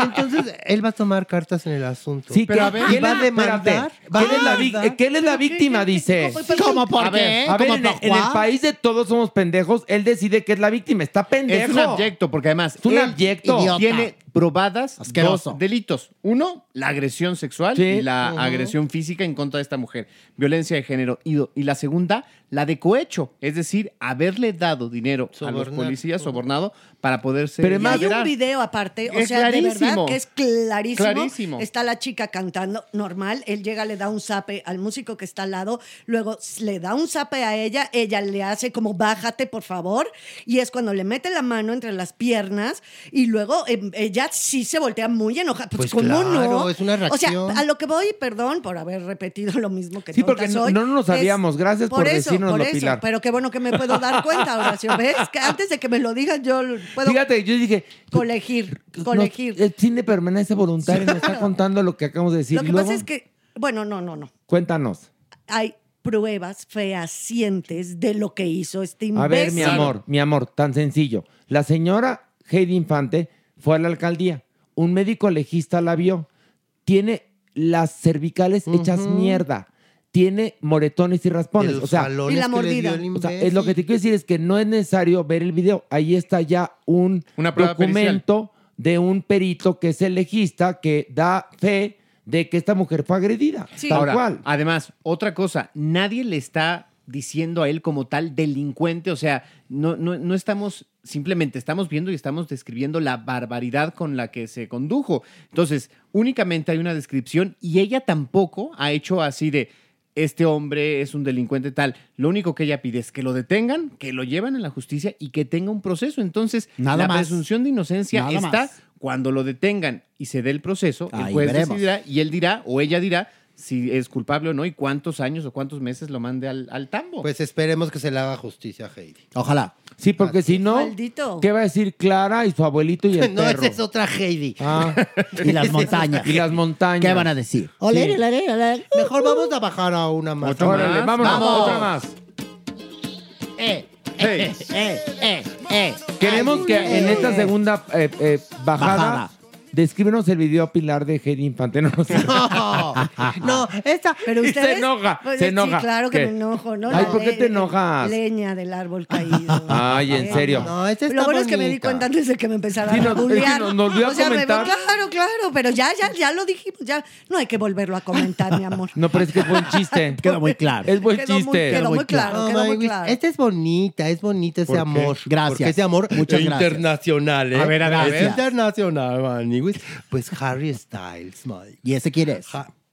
Speaker 16: Entonces él va a tomar cartas en el asunto.
Speaker 3: Sí, que-
Speaker 16: y
Speaker 3: ¿quién
Speaker 16: va a Ah,
Speaker 3: es-
Speaker 16: demandar.
Speaker 3: espérate,
Speaker 16: va a
Speaker 3: ¿quién es la
Speaker 16: demandar.
Speaker 3: vic- ¿Quién es la víctima, dices?
Speaker 4: pues,
Speaker 16: ¿Cómo por
Speaker 3: A
Speaker 16: qué?
Speaker 3: ver, a ver,
Speaker 16: ¿Cómo
Speaker 3: en,
Speaker 16: por
Speaker 3: en el
Speaker 16: cuál?
Speaker 3: país de todos somos pendejos, él decide que es la víctima. Está pendejo.
Speaker 5: Es un abyecto, porque además
Speaker 3: Es un
Speaker 5: él
Speaker 3: abyecto.
Speaker 5: tiene probadas
Speaker 3: Asqueroso.
Speaker 5: dos delitos. Uno, la agresión sexual
Speaker 3: Sí.
Speaker 5: y la
Speaker 3: Ujú.
Speaker 5: agresión física en contra de esta mujer, violencia de género. Y, do- y la segunda, la de cohecho, es decir, haberle dado dinero a los
Speaker 4: Sobornar.
Speaker 5: policías, sobornado, para poderse
Speaker 4: Y
Speaker 5: liberar.
Speaker 4: hay un video aparte, o
Speaker 5: Es
Speaker 4: sea, de verdad
Speaker 5: clarísimo.
Speaker 4: que es clarísimo.
Speaker 5: Clarísimo.
Speaker 4: Está la chica cantando normal, él llega, le da un zape al músico que está al lado, luego s- le da un zape a ella, ella le hace como bájate por favor, y es cuando le mete la mano entre las piernas y luego em, ella sí se voltea muy enojada. Pues,
Speaker 16: Pues
Speaker 4: ¿cómo no?
Speaker 16: claro, es una
Speaker 4: O
Speaker 16: reacción.
Speaker 4: sea, a lo que voy, perdón por haber repetido lo mismo que
Speaker 3: Sí, porque
Speaker 4: tonta
Speaker 3: no-
Speaker 4: soy,
Speaker 3: no nos sabíamos. Gracias por
Speaker 4: eso,
Speaker 3: decírnoslo,
Speaker 4: por eso,
Speaker 3: Pilar.
Speaker 4: Pero qué bueno que me puedo dar cuenta, Horacio. ¿Ves? Que antes de que me lo digas, yo lo puedo
Speaker 3: Fíjate, yo dije.
Speaker 4: colegir, colegir.
Speaker 3: no, el cine permanece voluntario. Nos está contando lo que acabamos de decir.
Speaker 4: Lo que
Speaker 3: Luego,
Speaker 4: pasa es que, bueno, no, no, no.
Speaker 3: Cuéntanos.
Speaker 4: Hay pruebas fehacientes de lo que hizo este imbécil.
Speaker 3: A ver, mi amor, mi amor, tan sencillo. La señora Heidi Infante fue a la alcaldía. Un médico legista la vio. Tiene las cervicales hechas mierda. Tiene moretones y raspones.
Speaker 16: Y los
Speaker 3: o sea,
Speaker 16: jalones Y la que le mordida. dio el
Speaker 3: O sea, es lo que te quiero decir es que no es necesario ver el video. Ahí está ya un
Speaker 5: Una prueba
Speaker 3: documento de un perito que es el legista que da fe de que esta mujer fue agredida. Tal
Speaker 5: Ahora,
Speaker 3: cual.
Speaker 5: Además, otra cosa, nadie le está diciendo a él como tal delincuente, o sea, no, no, no estamos, simplemente estamos viendo y estamos describiendo la barbaridad con la que se condujo. Entonces, únicamente hay una descripción y ella tampoco ha hecho así de, este hombre es un delincuente tal. Lo único que ella pide es que lo detengan, que lo lleven a la justicia y que tenga un proceso. Entonces,
Speaker 11: Nada
Speaker 5: la
Speaker 11: más.
Speaker 5: presunción de inocencia
Speaker 11: Nada
Speaker 5: está
Speaker 11: más.
Speaker 5: cuando lo detengan y se dé el proceso, el
Speaker 11: Ahí
Speaker 5: juez
Speaker 11: veremos.
Speaker 5: decidirá y él dirá o ella dirá si es culpable o no y cuántos años o cuántos meses lo mande al, al tambo.
Speaker 16: Pues esperemos que se le haga justicia a Heidi.
Speaker 11: Ojalá.
Speaker 3: Sí, porque si no,
Speaker 4: Maldito.
Speaker 3: ¿qué va a decir Clara y su abuelito
Speaker 16: [laughs]
Speaker 3: y el
Speaker 4: [laughs] No,
Speaker 3: perro?
Speaker 4: esa es
Speaker 16: otra Heidi.
Speaker 4: [laughs]
Speaker 3: Ah.
Speaker 14: Y las montañas.
Speaker 3: y las montañas.
Speaker 14: ¿Qué van a decir?
Speaker 3: Sí.
Speaker 16: Mejor vamos a bajar a una más.
Speaker 3: Otra Órale, más. vámonos,
Speaker 16: Vamos.
Speaker 3: otra más.
Speaker 14: Eh,
Speaker 3: Hey.
Speaker 14: eh, eh, eh.
Speaker 3: Queremos que en esta segunda eh, eh, bajada,
Speaker 14: Bajada.
Speaker 3: descríbenos el video Pilar de Heidi Infante. [laughs] No,
Speaker 16: no, esta.
Speaker 4: Pero
Speaker 3: Y
Speaker 4: ustedes,
Speaker 3: se Ah. enoja,
Speaker 4: Pues,
Speaker 3: se
Speaker 4: sí,
Speaker 3: enoja.
Speaker 4: claro que
Speaker 3: ¿Qué?
Speaker 4: me enojo, ¿no?
Speaker 3: Ay,
Speaker 4: La
Speaker 3: ¿por qué
Speaker 4: le-
Speaker 3: te enojas? Ah,
Speaker 4: Leña del árbol caído.
Speaker 3: Ay, en
Speaker 4: Eh,
Speaker 3: serio.
Speaker 16: No, esta
Speaker 4: Lo
Speaker 16: está
Speaker 4: bueno es que me di
Speaker 16: bonita.
Speaker 4: cuenta antes de que me empezara
Speaker 3: Sí,
Speaker 4: a
Speaker 3: no, es que
Speaker 4: bullear.
Speaker 3: nos- nos dio a
Speaker 4: o sea, me-
Speaker 3: comentar.
Speaker 4: claro, claro, pero ya, ya, ya lo dijimos, ya no hay que volverlo a comentar,
Speaker 3: [laughs]
Speaker 4: mi amor.
Speaker 3: no, pero es que es buen
Speaker 14: [laughs]
Speaker 3: chiste. Queda muy
Speaker 14: claro.
Speaker 3: Es buen
Speaker 4: Quedó muy-
Speaker 3: chiste.
Speaker 4: quedó muy claro,
Speaker 16: No,
Speaker 4: quedó muy
Speaker 16: Maywis,
Speaker 4: claro.
Speaker 16: Esta es bonita, es bonita ese
Speaker 3: ¿Por qué?
Speaker 16: amor. E
Speaker 3: Gracias.
Speaker 16: Porque ese amor
Speaker 3: Muchas gracias.
Speaker 16: internacional, ¿eh?
Speaker 3: A ver, a ver, a
Speaker 16: Es
Speaker 3: ver.
Speaker 16: internacional, Maywis. Pues Harry Styles, Maywis.
Speaker 14: ¿Y ese quién es?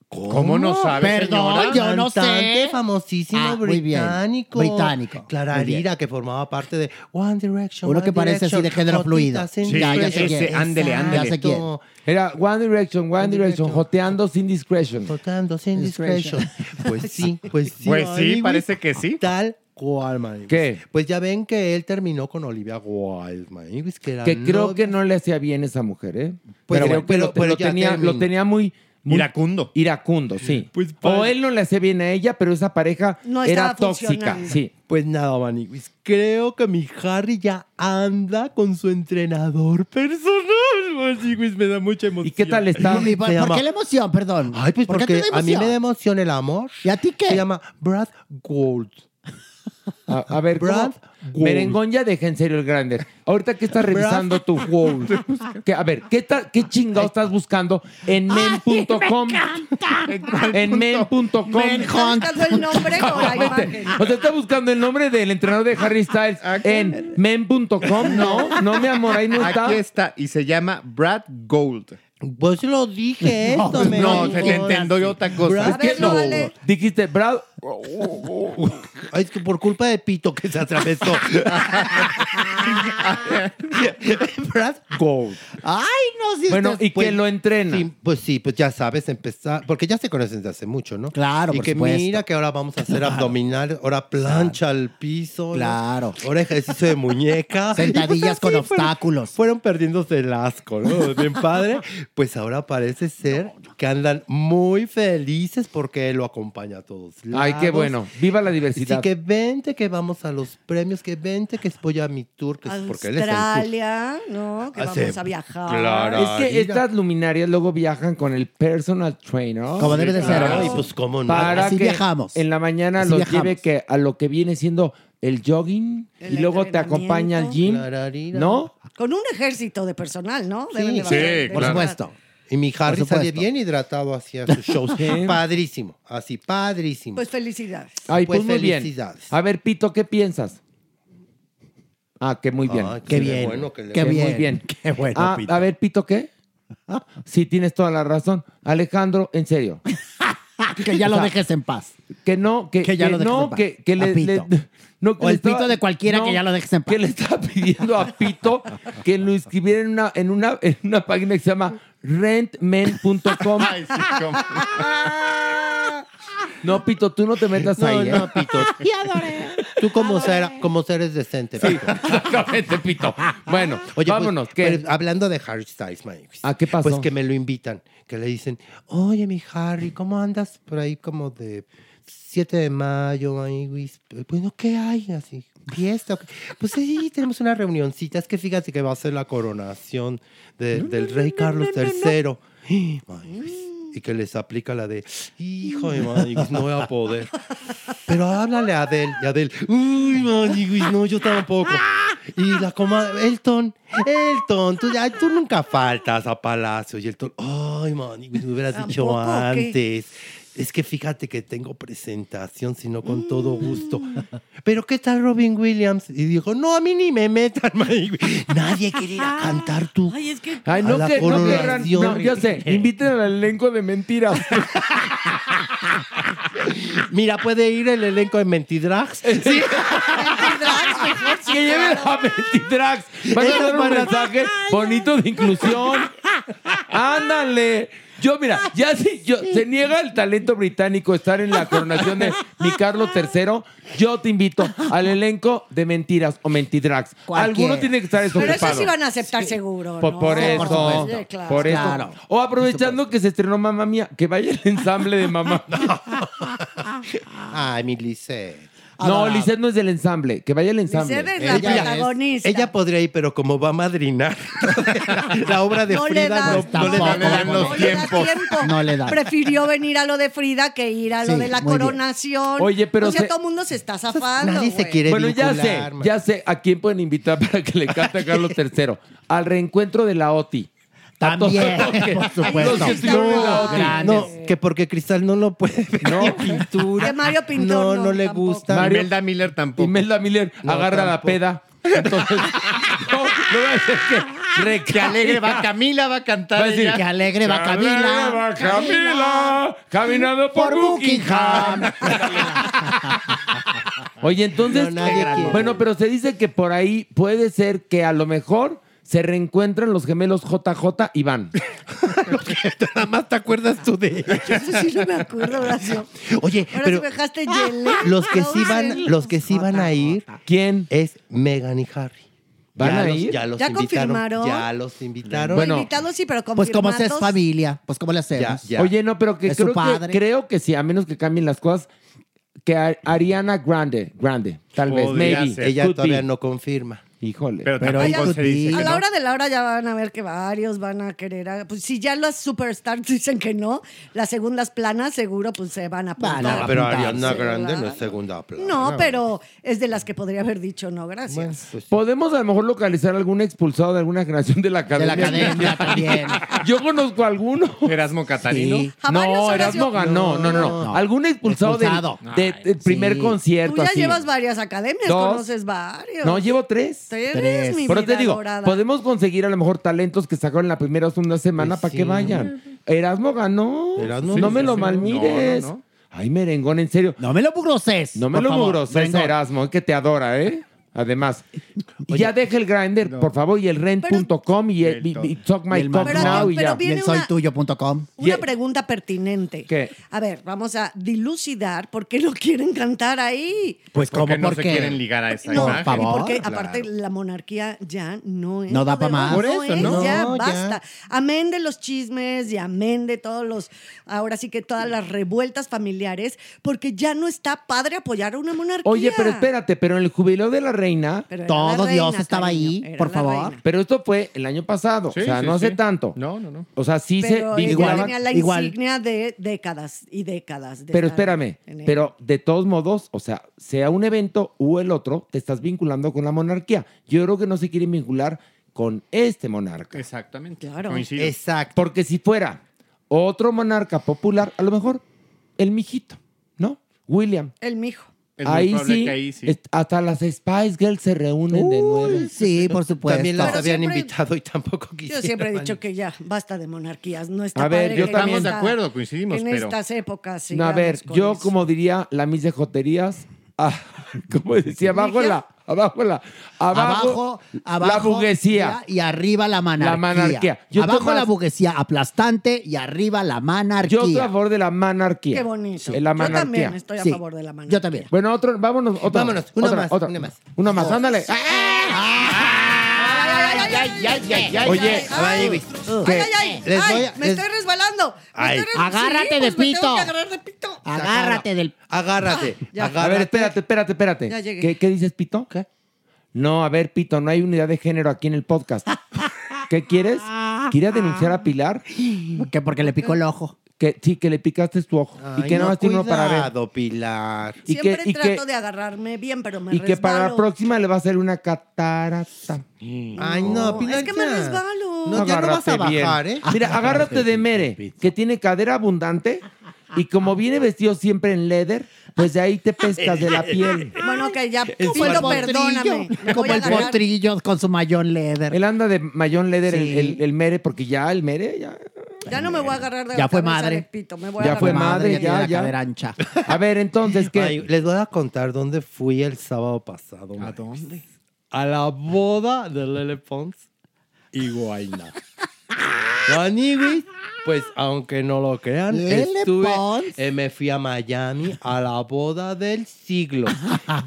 Speaker 16: ¿Cómo?
Speaker 14: no sabe, Perdón, señora? yo no sé.
Speaker 16: Cantante famosísimo
Speaker 14: Ah, muy bien.
Speaker 16: británico.
Speaker 14: Británico,
Speaker 16: Clara
Speaker 14: muy bien.
Speaker 16: Arira, que formaba parte de One Direction.
Speaker 14: Uno
Speaker 16: One
Speaker 14: que parece así
Speaker 16: Direction,
Speaker 14: de género fluido.
Speaker 16: Gotitas en
Speaker 14: Sí, ya, ya sé
Speaker 16: Direction.
Speaker 14: quién. Ese, ándele, ándele. Ya sé quién.
Speaker 3: Era One Direction, One Direction, joteando sin discretion.
Speaker 16: Joteando sin discretion. [laughs] Pues sí, pues sí.
Speaker 3: Pues sí, parece
Speaker 16: que sí. Tal cual, Maywis. ¿Qué? Pues ya ven que él terminó con Olivia Wilde, Maywis, que era
Speaker 3: Que creo
Speaker 16: novia.
Speaker 3: que no le hacía bien esa mujer, ¿eh? pero,
Speaker 16: Pues
Speaker 3: creo
Speaker 16: pero-
Speaker 3: que lo,
Speaker 16: pero-
Speaker 3: lo
Speaker 16: pero ya
Speaker 3: tenía,
Speaker 16: terminó.
Speaker 3: lo tenía muy, Iracundo. pues, Iracundo, sí. o
Speaker 16: padre.
Speaker 3: él no le hacía bien a ella, pero esa pareja
Speaker 16: No
Speaker 3: era
Speaker 16: estaba
Speaker 3: tóxica.
Speaker 16: funcionando.
Speaker 3: Sí.
Speaker 16: Pues nada, Maniguis. Creo que mi Harry ya anda con su entrenador personal, Maniguis. Me da mucha emoción. ¿Y qué
Speaker 3: tal
Speaker 14: está? Mi- ¿por- por qué la emoción? Perdón.
Speaker 16: Ay, pues
Speaker 14: ¿Por qué
Speaker 16: porque
Speaker 14: te da
Speaker 16: a mí
Speaker 14: emoción?
Speaker 16: me da emoción el amor. ¿Y a ti qué? Se llama Brad Gold.
Speaker 3: A, a ver, ¿cómo?
Speaker 16: Brad Gold.
Speaker 3: Merengón ya deja en serio el grande. Ahorita que estás revisando tu wow.
Speaker 5: [laughs]
Speaker 3: Que, a ver, ¿qué, ta- qué chingado estás buscando en men.com?
Speaker 5: [laughs]
Speaker 3: En men.com.
Speaker 4: Buscando el nombre o la imagen.
Speaker 3: O sea, está buscando el nombre del entrenador de Harry Styles en men.com. No, no, mi amor, ahí no está.
Speaker 5: Aquí está, y se llama Brad Gold.
Speaker 16: Pues lo dije
Speaker 5: [laughs] no,
Speaker 16: esto, me
Speaker 5: No,
Speaker 16: dijo.
Speaker 5: se te entendió yo otra cosa.
Speaker 16: Brad Es que no, Gold.
Speaker 3: Dijiste, Brad.
Speaker 16: Ay, es que por culpa de Pito que se atravesó. Brad Ah, Gold.
Speaker 14: Ay, no, si
Speaker 16: Bueno,
Speaker 14: ustedes-
Speaker 16: y
Speaker 14: pues,
Speaker 16: que lo entrena. pues este, sí, pues ya sabes empezar, porque ya se conocen desde hace mucho, ¿no? Claro, Y
Speaker 14: por
Speaker 16: que
Speaker 14: supuesto.
Speaker 16: mira que ahora vamos a hacer abdominales, ahora plancha al piso. ¿no?
Speaker 14: Claro.
Speaker 16: Ahora ejercicio de [laughs] muñeca.
Speaker 14: Sentadillas con
Speaker 16: obstáculos. Fueron, perdiéndose el asco, [laughs] ¿no? Bien padre. Pues ahora parece ser que andan muy felices porque él lo acompaña a todos
Speaker 3: Ay, qué
Speaker 16: lados.
Speaker 3: bueno. Viva la
Speaker 16: Pues Sí,
Speaker 3: diversidad.
Speaker 16: que vente que vamos a los premios, que vente que voy a mi tour,
Speaker 3: Pues,
Speaker 16: que es porque él es el tour.
Speaker 4: Australia, ¿no?
Speaker 3: Ah,
Speaker 4: Que
Speaker 16: Hace-
Speaker 4: vamos a viajar.
Speaker 3: Es que estas luminarias luego viajan con el personal trainer.
Speaker 16: Como debe de ser, Claro, ¿no? y pues cómo no.
Speaker 3: Para
Speaker 16: Así
Speaker 3: que
Speaker 16: viajamos.
Speaker 3: En la mañana
Speaker 16: Así
Speaker 3: los
Speaker 16: viajamos.
Speaker 3: lleve que a lo que viene siendo el jogging y luego te acompaña al gym.
Speaker 16: Clararira.
Speaker 3: ¿no?
Speaker 4: Con un ejército de personal, ¿no? Deben de
Speaker 16: Sí,
Speaker 4: bajar.
Speaker 16: por supuesto. Y mi Harry
Speaker 3: supuesto.
Speaker 16: sale bien hidratado hacia sus [laughs] shows.
Speaker 3: Sí.
Speaker 16: padrísimo, así, padrísimo.
Speaker 4: Pues felicidades.
Speaker 3: Ay, pues, muy bien.
Speaker 16: felicidades.
Speaker 3: A ver, Pito, ¿qué piensas? Ah, que muy bien.
Speaker 16: Ay, Qué qué bien. bueno que le-
Speaker 3: Que
Speaker 16: Qué
Speaker 3: Muy
Speaker 16: bien.
Speaker 3: bien.
Speaker 16: [laughs] Qué bueno,
Speaker 3: Ah,
Speaker 16: Pito.
Speaker 3: A ver, Pito,
Speaker 16: [laughs]
Speaker 3: ¿qué? Sí, tienes toda la razón. Alejandro, en serio.
Speaker 14: Ah, Que ya
Speaker 3: O
Speaker 14: lo
Speaker 3: sea,
Speaker 14: dejes en paz.
Speaker 3: Que no, que,
Speaker 14: Que ya lo dejes
Speaker 3: no,
Speaker 14: en paz.
Speaker 3: que, que
Speaker 14: A
Speaker 3: le,
Speaker 14: Pito.
Speaker 3: le- [laughs] no, que
Speaker 14: O
Speaker 3: le
Speaker 14: el pito
Speaker 3: estaba-
Speaker 14: de cualquiera que
Speaker 3: no,
Speaker 14: ya lo dejes en paz.
Speaker 3: Que le está pidiendo a Pito que lo inscribiera en una, en una, en una página que se llama
Speaker 14: [laughs]
Speaker 3: rentmen.com. [laughs] No, Pito, tú no te metas
Speaker 16: No,
Speaker 3: ahí.
Speaker 16: no,
Speaker 3: ¿eh?
Speaker 4: [laughs]
Speaker 16: Pito. Tú como ser, como ser eres
Speaker 14: [laughs]
Speaker 16: decente, Pito.
Speaker 3: Exactamente, Pito. Bueno,
Speaker 16: Oye, pues,
Speaker 3: vámonos.
Speaker 16: pero hablando de Harry Styles, Mike.
Speaker 3: ¿A qué pasó?
Speaker 16: Pues que me lo invitan, que le dicen, oye, mi Harry, ¿cómo andas por ahí como de 7 de mayo, Maywis? Bueno, ¿qué hay así? ¿Fiesta? o qué?". Pues sí, tenemos una reunioncita. Es que fíjate que va a ser la coronación de- del rey Carlos III. Ay, Maywis. Y que les aplica la de, hijo de Maywis, no voy a poder. Pero háblale a Adel, y Adel, uy, Maywis, no, yo tampoco. Y la coma, Elton, Elton, tú, ay, tú nunca faltas a Palacio. Y Elton, ay, man, y me hubieras dicho
Speaker 15: ¿Tampoco o qué?
Speaker 16: antes. Es que fíjate que tengo presentación, sino con todo gusto. Pero ¿qué tal Robin Williams? Y dijo, no, a mí ni me metan, [laughs] Maywis. Nadie quiere ir a cantar tú.
Speaker 4: Ay, es que...
Speaker 3: Ay, no,
Speaker 16: a la
Speaker 3: que, no querrán.
Speaker 16: coronación.
Speaker 3: No, yo sé, inviten al elenco de mentiras.
Speaker 16: [laughs] Mira, puede ir el elenco de Mentidrags. Sí.
Speaker 3: [laughs] que lleven a Mentitrax. Van a
Speaker 16: Ellos
Speaker 3: dar un
Speaker 16: van a-
Speaker 3: mensaje bonito de inclusión. Ándale. Yo, mira, ya si yo, se niega el talento británico estar en la coronación de mi Carlos III, yo te invito al elenco de mentiras o mentidrags. Alguno tiene que estar
Speaker 4: Pero
Speaker 3: desocupado.
Speaker 4: eso sí van a aceptar seguro.
Speaker 3: Por,
Speaker 4: ¿no?
Speaker 3: por eso, por,
Speaker 4: Sí, claro.
Speaker 3: eso.
Speaker 4: Claro.
Speaker 3: O aprovechando que se estrenó Mamá Mía, que vaya el ensamble de
Speaker 4: [laughs]
Speaker 3: Mamá.
Speaker 16: Ay, mi Lisette.
Speaker 4: Ah,
Speaker 3: No, Lisette no es del ensamble, que vaya el ensamble.
Speaker 4: Lisette es la Ella es- protagonista.
Speaker 16: Ella podría ir, pero como va a madrinar [laughs] la obra de
Speaker 4: No le
Speaker 16: Frida,
Speaker 4: das-
Speaker 16: no, no le dan,
Speaker 4: tampoco,
Speaker 16: los
Speaker 4: no le da
Speaker 16: tiempos.
Speaker 3: [laughs]
Speaker 4: tiempo. Prefirió venir a lo de Frida que ir a lo
Speaker 3: Sí,
Speaker 4: de la
Speaker 3: muy bien.
Speaker 4: coronación.
Speaker 3: Oye, pero
Speaker 4: O sea,
Speaker 3: se-
Speaker 4: todo el mundo se está zafando. güey.
Speaker 3: Bueno, ya sé, ya sé a quién pueden invitar para que le cante a Carlos III. Al reencuentro de la OTI. A todos
Speaker 16: También,
Speaker 3: los que-
Speaker 16: por supuesto.
Speaker 3: los que estuvieron en la
Speaker 16: No,
Speaker 3: OTI.
Speaker 16: no, que porque Cristal no lo puede ver.
Speaker 3: No,
Speaker 16: pintura.
Speaker 4: Que Mario Pintor
Speaker 16: No,
Speaker 4: no,
Speaker 16: no, le gusta.
Speaker 3: Mario-
Speaker 16: Imelda
Speaker 3: Miller tampoco. Imelda Miller agarra
Speaker 16: tampoco.
Speaker 3: la peda. Entonces, [laughs] no, no va a decir que
Speaker 5: Que
Speaker 3: [laughs]
Speaker 5: alegre va Camila, va a cantar.
Speaker 3: Va a decir,
Speaker 5: ella.
Speaker 3: Pues "Que alegre va
Speaker 5: Que
Speaker 3: Camila".
Speaker 5: alegre va
Speaker 3: Camila, caminando por, Buckingham. [laughs] Oye, entonces, bueno, pero se dice que por ahí puede ser que a lo mejor se reencuentran los gemelos JJ y Van.
Speaker 16: Nada más te acuerdas tú de
Speaker 3: [laughs]
Speaker 4: Eso sí no me acuerdo, Horacio.
Speaker 16: Oye,
Speaker 4: Ahora sí
Speaker 16: pero
Speaker 4: me dejaste hielo.
Speaker 16: los que sí van, los que sí van a ir,
Speaker 3: ¿quién?
Speaker 16: Es Megan y Harry.
Speaker 3: ¿Van
Speaker 16: Ya
Speaker 3: a
Speaker 16: los-
Speaker 3: ir?
Speaker 16: Ya los
Speaker 4: ¿Ya
Speaker 16: invitaron.
Speaker 4: confirmaron?
Speaker 16: Ya los invitaron.
Speaker 4: Bueno, invitados sí, pero
Speaker 14: Pues como se es
Speaker 4: confirmados.
Speaker 14: familia, pues como le hacemos.
Speaker 3: Oye, no, pero que
Speaker 14: Es su
Speaker 3: creo, que
Speaker 14: padre.
Speaker 3: creo que sí, a menos que cambien las cosas, que Ar- Ariana Grande, Grande, tal vez,
Speaker 16: Podría
Speaker 3: maybe.
Speaker 16: ser. Ella
Speaker 3: could
Speaker 16: todavía
Speaker 3: be.
Speaker 16: no confirma.
Speaker 3: Híjole.
Speaker 16: Pero tampoco
Speaker 3: ella-
Speaker 16: se dice
Speaker 4: A la hora de la hora ya van a ver que varios van a querer. a- pues si ya las superstars [laughs] dicen que no, las segundas planas seguro pues se van a apuntar.
Speaker 16: No, pero
Speaker 3: apuntarse,
Speaker 16: Ariana Grande no
Speaker 4: ¿verdad?
Speaker 16: es segunda plana.
Speaker 4: No, pero es de las que podría haber dicho no, gracias.
Speaker 3: Podemos a lo mejor localizar algún expulsado de alguna generación de la academia. [laughs]
Speaker 4: academia
Speaker 3: también. Yo conozco a alguno. Erasmo
Speaker 5: Catarino.
Speaker 4: ¿A varios,
Speaker 3: No,
Speaker 4: Horacio?
Speaker 3: Erasmo ganó. No, no, no.
Speaker 4: No.
Speaker 3: Algún expulsado, del-
Speaker 4: Expulsado.
Speaker 3: de- del primer
Speaker 4: Tú
Speaker 3: concierto.
Speaker 4: ya
Speaker 3: así.
Speaker 4: llevas varias academias,
Speaker 3: Dos.
Speaker 4: conoces varios.
Speaker 3: No, llevo tres.
Speaker 4: Tú eres Tres. mi
Speaker 3: Por eso te
Speaker 4: vida
Speaker 3: digo,
Speaker 4: dorada.
Speaker 3: podemos conseguir a lo mejor talentos que sacaron en la primera o segunda semana para que vayan. Erasmo ganó.
Speaker 16: Erasmo
Speaker 3: no
Speaker 16: sí,
Speaker 3: me
Speaker 16: sí,
Speaker 3: lo
Speaker 16: sí.
Speaker 3: malmires.
Speaker 16: No, no, no.
Speaker 3: Ay, merengón, en serio. No me lo mugroses. No me
Speaker 16: por
Speaker 3: lo
Speaker 16: favor,
Speaker 3: mugroses,
Speaker 16: merengón.
Speaker 3: Erasmo, que te adora, ¿eh? Además, Y ya deja el grinder, por favor, y el rent.com y, el- y- y talk my
Speaker 14: el
Speaker 3: Cup
Speaker 4: Pero-
Speaker 3: now y
Speaker 4: pero
Speaker 3: ya.
Speaker 4: viene Y el una-
Speaker 14: soytuyo.com.
Speaker 4: Una pregunta pertinente.
Speaker 3: ¿Qué?
Speaker 4: A ver, vamos a dilucidar por qué lo quieren cantar ahí.
Speaker 14: Pues como
Speaker 5: Porque no se quieren ligar a esa
Speaker 4: No,
Speaker 5: imagen.
Speaker 4: y porque aparte la monarquía ya no es.
Speaker 5: No da pa'
Speaker 4: poderosa,
Speaker 5: más. Por eso,
Speaker 4: es,
Speaker 5: ¿no?
Speaker 4: Ya
Speaker 5: No, ya.
Speaker 4: basta. Amén de los chismes y amén de todos los. Ahora sí que todas las revueltas familiares, porque ya no está padre apoyar a una monarquía.
Speaker 3: Oye, pero espérate, pero en el jubileo de la reina,
Speaker 4: Pero era Todo la Dios reina, estaba cariño, ahí, era por la favor. reina.
Speaker 3: Pero esto fue el año pasado,
Speaker 5: Sí,
Speaker 3: o sea,
Speaker 5: sí,
Speaker 3: no hace
Speaker 5: sí.
Speaker 3: tanto.
Speaker 5: No, no, no.
Speaker 3: O sea, sí
Speaker 4: pero
Speaker 3: se
Speaker 4: ella
Speaker 3: vinculaban.
Speaker 4: tenía la insignia de décadas y décadas. de
Speaker 3: Pero
Speaker 4: estar
Speaker 3: espérame,
Speaker 4: en el-
Speaker 3: pero de todos modos, o sea, sea un evento u el otro, te estás vinculando con la monarquía. Yo creo que no se quieren vincular con este monarca.
Speaker 5: Exactamente.
Speaker 4: Claro.
Speaker 5: Coincido.
Speaker 3: Exacto. Porque si fuera otro monarca popular, a lo mejor el mijito, ¿no? William.
Speaker 4: El mijo.
Speaker 3: ahí, sí, est- hasta las Spice Girls se reúnen de nuevo.
Speaker 14: Sí, por supuesto.
Speaker 16: También las
Speaker 4: Pero
Speaker 16: habían
Speaker 4: siempre-
Speaker 16: invitado y tampoco
Speaker 4: Yo
Speaker 16: quisieron.
Speaker 4: siempre he dicho que ya basta de monarquías. No está
Speaker 3: A ver,
Speaker 4: padre
Speaker 3: yo
Speaker 4: que en
Speaker 3: también-
Speaker 4: esta-
Speaker 3: Estamos de acuerdo, coincidimos,
Speaker 4: En
Speaker 3: pero-
Speaker 4: estas épocas.
Speaker 3: No, a
Speaker 4: sigamos
Speaker 3: ver,
Speaker 4: con
Speaker 3: yo
Speaker 4: eso.
Speaker 3: como diría la mis de joterías, ah, [laughs] como decía, abajo la, abajo la,
Speaker 14: Abajo,
Speaker 3: abajo, la
Speaker 14: abajo
Speaker 3: burguesía.
Speaker 14: Y arriba la monarquía.
Speaker 3: La monarquía. Yo
Speaker 14: abajo
Speaker 3: Tomás-
Speaker 14: la burguesía aplastante y arriba la monarquía.
Speaker 3: Yo estoy a favor de la monarquía.
Speaker 14: Qué bonito.
Speaker 3: Eh, La
Speaker 14: Yo
Speaker 3: monarquía.
Speaker 14: también estoy a Sí. favor
Speaker 4: de la
Speaker 14: Yo también.
Speaker 3: Bueno, otro, vámonos, otro.
Speaker 14: Vámonos, una
Speaker 3: otra,
Speaker 14: más,
Speaker 3: otra.
Speaker 14: una más.
Speaker 3: Una más, ándale. Ah, Oye,
Speaker 4: ay,
Speaker 16: Oye,
Speaker 4: Ay, ay, ay,
Speaker 16: Les
Speaker 4: ay,
Speaker 16: voy a-
Speaker 4: me
Speaker 16: les-
Speaker 4: estoy resbalando. me
Speaker 16: Ay.
Speaker 4: estoy res-
Speaker 14: Agárrate
Speaker 4: Sí,
Speaker 14: de
Speaker 4: pues me tengo
Speaker 14: pito.
Speaker 4: que agarrar de pito.
Speaker 14: Agárrate del.
Speaker 16: Agárrate.
Speaker 4: ya.
Speaker 3: A ver, espérate, espérate, espérate.
Speaker 4: Ya llegué.
Speaker 3: ¿Qué, qué dices, Pito? No, a ver, Pito, no hay unidad de género aquí en el podcast. ¿Qué quieres? ¿Quieres denunciar a Pilar?
Speaker 14: Que porque le picó el ojo.
Speaker 3: Que, sí, que le picaste tu ojo. y que nada más tiene uno para ver.
Speaker 16: Pilar.
Speaker 3: Y
Speaker 4: Siempre
Speaker 3: que, y
Speaker 4: trato
Speaker 3: que-
Speaker 4: de agarrarme bien, pero me
Speaker 3: y que para la
Speaker 4: resbalo.
Speaker 3: próxima le va a hacer una catarata.
Speaker 16: Ay, no, Pilar.
Speaker 4: Es que me
Speaker 16: ya.
Speaker 4: resbalo.
Speaker 16: No, ya no vas a
Speaker 3: Agárrate bien.
Speaker 16: bajar, ¿eh?
Speaker 3: Mira, agárrate de Mere, que tiene cadera abundante y como viene vestido siempre en leather, pues de ahí te pescas [laughs] de la piel.
Speaker 4: Bueno, que ya,
Speaker 3: su
Speaker 4: bueno,
Speaker 3: potrillo.
Speaker 4: perdóname. Me voy
Speaker 14: Como
Speaker 4: a
Speaker 14: el
Speaker 4: agarrar.
Speaker 14: potrillo con su mayón leather.
Speaker 3: Él anda de mayón leather
Speaker 14: Sí.
Speaker 3: el, el- el Mere, porque ya el Mere ya...
Speaker 4: Ya no me voy a agarrar de
Speaker 3: Ya
Speaker 4: la
Speaker 3: fue
Speaker 4: cabeza
Speaker 3: madre.
Speaker 4: de pito. Me voy a
Speaker 3: Ya fue
Speaker 4: agarrar.
Speaker 3: madre, ya, ya. A ver, entonces, ¿qué?
Speaker 16: Ay, les voy a contar dónde fui el sábado pasado. ¿A dónde? A la boda de Lele Pons y Guayna. Maniguis Pues aunque no lo crean,
Speaker 15: Lele
Speaker 16: estuve,
Speaker 15: Pons.
Speaker 16: eh, me fui a Miami a la boda del siglo.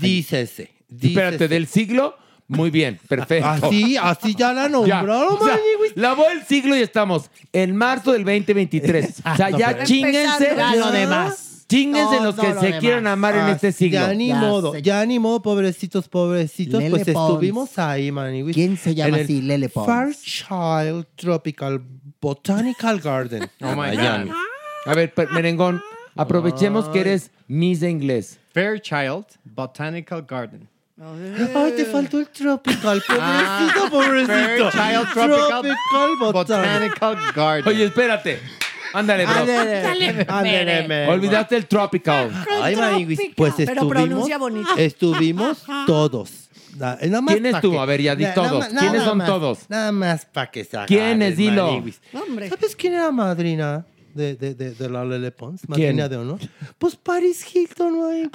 Speaker 16: Dícese.
Speaker 3: Espérate, del siglo. Muy bien, perfecto.
Speaker 16: Así, así
Speaker 3: [laughs]
Speaker 16: ya la nombraron,
Speaker 3: O sea, la voz del siglo y estamos en marzo del
Speaker 16: [laughs]
Speaker 3: 2023. o sea,
Speaker 16: Exacto,
Speaker 3: ya
Speaker 16: Ah, pero-
Speaker 3: chinguense.
Speaker 16: Empezando ya lo demás.
Speaker 3: Chínguense los
Speaker 16: Todo
Speaker 3: que
Speaker 16: lo
Speaker 3: se
Speaker 16: demás.
Speaker 3: quieran amar en
Speaker 16: Ah,
Speaker 3: este siglo.
Speaker 16: Ya ni modo, ya ni modo, pobrecitos, pobrecitos.
Speaker 3: Lele
Speaker 16: pues
Speaker 3: Pons.
Speaker 16: estuvimos ahí, Maniwis. ¿Quién
Speaker 14: se llama así, Lele Pons?
Speaker 16: Fairchild Tropical Botanical Garden.
Speaker 3: Oh my God.
Speaker 16: Miami.
Speaker 3: A ver, per- merengón, aprovechemos que eres Miss de inglés.
Speaker 5: Fairchild Botanical Garden.
Speaker 16: Ay, te faltó el tropical,
Speaker 5: Ah,
Speaker 16: pobrecito, pobrecito.
Speaker 5: Fairchild Tropical Botanical Garden.
Speaker 3: Oye, espérate. Ándale, bro.
Speaker 16: Ándale, ándale, ándale, mere.
Speaker 3: Olvidaste el tropical.
Speaker 16: Ay, Maniwis, pues
Speaker 4: Pero
Speaker 16: estuvimos,
Speaker 4: pronuncia bonito.
Speaker 16: estuvimos todos. Na- eh, nada más
Speaker 3: ¿Quién
Speaker 16: pa'
Speaker 3: estuvo?
Speaker 16: que-
Speaker 3: A ver, ya di
Speaker 16: na-
Speaker 3: todos.
Speaker 16: nada-
Speaker 3: ¿Quiénes
Speaker 16: nada
Speaker 3: son
Speaker 16: más-
Speaker 3: todos?
Speaker 16: Nada más para que se hagan.
Speaker 3: ¿Quiénes? Dilo.
Speaker 16: ¿Sabes quién era madrina de, de, de, de la Lele Pons?
Speaker 3: ¿Quién?
Speaker 16: Madrina de honor. Pues Paris Hilton, güey.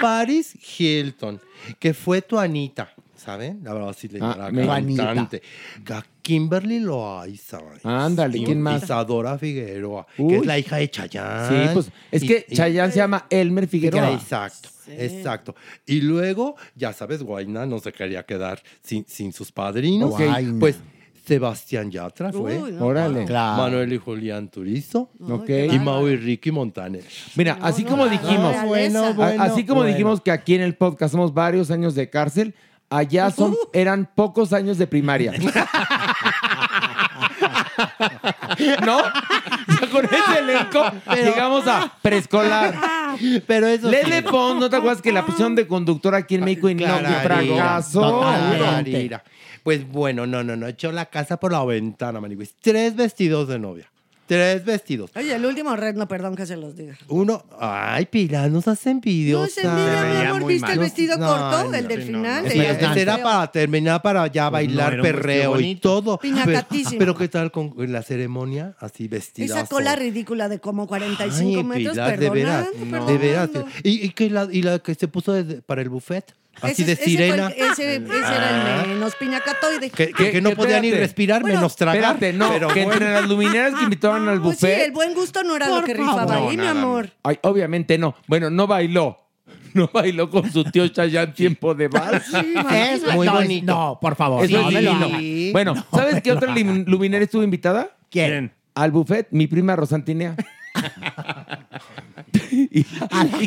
Speaker 16: Paris Hilton, que fue tu Anita, ¿saben? La verdad sí le
Speaker 3: Ah,
Speaker 16: era
Speaker 3: mi-
Speaker 16: cantante. Ga- Kimberly Loaiza. güey.
Speaker 3: Ándale,
Speaker 16: Y
Speaker 3: ¿quién más?
Speaker 16: Isadora Figueroa,
Speaker 3: Uy.
Speaker 16: que es la hija de Chayanne.
Speaker 3: Sí, pues es
Speaker 16: Y-
Speaker 3: que
Speaker 16: y-
Speaker 3: Chayanne se llama Elmer Figueroa.
Speaker 16: Exacto, exacto. Y luego, ya sabes, Guayna no se quería quedar sin, sin sus padrinos.
Speaker 3: Ok. Guayna.
Speaker 16: Pues Sebastián Yatra fue.
Speaker 3: Uy, no, Órale. claro.
Speaker 16: Manuel y Julián Turizo.
Speaker 3: Ok.
Speaker 16: Y Mau y Ricky Montaner.
Speaker 3: Mira, así como dijimos,
Speaker 16: no, bueno,
Speaker 3: a-
Speaker 16: bueno,
Speaker 3: así como
Speaker 16: bueno.
Speaker 3: dijimos que aquí en el podcast somos varios años de cárcel, allá
Speaker 16: [laughs]
Speaker 3: son, eran pocos años de primaria. ¿No? O sea, con ese elenco
Speaker 16: [laughs]
Speaker 3: llegamos a [laughs] preescolar.
Speaker 16: Pero [laughs] eso
Speaker 3: Lele Pons, ¿no te acuerdas que la pusieron de conductora aquí en México y no
Speaker 16: Clararira,
Speaker 3: fracasó?
Speaker 16: clararira. Pues bueno, no, no, no. Echó la casa por la ventana, manigüis. Tres vestidos de novia. Tres vestidos.
Speaker 4: Oye, el último red, no, perdón que se los diga.
Speaker 16: Uno, ay, Pilar, nos hace envidiosa.
Speaker 4: No es envidia, mi amor, ¿viste el vestido corto? el del final.
Speaker 16: Es
Speaker 4: el-
Speaker 16: más, ese era para terminar, para ya bailar
Speaker 5: era un vestido
Speaker 16: perreo y
Speaker 5: bonito.
Speaker 16: todo. Pero,
Speaker 4: Piñacatísimo.
Speaker 16: pero qué tal con la ceremonia, así vestida.
Speaker 4: Esa cola ridícula de como 45 metros,
Speaker 16: de
Speaker 4: perdonando,
Speaker 16: veras, de
Speaker 4: perdonando.
Speaker 16: veras. ¿Y, y que la, y la que se puso de- para el buffet, así
Speaker 4: Ese-
Speaker 16: de
Speaker 4: ese fue el-
Speaker 16: sirena. Ah.
Speaker 4: Ese, ese era el menos piñacatoide.
Speaker 16: Que, que- que no
Speaker 3: Ah,
Speaker 16: podía ni respirar, menos tragar.
Speaker 3: Espérate, no,
Speaker 16: pero
Speaker 3: que
Speaker 16: bueno.
Speaker 3: entre las luminarias que invitaron
Speaker 16: Ah,
Speaker 3: al
Speaker 4: Pues sí,
Speaker 3: buffet.
Speaker 4: el buen gusto no era lo que rifaba
Speaker 3: No,
Speaker 4: ahí, mi
Speaker 3: nada,
Speaker 4: amor.
Speaker 3: Ay, obviamente no. Bueno, no bailó. [laughs] No bailó con su tío Chayanne tiempo de vals.
Speaker 14: Ah, imagínate. Es muy No, bonito. no, por favor,
Speaker 3: Eso
Speaker 14: no
Speaker 3: es
Speaker 14: me lo
Speaker 3: divino.
Speaker 14: hagas.
Speaker 3: Bueno,
Speaker 14: No
Speaker 3: ¿sabes
Speaker 14: me
Speaker 3: qué
Speaker 14: lo
Speaker 3: otra lim- luminaria estuvo invitada?
Speaker 14: ¿Quién?
Speaker 3: Al buffet, mi prima
Speaker 14: [laughs]
Speaker 3: Rosantinea. [laughs] y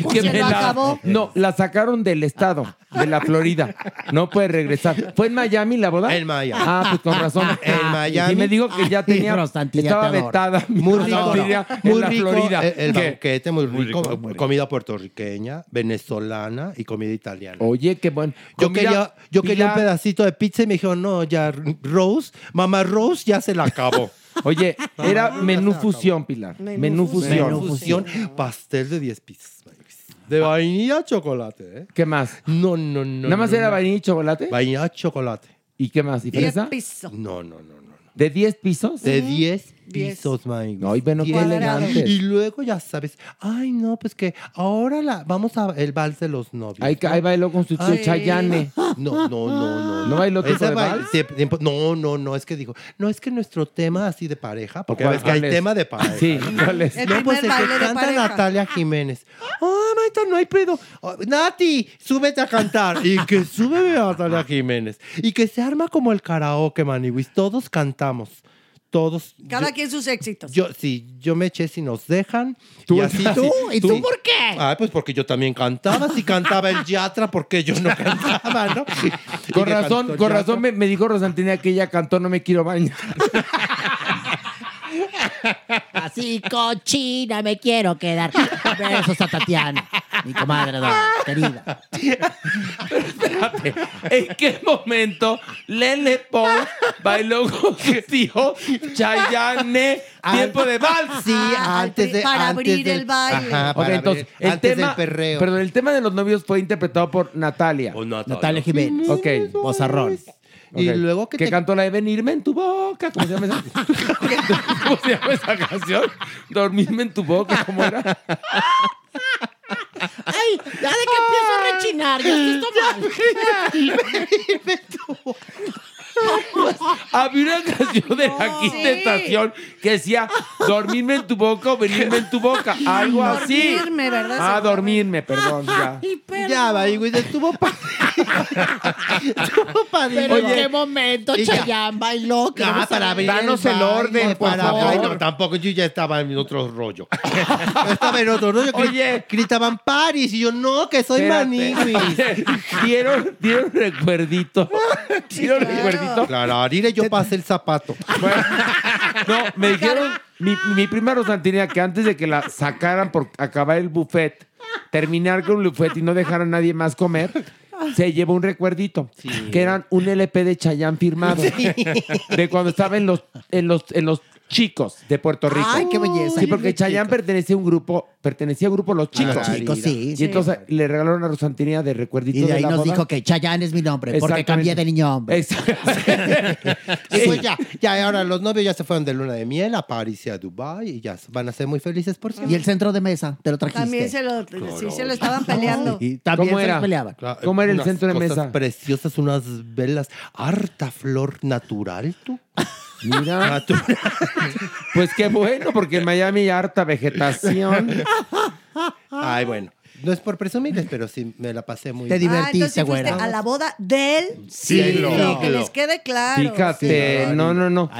Speaker 14: pues, se lo acabó.
Speaker 3: No, la sacaron del estado, de la Florida. No puede regresar. ¿Fue en Miami la boda? En
Speaker 16: Miami.
Speaker 3: Ah, pues con razón. Ah,
Speaker 16: En Miami.
Speaker 3: Y me dijo que ya tenía, estaba vetada. mi
Speaker 16: Muy rico,
Speaker 3: Rosantinea en
Speaker 16: muy
Speaker 3: la
Speaker 16: rico.
Speaker 3: Florida.
Speaker 16: El, el
Speaker 3: ¿Qué?
Speaker 16: banquete, muy rico.
Speaker 3: rico, muy rico.
Speaker 16: Comida puertorriqueña, venezolana y comida italiana.
Speaker 3: Oye, qué bueno.
Speaker 16: Yo
Speaker 3: Comida-
Speaker 16: quería, yo quería un
Speaker 3: Pilar- [laughs]
Speaker 16: pedacito de pizza y me dijeron, no, ya Rose, mamá Rose ya se la acabó.
Speaker 3: Oye, era [laughs] menú fusión, Pilar. Menú, fusión.
Speaker 16: Menú fusión, pastel de 10 pizzas. De vainilla chocolate, ¿eh?
Speaker 3: Ah. ¿Qué más?
Speaker 16: No, no, no.
Speaker 3: ¿Nada más
Speaker 16: no,
Speaker 3: era
Speaker 16: no.
Speaker 3: vainilla y chocolate?
Speaker 16: Vainilla chocolate.
Speaker 3: ¿Y qué más? ¿Y fresa?
Speaker 4: piso.
Speaker 16: No, no, no.
Speaker 3: ¿De 10 pisos?
Speaker 16: De 10
Speaker 3: Diez.
Speaker 16: pisos, Mike.
Speaker 3: No, y bueno, qué elegantes.
Speaker 16: Y luego ya sabes, ay, no, pues que ahora la, vamos a el vals de los novios.
Speaker 3: Ahí, ca- ahí bailó con su tío
Speaker 16: Ay.
Speaker 3: Chayane.
Speaker 16: No, no, no, no.
Speaker 3: ¿No bailó tipo
Speaker 16: Ese
Speaker 3: de
Speaker 16: bail-
Speaker 3: vals?
Speaker 16: sí, tiempo- No, no, no, es que dijo, no, es que nuestro tema así de pareja, porque
Speaker 3: ¿Cuál-
Speaker 16: ves que hay
Speaker 3: cuál es?
Speaker 16: tema de pareja.
Speaker 3: Sí, ¿cuál es? El
Speaker 16: No, pues
Speaker 3: primer
Speaker 16: el
Speaker 3: baile
Speaker 16: que
Speaker 3: de
Speaker 16: canta
Speaker 3: pareja.
Speaker 16: Natalia Jiménez. Ah, maita, no hay pedo. Oh, Nati, súbete a cantar. Y que sube Natalia Jiménez. Y que se arma como el karaoke, Maniwis. Todos cantamos. Todos.
Speaker 4: Cada
Speaker 16: Yo-
Speaker 4: quien sus éxitos.
Speaker 16: yo, sí, yo me eché si nos dejan.
Speaker 4: ¿Tú?
Speaker 16: y así,
Speaker 4: ¿Tú?
Speaker 16: sí,
Speaker 4: ¿Y tú por qué?
Speaker 16: Ah, pues porque yo también cantaba. Si cantaba el Yatra, porque yo no cantaba, ¿no? Y
Speaker 3: Con
Speaker 16: que
Speaker 3: razón,
Speaker 16: cantó
Speaker 3: con
Speaker 16: Yatra.
Speaker 3: razón me, me dijo Rosantinea que ella cantó No me quiero bañar.
Speaker 14: Así cochina me quiero quedar. Besos a Tatiana, mi comadre don, querida.
Speaker 3: ¿En qué momento Lele Pons bailó con su tío Chayanne tiempo de vals?
Speaker 16: Sí, antes de- Ah, Para antes abrir del- el baile. Ajá, para
Speaker 3: Ok, entonces,
Speaker 16: abrir-
Speaker 3: el
Speaker 16: antes del
Speaker 3: tema,
Speaker 16: perreo.
Speaker 3: Perdón, el tema de los novios fue interpretado por Natalia.
Speaker 16: Natalia Jiménez.
Speaker 3: Ok. Bozarrón.
Speaker 16: Y luego que
Speaker 3: ¿Qué
Speaker 16: te-
Speaker 3: cantó la de Venirme en tu boca? ¿Cómo se llama esa, ¿Cómo se llama esa canción? Dormirme en tu boca, ¿cómo era?
Speaker 14: Ay, ya de que empiezo a rechinar, ya esto está mal.
Speaker 3: Había una canción de la quinta estación que decía dormirme en tu boca o venirme en tu boca. Algo así.
Speaker 4: Dormirme, ¿verdad?
Speaker 3: Ah, dormirme, perdón. Ya.
Speaker 6: Ya, Baigüis, estuvo pa- estuvo padrísimo.
Speaker 14: Pero en qué momento
Speaker 6: Y ya.
Speaker 14: Chayanne bailó. ¿Qué
Speaker 6: Ah,
Speaker 14: vamos a
Speaker 6: para abrir
Speaker 14: bailar?
Speaker 6: baile,
Speaker 16: para
Speaker 6: favor.
Speaker 16: Ay, no, tampoco yo ya estaba en otro [laughs] rollo.
Speaker 6: Estaba en otro rollo. gri- gritaban Paris y yo, no, que soy
Speaker 3: Espérate.
Speaker 16: [laughs]
Speaker 6: Maniwis.
Speaker 3: ¿Vieron, ¿Vieron recuerdito? ¿Vieron recuerdito?
Speaker 16: Clararire, yo pasé el zapato.
Speaker 14: [laughs]
Speaker 3: No, me dijeron, mi, mi prima Rosantina, que antes de que la sacaran por acabar el buffet, terminar con el buffet y no dejar a nadie más comer, se llevó un recuerdito, que eran un LP de Chayán firmado,
Speaker 14: Sí.
Speaker 3: de cuando estaba en los, en los, en los chicos de Puerto Rico.
Speaker 14: Ay, qué belleza.
Speaker 3: Sí, porque Chayán pertenecía a un grupo,
Speaker 16: [laughs]
Speaker 3: pertenecía al grupo Los Chicos.
Speaker 14: Los Chicos, sí,
Speaker 3: Y
Speaker 14: sí.
Speaker 3: entonces le regalaron a Rosantina de recuerdito
Speaker 14: Y de ahí
Speaker 3: la
Speaker 14: nos
Speaker 3: boda.
Speaker 14: dijo que Chayanne es mi nombre, porque cambié de niño hombre.
Speaker 16: Y pues ya, ya ahora los novios ya se fueron de luna de miel a París y a Dubái y ya van a ser muy felices por siempre.
Speaker 14: Y el centro de mesa, te lo trajiste.
Speaker 4: También se lo, sí, se lo estaban peleando.
Speaker 14: Y también se los peleaban.
Speaker 16: Claro,
Speaker 14: ¿Cómo era el
Speaker 16: unas
Speaker 14: centro de
Speaker 16: cosas
Speaker 14: mesa?
Speaker 16: preciosas, unas velas, harta flor natural, tú. [laughs]
Speaker 3: Mira. Pues qué bueno, porque en Miami hay harta vegetación.
Speaker 16: [laughs] Ay, bueno. No es por presumirles, pero sí me la pasé muy
Speaker 3: Te
Speaker 16: bien.
Speaker 3: divertiste,
Speaker 4: Ah, entonces fuiste a la boda del siglo.
Speaker 16: Siglo.
Speaker 4: Que les quede claro.
Speaker 3: Fíjate, no, no, no.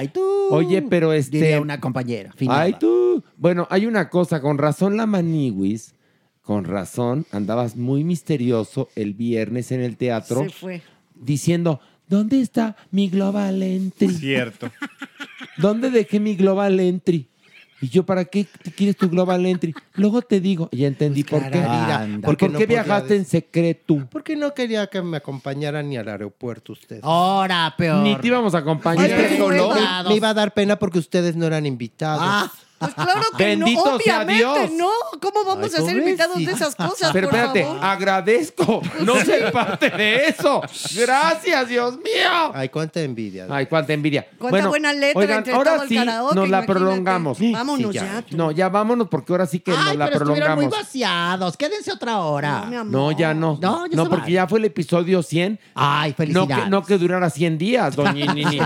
Speaker 3: Oye, pero este.
Speaker 14: Diría una compañera. finada.
Speaker 3: Ay, tú. Bueno, hay una cosa, con razón la Maniwis, con razón, andabas muy misterioso el viernes en el teatro
Speaker 4: Se fue.
Speaker 3: diciendo, ¿dónde está mi global entry?
Speaker 13: Cierto.
Speaker 3: [laughs] ¿Dónde dejé mi global entry? Y yo, ¿para qué te quieres tu global entry? Luego te digo, ya entendí por qué.
Speaker 16: Pues caramba.
Speaker 3: Mira,
Speaker 16: ¿Por
Speaker 3: ¿Por
Speaker 16: qué
Speaker 3: qué,
Speaker 16: no podía
Speaker 3: viajaste en secreto?
Speaker 16: ¿Por qué no quería que me acompañaran ni al aeropuerto ustedes?
Speaker 3: Ah,
Speaker 14: Ahora, peor.
Speaker 3: Ni te íbamos a acompañar.
Speaker 16: Solo me, me iba a dar pena porque ustedes no eran invitados.
Speaker 3: Ah,
Speaker 4: Pues claro que
Speaker 3: Bendito
Speaker 4: no,
Speaker 3: sea
Speaker 4: obviamente
Speaker 3: Dios.
Speaker 4: no. ¿Cómo vamos
Speaker 3: Ay,
Speaker 4: a ser
Speaker 3: ¿cómo
Speaker 4: invitados
Speaker 3: ves?
Speaker 4: de esas cosas?
Speaker 3: Pero
Speaker 4: por
Speaker 3: espérate,
Speaker 4: favor?
Speaker 3: agradezco. No soy parte de [laughs] eso. Gracias, Dios mío.
Speaker 16: Ay, cuánta envidia.
Speaker 3: Ay, cuánta envidia.
Speaker 4: Cuánta
Speaker 3: Bueno,
Speaker 4: buena letra
Speaker 3: oigan,
Speaker 4: entre
Speaker 3: ahora
Speaker 4: todo el
Speaker 3: sí
Speaker 4: karaoke,
Speaker 3: nos la
Speaker 4: imagínate.
Speaker 3: prolongamos.
Speaker 4: Vámonos
Speaker 3: Sí,
Speaker 4: ya,
Speaker 3: No, ya vámonos porque ahora sí que nos
Speaker 14: Ay,
Speaker 3: la
Speaker 14: pero estuvieron muy
Speaker 3: prolongamos.
Speaker 14: vaciados. Quédense otra hora. No,
Speaker 3: No,
Speaker 14: [laughs]
Speaker 3: ya no. No, porque ya fue el episodio 100.
Speaker 14: Ay,
Speaker 3: No
Speaker 14: felicidades.
Speaker 3: que, no que durara 100 días,
Speaker 4: [laughs]
Speaker 3: doña Nini.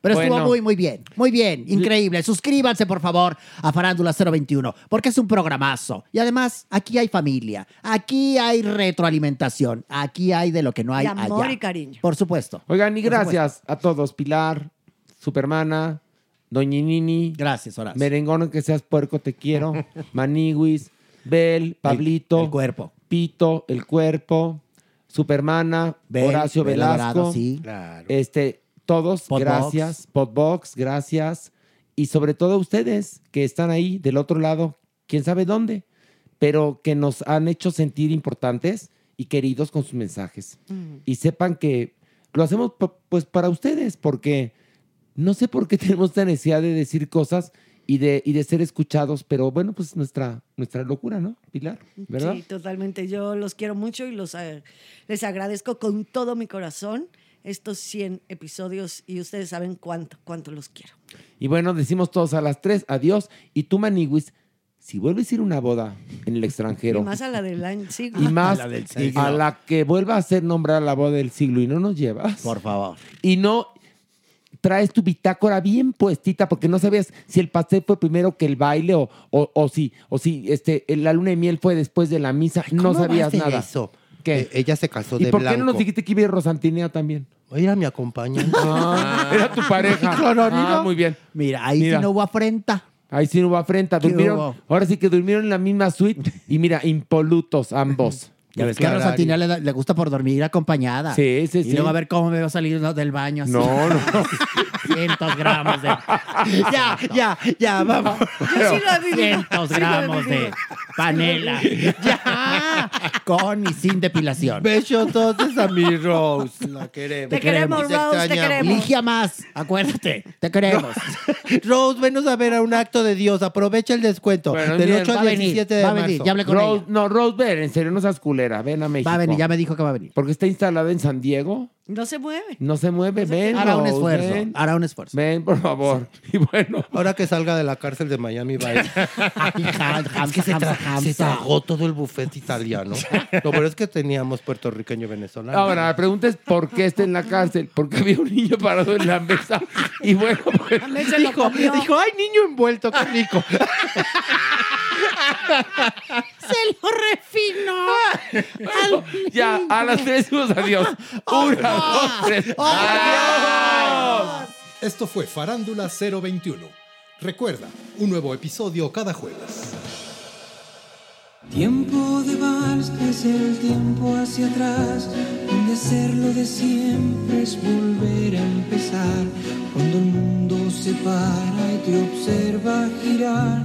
Speaker 14: Pero
Speaker 3: Bueno.
Speaker 14: estuvo muy, muy bien. Muy bien. Increíble. Suscríbanse, por favor, a Farándula 021, porque es un programazo. Y además, aquí hay familia. Aquí hay retroalimentación. Aquí hay de lo que no hay
Speaker 4: Y amor
Speaker 14: allá.
Speaker 4: y cariño.
Speaker 14: Por supuesto.
Speaker 3: Oigan, y
Speaker 14: Por
Speaker 3: gracias a todos. Pilar, Supermana, Doña Nini.
Speaker 14: Gracias, Horacio.
Speaker 3: Merengón, que seas puerco, te
Speaker 14: [laughs]
Speaker 3: quiero. Maniguis, Bel, Pablito. El,
Speaker 14: cuerpo.
Speaker 3: Pito, el cuerpo. Supermana,
Speaker 14: Bel,
Speaker 3: Horacio
Speaker 14: Bel
Speaker 3: Velasco.
Speaker 14: Adorado, sí.
Speaker 3: Este, todos,
Speaker 14: Podbox.
Speaker 3: gracias. Podbox, gracias. Y sobre todo a ustedes que están ahí del otro lado, quién sabe dónde, pero que nos han hecho sentir importantes y queridos con sus mensajes y sepan que lo hacemos pa- pues para ustedes, porque no sé por qué [laughs] tenemos esta necesidad de decir cosas y de, y de ser escuchados, pero bueno, pues nuestra, nuestra locura, ¿no, Pilar? ¿Verdad?
Speaker 4: Sí, totalmente. Yo los quiero mucho y los eh, les agradezco con todo mi corazón estos 100 episodios y ustedes saben cuánto, cuánto los quiero.
Speaker 3: Y bueno, decimos todos a las tres, adiós. Y tú, Maniwis, si vuelves a ir a una boda en el extranjero
Speaker 4: Y más a la del año. sí.
Speaker 3: y más
Speaker 4: [laughs] A
Speaker 3: a
Speaker 4: la del
Speaker 3: la,
Speaker 4: siglo.
Speaker 3: que vuelva a ser nombrada la boda del siglo y no nos llevas. Por
Speaker 14: favor.
Speaker 3: Y no traes tu bitácora bien puestita porque no sabías si el pastel fue primero que el baile o, o, o si, o si este, la luna de miel fue después de la misa. no
Speaker 16: ¿cómo
Speaker 3: sabías
Speaker 16: vas en
Speaker 3: nada.
Speaker 16: eso?
Speaker 3: ¿Qué?
Speaker 16: Eh, ella se casó
Speaker 3: ¿Y
Speaker 16: de
Speaker 3: por
Speaker 16: blanco.
Speaker 3: qué no nos dijiste que iba a ir Rosantinea también?
Speaker 16: Era mi acompañante.
Speaker 3: Ah, era tu
Speaker 16: [laughs]
Speaker 3: pareja.
Speaker 14: Claro,
Speaker 3: Ah,
Speaker 14: amigo.
Speaker 3: muy bien.
Speaker 14: Mira, ahí sí no hubo afrenta.
Speaker 3: Ahí sí no hubo afrenta.
Speaker 14: ¿Qué
Speaker 3: Durmieron,
Speaker 14: hubo?
Speaker 3: ahora sí que durmieron en la misma suite y mira,
Speaker 14: [laughs]
Speaker 3: impolutos ambos.
Speaker 14: Ya ves que a Rosatina le, da- le gusta por dormir acompañada.
Speaker 3: Sí, sí,
Speaker 14: y
Speaker 3: sí.
Speaker 14: luego a ver cómo me va a salir uno del baño. Así.
Speaker 3: No, no.
Speaker 14: [laughs] Cientos gramos
Speaker 3: [laughs]
Speaker 14: de. ya, ya, ya, vamos.
Speaker 4: Yo sí lo he vivido.
Speaker 14: Cientos
Speaker 4: Sí lo he
Speaker 14: gramos de
Speaker 4: vivido.
Speaker 14: panela. ya. Con y sin depilación.
Speaker 16: Beso entonces a mi Rose. La queremos.
Speaker 14: Te queremos,
Speaker 16: Y
Speaker 14: Rose, te
Speaker 16: extrañamos.
Speaker 14: queremos. Ligia más, acuérdate. Te queremos.
Speaker 16: [laughs] Rose, venos a ver a un acto de Dios. Aprovecha el descuento.
Speaker 3: Bueno,
Speaker 16: Del
Speaker 3: miren,
Speaker 16: 8
Speaker 3: va
Speaker 16: al
Speaker 3: a venir,
Speaker 16: 17 de
Speaker 3: va a
Speaker 16: marzo.
Speaker 3: venir, ya hablé con Rose- ella. No, Rose, ven, en serio, no seas culera. Ven a México.
Speaker 14: venir, ya me dijo que va a venir.
Speaker 3: Porque está instalada en San Diego
Speaker 4: No se mueve.
Speaker 3: No se mueve, ven.
Speaker 4: Hará un esfuerzo,
Speaker 16: hará un esfuerzo.
Speaker 3: Ven, por favor. Y bueno.
Speaker 16: Ahora que salga de la cárcel de Miami, va
Speaker 3: [laughs]
Speaker 16: a ir. Es que se, tra- se tragó todo el
Speaker 3: [laughs]
Speaker 16: buffet italiano. Lo bueno es que teníamos puertorriqueño y venezolano.
Speaker 3: Ahora, la pregunta es por qué está en la cárcel. Porque había un niño parado
Speaker 14: [laughs]
Speaker 3: en la mesa. Y bueno, pues,
Speaker 15: Dijo, dijo, ay, niño envuelto, qué
Speaker 16: [laughs]
Speaker 15: rico. [laughs]
Speaker 3: Se lo refinó. ya, a las tres decimos adiós.
Speaker 14: Oh,
Speaker 3: Una, dos, tres.
Speaker 2: Esto fue Farándula 021. Recuerda, un nuevo episodio cada jueves.
Speaker 17: Tiempo de vals es el tiempo hacia atrás, donde hacer lo de siempre es volver a empezar. Cuando el mundo se para y te observa girar,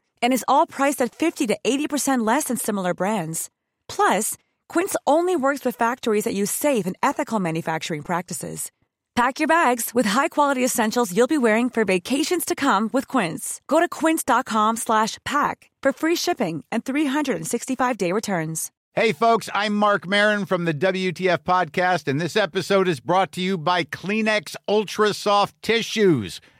Speaker 18: And is all priced at 50 to 80% less than similar brands. Plus, Quince only works with factories that use safe and ethical manufacturing practices. Pack your bags with high-quality essentials you'll be wearing for vacations to come with Quince. Go to quince.com slash pack for free shipping and 365-day returns.
Speaker 12: Hey, folks, I'm Mark Marin from the WTF Podcast, and this episode is brought to you by Kleenex Ultra Soft Tissues,